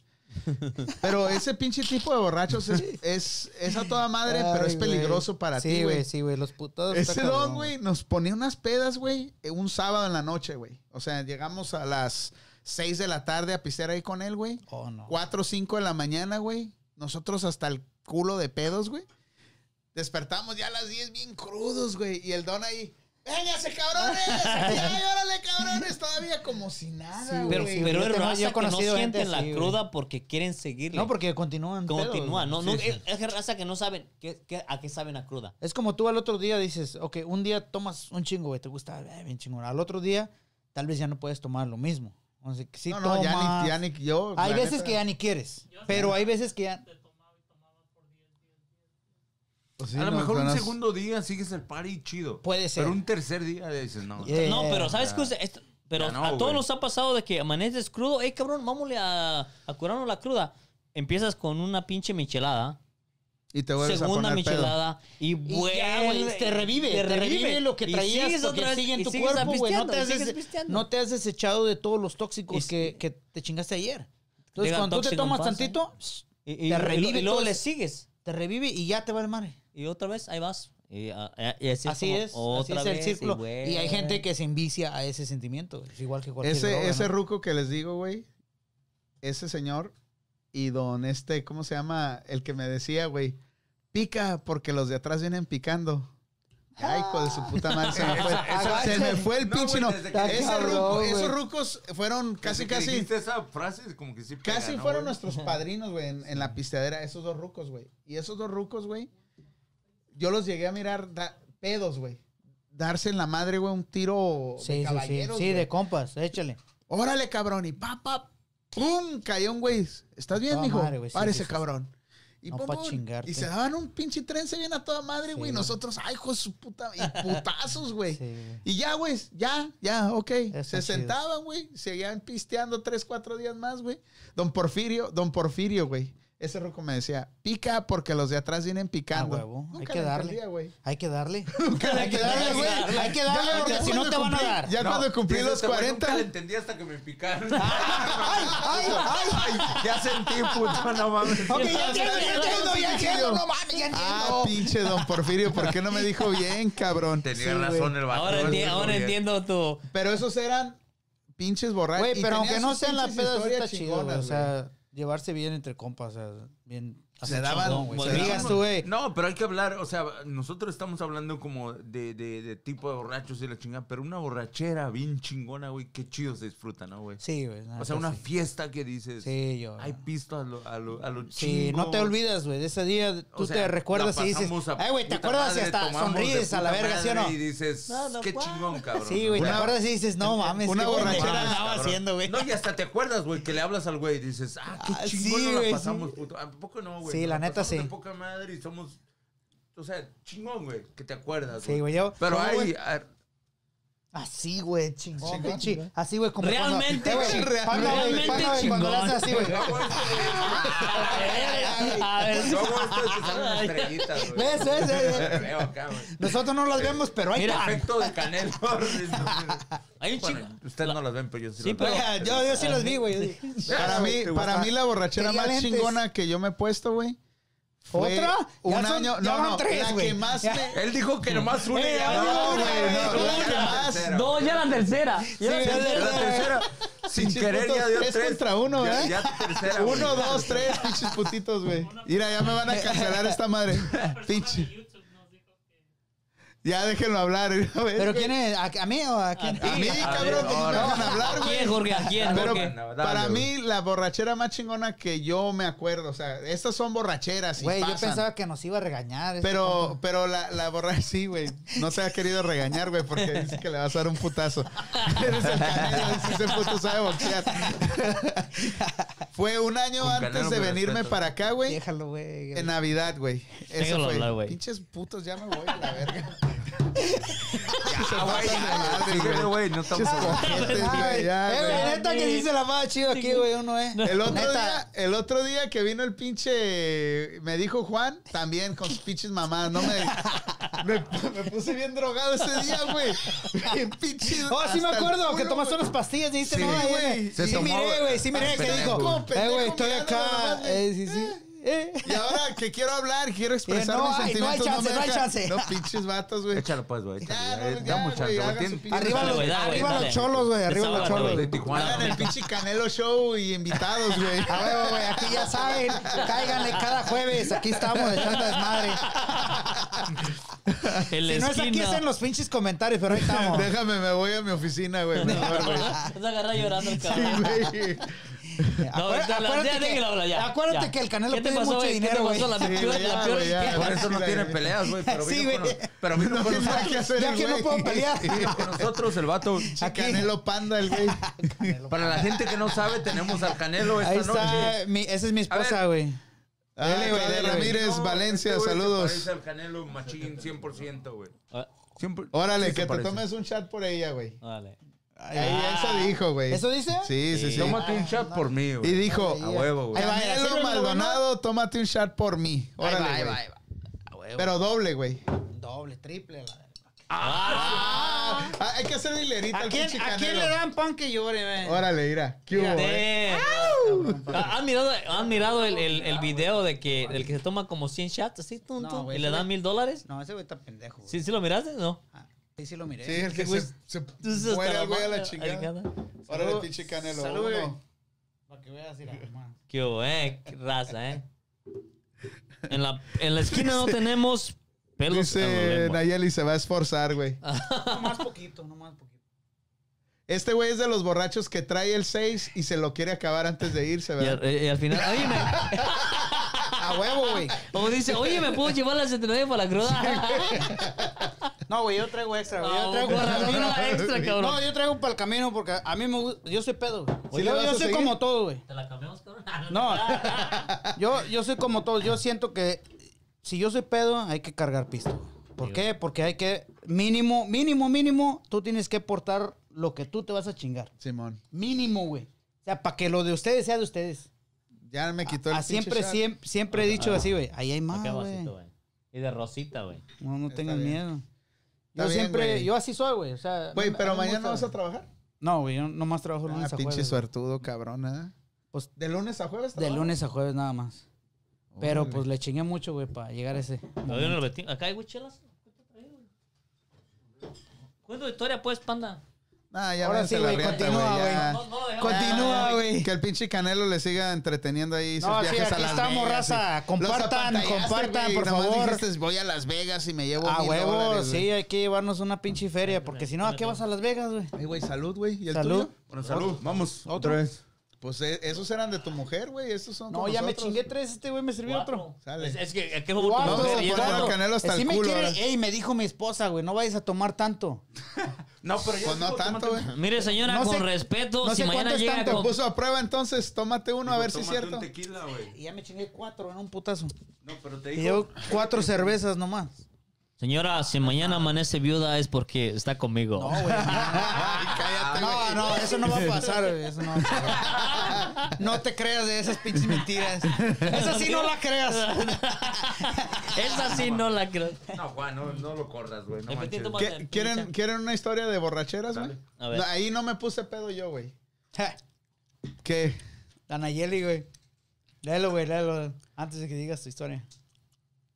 Pero ese pinche tipo de borrachos es, es, es a toda madre, pero Ay, es peligroso güey. para sí, ti, güey. Sí, güey, los putados. Ese don, güey, nos ponía unas pedas, güey, eh, un sábado en la noche, güey. O sea, llegamos a las 6 de la tarde a pistear ahí con él, güey. Oh, no. 4 o 5 de la mañana, güey. Nosotros hasta el culo de pedos, güey. Despertamos ya a las 10 bien crudos, güey. Y el don ahí, ¡véngase, cabrones! [LAUGHS] ¡Ay, órale, cabrones! Todavía como si nada, Sí, güey. pero, güey, pero yo es te- yo he raza que no conocido gente sienten la así, güey. cruda porque quieren seguirle. No, porque continúan. pedos, Continúa, güey. no, Sí, no, sí. es- es raza que no saben qué- qué- a qué saben a cruda. Es como tú al otro día dices, ok, un día tomas un chingo, güey, te gusta, eh, bien chingón. Al otro día, tal vez ya no puedes tomar lo mismo. O sea, que sí no, no, ya tomas. ni, ya ni yo. hay la veces neta. que ya ni quieres, Yo pero sí. hay veces que ya... Pues sí, a lo nos- mejor un nos- segundo día sigues el party chido. Puede ser. Pero un tercer día dices, no. Yeah. No, pero ¿sabes ya. qué? Usted- esto- Pero Ya no, a todos güey. nos ha pasado de que amaneces crudo. Ey, cabrón, vámonos a, a curarnos la cruda. Empiezas con una pinche michelada. Y te vuelves a segunda poner pedo. michelada. Y, Y ya, vuelve- güey, te revive, te revive lo que Y traías sigues porque otra vez, sigue en y tu sigues cuerpo, güey. No pisteando, te y has sigues des- pisteando. No te has desechado de todos los tóxicos Y- que, que te chingaste ayer. Entonces, Diga, cuando tú te tóxico tomas pasa, tantito, y, y- te y lo- revive y luego todo le eso. sigues. te revive y ya te va el madre. Y otra vez, ahí vas. Y, ah, eh, y así, Así como es, así otra es el vez, círculo. güey. Y hay gente que se envicia a ese sentimiento, güey. es igual que cualquier Ese, droga, ese ¿no? ruco que les digo, güey, ese señor y don este, ¿cómo se llama? El que me decía, güey, pica porque los de atrás vienen picando. Ay, hijo de su puta madre, [LAUGHS] se me fue, se me fue el No, pinche, güey, no. desde que- Ese Cabrón, ruco- güey. esos rucos fueron casi, Desde que casi, dijiste esa frase, como que sí. pega, casi ¿no, fueron güey? [LAUGHS] nuestros padrinos, güey, en, en la pisteadera, esos dos rucos, güey. Y esos dos rucos, güey, yo los llegué a mirar da- pedos, güey. Darse en la madre, güey, un tiro Sí, de sí, sí, caballeros, sí, güey. de compas, échale. Órale, cabrón. Y pa, pa, pum, cayó un güey. ¿Estás bien, Toda mijo? madre, güey, sí, Párese, sí, sí. cabrón. Y, No pum, pa' pum. chingarte. y se daban un pinche tren, se viene a toda madre, Sí, güey. Y güey. nosotros, ay, hijo de su puta, y putazos, güey. Sí, güey. Y ya, güey, ya, ya, ok. Están se chidos. sentaban, güey. Seguían pisteando tres, cuatro días más, güey. Don Porfirio, don Porfirio, güey. Ese ruco me decía, pica porque los de atrás vienen picando. huevo, hay Nunca que le darle. entendía, güey. Hay que darle. hay que darle, güey. Hay que darle Ya, porque ya si no cuando te van a cumplí- dar. Ya No, cuando cumplí dice los este güey, Nunca 40. la entendí hasta que me picaron. [LAUGHS] ¡Ay, ay! ya sentí, puto, no mames. Ok, ya entiendo, ya entiendo, ya entiendo. No mames, ya Ah, entiendo. pinche don Porfirio, ¿por qué no me dijo bien, cabrón? Tenía razón el vato. Ahora, güey, enti- dijo ahora bien. entiendo [LAUGHS] tu... Pero esos eran pinches borrachos. Güey, pero aunque no sean las pedas, pedas está chido, güey. O sea, llevarse bien entre compas, o sea, bien Se daban- chingón, se güey. daban- Digas tú, güey. No, pero hay que hablar, o sea, nosotros estamos hablando como de, de- de tipo de borrachos y la chingada, pero una borrachera bien chingona, güey, qué chido se disfruta, ¿no, güey? Sí, güey. la o sea, neta, una sí. fiesta que dices, Sí, yo. hay pisto a lo, a lo, a lo Sí, no chingo. te olvidas, güey. De ese día tú O sea, te recuerdas la y dices, pasamos a ay, güey, ¿te puta acuerdas? Y madre, hasta tomamos de sonríes a la puta verga, ¿sí o no? madre Y dices, No, no, qué ¿cuál? chingón, cabrón. Sí, güey, te Una- acuerdas y dices, [LAUGHS] no mames. una qué borrachera, pendejada estaba cabrón. haciendo, güey. No, y hasta te acuerdas, güey, que le hablas al güey y dices, ah, qué Ah, chingón sí, nos la güey, pasamos, sí. puto. ¿A poco no, güey? Sí, Nos la neta, pasamos sí. de poca madre y somos, o sea, chingón, güey, que te acuerdas, Sí, güey, yo. Pero no, güey, hay, ah, Así, güey, chingón, Chingón, pinche, Así, güey, como. Realmente cuando, Eh, güey, chingón. panda, güey, Realmente panda, güey, Cuando le chingón. haces así, güey. A ver. ¿cómo esto es que son las estrellitas, güey? ¿Ves, ves, ves, Te [LAUGHS] ves? veo acá, güey. Nosotros no las Eh, vemos, pero hay Mira, Efecto de canelo. Hay un Bueno, chingo. ustedes no las ven, pero yo sí, Sí, las pero- veo. Oiga, yo, yo sí las vi, güey. [LAUGHS] Para mí, para mí la borrachera Quería más lentes. chingona que yo me he puesto, güey. fue ¿Otra? Ya Un son- año. ya No, van no, tres, la güey. que más Ya. me. Él dijo que nomás una. y ya no, no, güey, güey, no, la la que que más. más. Tercera, Dos, güey. ya la tercera. [LAUGHS] Ya la Sí, tercera. La tercera. Sin Pinches querer putos, ya dio tres tres. contra uno, Ya- ¿eh? Ya tercera. [LAUGHS] güey. Uno, dos, tres, pinches putitos, güey. Mira, ya me van a cancelar esta [LAUGHS] madre. Pinche. YouTube nos dijo que Ya déjenlo hablar, güey. Pero quién es, ¿A, a mí o a quién? A [LAUGHS] mí, A cabrón, ver, pues no me ahora. dejan hablar, ¿A güey. quién, Jorge? ¿A quién, Pero Jorge? Dale, para güey. mí, la borrachera más chingona que yo me acuerdo. O sea, estas son borracheras. y Güey, yo pasan. pensaba que nos iba a regañar. este Pero, compa. pero la, la borra [LAUGHS] sí, güey. No te ha querido regañar, güey, porque dice que le vas a dar un putazo. [LAUGHS] Eres el canelo, dice ese puto sabe [LAUGHS] boxear. Fue un año Con antes Canelo de me venirme respeto. para acá, güey. Déjalo, güey. En Navidad, güey. Eso Déjalo fue. hablar, güey. Pinches putos, ya me voy a la [LAUGHS] verga. Ah, güey, ya, síguele, güey, no estamos hablando. Ojetes, Ay, güey, ya, eh, güey. güey, neta que sí se la va chido aquí, güey, uno, eh. El otro, Neta. día, el otro día que vino el pinche, me dijo Juan, también con sus pinches mamás, no me, me, me puse bien drogado ese día, güey. Bien pinche. Oh, sí me hasta el acuerdo que culo, tomaste güey. unas pastillas y dijiste, Sí, no, ahí güey. viene. Se Sí tomó- miré, güey, sí miré que Pendejo, dijo, güey. eh, güey, estoy Pendejo, acá. mirando nomás, Eh, sí, sí. Eh. Y ahora que quiero hablar, quiero expresar Eh, no mis hay, no hay sentimientos. chance, me no hay dejan. chance. No pinches vatos, güey. Échalo, pues, Ya, güey. échale, no, eh, ya, Dame chance, güey, güey. hagan Tiene- su pinche- [LAUGHS] Arriba Dale, los, güey, dale, arriba dale. los cholos, güey, arriba los Desahógate, cholos. De güey. Tijuana. Hagan el pinche Canelo Show y invitados, güey. [LAUGHS] A huevo, güey, aquí ya saben, cáiganle cada jueves, aquí estamos echando desmadre. En la Si no es aquí, esquina. es en los pinches comentarios, pero ahí estamos. Déjame, me voy a mi oficina, güey. mejor, güey. [LAUGHS] Vas a agarrar llorando el Sí, cabrón. güey. No, Acuérdate- ya, acuérdate ya, que- déjalo hablar, ya, acuérdate ya. que el Canelo ¿Qué te pide pasó, mucho güey? ¿Qué te dinero, güey. pasó? La Sí, peor, güey, la ya, peor. güey, ya. Por eso no tiene peleas, güey. Pero Sí, vino con güey. nos- pero vino No con tiene nada nosotros. que hacer [LAUGHS] [LAUGHS] Ya el que no güey. puedo pelear. Vino con nosotros el vato. Pinche Canelo Panda, el [LAUGHS] güey. Para la gente que no sabe, tenemos al Canelo esta Ahí eh, noche. está, mi- esa es mi ver. esposa, güey. Ah, Dele, güey, Claudia dele, güey. Ramírez, No, Valencia, este güey se saludos. Parece al Canelo Machín 100%, güey. Ah, Siempre- Órale, sí se que te parece. tomes un chat por ella, güey. Vale. Ahí, eso dijo, güey. Ah. ¿Eso dice? Sí, sí, sí. Tómate un chat por mí, Y güey. dijo, A huevo, güey. Ahí va, mira, Canelo sírveme algo, Maldonado, tómate un shot por mí. Órale, ahí va, güey. ahí va. A huevo. Pero doble, güey. Doble, triple. la verga. Ah, hay que hacer hilerita ¿A al quién, pinche ¿A quién Canelo. le dan pan que llore, güey? Órale, mira. ¿Qué hubo, eh? Damn. Ah, ¿Han mirado, han mirado el, el, el video de que el que se toma como 100 shots así tum, No, tum, güey, y le ese dan güey- mil dólares? No, ese güey está pendejo, güey. ¿Sí, ¿Sí lo miraste? No. Ah, ahí sí lo miré. Sí, el que güey, se, se Entonces, hasta muere al güey a la madre- chingada. Órale, Salud. pinche Canelo. Salud, uno. güey. Para que veas [LAUGHS] y la mamá. Qué hubo, eh, qué raza, eh. En la, [LAUGHS] en la esquina no tenemos pelos. en la Dice lengua. Nayeli, se va a esforzar, güey. Ah. No más poquito, no más poquito. Este güey es de los borrachos que trae el 6 y se lo quiere acabar antes de irse, y, ¿verdad? al, eh, y al final, oye, me, [LAUGHS] A huevo, güey. como dice, oye, ¿me puedo llevar la 79 para la cruda? No, güey, yo traigo extra, güey. Yo No, traigo para el Ah, [LAUGHS] güey, [LAUGHS] camino. extra, cabrón. No, yo traigo para el camino porque a mí me gusta. Yo soy pedo, güey. Oye, yo ¿vas yo a soy seguir? como todo, güey. ¿Te la cambiamos, [LAUGHS] cabrón? No, yo, yo soy como todos. Yo siento que si yo soy pedo, hay que cargar pisto. güey. ¿Por qué? Porque hay que, mínimo, mínimo, mínimo, tú tienes que portar lo que tú te vas a chingar. Simón. Mínimo, güey. O sea, para que lo de ustedes sea de ustedes. Ya me quitó el Ah, pinche siempre, shot. siempre, siempre he dicho así, güey. Ahí hay más, Acá ah, güey. abajito, güey. Y de rosita, güey. No, no Está tengas bien. miedo. Está Yo bien, siempre, güey. yo así soy, güey. O sea, Güey, no- pero no me mañana vas gusta. a trabajar. No, güey, yo nomás trabajo Ah, lunes a pinche jueves. güey. suertudo, cabrón, ¿eh? Pues ¿De lunes a jueves? de trabajas? lunes a jueves nada más. Pero Órale. pues le chingué mucho, güey, para llegar a ese. Todavía no lo vestimos. Acá hay güey, chelas. ¿Cuánto traía, güey? Cuenta tu historia, pues, panda. Nah, ya Ahora váyanse sí, la güey, riata, continúa, güey, ya. No, no lo dejamos. Continúa, güey. Que el pinche Canelo le siga entreteniendo ahí sus No, sí, viajes a aquí Las estamos, Vegas, raza. sí. Compartan, Los apantallaste, compartan, güey, por nomás favor. dijiste, voy a Las Vegas y me llevo A mil huevo, dólares, sí, güey". hay que llevarnos una pinche feria, porque si no, ¿a qué vas a Las Vegas, güey? Ay, güey, salud, güey. ¿Y el Salud. tuyo? Bueno, salud. Vamos. Otra vez. Pues eh, esos eran de tu mujer, güey. Esos son No, como ya me nosotros. chingué tres, este güey me sirvió otro. Sale. Es, es que, ¿a qué jugó tu Vamos mujer? a Y es poner cuatro. al Canelo hasta Eh, sí el me culo. quiere- ahora. ey, me dijo mi esposa, güey, no vayas a tomar tanto. No, pero ya. Pues no estuvo, tanto, tómate- güey. Mire, señora, No sé- con respeto, No si sé mañana cuánto es llega tanto. con... Puso a prueba, entonces tómate uno a Digo, ver si es tómate cierto. un tequila, güey. Y ya me chingué cuatro en un putazo. No, pero te Y digo. llevo cuatro cervezas nomás. Señora, si mañana amanece viuda es porque está conmigo. No, güey. [LAUGHS] Ay, cállate, güey. No, no, eso no va a pasar, güey. Eso no va [LAUGHS] a pasar. No te creas de esas pinches mentiras. Esa sí no la creas. Esa sí no la creo. No, Juan, no, no lo corras, güey. No Repetí manches. tu ¿Qué- Vale, ¿Quieren, pincha. ¿Quieren una historia de borracheras, güey? A ver. No, ahí no me puse pedo yo, güey. Ja, ¿Qué? La Nayeli, güey. Léelo, güey, léelo. Antes de que digas tu historia.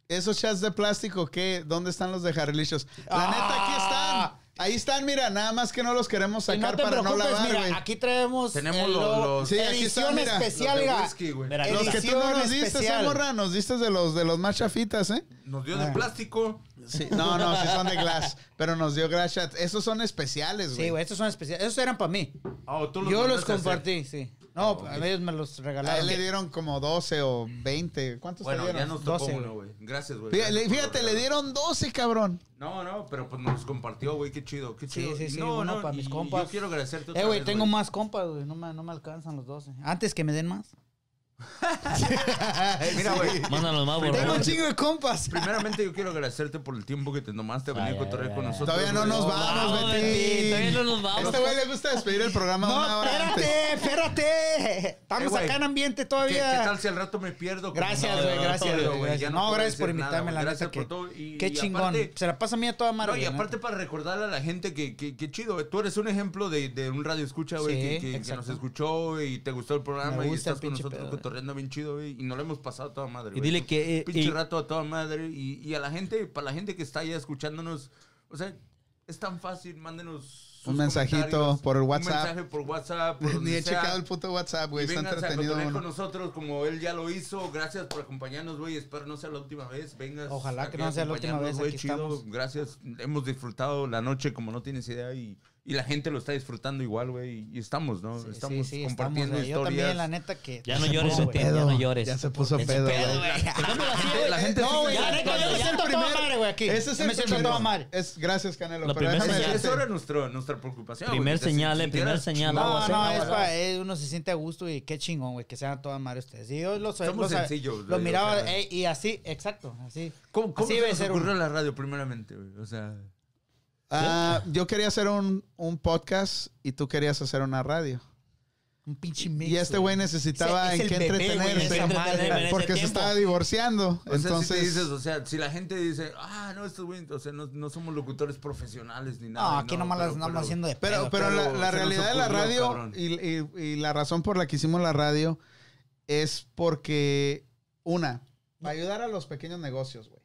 Esos chats de plástico, ¿qué? ¿Dónde están los de Jarrilicious? La Ah. neta, aquí están. Ahí están, mira, nada más que no los queremos Y no sacar te para no preocupes, lavar, mira, güey. aquí traemos. Tenemos el los- logo. los- Sí, aquí está, edición mira. especial, Los de güey. whisky, güey. Mira, Los que tú no edición nos diste, esa especial. morra, nos diste de los, de los más chafitas, ¿eh? Nos dio de plástico. Sí. [LAUGHS] No, no, sí son de glass, pero nos dio glass chat. Esos son especiales, güey. Sí, güey, estos son especiales. Esos eran para mí. Ah, ¿o tú Yo los mandaste a hacer? compartí, sí. No, ok. a ellos me los A él regalaron. le dieron como 12 o 20. ¿Cuántos Bueno, te ya dieron? nos tocó 12, uno, güey. Gracias, güey. Fíjate, le- Gracias por fíjate, lo le regalo. dieron 12, cabrón. No, no, pero pues nos compartió, güey. Qué chido, qué Sí, chido. sí, sí, No, uno no, para mis y compas. Yo quiero agradecerte otra Eh, güey, vez, tengo más compas, güey. No me, no me alcanzan los 12. Antes que me den más. Eh, Mira, [LAUGHS] güey. Mándanos más, por Tengo favor. un chingo de compas. Primeramente yo quiero agradecerte por el tiempo que te tomaste a venir Ay, a cotorrear ay, con ay. nosotros. Todavía no güey. nos vamos, vamos, Betín, Betín. todavía no nos vamos. Este güey le gusta despedir el programa una No, hora antes. espérate, espérate. Eh, Estamos güey. acá en ambiente ¿Qué, qué todavía. tal si al rato me pierdo? Gracias, Como- güey, no, gracias, no, güey, ya gracias. No, puedo gracias por decir nada, invitarme, güey. la Gracias neta. por que- todo. Y- Qué y chingón. aparte- Se la pasa a mí a toda madre. No, y güey, aparte para recordarle a la gente que, que, que chido, güey. tú eres un ejemplo de, de un radio escucha, güey, Sí, que- que, que exacto. nos escuchó y te gustó el programa Me y gusta el estás con pinche nosotros pedo, eh. güey. cotorreando bien chido, güey, y nos lo hemos pasado a toda madre, Y güey. dile que... eh, Pinche y- rato a toda madre y, y a la gente, para la gente que está allá escuchándonos, o sea, es tan fácil, mándenos sus Un mensajito comentarios, por el Un WhatsApp. mensaje por [LAUGHS] WhatsApp, por Ni donde he sea. checado el puto WhatsApp, güey. Y Está vénganse a entretenido. cotorrear con uno. nosotros como él ya lo hizo. Gracias por acompañarnos, güey. Espero no sea la última vez. Vengas. Ojalá aquí que no sea la última acompañarnos, vez, güey, aquí chido. estamos. Gracias. Hemos disfrutado la noche como no tienes idea y, y la gente lo está disfrutando igual, güey. Y estamos, ¿no? ¿no? Sí, pues, estamos sí, sí, compartiendo estamos, eh, Yo historias. también, la neta, que. Ya no llores, Se puso, Betín, [LAUGHS] güey. ya no llores. Ya se puso pedo, güey. [LAUGHS] La gente No, güey, la Ya, neta, yo ya, me ya. siento a toda madre, güey, aquí. Ese es Yo el me siento a primero. toda madre. Es, gracias, Canelo. La pero primera déjame señal. Sí, eso decirte- era nuestro, nuestra preocupación. Primer güey, que te señal, eh, sintieras primer señal, chingón. agua, No, sí, no, agua, es agua. pa- eh, uno se siente a gusto y qué chingón, güey, que sean a toda madre ustedes. Y yo los, Somos los- sencillos, Lo güey, miraba o sea. eh, y así, exacto, así. ¿Cómo, cómo Así se debe nos ser ocurrió uno. la radio primeramente, güey? O sea, Ah, yo quería hacer un, un podcast y tú querías hacer una radio. Un pinche Y este güey necesitaba Ese es en el qué bebé, güey, entretenerse. esa madre, güey. Porque Ese se tiempo. estaba divorciando. o sea, si te Entonces. dices, o sea, si la gente dice, ah, no, estos güey, o sea, no, no somos locutores profesionales ni nada. Ah, No, y aquí nomás las pero- andamos pero- haciendo de Pero, pedo, pero, la, la pero se nos realidad de la ocurrió, radio cabrón. y, y- y la razón por la que hicimos la radio es porque, una, para ayudar a los pequeños negocios, güey.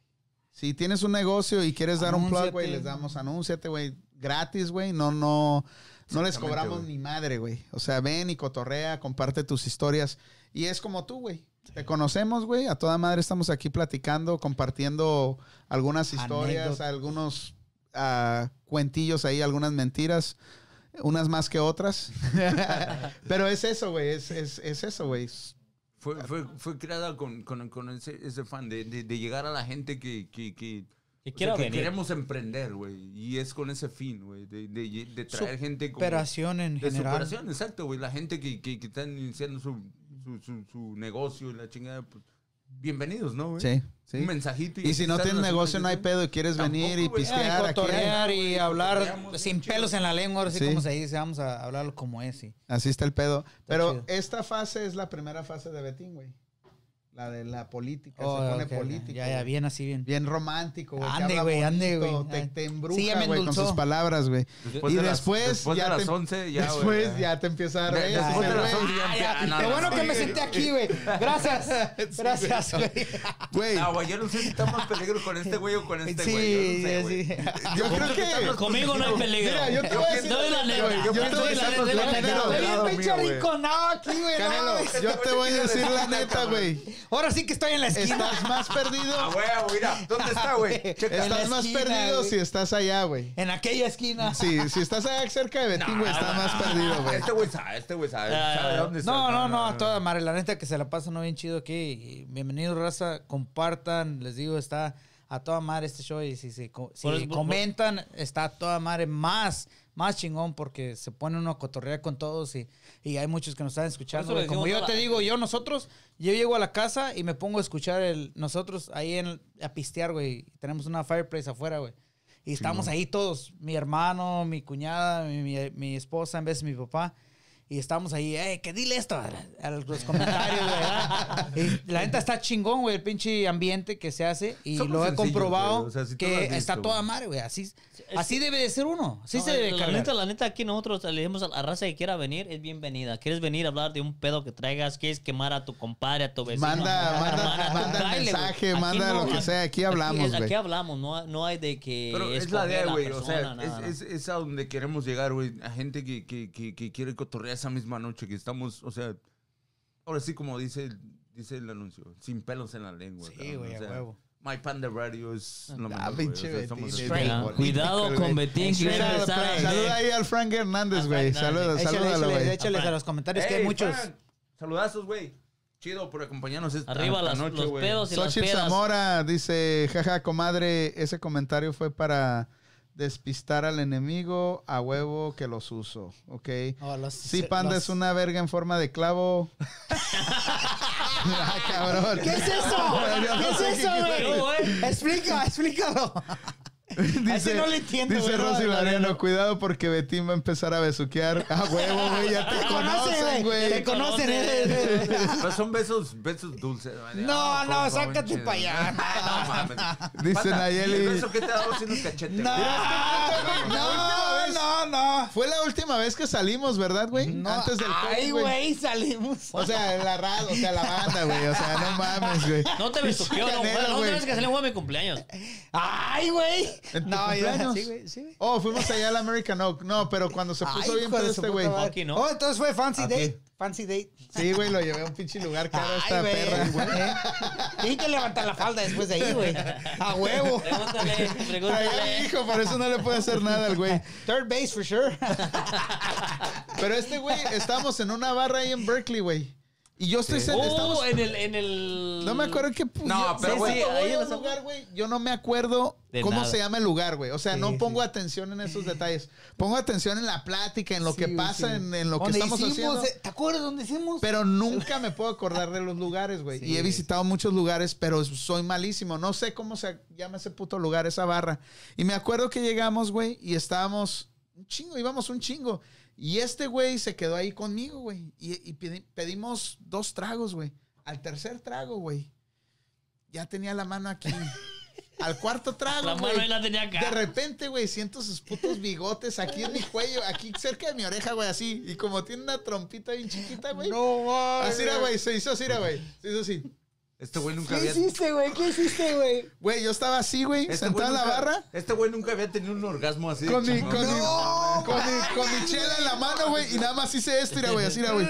Si tienes un negocio y quieres dar un plug, güey, Anúnciate. les damos anúnciate, güey, gratis, güey. No, no, no les Exactamente, cobramos güey. ni madre, güey. O sea, ven y cotorrea, comparte tus historias. Y es como tú, güey. Te conocemos, güey. A toda madre estamos aquí platicando, compartiendo algunas historias, Anécdotas. algunos ah, cuentillos ahí, algunas mentiras. Unas más que [LAUGHS] otras. Pero es eso, güey. Es, es- es eso, güey. Fue, fue, fue creada con, con, con ese, ese fan de, de, de llegar a la gente que, que, que, Que o quiera sea, que venir. queremos emprender, güey. Y es con ese fin, güey, de, de, de traer gente como... Operación en De general. superación, exacto, güey. La gente que, que, que están iniciando su, su, su, su negocio y la chingada, pues, bienvenidos, ¿no, güey? Sí, sí. Un mensajito. Y si no tienes negocio, no hay pedo y quieres Tampoco, venir y güey. Ah, y pistear aquí. cotorrear y hablar cotorreamos, sin chido. pelos en la lengua, ahora sí, Sí. como se dice, vamos a hablarlo como es. sí. Así está el pedo. Pero chido. esta fase es la primera fase de Betín, güey. La de la política. Oh, se pone ok, ok. político. Ya, ya, güey. bien así, bien. Bien romántico, güey. que Ande, habla güey, ande, bonito, güey. Te, Ay. te Sí, ya embruja, me güey, con endulzó. sus palabras, güey. y después, después ya de las te- [LAUGHS] 11, ya, güey, después ya. ya te empieza a De- reír. después ese de las güey. 11 ya empieza- Ah, ah, ya. no, Qué no, bueno sí, que me güey. senté aquí, güey. Gracias. Gracias, güey. Güey, Ah, güey, yo no sé si está más peligro con este güey o con este güey. Sí, yo no sé, güey. sí. yo creo que... [LAUGHS] Conmigo no hay peligro. Mira, yo te voy a decir... doy la neta. güey, Yo Yo te pienso doy que la está por neta, tu la neta. lado, Estoy bien lado mío, pinche güey. rinconado aquí, güey. no Canelo, mames. yo te voy a decir la neta, Ah, güey. Ahora sí que estoy en la esquina. Estás más Ah, perdido. güey, ah, mira, ¿dónde está, güey? Checa. En la Estás más esquina, perdido güey. si estás allá, güey. En aquella esquina. Sí, si estás allá cerca de Betín, güey, estás más perdido, güey. Este güey sabe, este güey sabe. Ah, sabe dónde está. No, no, no, a toda madre. La neta que se la pasan ¿no? bien chido aquí. Bienvenidos, raza. Compartan. Les digo, está a toda madre este show. Y si, se co- si Por- por- comentan, está a toda madre más, más chingón porque se pone uno a cotorrear con todos y, y hay muchos que nos están escuchando. Por eso les güey. Como digo eh. yo toda- te digo, yo nosotros, yo llego a la casa y me pongo a escuchar el nosotros ahí en, a pistear, güey. Tenemos una fireplace afuera, güey. Y estábamos ahí todos, mi hermano, mi cuñada, mi, mi- mi esposa, en vez de mi papá. Y estábamos ahí, eh, que dile esto a, a los comentarios, güey. Y la neta está chingón, güey, el pinche ambiente que se hace. Y Somos lo he sencillos, comprobado güey, o sea, si tú lo que has visto, está toda güey. madre, güey. Así, así debe de ser uno. Así No, se debe la cargar. neta, la neta, aquí nosotros le dijimos a la raza que quiera venir, es bienvenida. ¿Quieres venir a hablar de un pedo que traigas? ¿Quieres quemar a tu compadre, a tu vecino? Manda, a tu manda, hermana? Tú manda tráele, güey. mensaje, Aquí manda no, lo que aquí- sea. Aquí hablamos, Aquí, güey. hablamos, no, hay- no hay de que. Pero es la escoger idea, la güey. O sea, persona, nada, es, es, es a donde queremos llegar, güey. A gente que, que, que, que quiere cotorrear esa misma noche, que estamos, o sea, ahora sí como dice, el- dice el anuncio, sin pelos en la lengua. Sí, cabrón, güey, o a sea, huevo. My Panda Radio es lo mejor, Ah, güey, pinche o sea, estamos Betín, aquí. nada. Straight, Ah, güey. Cuidado con Betín, que Mira, va a empezar a- Saluda ahí al Frank Hernández, güey. Frank Saluda, Échale, salúdalo, échale, güey. échales a los comentarios, que hay Ey, muchos. Frank, Saludazos, güey. Chido por acompañarnos esta, Arriba esta las- noche, los güey. pedos y las Xochitl pedas. Zamora dice, jaja, comadre, ese comentario fue para despistar al enemigo a huevo que los uso, ¿ok? Oh, los- Sí, panda los- es una verga en forma de [LAUGHS] clavo. ah, cabrón. ¿Qué es eso? [LAUGHS] Yo no ¿Qué sé es eso, quiso decir. güey? Explica, explícalo. Ese no lo entiendo, dice güey, no, Rosy no, no, Mariano, no. cuidado porque Betín va a empezar a besuquear. A huevo, güey, ya te conocen, Te güey. conocen, eh. [LAUGHS] Pero son besos, besos dulces. güey. No, Ah, no, cómo saben sácate chido. pa' Ay, allá. [LAUGHS] No mames. Dice Panda, Nayeli- ¿y El beso que te ha dado siendo cachete. No, güey? [LAUGHS] no, no, no. Fue la última vez que salimos, ¿verdad, güey? No, Antes del Ay, COVID, güey. güey, salimos. O sea, la radio, o sea, la banda, güey. O sea, no mames, güey. No te besuqueó, no, Canelo, güey. La güey. otra vez que salimos a mi cumpleaños. [LAUGHS] Ay, güey. ¿En tu No, ya, cumpleaños? sí, güey, sí, güey. Oh, fuimos allá al American Oak. No, pero cuando se puso Ay, bien hijo de pedo este su puta güey. madre. Aquí, ¿no? Oh, entonces fue Fancy Aquí. Date. Fancy Date. Sí, güey, lo llevé a un pinche lugar caro a esta Ay, güey. perra. [LAUGHS] ¿Eh? Tienes que levantar la falda después de ahí, güey. [LAUGHS] A huevo. Pregúntale, Traía un pregúntale. hijo, por eso no le puede hacer nada al güey. Third base for sure. Pero este güey, estábamos en una barra ahí en Berkeley, güey. Y yo estoy seguro. Oh, en el, en el. No me acuerdo qué pu- No, yo- pero, yo güey, cuando ahí voy a en un los- lugar, güey, yo no me acuerdo De cómo nada. se llama el lugar, güey. O sea, no Sí, pongo atención en esos detalles. Pongo atención en la plática, en lo Sí, que güey, pasa, sí. en, en lo que Donde estamos hicimos, haciendo. eh, ¿Te acuerdas dónde hicimos? Pero nunca me puedo acordar de los lugares, güey. Sí. Y he visitado muchos lugares, pero soy malísimo. No sé cómo se llama ese puto lugar, esa barra. Y me acuerdo que llegamos, güey, y estábamos un chingo, íbamos un chingo. Y este güey se quedó ahí conmigo, güey. Y, y pedi- pedimos dos tragos, güey. Al tercer trago, güey. Ya tenía la mano [LAUGHS] aquí. Al cuarto trago, La mano güey. ahí la tenía De acá. repente, güey, siento sus putos bigotes aquí en mi cuello, aquí cerca de mi oreja, güey, así. Y como tiene una trompita bien chiquita, güey. no, güey. Así era, güey. Se hizo así, era, güey. Se hizo así. Este güey nunca ¿Qué había... hiciste, güey? ¿Qué hiciste, güey? Güey, yo estaba así, güey, Este sentado en güey la nunca- barra. Este güey nunca había tenido un orgasmo así. de Con mi, chingón. con, mi, No, con, mi, con mi chela en la mano, güey. Y nada más hice esto, era, güey. Así era, güey.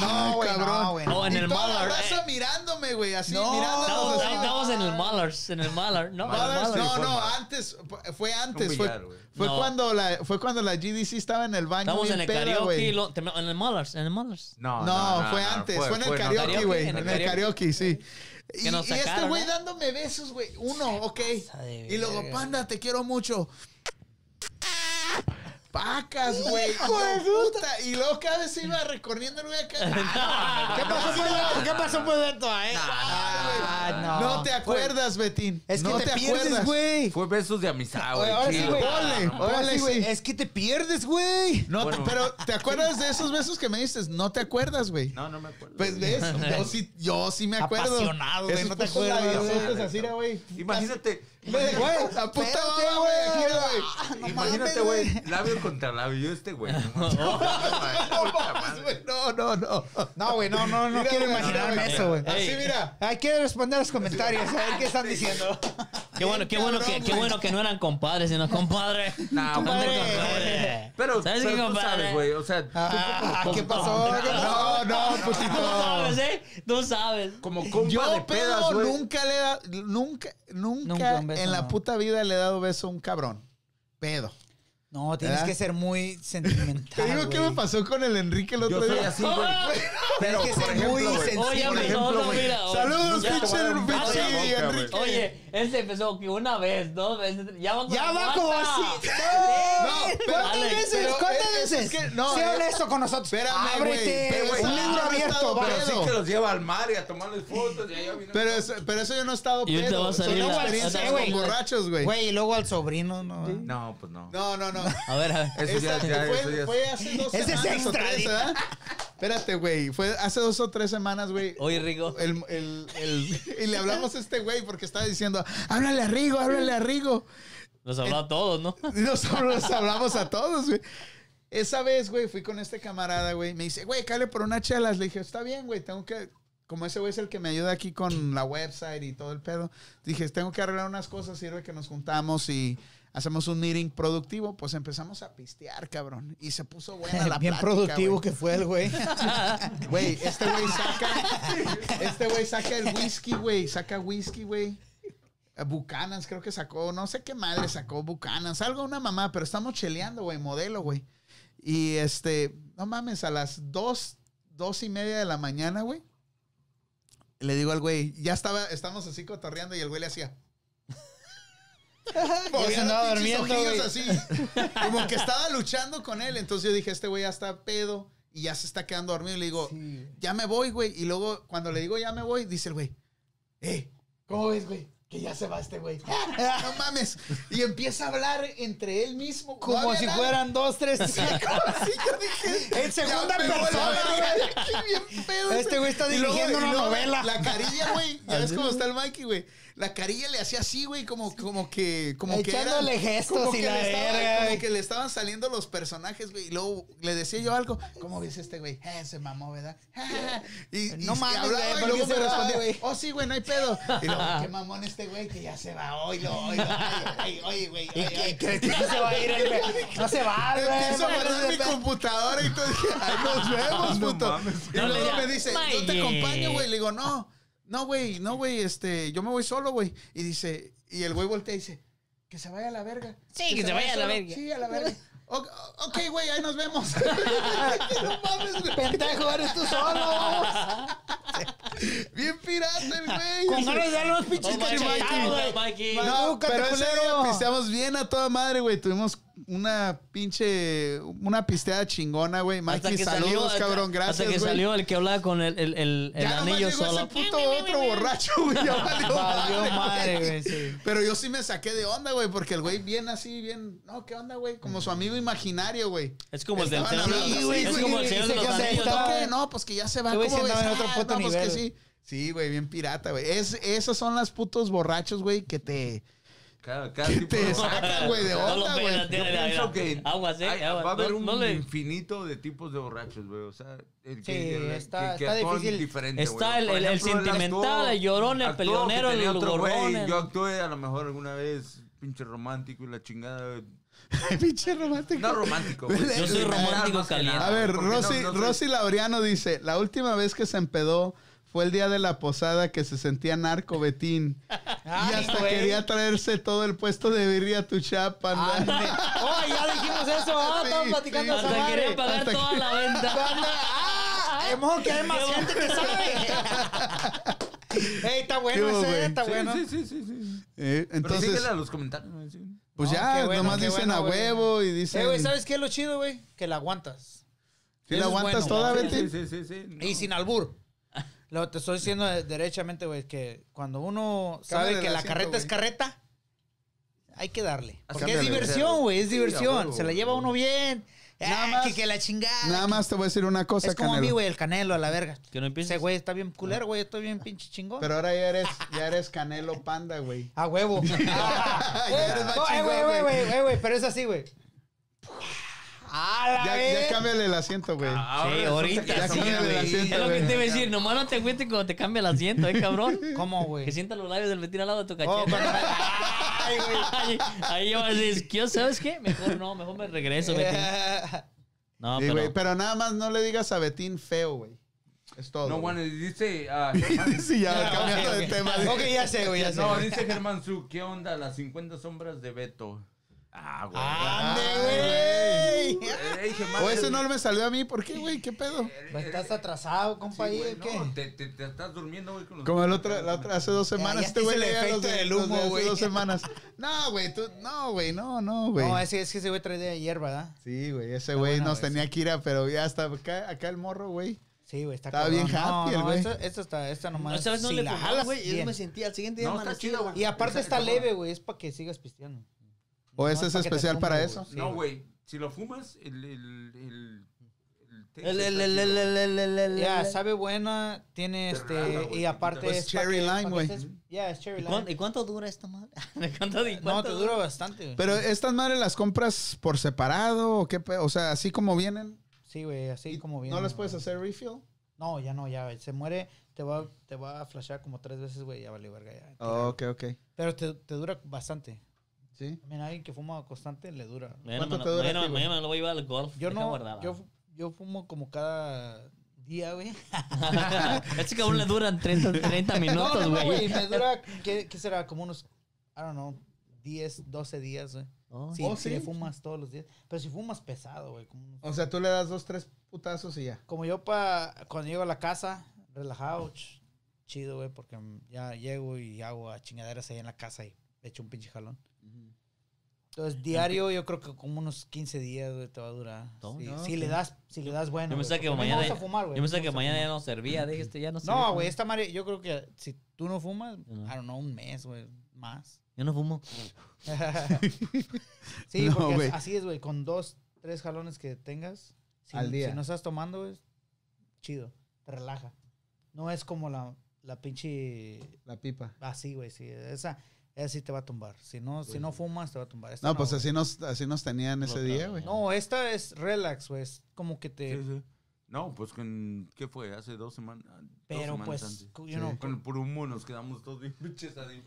No, güey, no, cabrón. güey, no. Oh, en Y el toda la Mallard, raza eh. mirándome, güey. Así, No, mirándonos. Estamos, así, güey. estamos en el Mallers, en el Mallard. No, en el Mallard, Mallard. no, Mallard. no, antes, fue antes, fue, billar, güey. fue No. cuando la, fue cuando la GDC estaba en el baño. Estamos bien en el peda, karaoke. güey. lo- te- en el Mallers, en el Mallers. No, No, fue antes, fue, en el karaoke, karaoke, güey. en En el el karaoke, sí. Y, Que nos y este sacaron, güey ¿no? dándome besos, güey. Uno, ok. de Y luego, verga. panda, te quiero mucho. pacas, güey. Hijo de puta. Y luego cada vez se iba recorriendo el güey acá. [LAUGHS] ¿Qué pasó, pues, ¿Qué pasó, pues, Beto? eh? nah, Ah, No, te acuerdas, Betín. Es que no te, pierdes, güey. Fue besos de amistad, güey. Ahora sí, chido. güey. Ole, Ahora ole, sí, güey. sí. Es que te pierdes, güey. No, Bueno. te- pero ¿te acuerdas de esos besos que me dices? No te acuerdas, güey. No, no me acuerdo. Pues ves, [LAUGHS] yo sí, yo sí me acuerdo. Apasionado, güey, Esos no te putos acuerdas, güey. labiosotes así, era, güey. Imagínate. Güey, La puta baba, güey, aquí era, güey. imagínate, güey. Labio contra labio. Yo este, güey. No, No mames, güey. No, no, no. No, güey, no, no, no Mira, quiero güey, imaginarme mira, eso, güey. Así, Ey. mira. Ay, quiero responder los comentarios, a ver qué están diciendo. Qué bueno, qué bueno, que, qué bueno que no eran compadres, sino compadres. Nah, [LAUGHS] Compadre. compadre. Pero, ¿Sabes pero qué, tú compadre? sabes, güey. O sea, tú Ah, como- ¿qué como- pasó? ¿Qué No, pasó? no, Tú sabes, putito. ¿eh? Tú sabes. Como compa de Yo, pedas, pedo, güey. nunca le he dado, nunca, Nunca nunca un beso, en la no. puta vida le he dado beso a un cabrón. Pedo. No, tienes ¿Verdad? que ser muy sentimental. Te digo qué güey. me pasó con el Enrique el Yo otro soy día. [LAUGHS] así, güey. Pero, Tienes que por ser ejemplo, muy güey. sensible. Oye, por empezó ejemplo, otro, güey. mira. oye. Saludos, Ya te voy a pinche dar un beso pinche en la boca, güey. Enrique. Oye, él se empezó que una vez, dos veces, tres- ya va como Ya va cuatro. como así. No, pero- ¿Cuántas Alex, veces? pero ¿Cuántas es- veces? es que no, sé es- honesto con nosotros. Espérame, güey, Ábrete. pero un esa- libro ah, abierto, estado va. Pero sí pedo. que los lleva al mar y a tomarles fotos. Y ahí ya viene- Pero, es- pero eso yo no he estado Y ahorita pedo. va a Son salir la- experiencias eh, güey. con borrachos, güey. Güey, y luego al sobrino, no. No, pues no. No, no, no. A ver, a ver. Eso ya, Esa- ya, fue, eso ya. fue hace dos Ese es semanas o extra, tres, dice. ¿verdad? Espérate, güey. Fue hace dos o tres semanas, güey. Oye, Rigo. El, el, el- [LAUGHS] y le hablamos a este güey porque estaba diciendo, háblale a Rigo, háblale a Rigo. Nos habló a todos, [LAUGHS] ¿no? Y Nos, nos hablamos a todos, güey. Esa vez, güey, fui con este camarada, güey. Me dice, güey, cale por unas chelas. Le dije, está bien, güey, tengo que... Como ese güey es el que me ayuda aquí con la website y todo el pedo. Dije, tengo que arreglar unas cosas, sirve que nos juntamos y hacemos un meeting productivo. Pues empezamos a pistear, cabrón. Y se puso [LAUGHS] buena la Bien plática, productivo güey. que fue [LAUGHS] el güey. [LAUGHS] Güey, este güey saca. Este güey saca el whisky, güey. Saca whisky, güey. Eh, Bucanas, creo que sacó. No sé qué madre sacó Bucanas. Algo una mamá, pero estamos cheleando, güey. Modelo, güey. Y este, no mames, a las dos, dos y media de la mañana, güey. Le digo al güey, ya estaba, estamos así cotorreando y el güey le hacía. Movía Ya se andaba los pinches durmiendo, ojillos así. [LAUGHS] Como que estaba luchando con él. Entonces yo dije, este güey ya está pedo y ya se está quedando dormido. Y le digo, ya me voy, güey. Y luego, cuando le digo ya me voy, dice el güey, eh, ¿cómo ves, güey? Que ya se va este güey. [LAUGHS] no mames. Y empieza a hablar entre él mismo. No Como había si nada. [LAUGHS] fueran dos, tres. Sí, yo dije. [LAUGHS] En ya segunda me voló persona, la güey. verga, qué bien pedo, Este güey está Y luego- dirigiendo y una luego novela. La carilla, güey. Ya ves [LAUGHS] cómo está el Mikey, güey. La carilla le hacía así, güey, como, como que. Como que eran- Echándole gestos como y que la le estaban- verga, como güey. que le estaban saliendo los personajes, güey. Y luego le decía yo algo. ¿Cómo ves este güey? Eh, se mamó, ¿verdad? [LAUGHS] y, y No mames, hablaba, güey, y ¿por luego qué se me daba, respondió, güey? Oh, sí, güey, no hay pedo. Y [LAUGHS] luego, qué mamón este güey que ya se va. Oye, oye, oye, oye, güey. ¿Y oye, qué oye. crees que no se va a ir el güey? No se va, Ah, Empiezo a guardar mi güey. computadora y todo. Dije, ay, [LAUGHS] nos vemos, No puto. mames. y No, luego ya. me dice, yo te Maye. acompaño, güey. Le digo, no, no, güey, no, güey, este, yo me voy solo, güey. Y dice, y el güey voltea y dice, que se vaya a la verga. Sí, que se vaya a la solo. verga. Sí, a la verga. O- o- Ok, güey, ahí nos [LAUGHS] vemos. [LAUGHS] no mames, güey. Pendejo, eres tú solo. Bien pirata el güey. Con ganas de dar los pinches Oh, Mikey, cachetazos, güey. Mikey. No, Madúcate, pero ese culero. día pisteamos bien a toda madre, güey. Tuvimos una pinche, una pisteada chingona, güey. Mikey, saludos, cabrón, gracias, Hasta que güey. salió el que hablaba con el, el, el, el ya nomás anillo llegó solo. ese puto otro borracho, güey. Ya valió Valió madre, madre, güey. güey, sí. Pero yo sí me saqué de onda, güey, porque el güey bien así, bien... No, ¿qué onda, güey? Como su amigo imaginario, güey. Es como el del Estaban Señor- hablando así, Es güey, como el y Señor de dice, los ya se Anillos. está, ¿no? güey, No, pues que ya se va. Este güey ¿Cómo sí andaba ves? en otro Ah, puto no, pues que nivel. sí. Sí, güey, bien pirata, güey. Es, esos son las putos borrachos, güey, que te... [LAUGHS] Cada, cada tipo te de- sacan, güey, de [LAUGHS] No lo onda, pelas, güey. tío. Yo Mira, pienso mira. que Aguas, eh, hay- aguas. va a haber No- un no le- infinito de tipos de borrachos, güey. O sea, el que, Sí, el- está- que- que está actúan difícil. diferente, güey. Está el- Por el- el ejemplo, él sentimental, actuó- el llorón, el actuó peleonero, que tenía el otro güey. gorrón, el- Yo actué a lo mejor alguna vez pinche romántico y la chingada. güey. Pinche romántico. No romántico, güey. Yo soy [LAUGHS] Nada más romántico que caliente. nada, A ver, porque no- Rosy, no soy- Rosy Laureano dice, la última vez que se empedó fue el día de la posada que se sentía narco Betín. Ay, y hasta Ah, güey. quería traerse todo el puesto de birria a tu chapa. ¿no? Ande. Oh, ya dijimos eso. Ah, Sí, estamos platicando sí. esa Hasta quería madre. pagar Hasta toda [LAUGHS] la venta. eh, Ah, hemos que hay más gente que sabe. [LAUGHS] Ey, está bueno ¿Qué hubo, ese, güey? está Sí, bueno. sí, sí, sí, sí. [LAUGHS] Eh, Pero entonces, síguela a [LAUGHS] los comentarios. sí. pues No, ya, qué bueno, nomás qué dicen bueno, a güey. huevo y dicen. Eh, güey, ¿sabes qué es lo chido, güey? Que la aguantas. ¿Sí Eso la es aguantas bueno, toda, güey. Betty? Sí, sí, sí, sí. No. Y [LAUGHS] sin albur. Lo te estoy diciendo eh, derechamente, güey, que cuando uno Cámbiale sabe que el la asiento, carreta es güey. carreta, hay que darle. Porque es Cámbiale, diversión, güey. güey, es Sí, a diversión. huevo, Se la lleva güey. uno bien. Nada Ah, más- que, que la chingada. Nada que- más te voy a decir una cosa, Es como a mí, Canelo. güey, el canelo, a la verga. Que no empieces. Ese güey está bien culero, güey, estoy bien pinche chingón. Ah. Pero ahora ya eres, ya eres Canelo Panda, güey. [LAUGHS] A huevo. Ah, eh, eres más no, eh, chingón, güey, güey, güey. güey, güey, güey, pero es así, güey. A Ya, la ya vez. Ah, cámbiale el asiento, güey. Sí, ahorita. Ya sí, cámbiale el güey. asiento, Es lo que güey. te iba a decir. Nomás no te agüites cuando te cambia el asiento, ¿eh, cabrón? ¿Cómo, güey? Que sienta los labios del Betín al lado de tu cachete. Oh, [LAUGHS] cuando me- Ay, güey. [LAUGHS] Ahí- Ahí yo decir, ¿qué, ¿sabes qué? Mejor no, mejor me Eh, regreso, Betín. No, Sí, pero... güey, pero nada más no le digas a Betín feo, güey. Es todo. No, güey. bueno, y dice. ah, [LAUGHS] Sí, ya, cambiando ok, de ok. tema. Ok, ya [LAUGHS] sé, güey, ya sé. no, güey. dice Germán Su, ¿qué onda? Las 50 sombras de Beto. Ah, güey. ¡Ande, güey! Ey, Germán, O ese el- no me salió a mí, ¿por qué, güey? ¿Qué pedo? el- el- Estás atrasado, Sí, compa, ahí, güey, ¿o ¿qué? no, te, te- te estás durmiendo, güey. con los- Como el otro, la otra, hace dos Ya, semanas, ya este te güey hice el le a los efecto de- del los de humo, güey. Hace [LAUGHS] dos semanas. No, güey, tú, no, güey, no, no, güey. No, es que, es que ese güey trae de hierba, ¿verdad? Sí, güey, ese güey buena, nos güey, tenía que ir a, pero ya hasta acá, acá el morro, güey. Sí, güey, está Estaba cabrón. bien No, happy el no, güey. Esto, esto está, esta nomás. No, ¿sabes? No si le la fumaba, jalas güey. Yo bien. me sentía al siguiente día, No, mano, está chida, güey. Y aparte Esa- está esa- leve, güey, es para que sigas pisteando. O No, ese es es pa' que te especial tumbe, para güey. eso. No, güey. Si lo fumas, el. el, el, el té El, está el, el, el, chido. el, el, el, el- Ya, sabe buena, tiene Te este. relaja, güey, y aparte. poquito. Es Pues cherry lime, güey. Ya, es cherry ¿Y, lime. cuán- y cuánto dura esta madre? [LAUGHS] ¿De cuánto, y No, cuánto te dura bastante, güey. Pero eh, estas madres las compras por separado o qué, pe- o sea, así como vienen. Sí, güey, así y como bien. No las puedes hacer refill. No, ya no, ya, güey. Se muere, te va, te va a flashear como tres veces, güey, ya vale, verga, ya. Oh, ok, ok. Pero te, te dura bastante. Sí. Mira, alguien que fuma constante le dura. Bueno, ¿Cuánto me- te dura a bueno, ti, güey? mañana me lo voy a llevar al golf. Yo deja no, guardada. yo, fu- yo fumo como cada día, [LAUGHS] güey. [LAUGHS] este cabrón le duran 30, 30 minutos, no, güey. Me dura, ¿qué, qué será? Como unos, I don't know, 10, 12 días, güey. Oh, Sí, Oh, si ¿sí? le fumas todos los días. Pero si fumas pesado, güey. Como, unos- O sea, tú le das dos, tres putazos y ya. como yo pa, cuando llego a la casa, relajado, ch- chido, güey, porque ya llego y hago a chingaderas ahí en la casa y echo un pinche jalón. Entonces, diario, yo creo que como unos 15 días, güey, te va a durar. No, Sí, no, si le ok. das, si le das bueno. Yo güey, pensaba que porque a mí me mañana gusta ya- fumar, güey, Yo me pensé que gusta mañana fumar. ya no servía, dije, este ya no servía. No, güey, esta madre, yo creo que si tú no fumas, Yo no. I don't know, un mes, güey, más. Yo no fumo. [LAUGHS] sí, No, porque güey. así es, güey, con dos, tres jalones que tengas, si, Al día. si no estás tomando, güey, chido, te relaja. No es como la, la pinche La pipa. así, güey, sí, esa, esa sí te va a tumbar. Si no, si no fumas, te va a tumbar. Esta No, pues Este güey. así nos, así nos tenían ese Otra día, vez. güey. No, esta es relax, güey, es como que Sí, te... sí. No, pues con. ¿Qué fue? Hace dos semanas. dos Pero semanas pues, antes. cu- you know, Con el puro humo nos quedamos todos bien [LAUGHS] pinches así.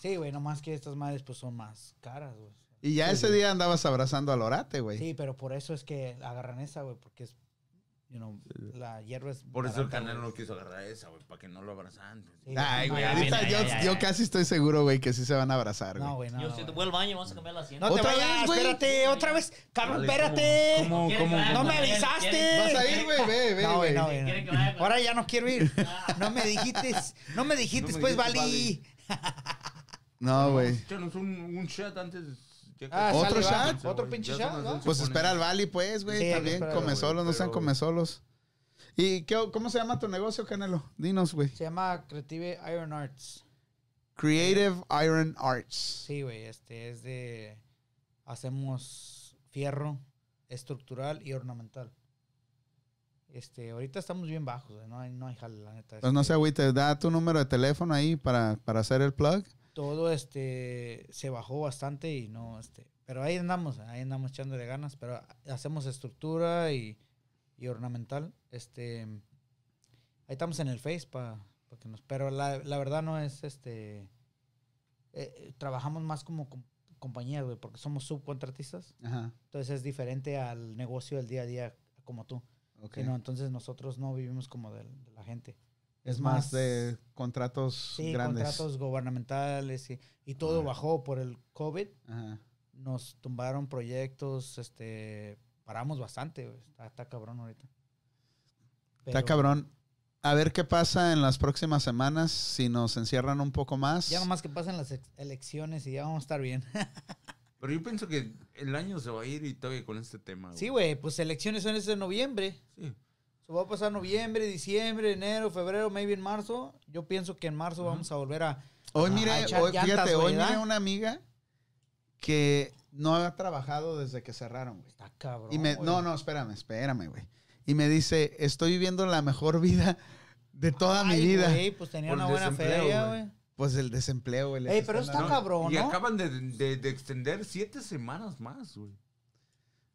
sí, güey, nomás que estas madres pues son más caras, güey. Y ya ese día andabas abrazando al orate, güey. Sí, pero por eso es que agarran esa, güey, porque es, you know, la hierba es. Por eso el barata, canal güey. no quiso agarrar esa, güey, para que no lo abrazaran. Sí, Ay, no, güey, no, ahorita ya, yo, ya, ya. yo casi estoy seguro, güey, que sí se van a abrazar, güey. No, güey, no. Yo, no, si te güey. voy al baño, vamos a cambiar el asiento. No te ¿Otra vayas, vez, güey? espérate, otra vez. Cabrón, espérate. ¿Cómo, ¿Quieres cómo, que vaya No cómo? me con él? avisaste. ¿Quieres- Vas a ir, güey, ve, ve, No, güey, güey. no, güey. ¿Quieren no. que vaya con- [LAUGHS] Ahora ya no quiero ir. No me dijiste, no me dijiste, No me dijiste, pues, Vali. No, güey. Échanos un, un shot antes. ya que- Ah, sale, ¿Otro va. shot? Sí, Otro güey, pinche ya shot, son las ¿no? once Pues con espera el- al Bali, pues, güey. Sí, También espéralo, come güey, solos, no pero- sean come solos. ¿Y qué, cómo se llama tu negocio, Canelo? Dinos, güey. Se llama Creative Iron Arts. Creative Iron Arts. Sí, güey, este es de. Hacemos fierro estructural y ornamental. Este, ahorita estamos bien bajos, güey, no hay, no hay jale, la neta. Pues no Este, sé, güey, te da tu número de teléfono ahí para, para hacer el plug. todo este se bajó bastante y no este pero ahí andamos ahí andamos echando de ganas pero hacemos estructura y, y ornamental este ahí estamos en el face pa- pa que nos pero la, la verdad no es este eh, eh, trabajamos más como com- compañía güey porque somos subcontratistas Ajá. entonces es diferente al negocio del día a día como tú Ok. sino entonces nosotros no vivimos como del- de la gente es más de contratos sí, Pues, grandes. contratos gubernamentales y, y todo bajó por el COVID. Ajá. Nos tumbaron proyectos, este, paramos bastante, güey. Está, está cabrón ahorita. Está Pero- cabrón. a ver qué pasa en las próximas semanas, si nos encierran un poco más. Ya nomás que pasen las ex- elecciones y ya vamos a estar [LAUGHS] bien. Pero yo pienso que el año se va a ir y todavía con este tema. Sí, güey, pues elecciones son ese noviembre. Sí. So, va a pasar noviembre, diciembre, enero, febrero, maybe en marzo. Yo pienso que en marzo vamos a volver a... Hoy Ah, mire, a echar hoy, llantas, fíjate, hoy ¿verdad? miré una amiga que no ha trabajado desde que cerraron, güey. Está cabrón. Y me, güey. no, no, espérame, espérame, güey. Y me dice, estoy viviendo la mejor vida de toda mi Ay, vida. güey, pues tenía Por una el buena desempleo, feria, güey. güey. Pues el desempleo, güey. les Ey, pero están está dando- cabrón, Y ¿no? acaban de, de- de extender siete semanas más, güey.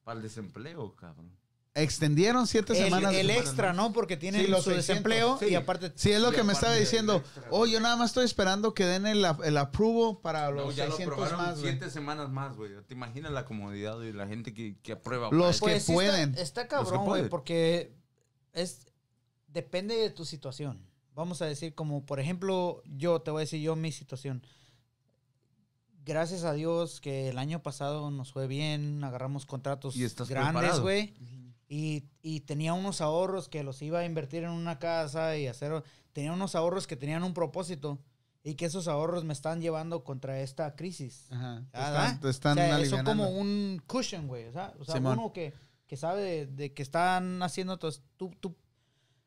Para el desempleo, cabrón. Extendieron siete El, semanas. el semanas extra, más. ¿no? Porque tiene Sí, los su 600, desempleo sí. y aparte... Sí, es lo Y que me estaba aparte del diciendo. extra, Oh, güey. yo nada más estoy esperando que den el, el approval para No, los ya lo 600 aprobaron más, güey. siete semanas más, güey. ¿Te imaginas la comodidad de la gente que, que aprueba? Los que güey? Pues sí está- pueden. Está, Los cabrón, que güey, pueden. porque es depende de tu situación. Vamos a decir, como por ejemplo, yo te voy a decir yo mi situación. Gracias a Dios que el año pasado nos fue bien, agarramos contratos Y estás grandes, preparado. güey. Y, y tenía unos ahorros que los iba a invertir en una casa y hacer... Tenía unos ahorros que tenían un propósito y que esos ahorros me están llevando contra esta crisis. Ajá. Te Ah, están, ¿verdad? te están O sea, eso alivianando. como un cushion, güey. O sea, o sea, Simón. uno que, que sabe de, de que están haciendo... tos- tú, tú,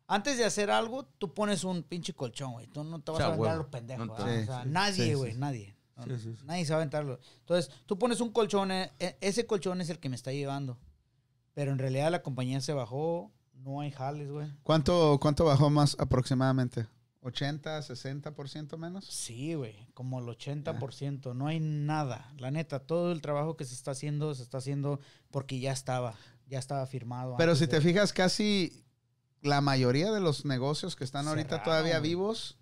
antes de hacer algo, tú pones un pinche colchón, güey. Tú no te vas O sea, a aventar a huevo. los pendejos. No te- ¿verdad? Sí, o sea, sí, sí, nadie, sí. güey, nadie. No, Sí, sí, sí. Nadie se va a aventarlo. Entonces, tú pones un colchón, eh, e- ese colchón es el que me está llevando. Pero en realidad la compañía se bajó, no hay jales, güey. ¿Cuánto, ¿Cuánto bajó más aproximadamente? ¿80, 60% menos? Sí, güey, como el 80%, no hay nada. La neta, todo el trabajo que se está haciendo, se está haciendo porque ya estaba, ya estaba firmado. Pero antes si te de- fijas, casi la mayoría de los negocios que están ahorita Cerraron, todavía güey. vivos,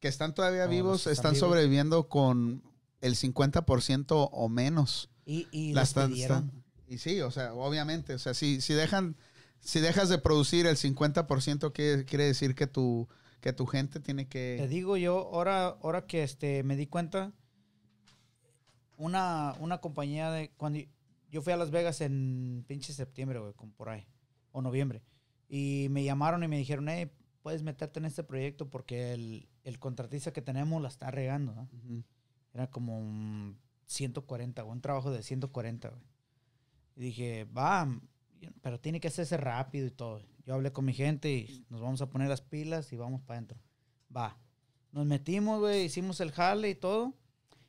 que están todavía No, los vivos, que están están vivos. sobreviviendo con el 50% o menos. Y, y Las están- despidieron. están- y sí, o sea, obviamente, o sea, si, si dejan, si dejas de producir el 50%, que quiere decir que tu, que tu gente tiene Te que... digo yo, ahora, ahora que este, me di cuenta, una, una compañía de... Cuando y- yo fui a Las Vegas en pinche septiembre, güey, como por ahí, o noviembre, y me llamaron y me dijeron, hey, puedes meterte en este proyecto porque el, el contratista que tenemos la está regando, ¿no? Ujú. Era como un 140, güey, un trabajo de 140, güey. Y dije, va, pero tiene que hacerse rápido y todo. Yo hablé con mi gente y nos vamos a poner las pilas y vamos para adentro. Va. Nos metimos, güey, hicimos el jale y todo.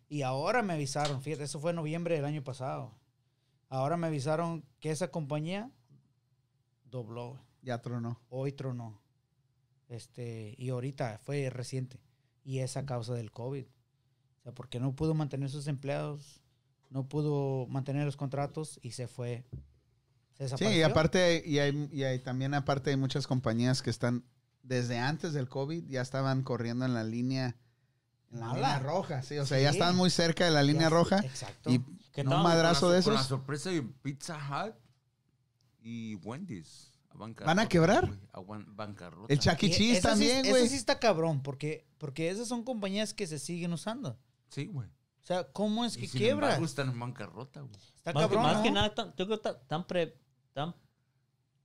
Y ahora me avisaron, fíjate, eso fue en noviembre del año pasado. Ahora me avisaron que esa compañía dobló, güey Ya tronó. hoy tronó. Este, y ahorita fue reciente. Y es a causa del COVID. O sea, porque no pudo mantener sus empleados, no pudo mantener los contratos y se fue. Se Sí, desapareció. y aparte, y hay, y hay también aparte hay muchas compañías que están desde antes del COVID ya estaban corriendo en la línea, en la Mala. línea roja, sí, o sea, ya Sí. están muy cerca de la Ya- línea roja Exacto. y ¿Qué no tal? un madrazo Con la- de Con la esos. sorpresa de Pizza Hut y Wendy's. ¿Van a quebrar? bancarrota. El Chuck E. Y Cheese esa sí- también, esa güey. sí está cabrón, porque, porque esas son compañías que se siguen usando. Sí, güey. O sea, ¿cómo es Y que sin quiebra? embargo, están en bancarrota, güey. está Más, cabrón. que, más ¿no? que nada, tan- yo creo que ta- tan pre- tan-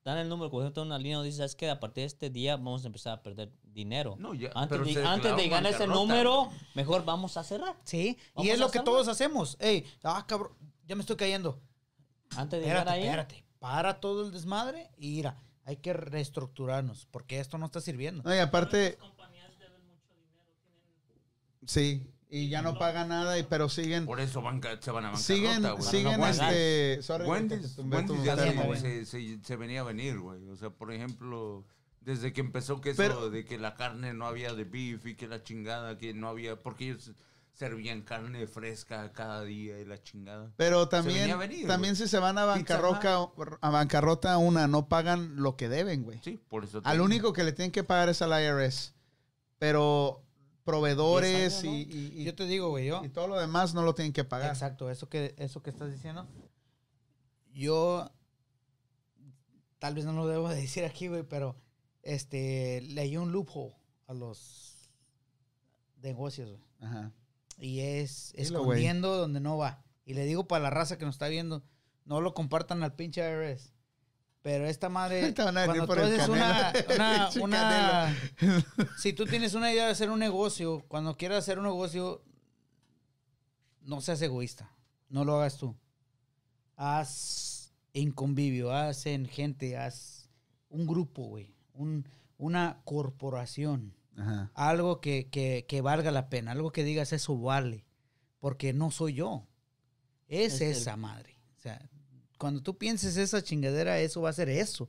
dan el número correcto en una línea donde dice, es que a partir de este día vamos a empezar a perder dinero. No, ya, antes pero se de, declaró antes de ganar ese bancarrota, número, mejor vamos a cerrar. Sí, y Vamos es a lo que hacerlo. todos hacemos. Ey, ah, cabrón, ya me estoy cayendo. Antes de llegar Espérate, ahí. espérate. Para todo el desmadre y mira, hay que reestructurarnos porque esto no está sirviendo. No, y aparte, compañías deben mucho dinero. Tienen sí, y ya no pagan nada, y, pero siguen, Por eso banca, se van a bancarrota, siguen, güey. siguen, No aguantan. este, sorry, güey, que Wendy's, te tumbé tu Wendy's ya tema, tema, se, güey. se, se- se venía a venir, güey. O sea, por ejemplo, desde que empezó que eso Pero- de que la carne no había de beef y que la chingada que no había, porque ellos servían carne fresca cada día y la chingada. Pero venía también, a venir, también si se van a Pizza bancarrota, a bancarrota una, no pagan lo que deben, güey. Sí, por eso. Al te- único que le tienen que pagar es al IRS. Pero proveedores Y es algo, y, y- y- Yo te digo, güey, yo. y todo lo demás no lo tienen que pagar. Exacto, eso que, eso que estás diciendo. Yo tal vez no lo debo de decir aquí, güey, pero este leí un loophole a los negocios, güey. Ajá. Y es Dilo, güey. escondiendo donde no va. Y le digo para la raza que nos está viendo, no lo compartan al pinche IRS. Pero esta madre, [LAUGHS] Te van a venir cuando por tú el haces una, canelo. [LAUGHS] una, Pinche una- [LAUGHS] si tú tienes una idea de hacer un negocio, cuando quieras hacer un negocio, no seas egoísta, no lo hagas tú. Haz en convivio, haz en gente, haz un grupo, güey, un- una corporación, Ajá. algo que, que- que valga la pena, algo que digas eso vale, porque no soy yo, es, Es el- esa madre. O sea, cuando tú pienses esa chingadera, eso va a ser eso.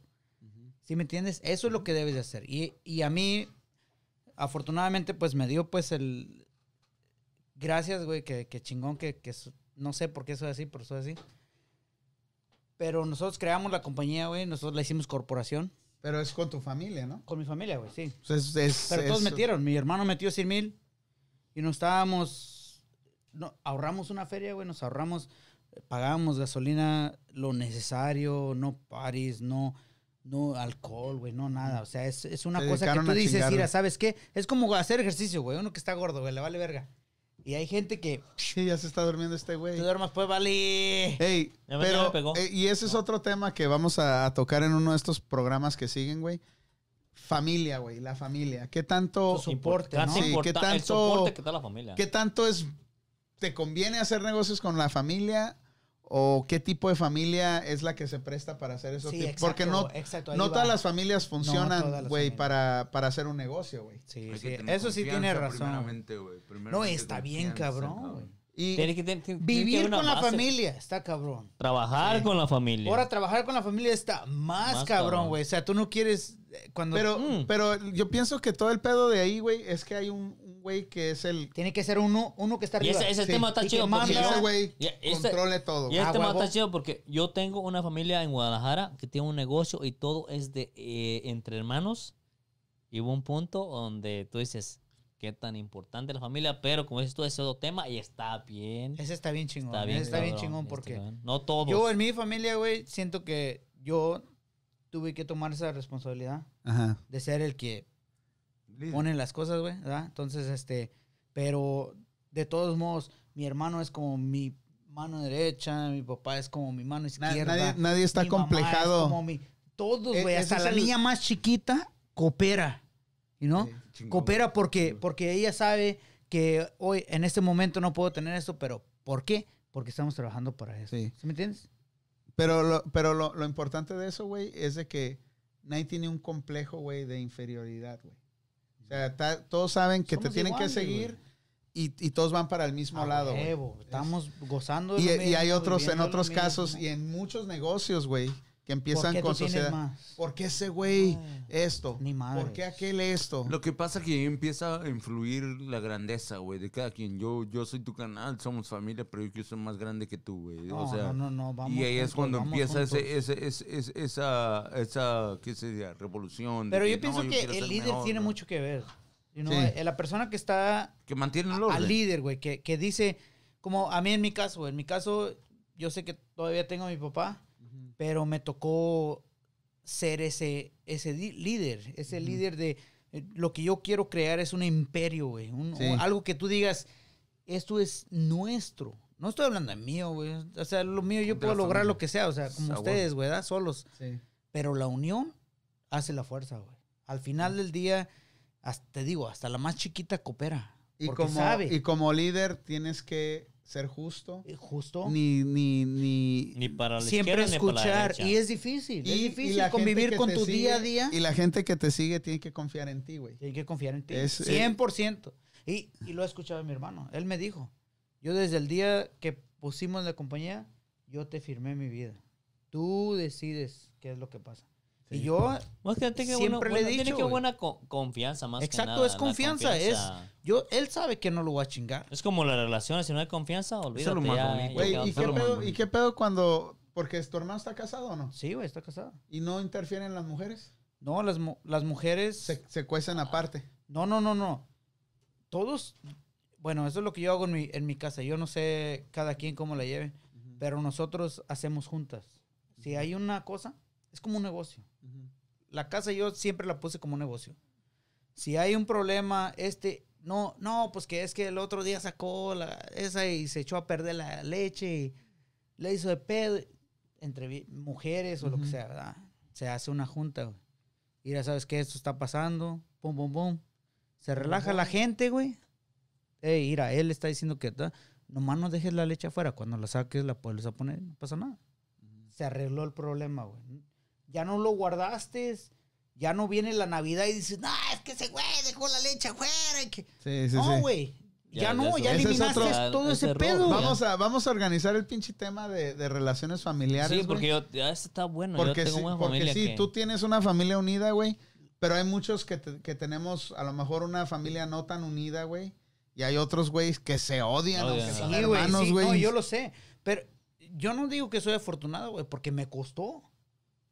¿Sí me entiendes? Eso es lo que debes de hacer. Y, y a mí, afortunadamente, pues me dio pues el... Gracias, güey, que, que chingón, que, que so- no sé por qué soy así, pero soy así. Pero nosotros creamos la compañía, güey, nosotros la hicimos corporación. Pero es con tu familia, ¿no? Con mi familia, güey, sí. O sea, es- es- Pero todos es- metieron, mi hermano metió 100 mil y nos estábamos... No, ahorramos una feria, güey, nos ahorramos, pagábamos gasolina, lo necesario, no paris, no, no alcohol, güey, no nada. O sea, es, es una Se cosa que dedicaron tú a dices, chingarle. mira, ¿sabes qué? Es como hacer ejercicio, güey, uno que está gordo, güey, le vale verga. Y hay gente que, Sí, ya se está durmiendo este güey. tú duermas, pues vale. Ey, Ya me- ya pero, me pegó. eh, y ese es otro tema que vamos a, a tocar en uno de estos programas que siguen, güey. Familia, güey, la familia. ¿Qué tantanto, Su soporte, Tanto ¿no? Sí, ¿qué importa- El tanto- soporte que da la familia. qué tanto es, te conviene hacer negocios con la familia o qué tipo de familia es la que se presta para hacer eso? Sí, Porque no, güey, exacto, ahí no va. todas las familias todas las funcionan, güey, familias. para, para hacer un negocio, güey. Sí, Hay sí, que tener eso sí confianza tiene razón. güey. primeramente, güey, No, primeramente está bien, confianza, cabrón, güey. Y Tiene que- tiene- tiene que haber Vivir una con la base. familia está cabrón. Trabajar con la familia. Ahora trabajar con la familia está más, Más cabrón. cabrón, güey. O sea, tú no quieres eh, cuando Pero, Mm. pero yo pienso que todo el pedo de ahí, güey, es que hay un un güey que es el... tiene que ser uno, uno que está y arriba. ese, ese Sí. tema está Y que chido. Que Porque manda- ese yo- güey y este- controle todo. y güey. este Ah, tema huevo. está chido porque yo tengo una familia en Guadalajara que tiene un negocio y todo es de eh, entre hermanos. Y hubo un punto donde tú dices, qué tan importante la familia, pero como dices tú, ese es otro tema y está bien. Ese está bien chingón. Está bien, ese está bien cabrón, chingón está porque bien. No todos. yo en mi familia, güey, siento que yo tuve que tomar esa responsabilidad Ajá. de ser el que Líder. pone las cosas, güey, ¿verdad? Entonces, este, pero de todos modos, mi hermano es como mi mano derecha, mi papá es como mi mano Na- izquierda. nadie, nadie está Mi mamá es complejado. como mi- todos, E- güey. ese Hasta es la el- niña más chiquita coopera. ¿Y no? Sí, Pues. Chingón. Coopera porque, porque ella sabe que hoy, en este momento, no puedo tener esto, pero ¿por qué? Porque estamos trabajando para eso. Sí. ¿Sí, me entiendes? Pero, lo, pero lo, lo importante de eso, güey, es de que nadie tiene un complejo, güey, de inferioridad, güey. O sea, ta- todos saben que Somos te tienen iguales, que seguir y, y todos van para el mismo A lado, güey. huevo, Estamos gozando. de Y, lo y hay mismo, otros, en viviendo lo otros mismo. casos, y en muchos negocios, güey, que ¿Por empiezan qué con tú tienes sociedad. más? ¿Por qué ese güey Ah, esto? Ni madre. ¿Por qué aquel esto? Lo que pasa que ahí empieza a influir la grandeza, güey, de cada quien. Yo, yo soy tu canal, somos familia, pero yo soy más grande que tú, güey. No, o sea, no, no, no, vamos y ahí es juntos, cuando vamos empieza juntos. ese, ese, ese- ese- esa, esa, ¿qué sería? Revolución. de Pero yo no, pienso que quiero el ser líder mejor, tiene ¿no? mucho que ver. You know, Sí. eh, La persona que está Que mantiene el orden. al líder, güey, que, que dice, como a mí en mi caso, güey, en mi caso, yo sé que todavía tengo a mi papá, pero me tocó ser ese, ese di- líder, ese líder de eh, lo que yo quiero crear es un imperio, güey, un- Sí. un- algo que tú digas, esto es nuestro. No estoy hablando de mío, güey. O sea, lo mío yo De puedo la lograr familia. lo que sea, o sea, como Ah, bueno. ustedes, güey, ¿verdad? solos. Sí. Pero la unión hace la fuerza, güey. Al final del día, hasta- te digo, hasta la más chiquita coopera. Y, porque como, sabe. y como líder tienes que ser justo. Eh, Justo. Ni, ni, ni, ni para la Siempre izquierda ni para la escuchar. derecha. Y es difícil. es difícil la gente convivir que con te tu sigue- día a día. Y la gente que te sigue tiene que confiar en ti, güey. Y hay que confiar en ti. Es- 100%. Y, y lo he escuchado de mi hermano. Él me dijo, yo desde el día que pusimos la compañía, yo te firmé mi vida. Tú decides qué es lo que pasa. Y yo, Más que tiene que Siempre buena- le he buena- tiene dicho, que güey. buena co- confianza más que Exacto, nada. es la confianza, confianza. yo, él sabe que no lo voy a chingar. Es como las relaciones, si no hay confianza, olvídate lo más ya, bonito. ya Güey, quedó ¿y, todo. qué enfermo, pedo, güey. ¿y qué pedo cuando.? Porque tu hermano está casado o no? Sí, güey, está casado. ¿Y no interfieren las mujeres? No, las, mu- las mujeres... Se, se cuecen aparte. No, no, no, no. Todos, bueno, eso es lo que yo hago en mi, en mi casa. Yo no sé cada quien cómo la lleve, pero nosotros hacemos juntas. Si hay una cosa, es como un negocio. La casa yo siempre la puse como un negocio. Si hay un problema, este, no, no, pues que es que el otro día sacó la, esa y se echó a perder la leche y le hizo de pedo entre vi- mujeres o lo que Ujú. sea, ¿verdad? se hace una junta, güey. Mira, ¿sabes qué? Esto está pasando. Pum, pum, pum. Se relaja la gente, güey. Ey, mira, él está diciendo que... ta- Nomás no dejes la leche afuera. Cuando la saques, la puedes a poner. No pasa nada. Se arregló el problema, güey. Ya no lo guardaste. Ya no viene la Navidad y dices, no, es que ese güey dejó la leche afuera. y que-". Sí, sí, no, sí. güey. Ya, Ya, no, ya ya es- ese es eliminaste otro- todo Ah, ese ese, error, pedo. güey. Vamos a, vamos a organizar el pinche tema de, de relaciones familiares. Sí, porque güey. yo, ya, este está bueno. Porque yo tengo sí, una porque familia sí, que... tú tienes una familia unida, güey. Pero hay muchos que, te- que tenemos a lo mejor una familia no tan unida, güey. Y hay otros, güey, que se odian. Odian. aunque Sí, son güey, hermanos, sí, güey. no, yo lo sé. Pero yo no digo que soy afortunado, güey, porque me costó.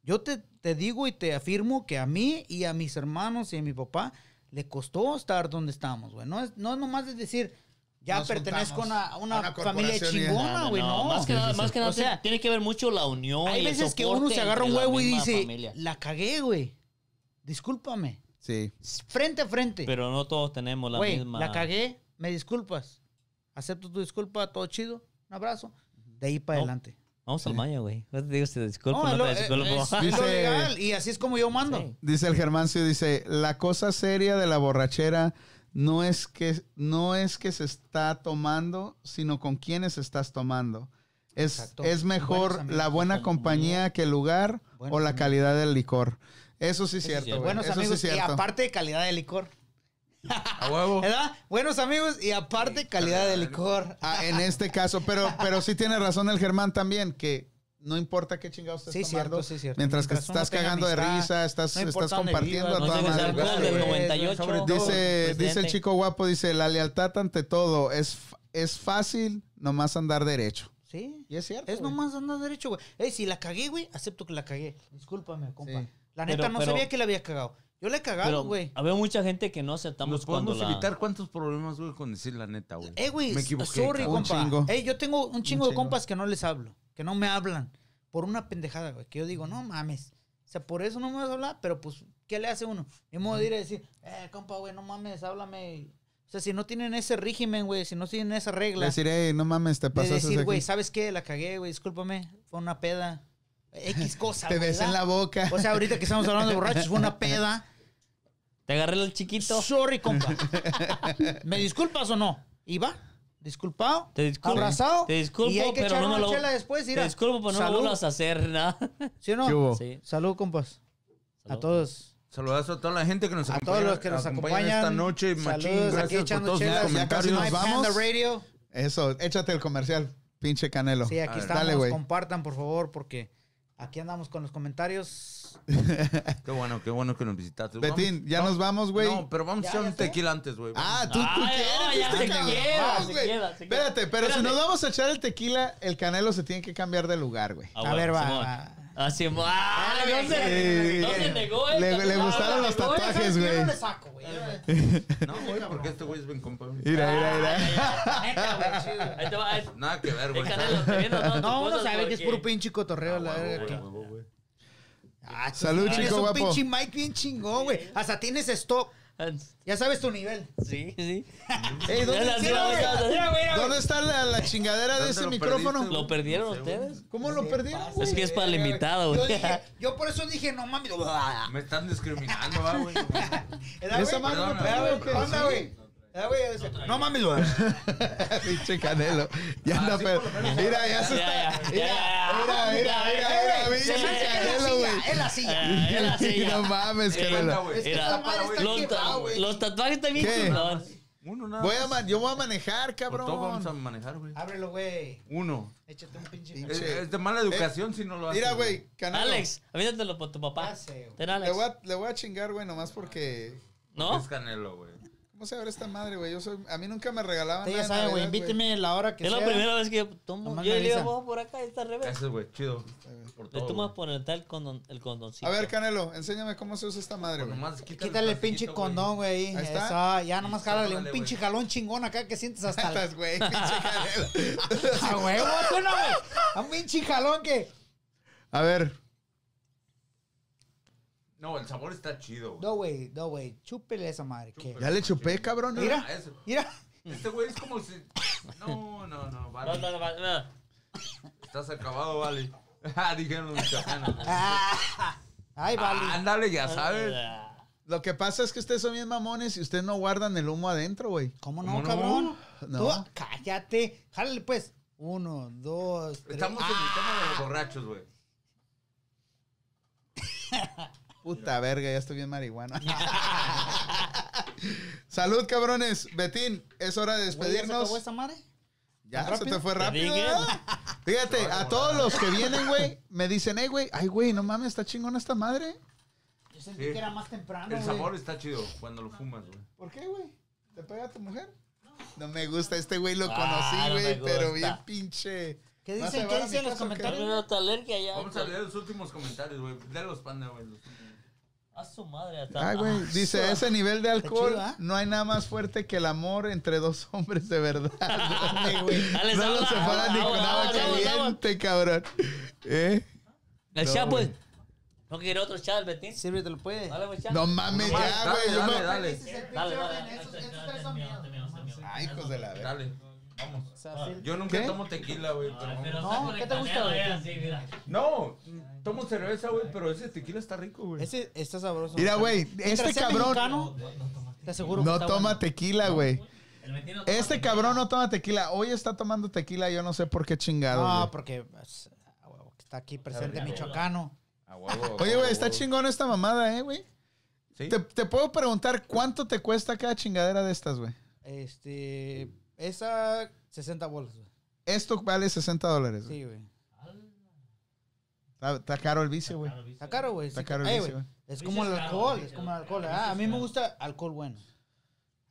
Yo te, te digo y te afirmo que a mí y a mis hermanos y a mi papá le costó estar donde estamos, güey. No es, no es nomás de decir, ya Nos pertenezco a una, a una juntamos, a una familia corporación y- chingona, güey. No, Más que Sí, nada, sí, más sí. que nada O sea, tiene- tiene que ver mucho la unión. hay y el veces que soporte uno se agarra un entre la huevo y misma dice, familia. la cagué, güey. Discúlpame. Sí. Frente a frente. Pero no todos tenemos la Güey, misma. la cagué, me disculpas. Acepto tu disculpa, todo chido. Un abrazo. De ahí para No. adelante. Vamos al baño, güey. No te digo si te disculpo, no, es lo- te eh, es- disculpo. es- es lo legal, y así es como yo mando. Sí. Dice el Germancio, dice, la cosa seria de la borrachera no es que no es que se está tomando, sino con quiénes estás tomando. Es, Exacto. es mejor Buenos amigos, la buena compañía que el lugar Buenos o la amigos. calidad del licor. Eso sí es Eso cierto, sí es güey. Buenos Eso amigos sí es y cierto. aparte calidad de licor. A huevo. ¿Verdad? Buenos amigos y aparte calidad de licor. Ah, en este caso, pero, pero sí tiene razón el Germán también, que no importa qué chingados estés Sí, tomando, cierto, sí, cierto. mientras que Mientras uno estás tenga cagando de amistad, risa, estás, no importa estás dónde compartiendo vivas, a No toda sé que sea el madre. gol del güey, 98. sobre todo. Dice, dice el presidente. chico guapo, dice, la lealtad ante todo es, f- es fácil nomás andar derecho. Sí. Y es cierto. Es güey. nomás andar derecho, güey. Ey, si la cagué, güey, acepto que la cagué. Discúlpame, compa. Sí. La neta Pero- no pero- sabía que la había cagado. Yo la he cagado, Pero güey. había mucha gente que no aceptamos Nos cuando podemos la... evitar cuántos problemas, güey, con decir la neta, güey. Eh, güey, Me equivoqué. sorry, cabrón. compa. chingo. Ey, yo tengo un chingo de chingo. compas que no les hablo, que no me hablan por una pendejada, güey, que yo digo, no mames. O sea, por eso no me vas a hablar, pero pues, ¿qué le hace uno? Ni modo de ir a decir, eh, compa, güey, no mames, háblame. O sea, si no tienen ese régimen, güey, si no tienen esa regla Decir, "Ey, no mames, te de pasaste decir, aquí". güey, ¿sabes qué? La cagué, güey, discúlpame, fue una peda. X cosa, Te güey, ves en la ¿verdad? boca. O sea, ahorita que estamos hablando de borrachos, fue una peda. Te agarré el chiquito. Sorry, compa. ¿Me disculpas o no? ¿Y va? ¿Disculpado? Te disculpo. abrazado. Te disculpo, y hay que pero echar no me una lo... chela después, Te mira. disculpo, pero no me Salud. vuelvas a hacer nada. ¿Sí o ¿Qué no? hubo? Sí. Salud, compas. A Salud. todos. Saludazo a toda la gente que nos A acompaña. todos los que nos acompañan. esta noche, machín. Saludos, aquí Gracias por echando todos sus chelas. Ya casi comentarios. no hay Vamos. Panda Radio. Eso, échate el comercial, pinche canelo. Sí, A aquí ver. estamos. Dale, güey. Compartan, por favor, porque aquí andamos con los comentarios. Qué bueno, qué bueno que nos visitaste. Betín, ya nos vamos, güey. güey. No, pero vamos a Ya, echar ya un sé. tequila antes, güey. Ah, tú, tú Ay, no, ya quieres. se este cabrón, queda, se güey. queda, se queda. Espérate, pero si Espérate. nos vamos a echar el tequila, el canelo se tiene que cambiar de lugar, Ah, güey. a ver, va. Simón. va. Así, ah, Dale, no güey. se, no se negó Le- esta- le ah, gustaron no los se negó, tatuajes. ¿Sabes? Yo güey. no le saco, güey. no, güey, porque este güey es bien compa. Mira, Ah, mira, mira. esa- Ahí te va, ahí- Nada que ver, el güey. Canelo está viendo todas tus No, uno cosas sabe que es porque- puro pinche cotorreo. la verga. Ah, Salud, tienes chico un guapo. pinche mic bien chingón, güey. Hasta tienes stop. Ya sabes tu nivel. Ah, Sí, sí. Ey, ¿dónde, Es así, vamos, vamos. dónde está la, la chingadera de ¿Dónde ese lo micrófono? perdiste, ¿Lo perdieron No sé, güey. ustedes? ¿Cómo lo perdieron? güey? Es que es para el invitado, [LAUGHS] Yo, güey. dije, yo por eso dije, no mames. Me están discriminando, va, [LAUGHS] güey. Era, Esa güey, madre no era, trae, güey, ¿o ¿qué qué? onda, güey? Era, güey, o sea, No mames, güey. [LAUGHS] Pinche canelo. Ya Ah, anda, sí, pero. por lo Mira, ya se Ya, está. ya, [LAUGHS] Mira, mira, ya, mira, mira, mira. Se Pinche me hace que es la canelo, silla, es güey. la silla. Ah, Era [LAUGHS] así. No ya. mames, Anda, canelo. güey. Era- Esta madre está Los, quebrada, ta- güey. los tatuajes también ¿Qué? chingados. Uno nada Voy a más. man- yo voy a manejar, O todos vamos a cabrón. manejar, güey. Ábrelo, güey. Uno. Échate un pinche. Pinche Es, es de mala educación si no lo haces. Mira, güey, canelo. Alex, avídatelo por tu papá. Ya sé, güey. Ten Le Alex. voy a, le voy a chingar, güey, nomás porque. ¿No? Es Canelo, güey. ¿Cómo se abre esta madre, güey? Yo soy, a mí nunca me regalaban. Usted nada ya de sabe, güey. Navidad, Invíteme la hora que Es la sea. primera vez que yo tomo. Nomás Yo me le digo, avisa. vamos por acá, está al revés. Ese, güey, chido. Por Le todo, tomas güey. por el tal condon, el condoncito. A ver, Canelo, enséñame cómo se usa esta madre, güey. Nomás quítale, Quítale el pedacito, pinche condón, güey. Ahí está. Eso, ya nomás jálale un Sóplale, pinche güey. jalón chingón acá que sientes [LAUGHS] hasta el Estás, güey, pinche Canelo. A huevo, suena, güey. A un pinche jalón que. A ver, No, el sabor está chido, güey. No, güey, no, güey. Chúpele esa madre. que- ya le chupé, cabrón. Mira. Ah, ese- Mira. Este güey es como si... [COUGHS] No, no, no, No, vale. no, no, no, no. [LAUGHS] Estás acabado, vale. Ah, dijeron los chapanos. Ah, Ay, vale. Ándale, ya sabes. Lo que pasa es que ustedes son bien mamones y ustedes no guardan el humo adentro, güey. ¿Cómo ¿Cómo no, no? cabrón? No. Tú, cállate. Jálale, pues. Uno, dos, tres. Estamos en el tema de los borrachos, güey. Puta verga, ya estoy bien marihuana. [LAUGHS] Salud, cabrones. Betín, es hora de Güey, ¿ya se despedirnos. acabó esta madre? Ya, ¿Tan se te fue Te rápido. dije. ¿verdad? Fíjate, a todos los que vienen, güey, me dicen, hey, güey, ay, güey, no mames, está chingona esta madre. Yo sentí Sí. que era más temprano, El Ah, güey. sabor está chido cuando lo fumas, güey. ¿Por qué, güey? ¿Te pega tu mujer? No me gusta, este güey lo Ah, conocí, no me güey, pero gusta. bien pinche. ¿Qué ¿Vas a dicen? llevar ¿Qué a mi dicen en casa los o qué? comentarios? Tengo hasta alergia ya. Vamos a leer los últimos comentarios, güey. Lee los panda, güey. los últimos. A su madre. hasta- Ay, güey, dice, a ese nivel de Ah, Está alcohol, chido, ¿eh? no hay nada más fuerte que el amor entre dos [LAUGHS] hombres de [LAUGHS] verdad. Dale, no habla, los habla, separan ni con habla, agua habla, habla, habla. caliente, cabrón. ¿Eh? El No, chat, pues. güey. ¿No quiere otro chat, el Betín? Sirve, te lo puede. Dale, güey, chat. No mames, Nomás, ya, dale, güey. yo dale, me- dale. Dale, dale. Ay, hijos de la verga. Dale, vamos. O sea, sí- Yo nunca ¿Qué? tomo tequila, güey. Ah, pero vamos. No, ¿qué te gusta, güey? No, tomo cerveza, güey, pero ese tequila está rico, güey. Ese está sabroso. Mira, güey, este Mientras sea cabrón mexicano, te aseguro que no está toma bueno. tequila, güey. Este cabrón no toma tequila. Hoy está tomando tequila, yo no sé por qué chingado. No, güey. porque pues, a huevo, que está aquí presente michoacano. A huevo, a huevo, Oye, a güey, está huevo. chingona esta mamada, ¿eh, güey? ¿Sí? Te, te puedo preguntar cuánto te cuesta cada chingadera de estas, güey. Este, esa 60 bolas, güey. Esto vale 60 dólares. güey. Sí, güey. Está, está caro el vicio, güey. Está caro, güey. Está Sí, caro el eh, vicio, güey. güey. Es Vicio como es el caro, alcohol, vicio, es como el alcohol. vicio Ah, es a mí me caro. gusta alcohol bueno.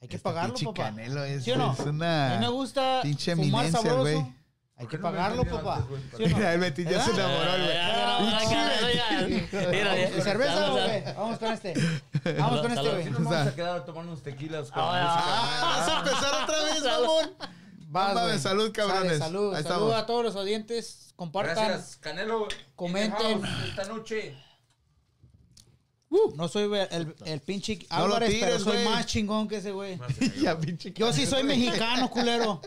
Hay que Este pagarlo, pinche papá. Canelo es, ¿Sí o no? es A mí me una... gusta pinche fumar eminencia, sabroso. güey. Hay ¿Por que qué no me pagarlo, vendió papá. antes, güey? ¿Sí o no? Mira, el Betín ya se ¿Verdad? enamoró, el [LAUGHS] güey. ¿De cerveza o qué? Vamos con este. Vamos con este, Si güey. [LAUGHS] no nos vamos a quedar a tomar unos tequilas con Ah, vas a empezar otra [LAUGHS] vez, mamón. Vas, Mames, güey. salud, cabrones. Sale, salud. Ahí Salud estamos. a todos los audientes. música. Compartan. Gracias, Canelo. Comenten. In the house Esta noche. Uh, No soy el, el pinche No lo Álvarez, pero tires, soy güey. más chingón que ese güey. Ya, pinche [LAUGHS] Yo sí soy mexicano, culero.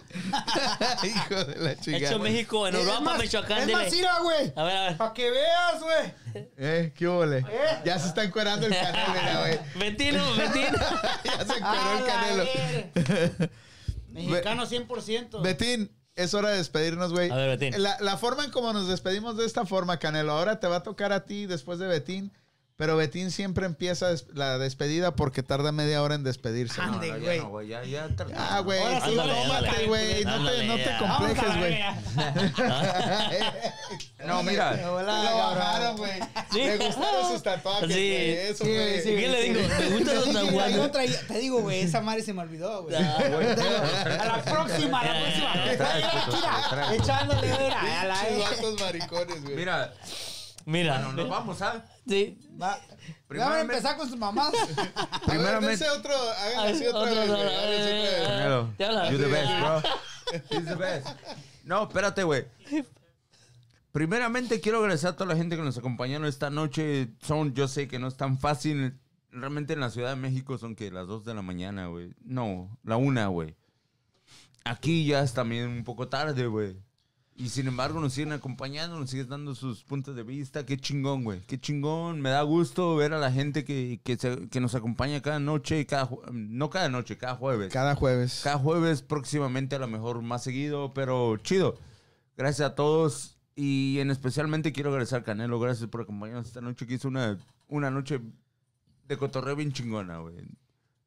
[LAUGHS] Hijo de la chingada. Hecho México, en Es Europa, más- Michoacán, Es más, dile. ira, güey. A ver, a ver. Para que veas, güey. Eh, qué ole. Ya se está encuerando el canelo, mira, güey. Betino, Betino. Ya se encueró A el la canelo. [LAUGHS] Mexicano 100%. Betín, es hora de despedirnos, güey. A ver, Betín. La, la forma en como nos despedimos de esta forma, Canelo. Ahora te va a tocar a ti después de Betín. Pero Betín siempre empieza des- la despedida porque tarda media hora en despedirse. No, [LAUGHS] ¿no? no, ya güey. no, güey, ya, ya tardamos. Ah, güey. Ahora sí, ándale, ándale, tómate, güey. No te, ándale, no te ya. Vamos a complejes, la güey. verga. [LAUGHS] No, mira. Lo bajaron, güey. Sí. Me gustaron sus tatuajes, Sí. güey. Eso, Sí, güey. sí, ¿Qué le digo? ¿Te gustan los Te dije, tatuajes? yo traía- Te digo, güey, esa madre se me olvidó, [LAUGHS] güey. A la próxima, a la próxima. Mira, Echándole, mira, a la Pinches vatos maricones, güey. Mira, Mira. bueno, nos vamos, ¿ah? ¿sabes? Sí. Va- Vamos a empezar con sus mamás. Primeramente. Primeramente- Dense otro, háganlo así otra Otro, vez, otro, güey. Háganlo así otra vez. Canelo, Te habla. you the best, bro. He's the best. No, espérate, güey. Primeramente quiero agradecer a toda la gente que nos acompañaron esta noche. Son, yo sé que no es tan fácil. Realmente en la Ciudad de México son que las 2 de la mañana, güey. No, la 1, güey. Aquí ya es también un poco tarde, güey. Y sin embargo nos siguen acompañando, nos siguen dando sus puntos de vista. Qué chingón, güey. Qué chingón. Me da gusto ver a la gente que, que, se- que nos acompaña cada noche, cada, ju- no cada noche, cada jueves. Cada jueves. Cada jueves, próximamente a lo mejor más seguido, pero chido. Gracias a todos y en especialmente quiero agradecer a Canelo. Gracias por acompañarnos esta noche, que hizo una, una noche de cotorreo bien chingona, güey.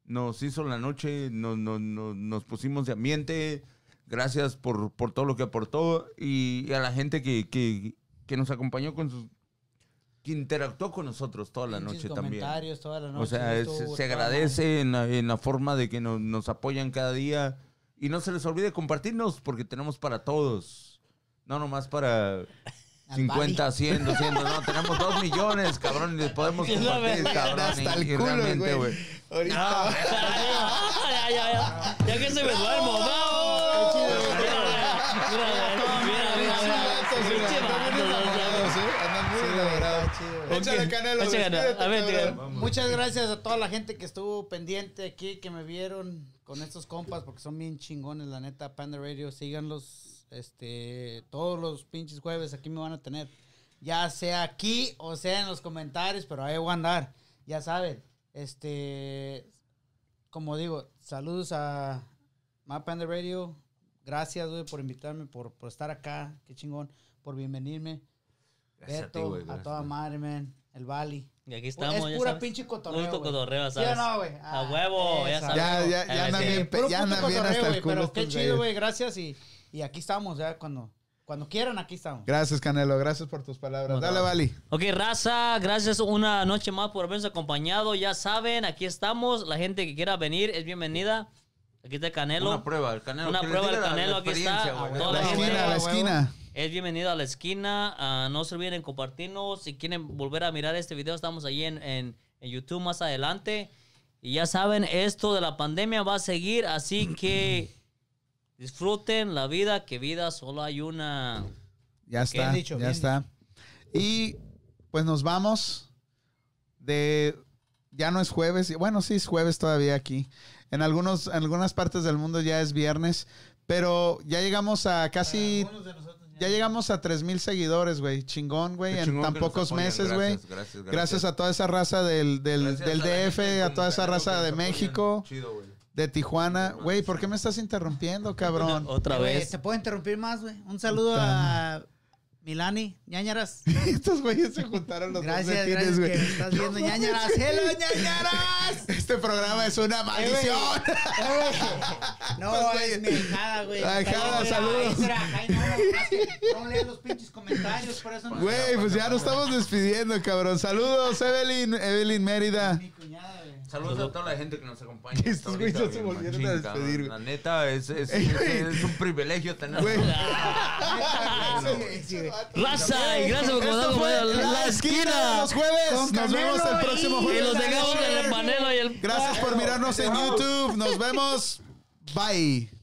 Nos hizo la noche, nos, nos, nos, nos pusimos de ambiente. Gracias por, por todo lo que aportó y, y a la gente que, que, que nos acompañó con sus... que interactuó con nosotros toda la noche Pinches también. comentarios toda la noche. O sea, estuvo se- se, toda agradece en la, en la forma de que nos, nos apoyan cada día. Y no se les olvide compartirnos porque tenemos para todos. No nomás para 50, 100, 200. No, tenemos [LAUGHS] 2 millones, cabrón. Y les podemos Sí, la compartir, verdad, cabrón. y- Hasta y el culo, güey. realmente, güey. Ahorita. Ya, ya, ya. Ya que se me duermo. ¡Bravo! Qué Mira, chido, güey. mira, mira, mira, Pinche vato, mira. sí, güey. Andan bien elaborados, ¿eh? Andan muy elaborados. Pinche vato, ya, ya. Échale canelo. Échale Canelo. despídete, A cabrón. ver, Canelo. madre. Muchas gracias a toda la gente que estuvo pendiente aquí, que me vieron con estos compas, porque son bien chingones, la neta, Panda Radio, síganlos, este, todos los pinches jueves, aquí me van a tener. ya sea aquí o sea en los comentarios, pero ahí voy a andar. Ya saben, este, como digo, saludos a Map and the Radio. Gracias, güey, por invitarme, por, por estar acá. Qué chingón, por bienvenirme. Gracias a ti, Beto, güey, a, gracias. toda madre, man. El Bali. Y aquí estamos. es ya pura sabes. pinche cotorreo, Puro güey. cotorreo, ¿Sí o ¿sabes? no, güey? A Ah, huevo, ya esa. sabes. Ya, ya, ya Eh, andan sí. bien, pe- Puro ya puto andan bien cotorreo, hasta el güey, culo. Pero qué estos güeyes. chido, güey. Gracias y, y aquí estamos, ya cuando, cuando quieran, aquí estamos. Gracias, Canelo. Gracias por tus palabras. No, Dale, no. Bali. Ok, raza, gracias una noche más por habernos acompañado. Ya saben, aquí estamos. La gente que quiera venir es bienvenida. Aquí está Canelo. Una prueba, el canelo. Una que les prueba diga del la- la Canelo, aquí está. experiencia, güey. Ah, Toda La la gente. esquina, la esquina. Es bienvenido a la esquina. ah, no se olviden compartirnos. Si quieren volver a mirar este video, estamos ahí en, en- en YouTube más adelante. Y ya saben, esto de la pandemia va a seguir, así que disfruten la vida, que vida solo hay una. Ya está, Bien dicho, ya bien está. Y pues nos vamos de ya no es jueves, bueno, sí es jueves todavía aquí. En algunos en algunas partes del mundo ya es viernes, pero ya llegamos a casi ya llegamos a 3000 seguidores, güey. Chingón, güey, Qué en chingón tan que nos pocos apoyan, meses, güey. Gracias, gracias, Gracias a toda esa raza del, del, Gracias del a la DF, gente a como toda esa Canelo que raza nos de apoyan. México, Chido, güey. de Tijuana. Güey, ¿por qué me estás interrumpiendo, cabrón? Otra Güey, vez. ¿Te puedo interrumpir más, güey? Un saludo a Milani, ñañaras. [LAUGHS] Estos güeyes se juntaron los dos Gracias, detines, gracias que güey. me estás viendo, ñañaras. ¡Hello, [LAUGHS] ñañaras! Este programa es una maldición. No, Pues, güey. es mi hijada, güey. Ahijada, Ay, saludos. será, ay, no, no, no, no leas los pinches comentarios, por eso no. Güey, pues ya nos estamos despidiendo, cabrón. Saludos, Evelyn, Evelyn Mérida. Mi cuñada, güey. Saludos a toda la gente que nos [LAUGHS] acompaña. Estos Está güeyes ahorita se bien volvieron a machín, cabrón. despedir, güey. La neta, es, es, [LAUGHS] Ey, es- güey. es un privilegio tener. Güey. Raza, y gracias por Esto comentar como fue la, la de esquina. los jueves. Con Nos vemos el Canelo próximo y- jueves. Y los dejamos con el panelo y el. Gracias por mirarnos en YouTube. Nos vemos. Bye.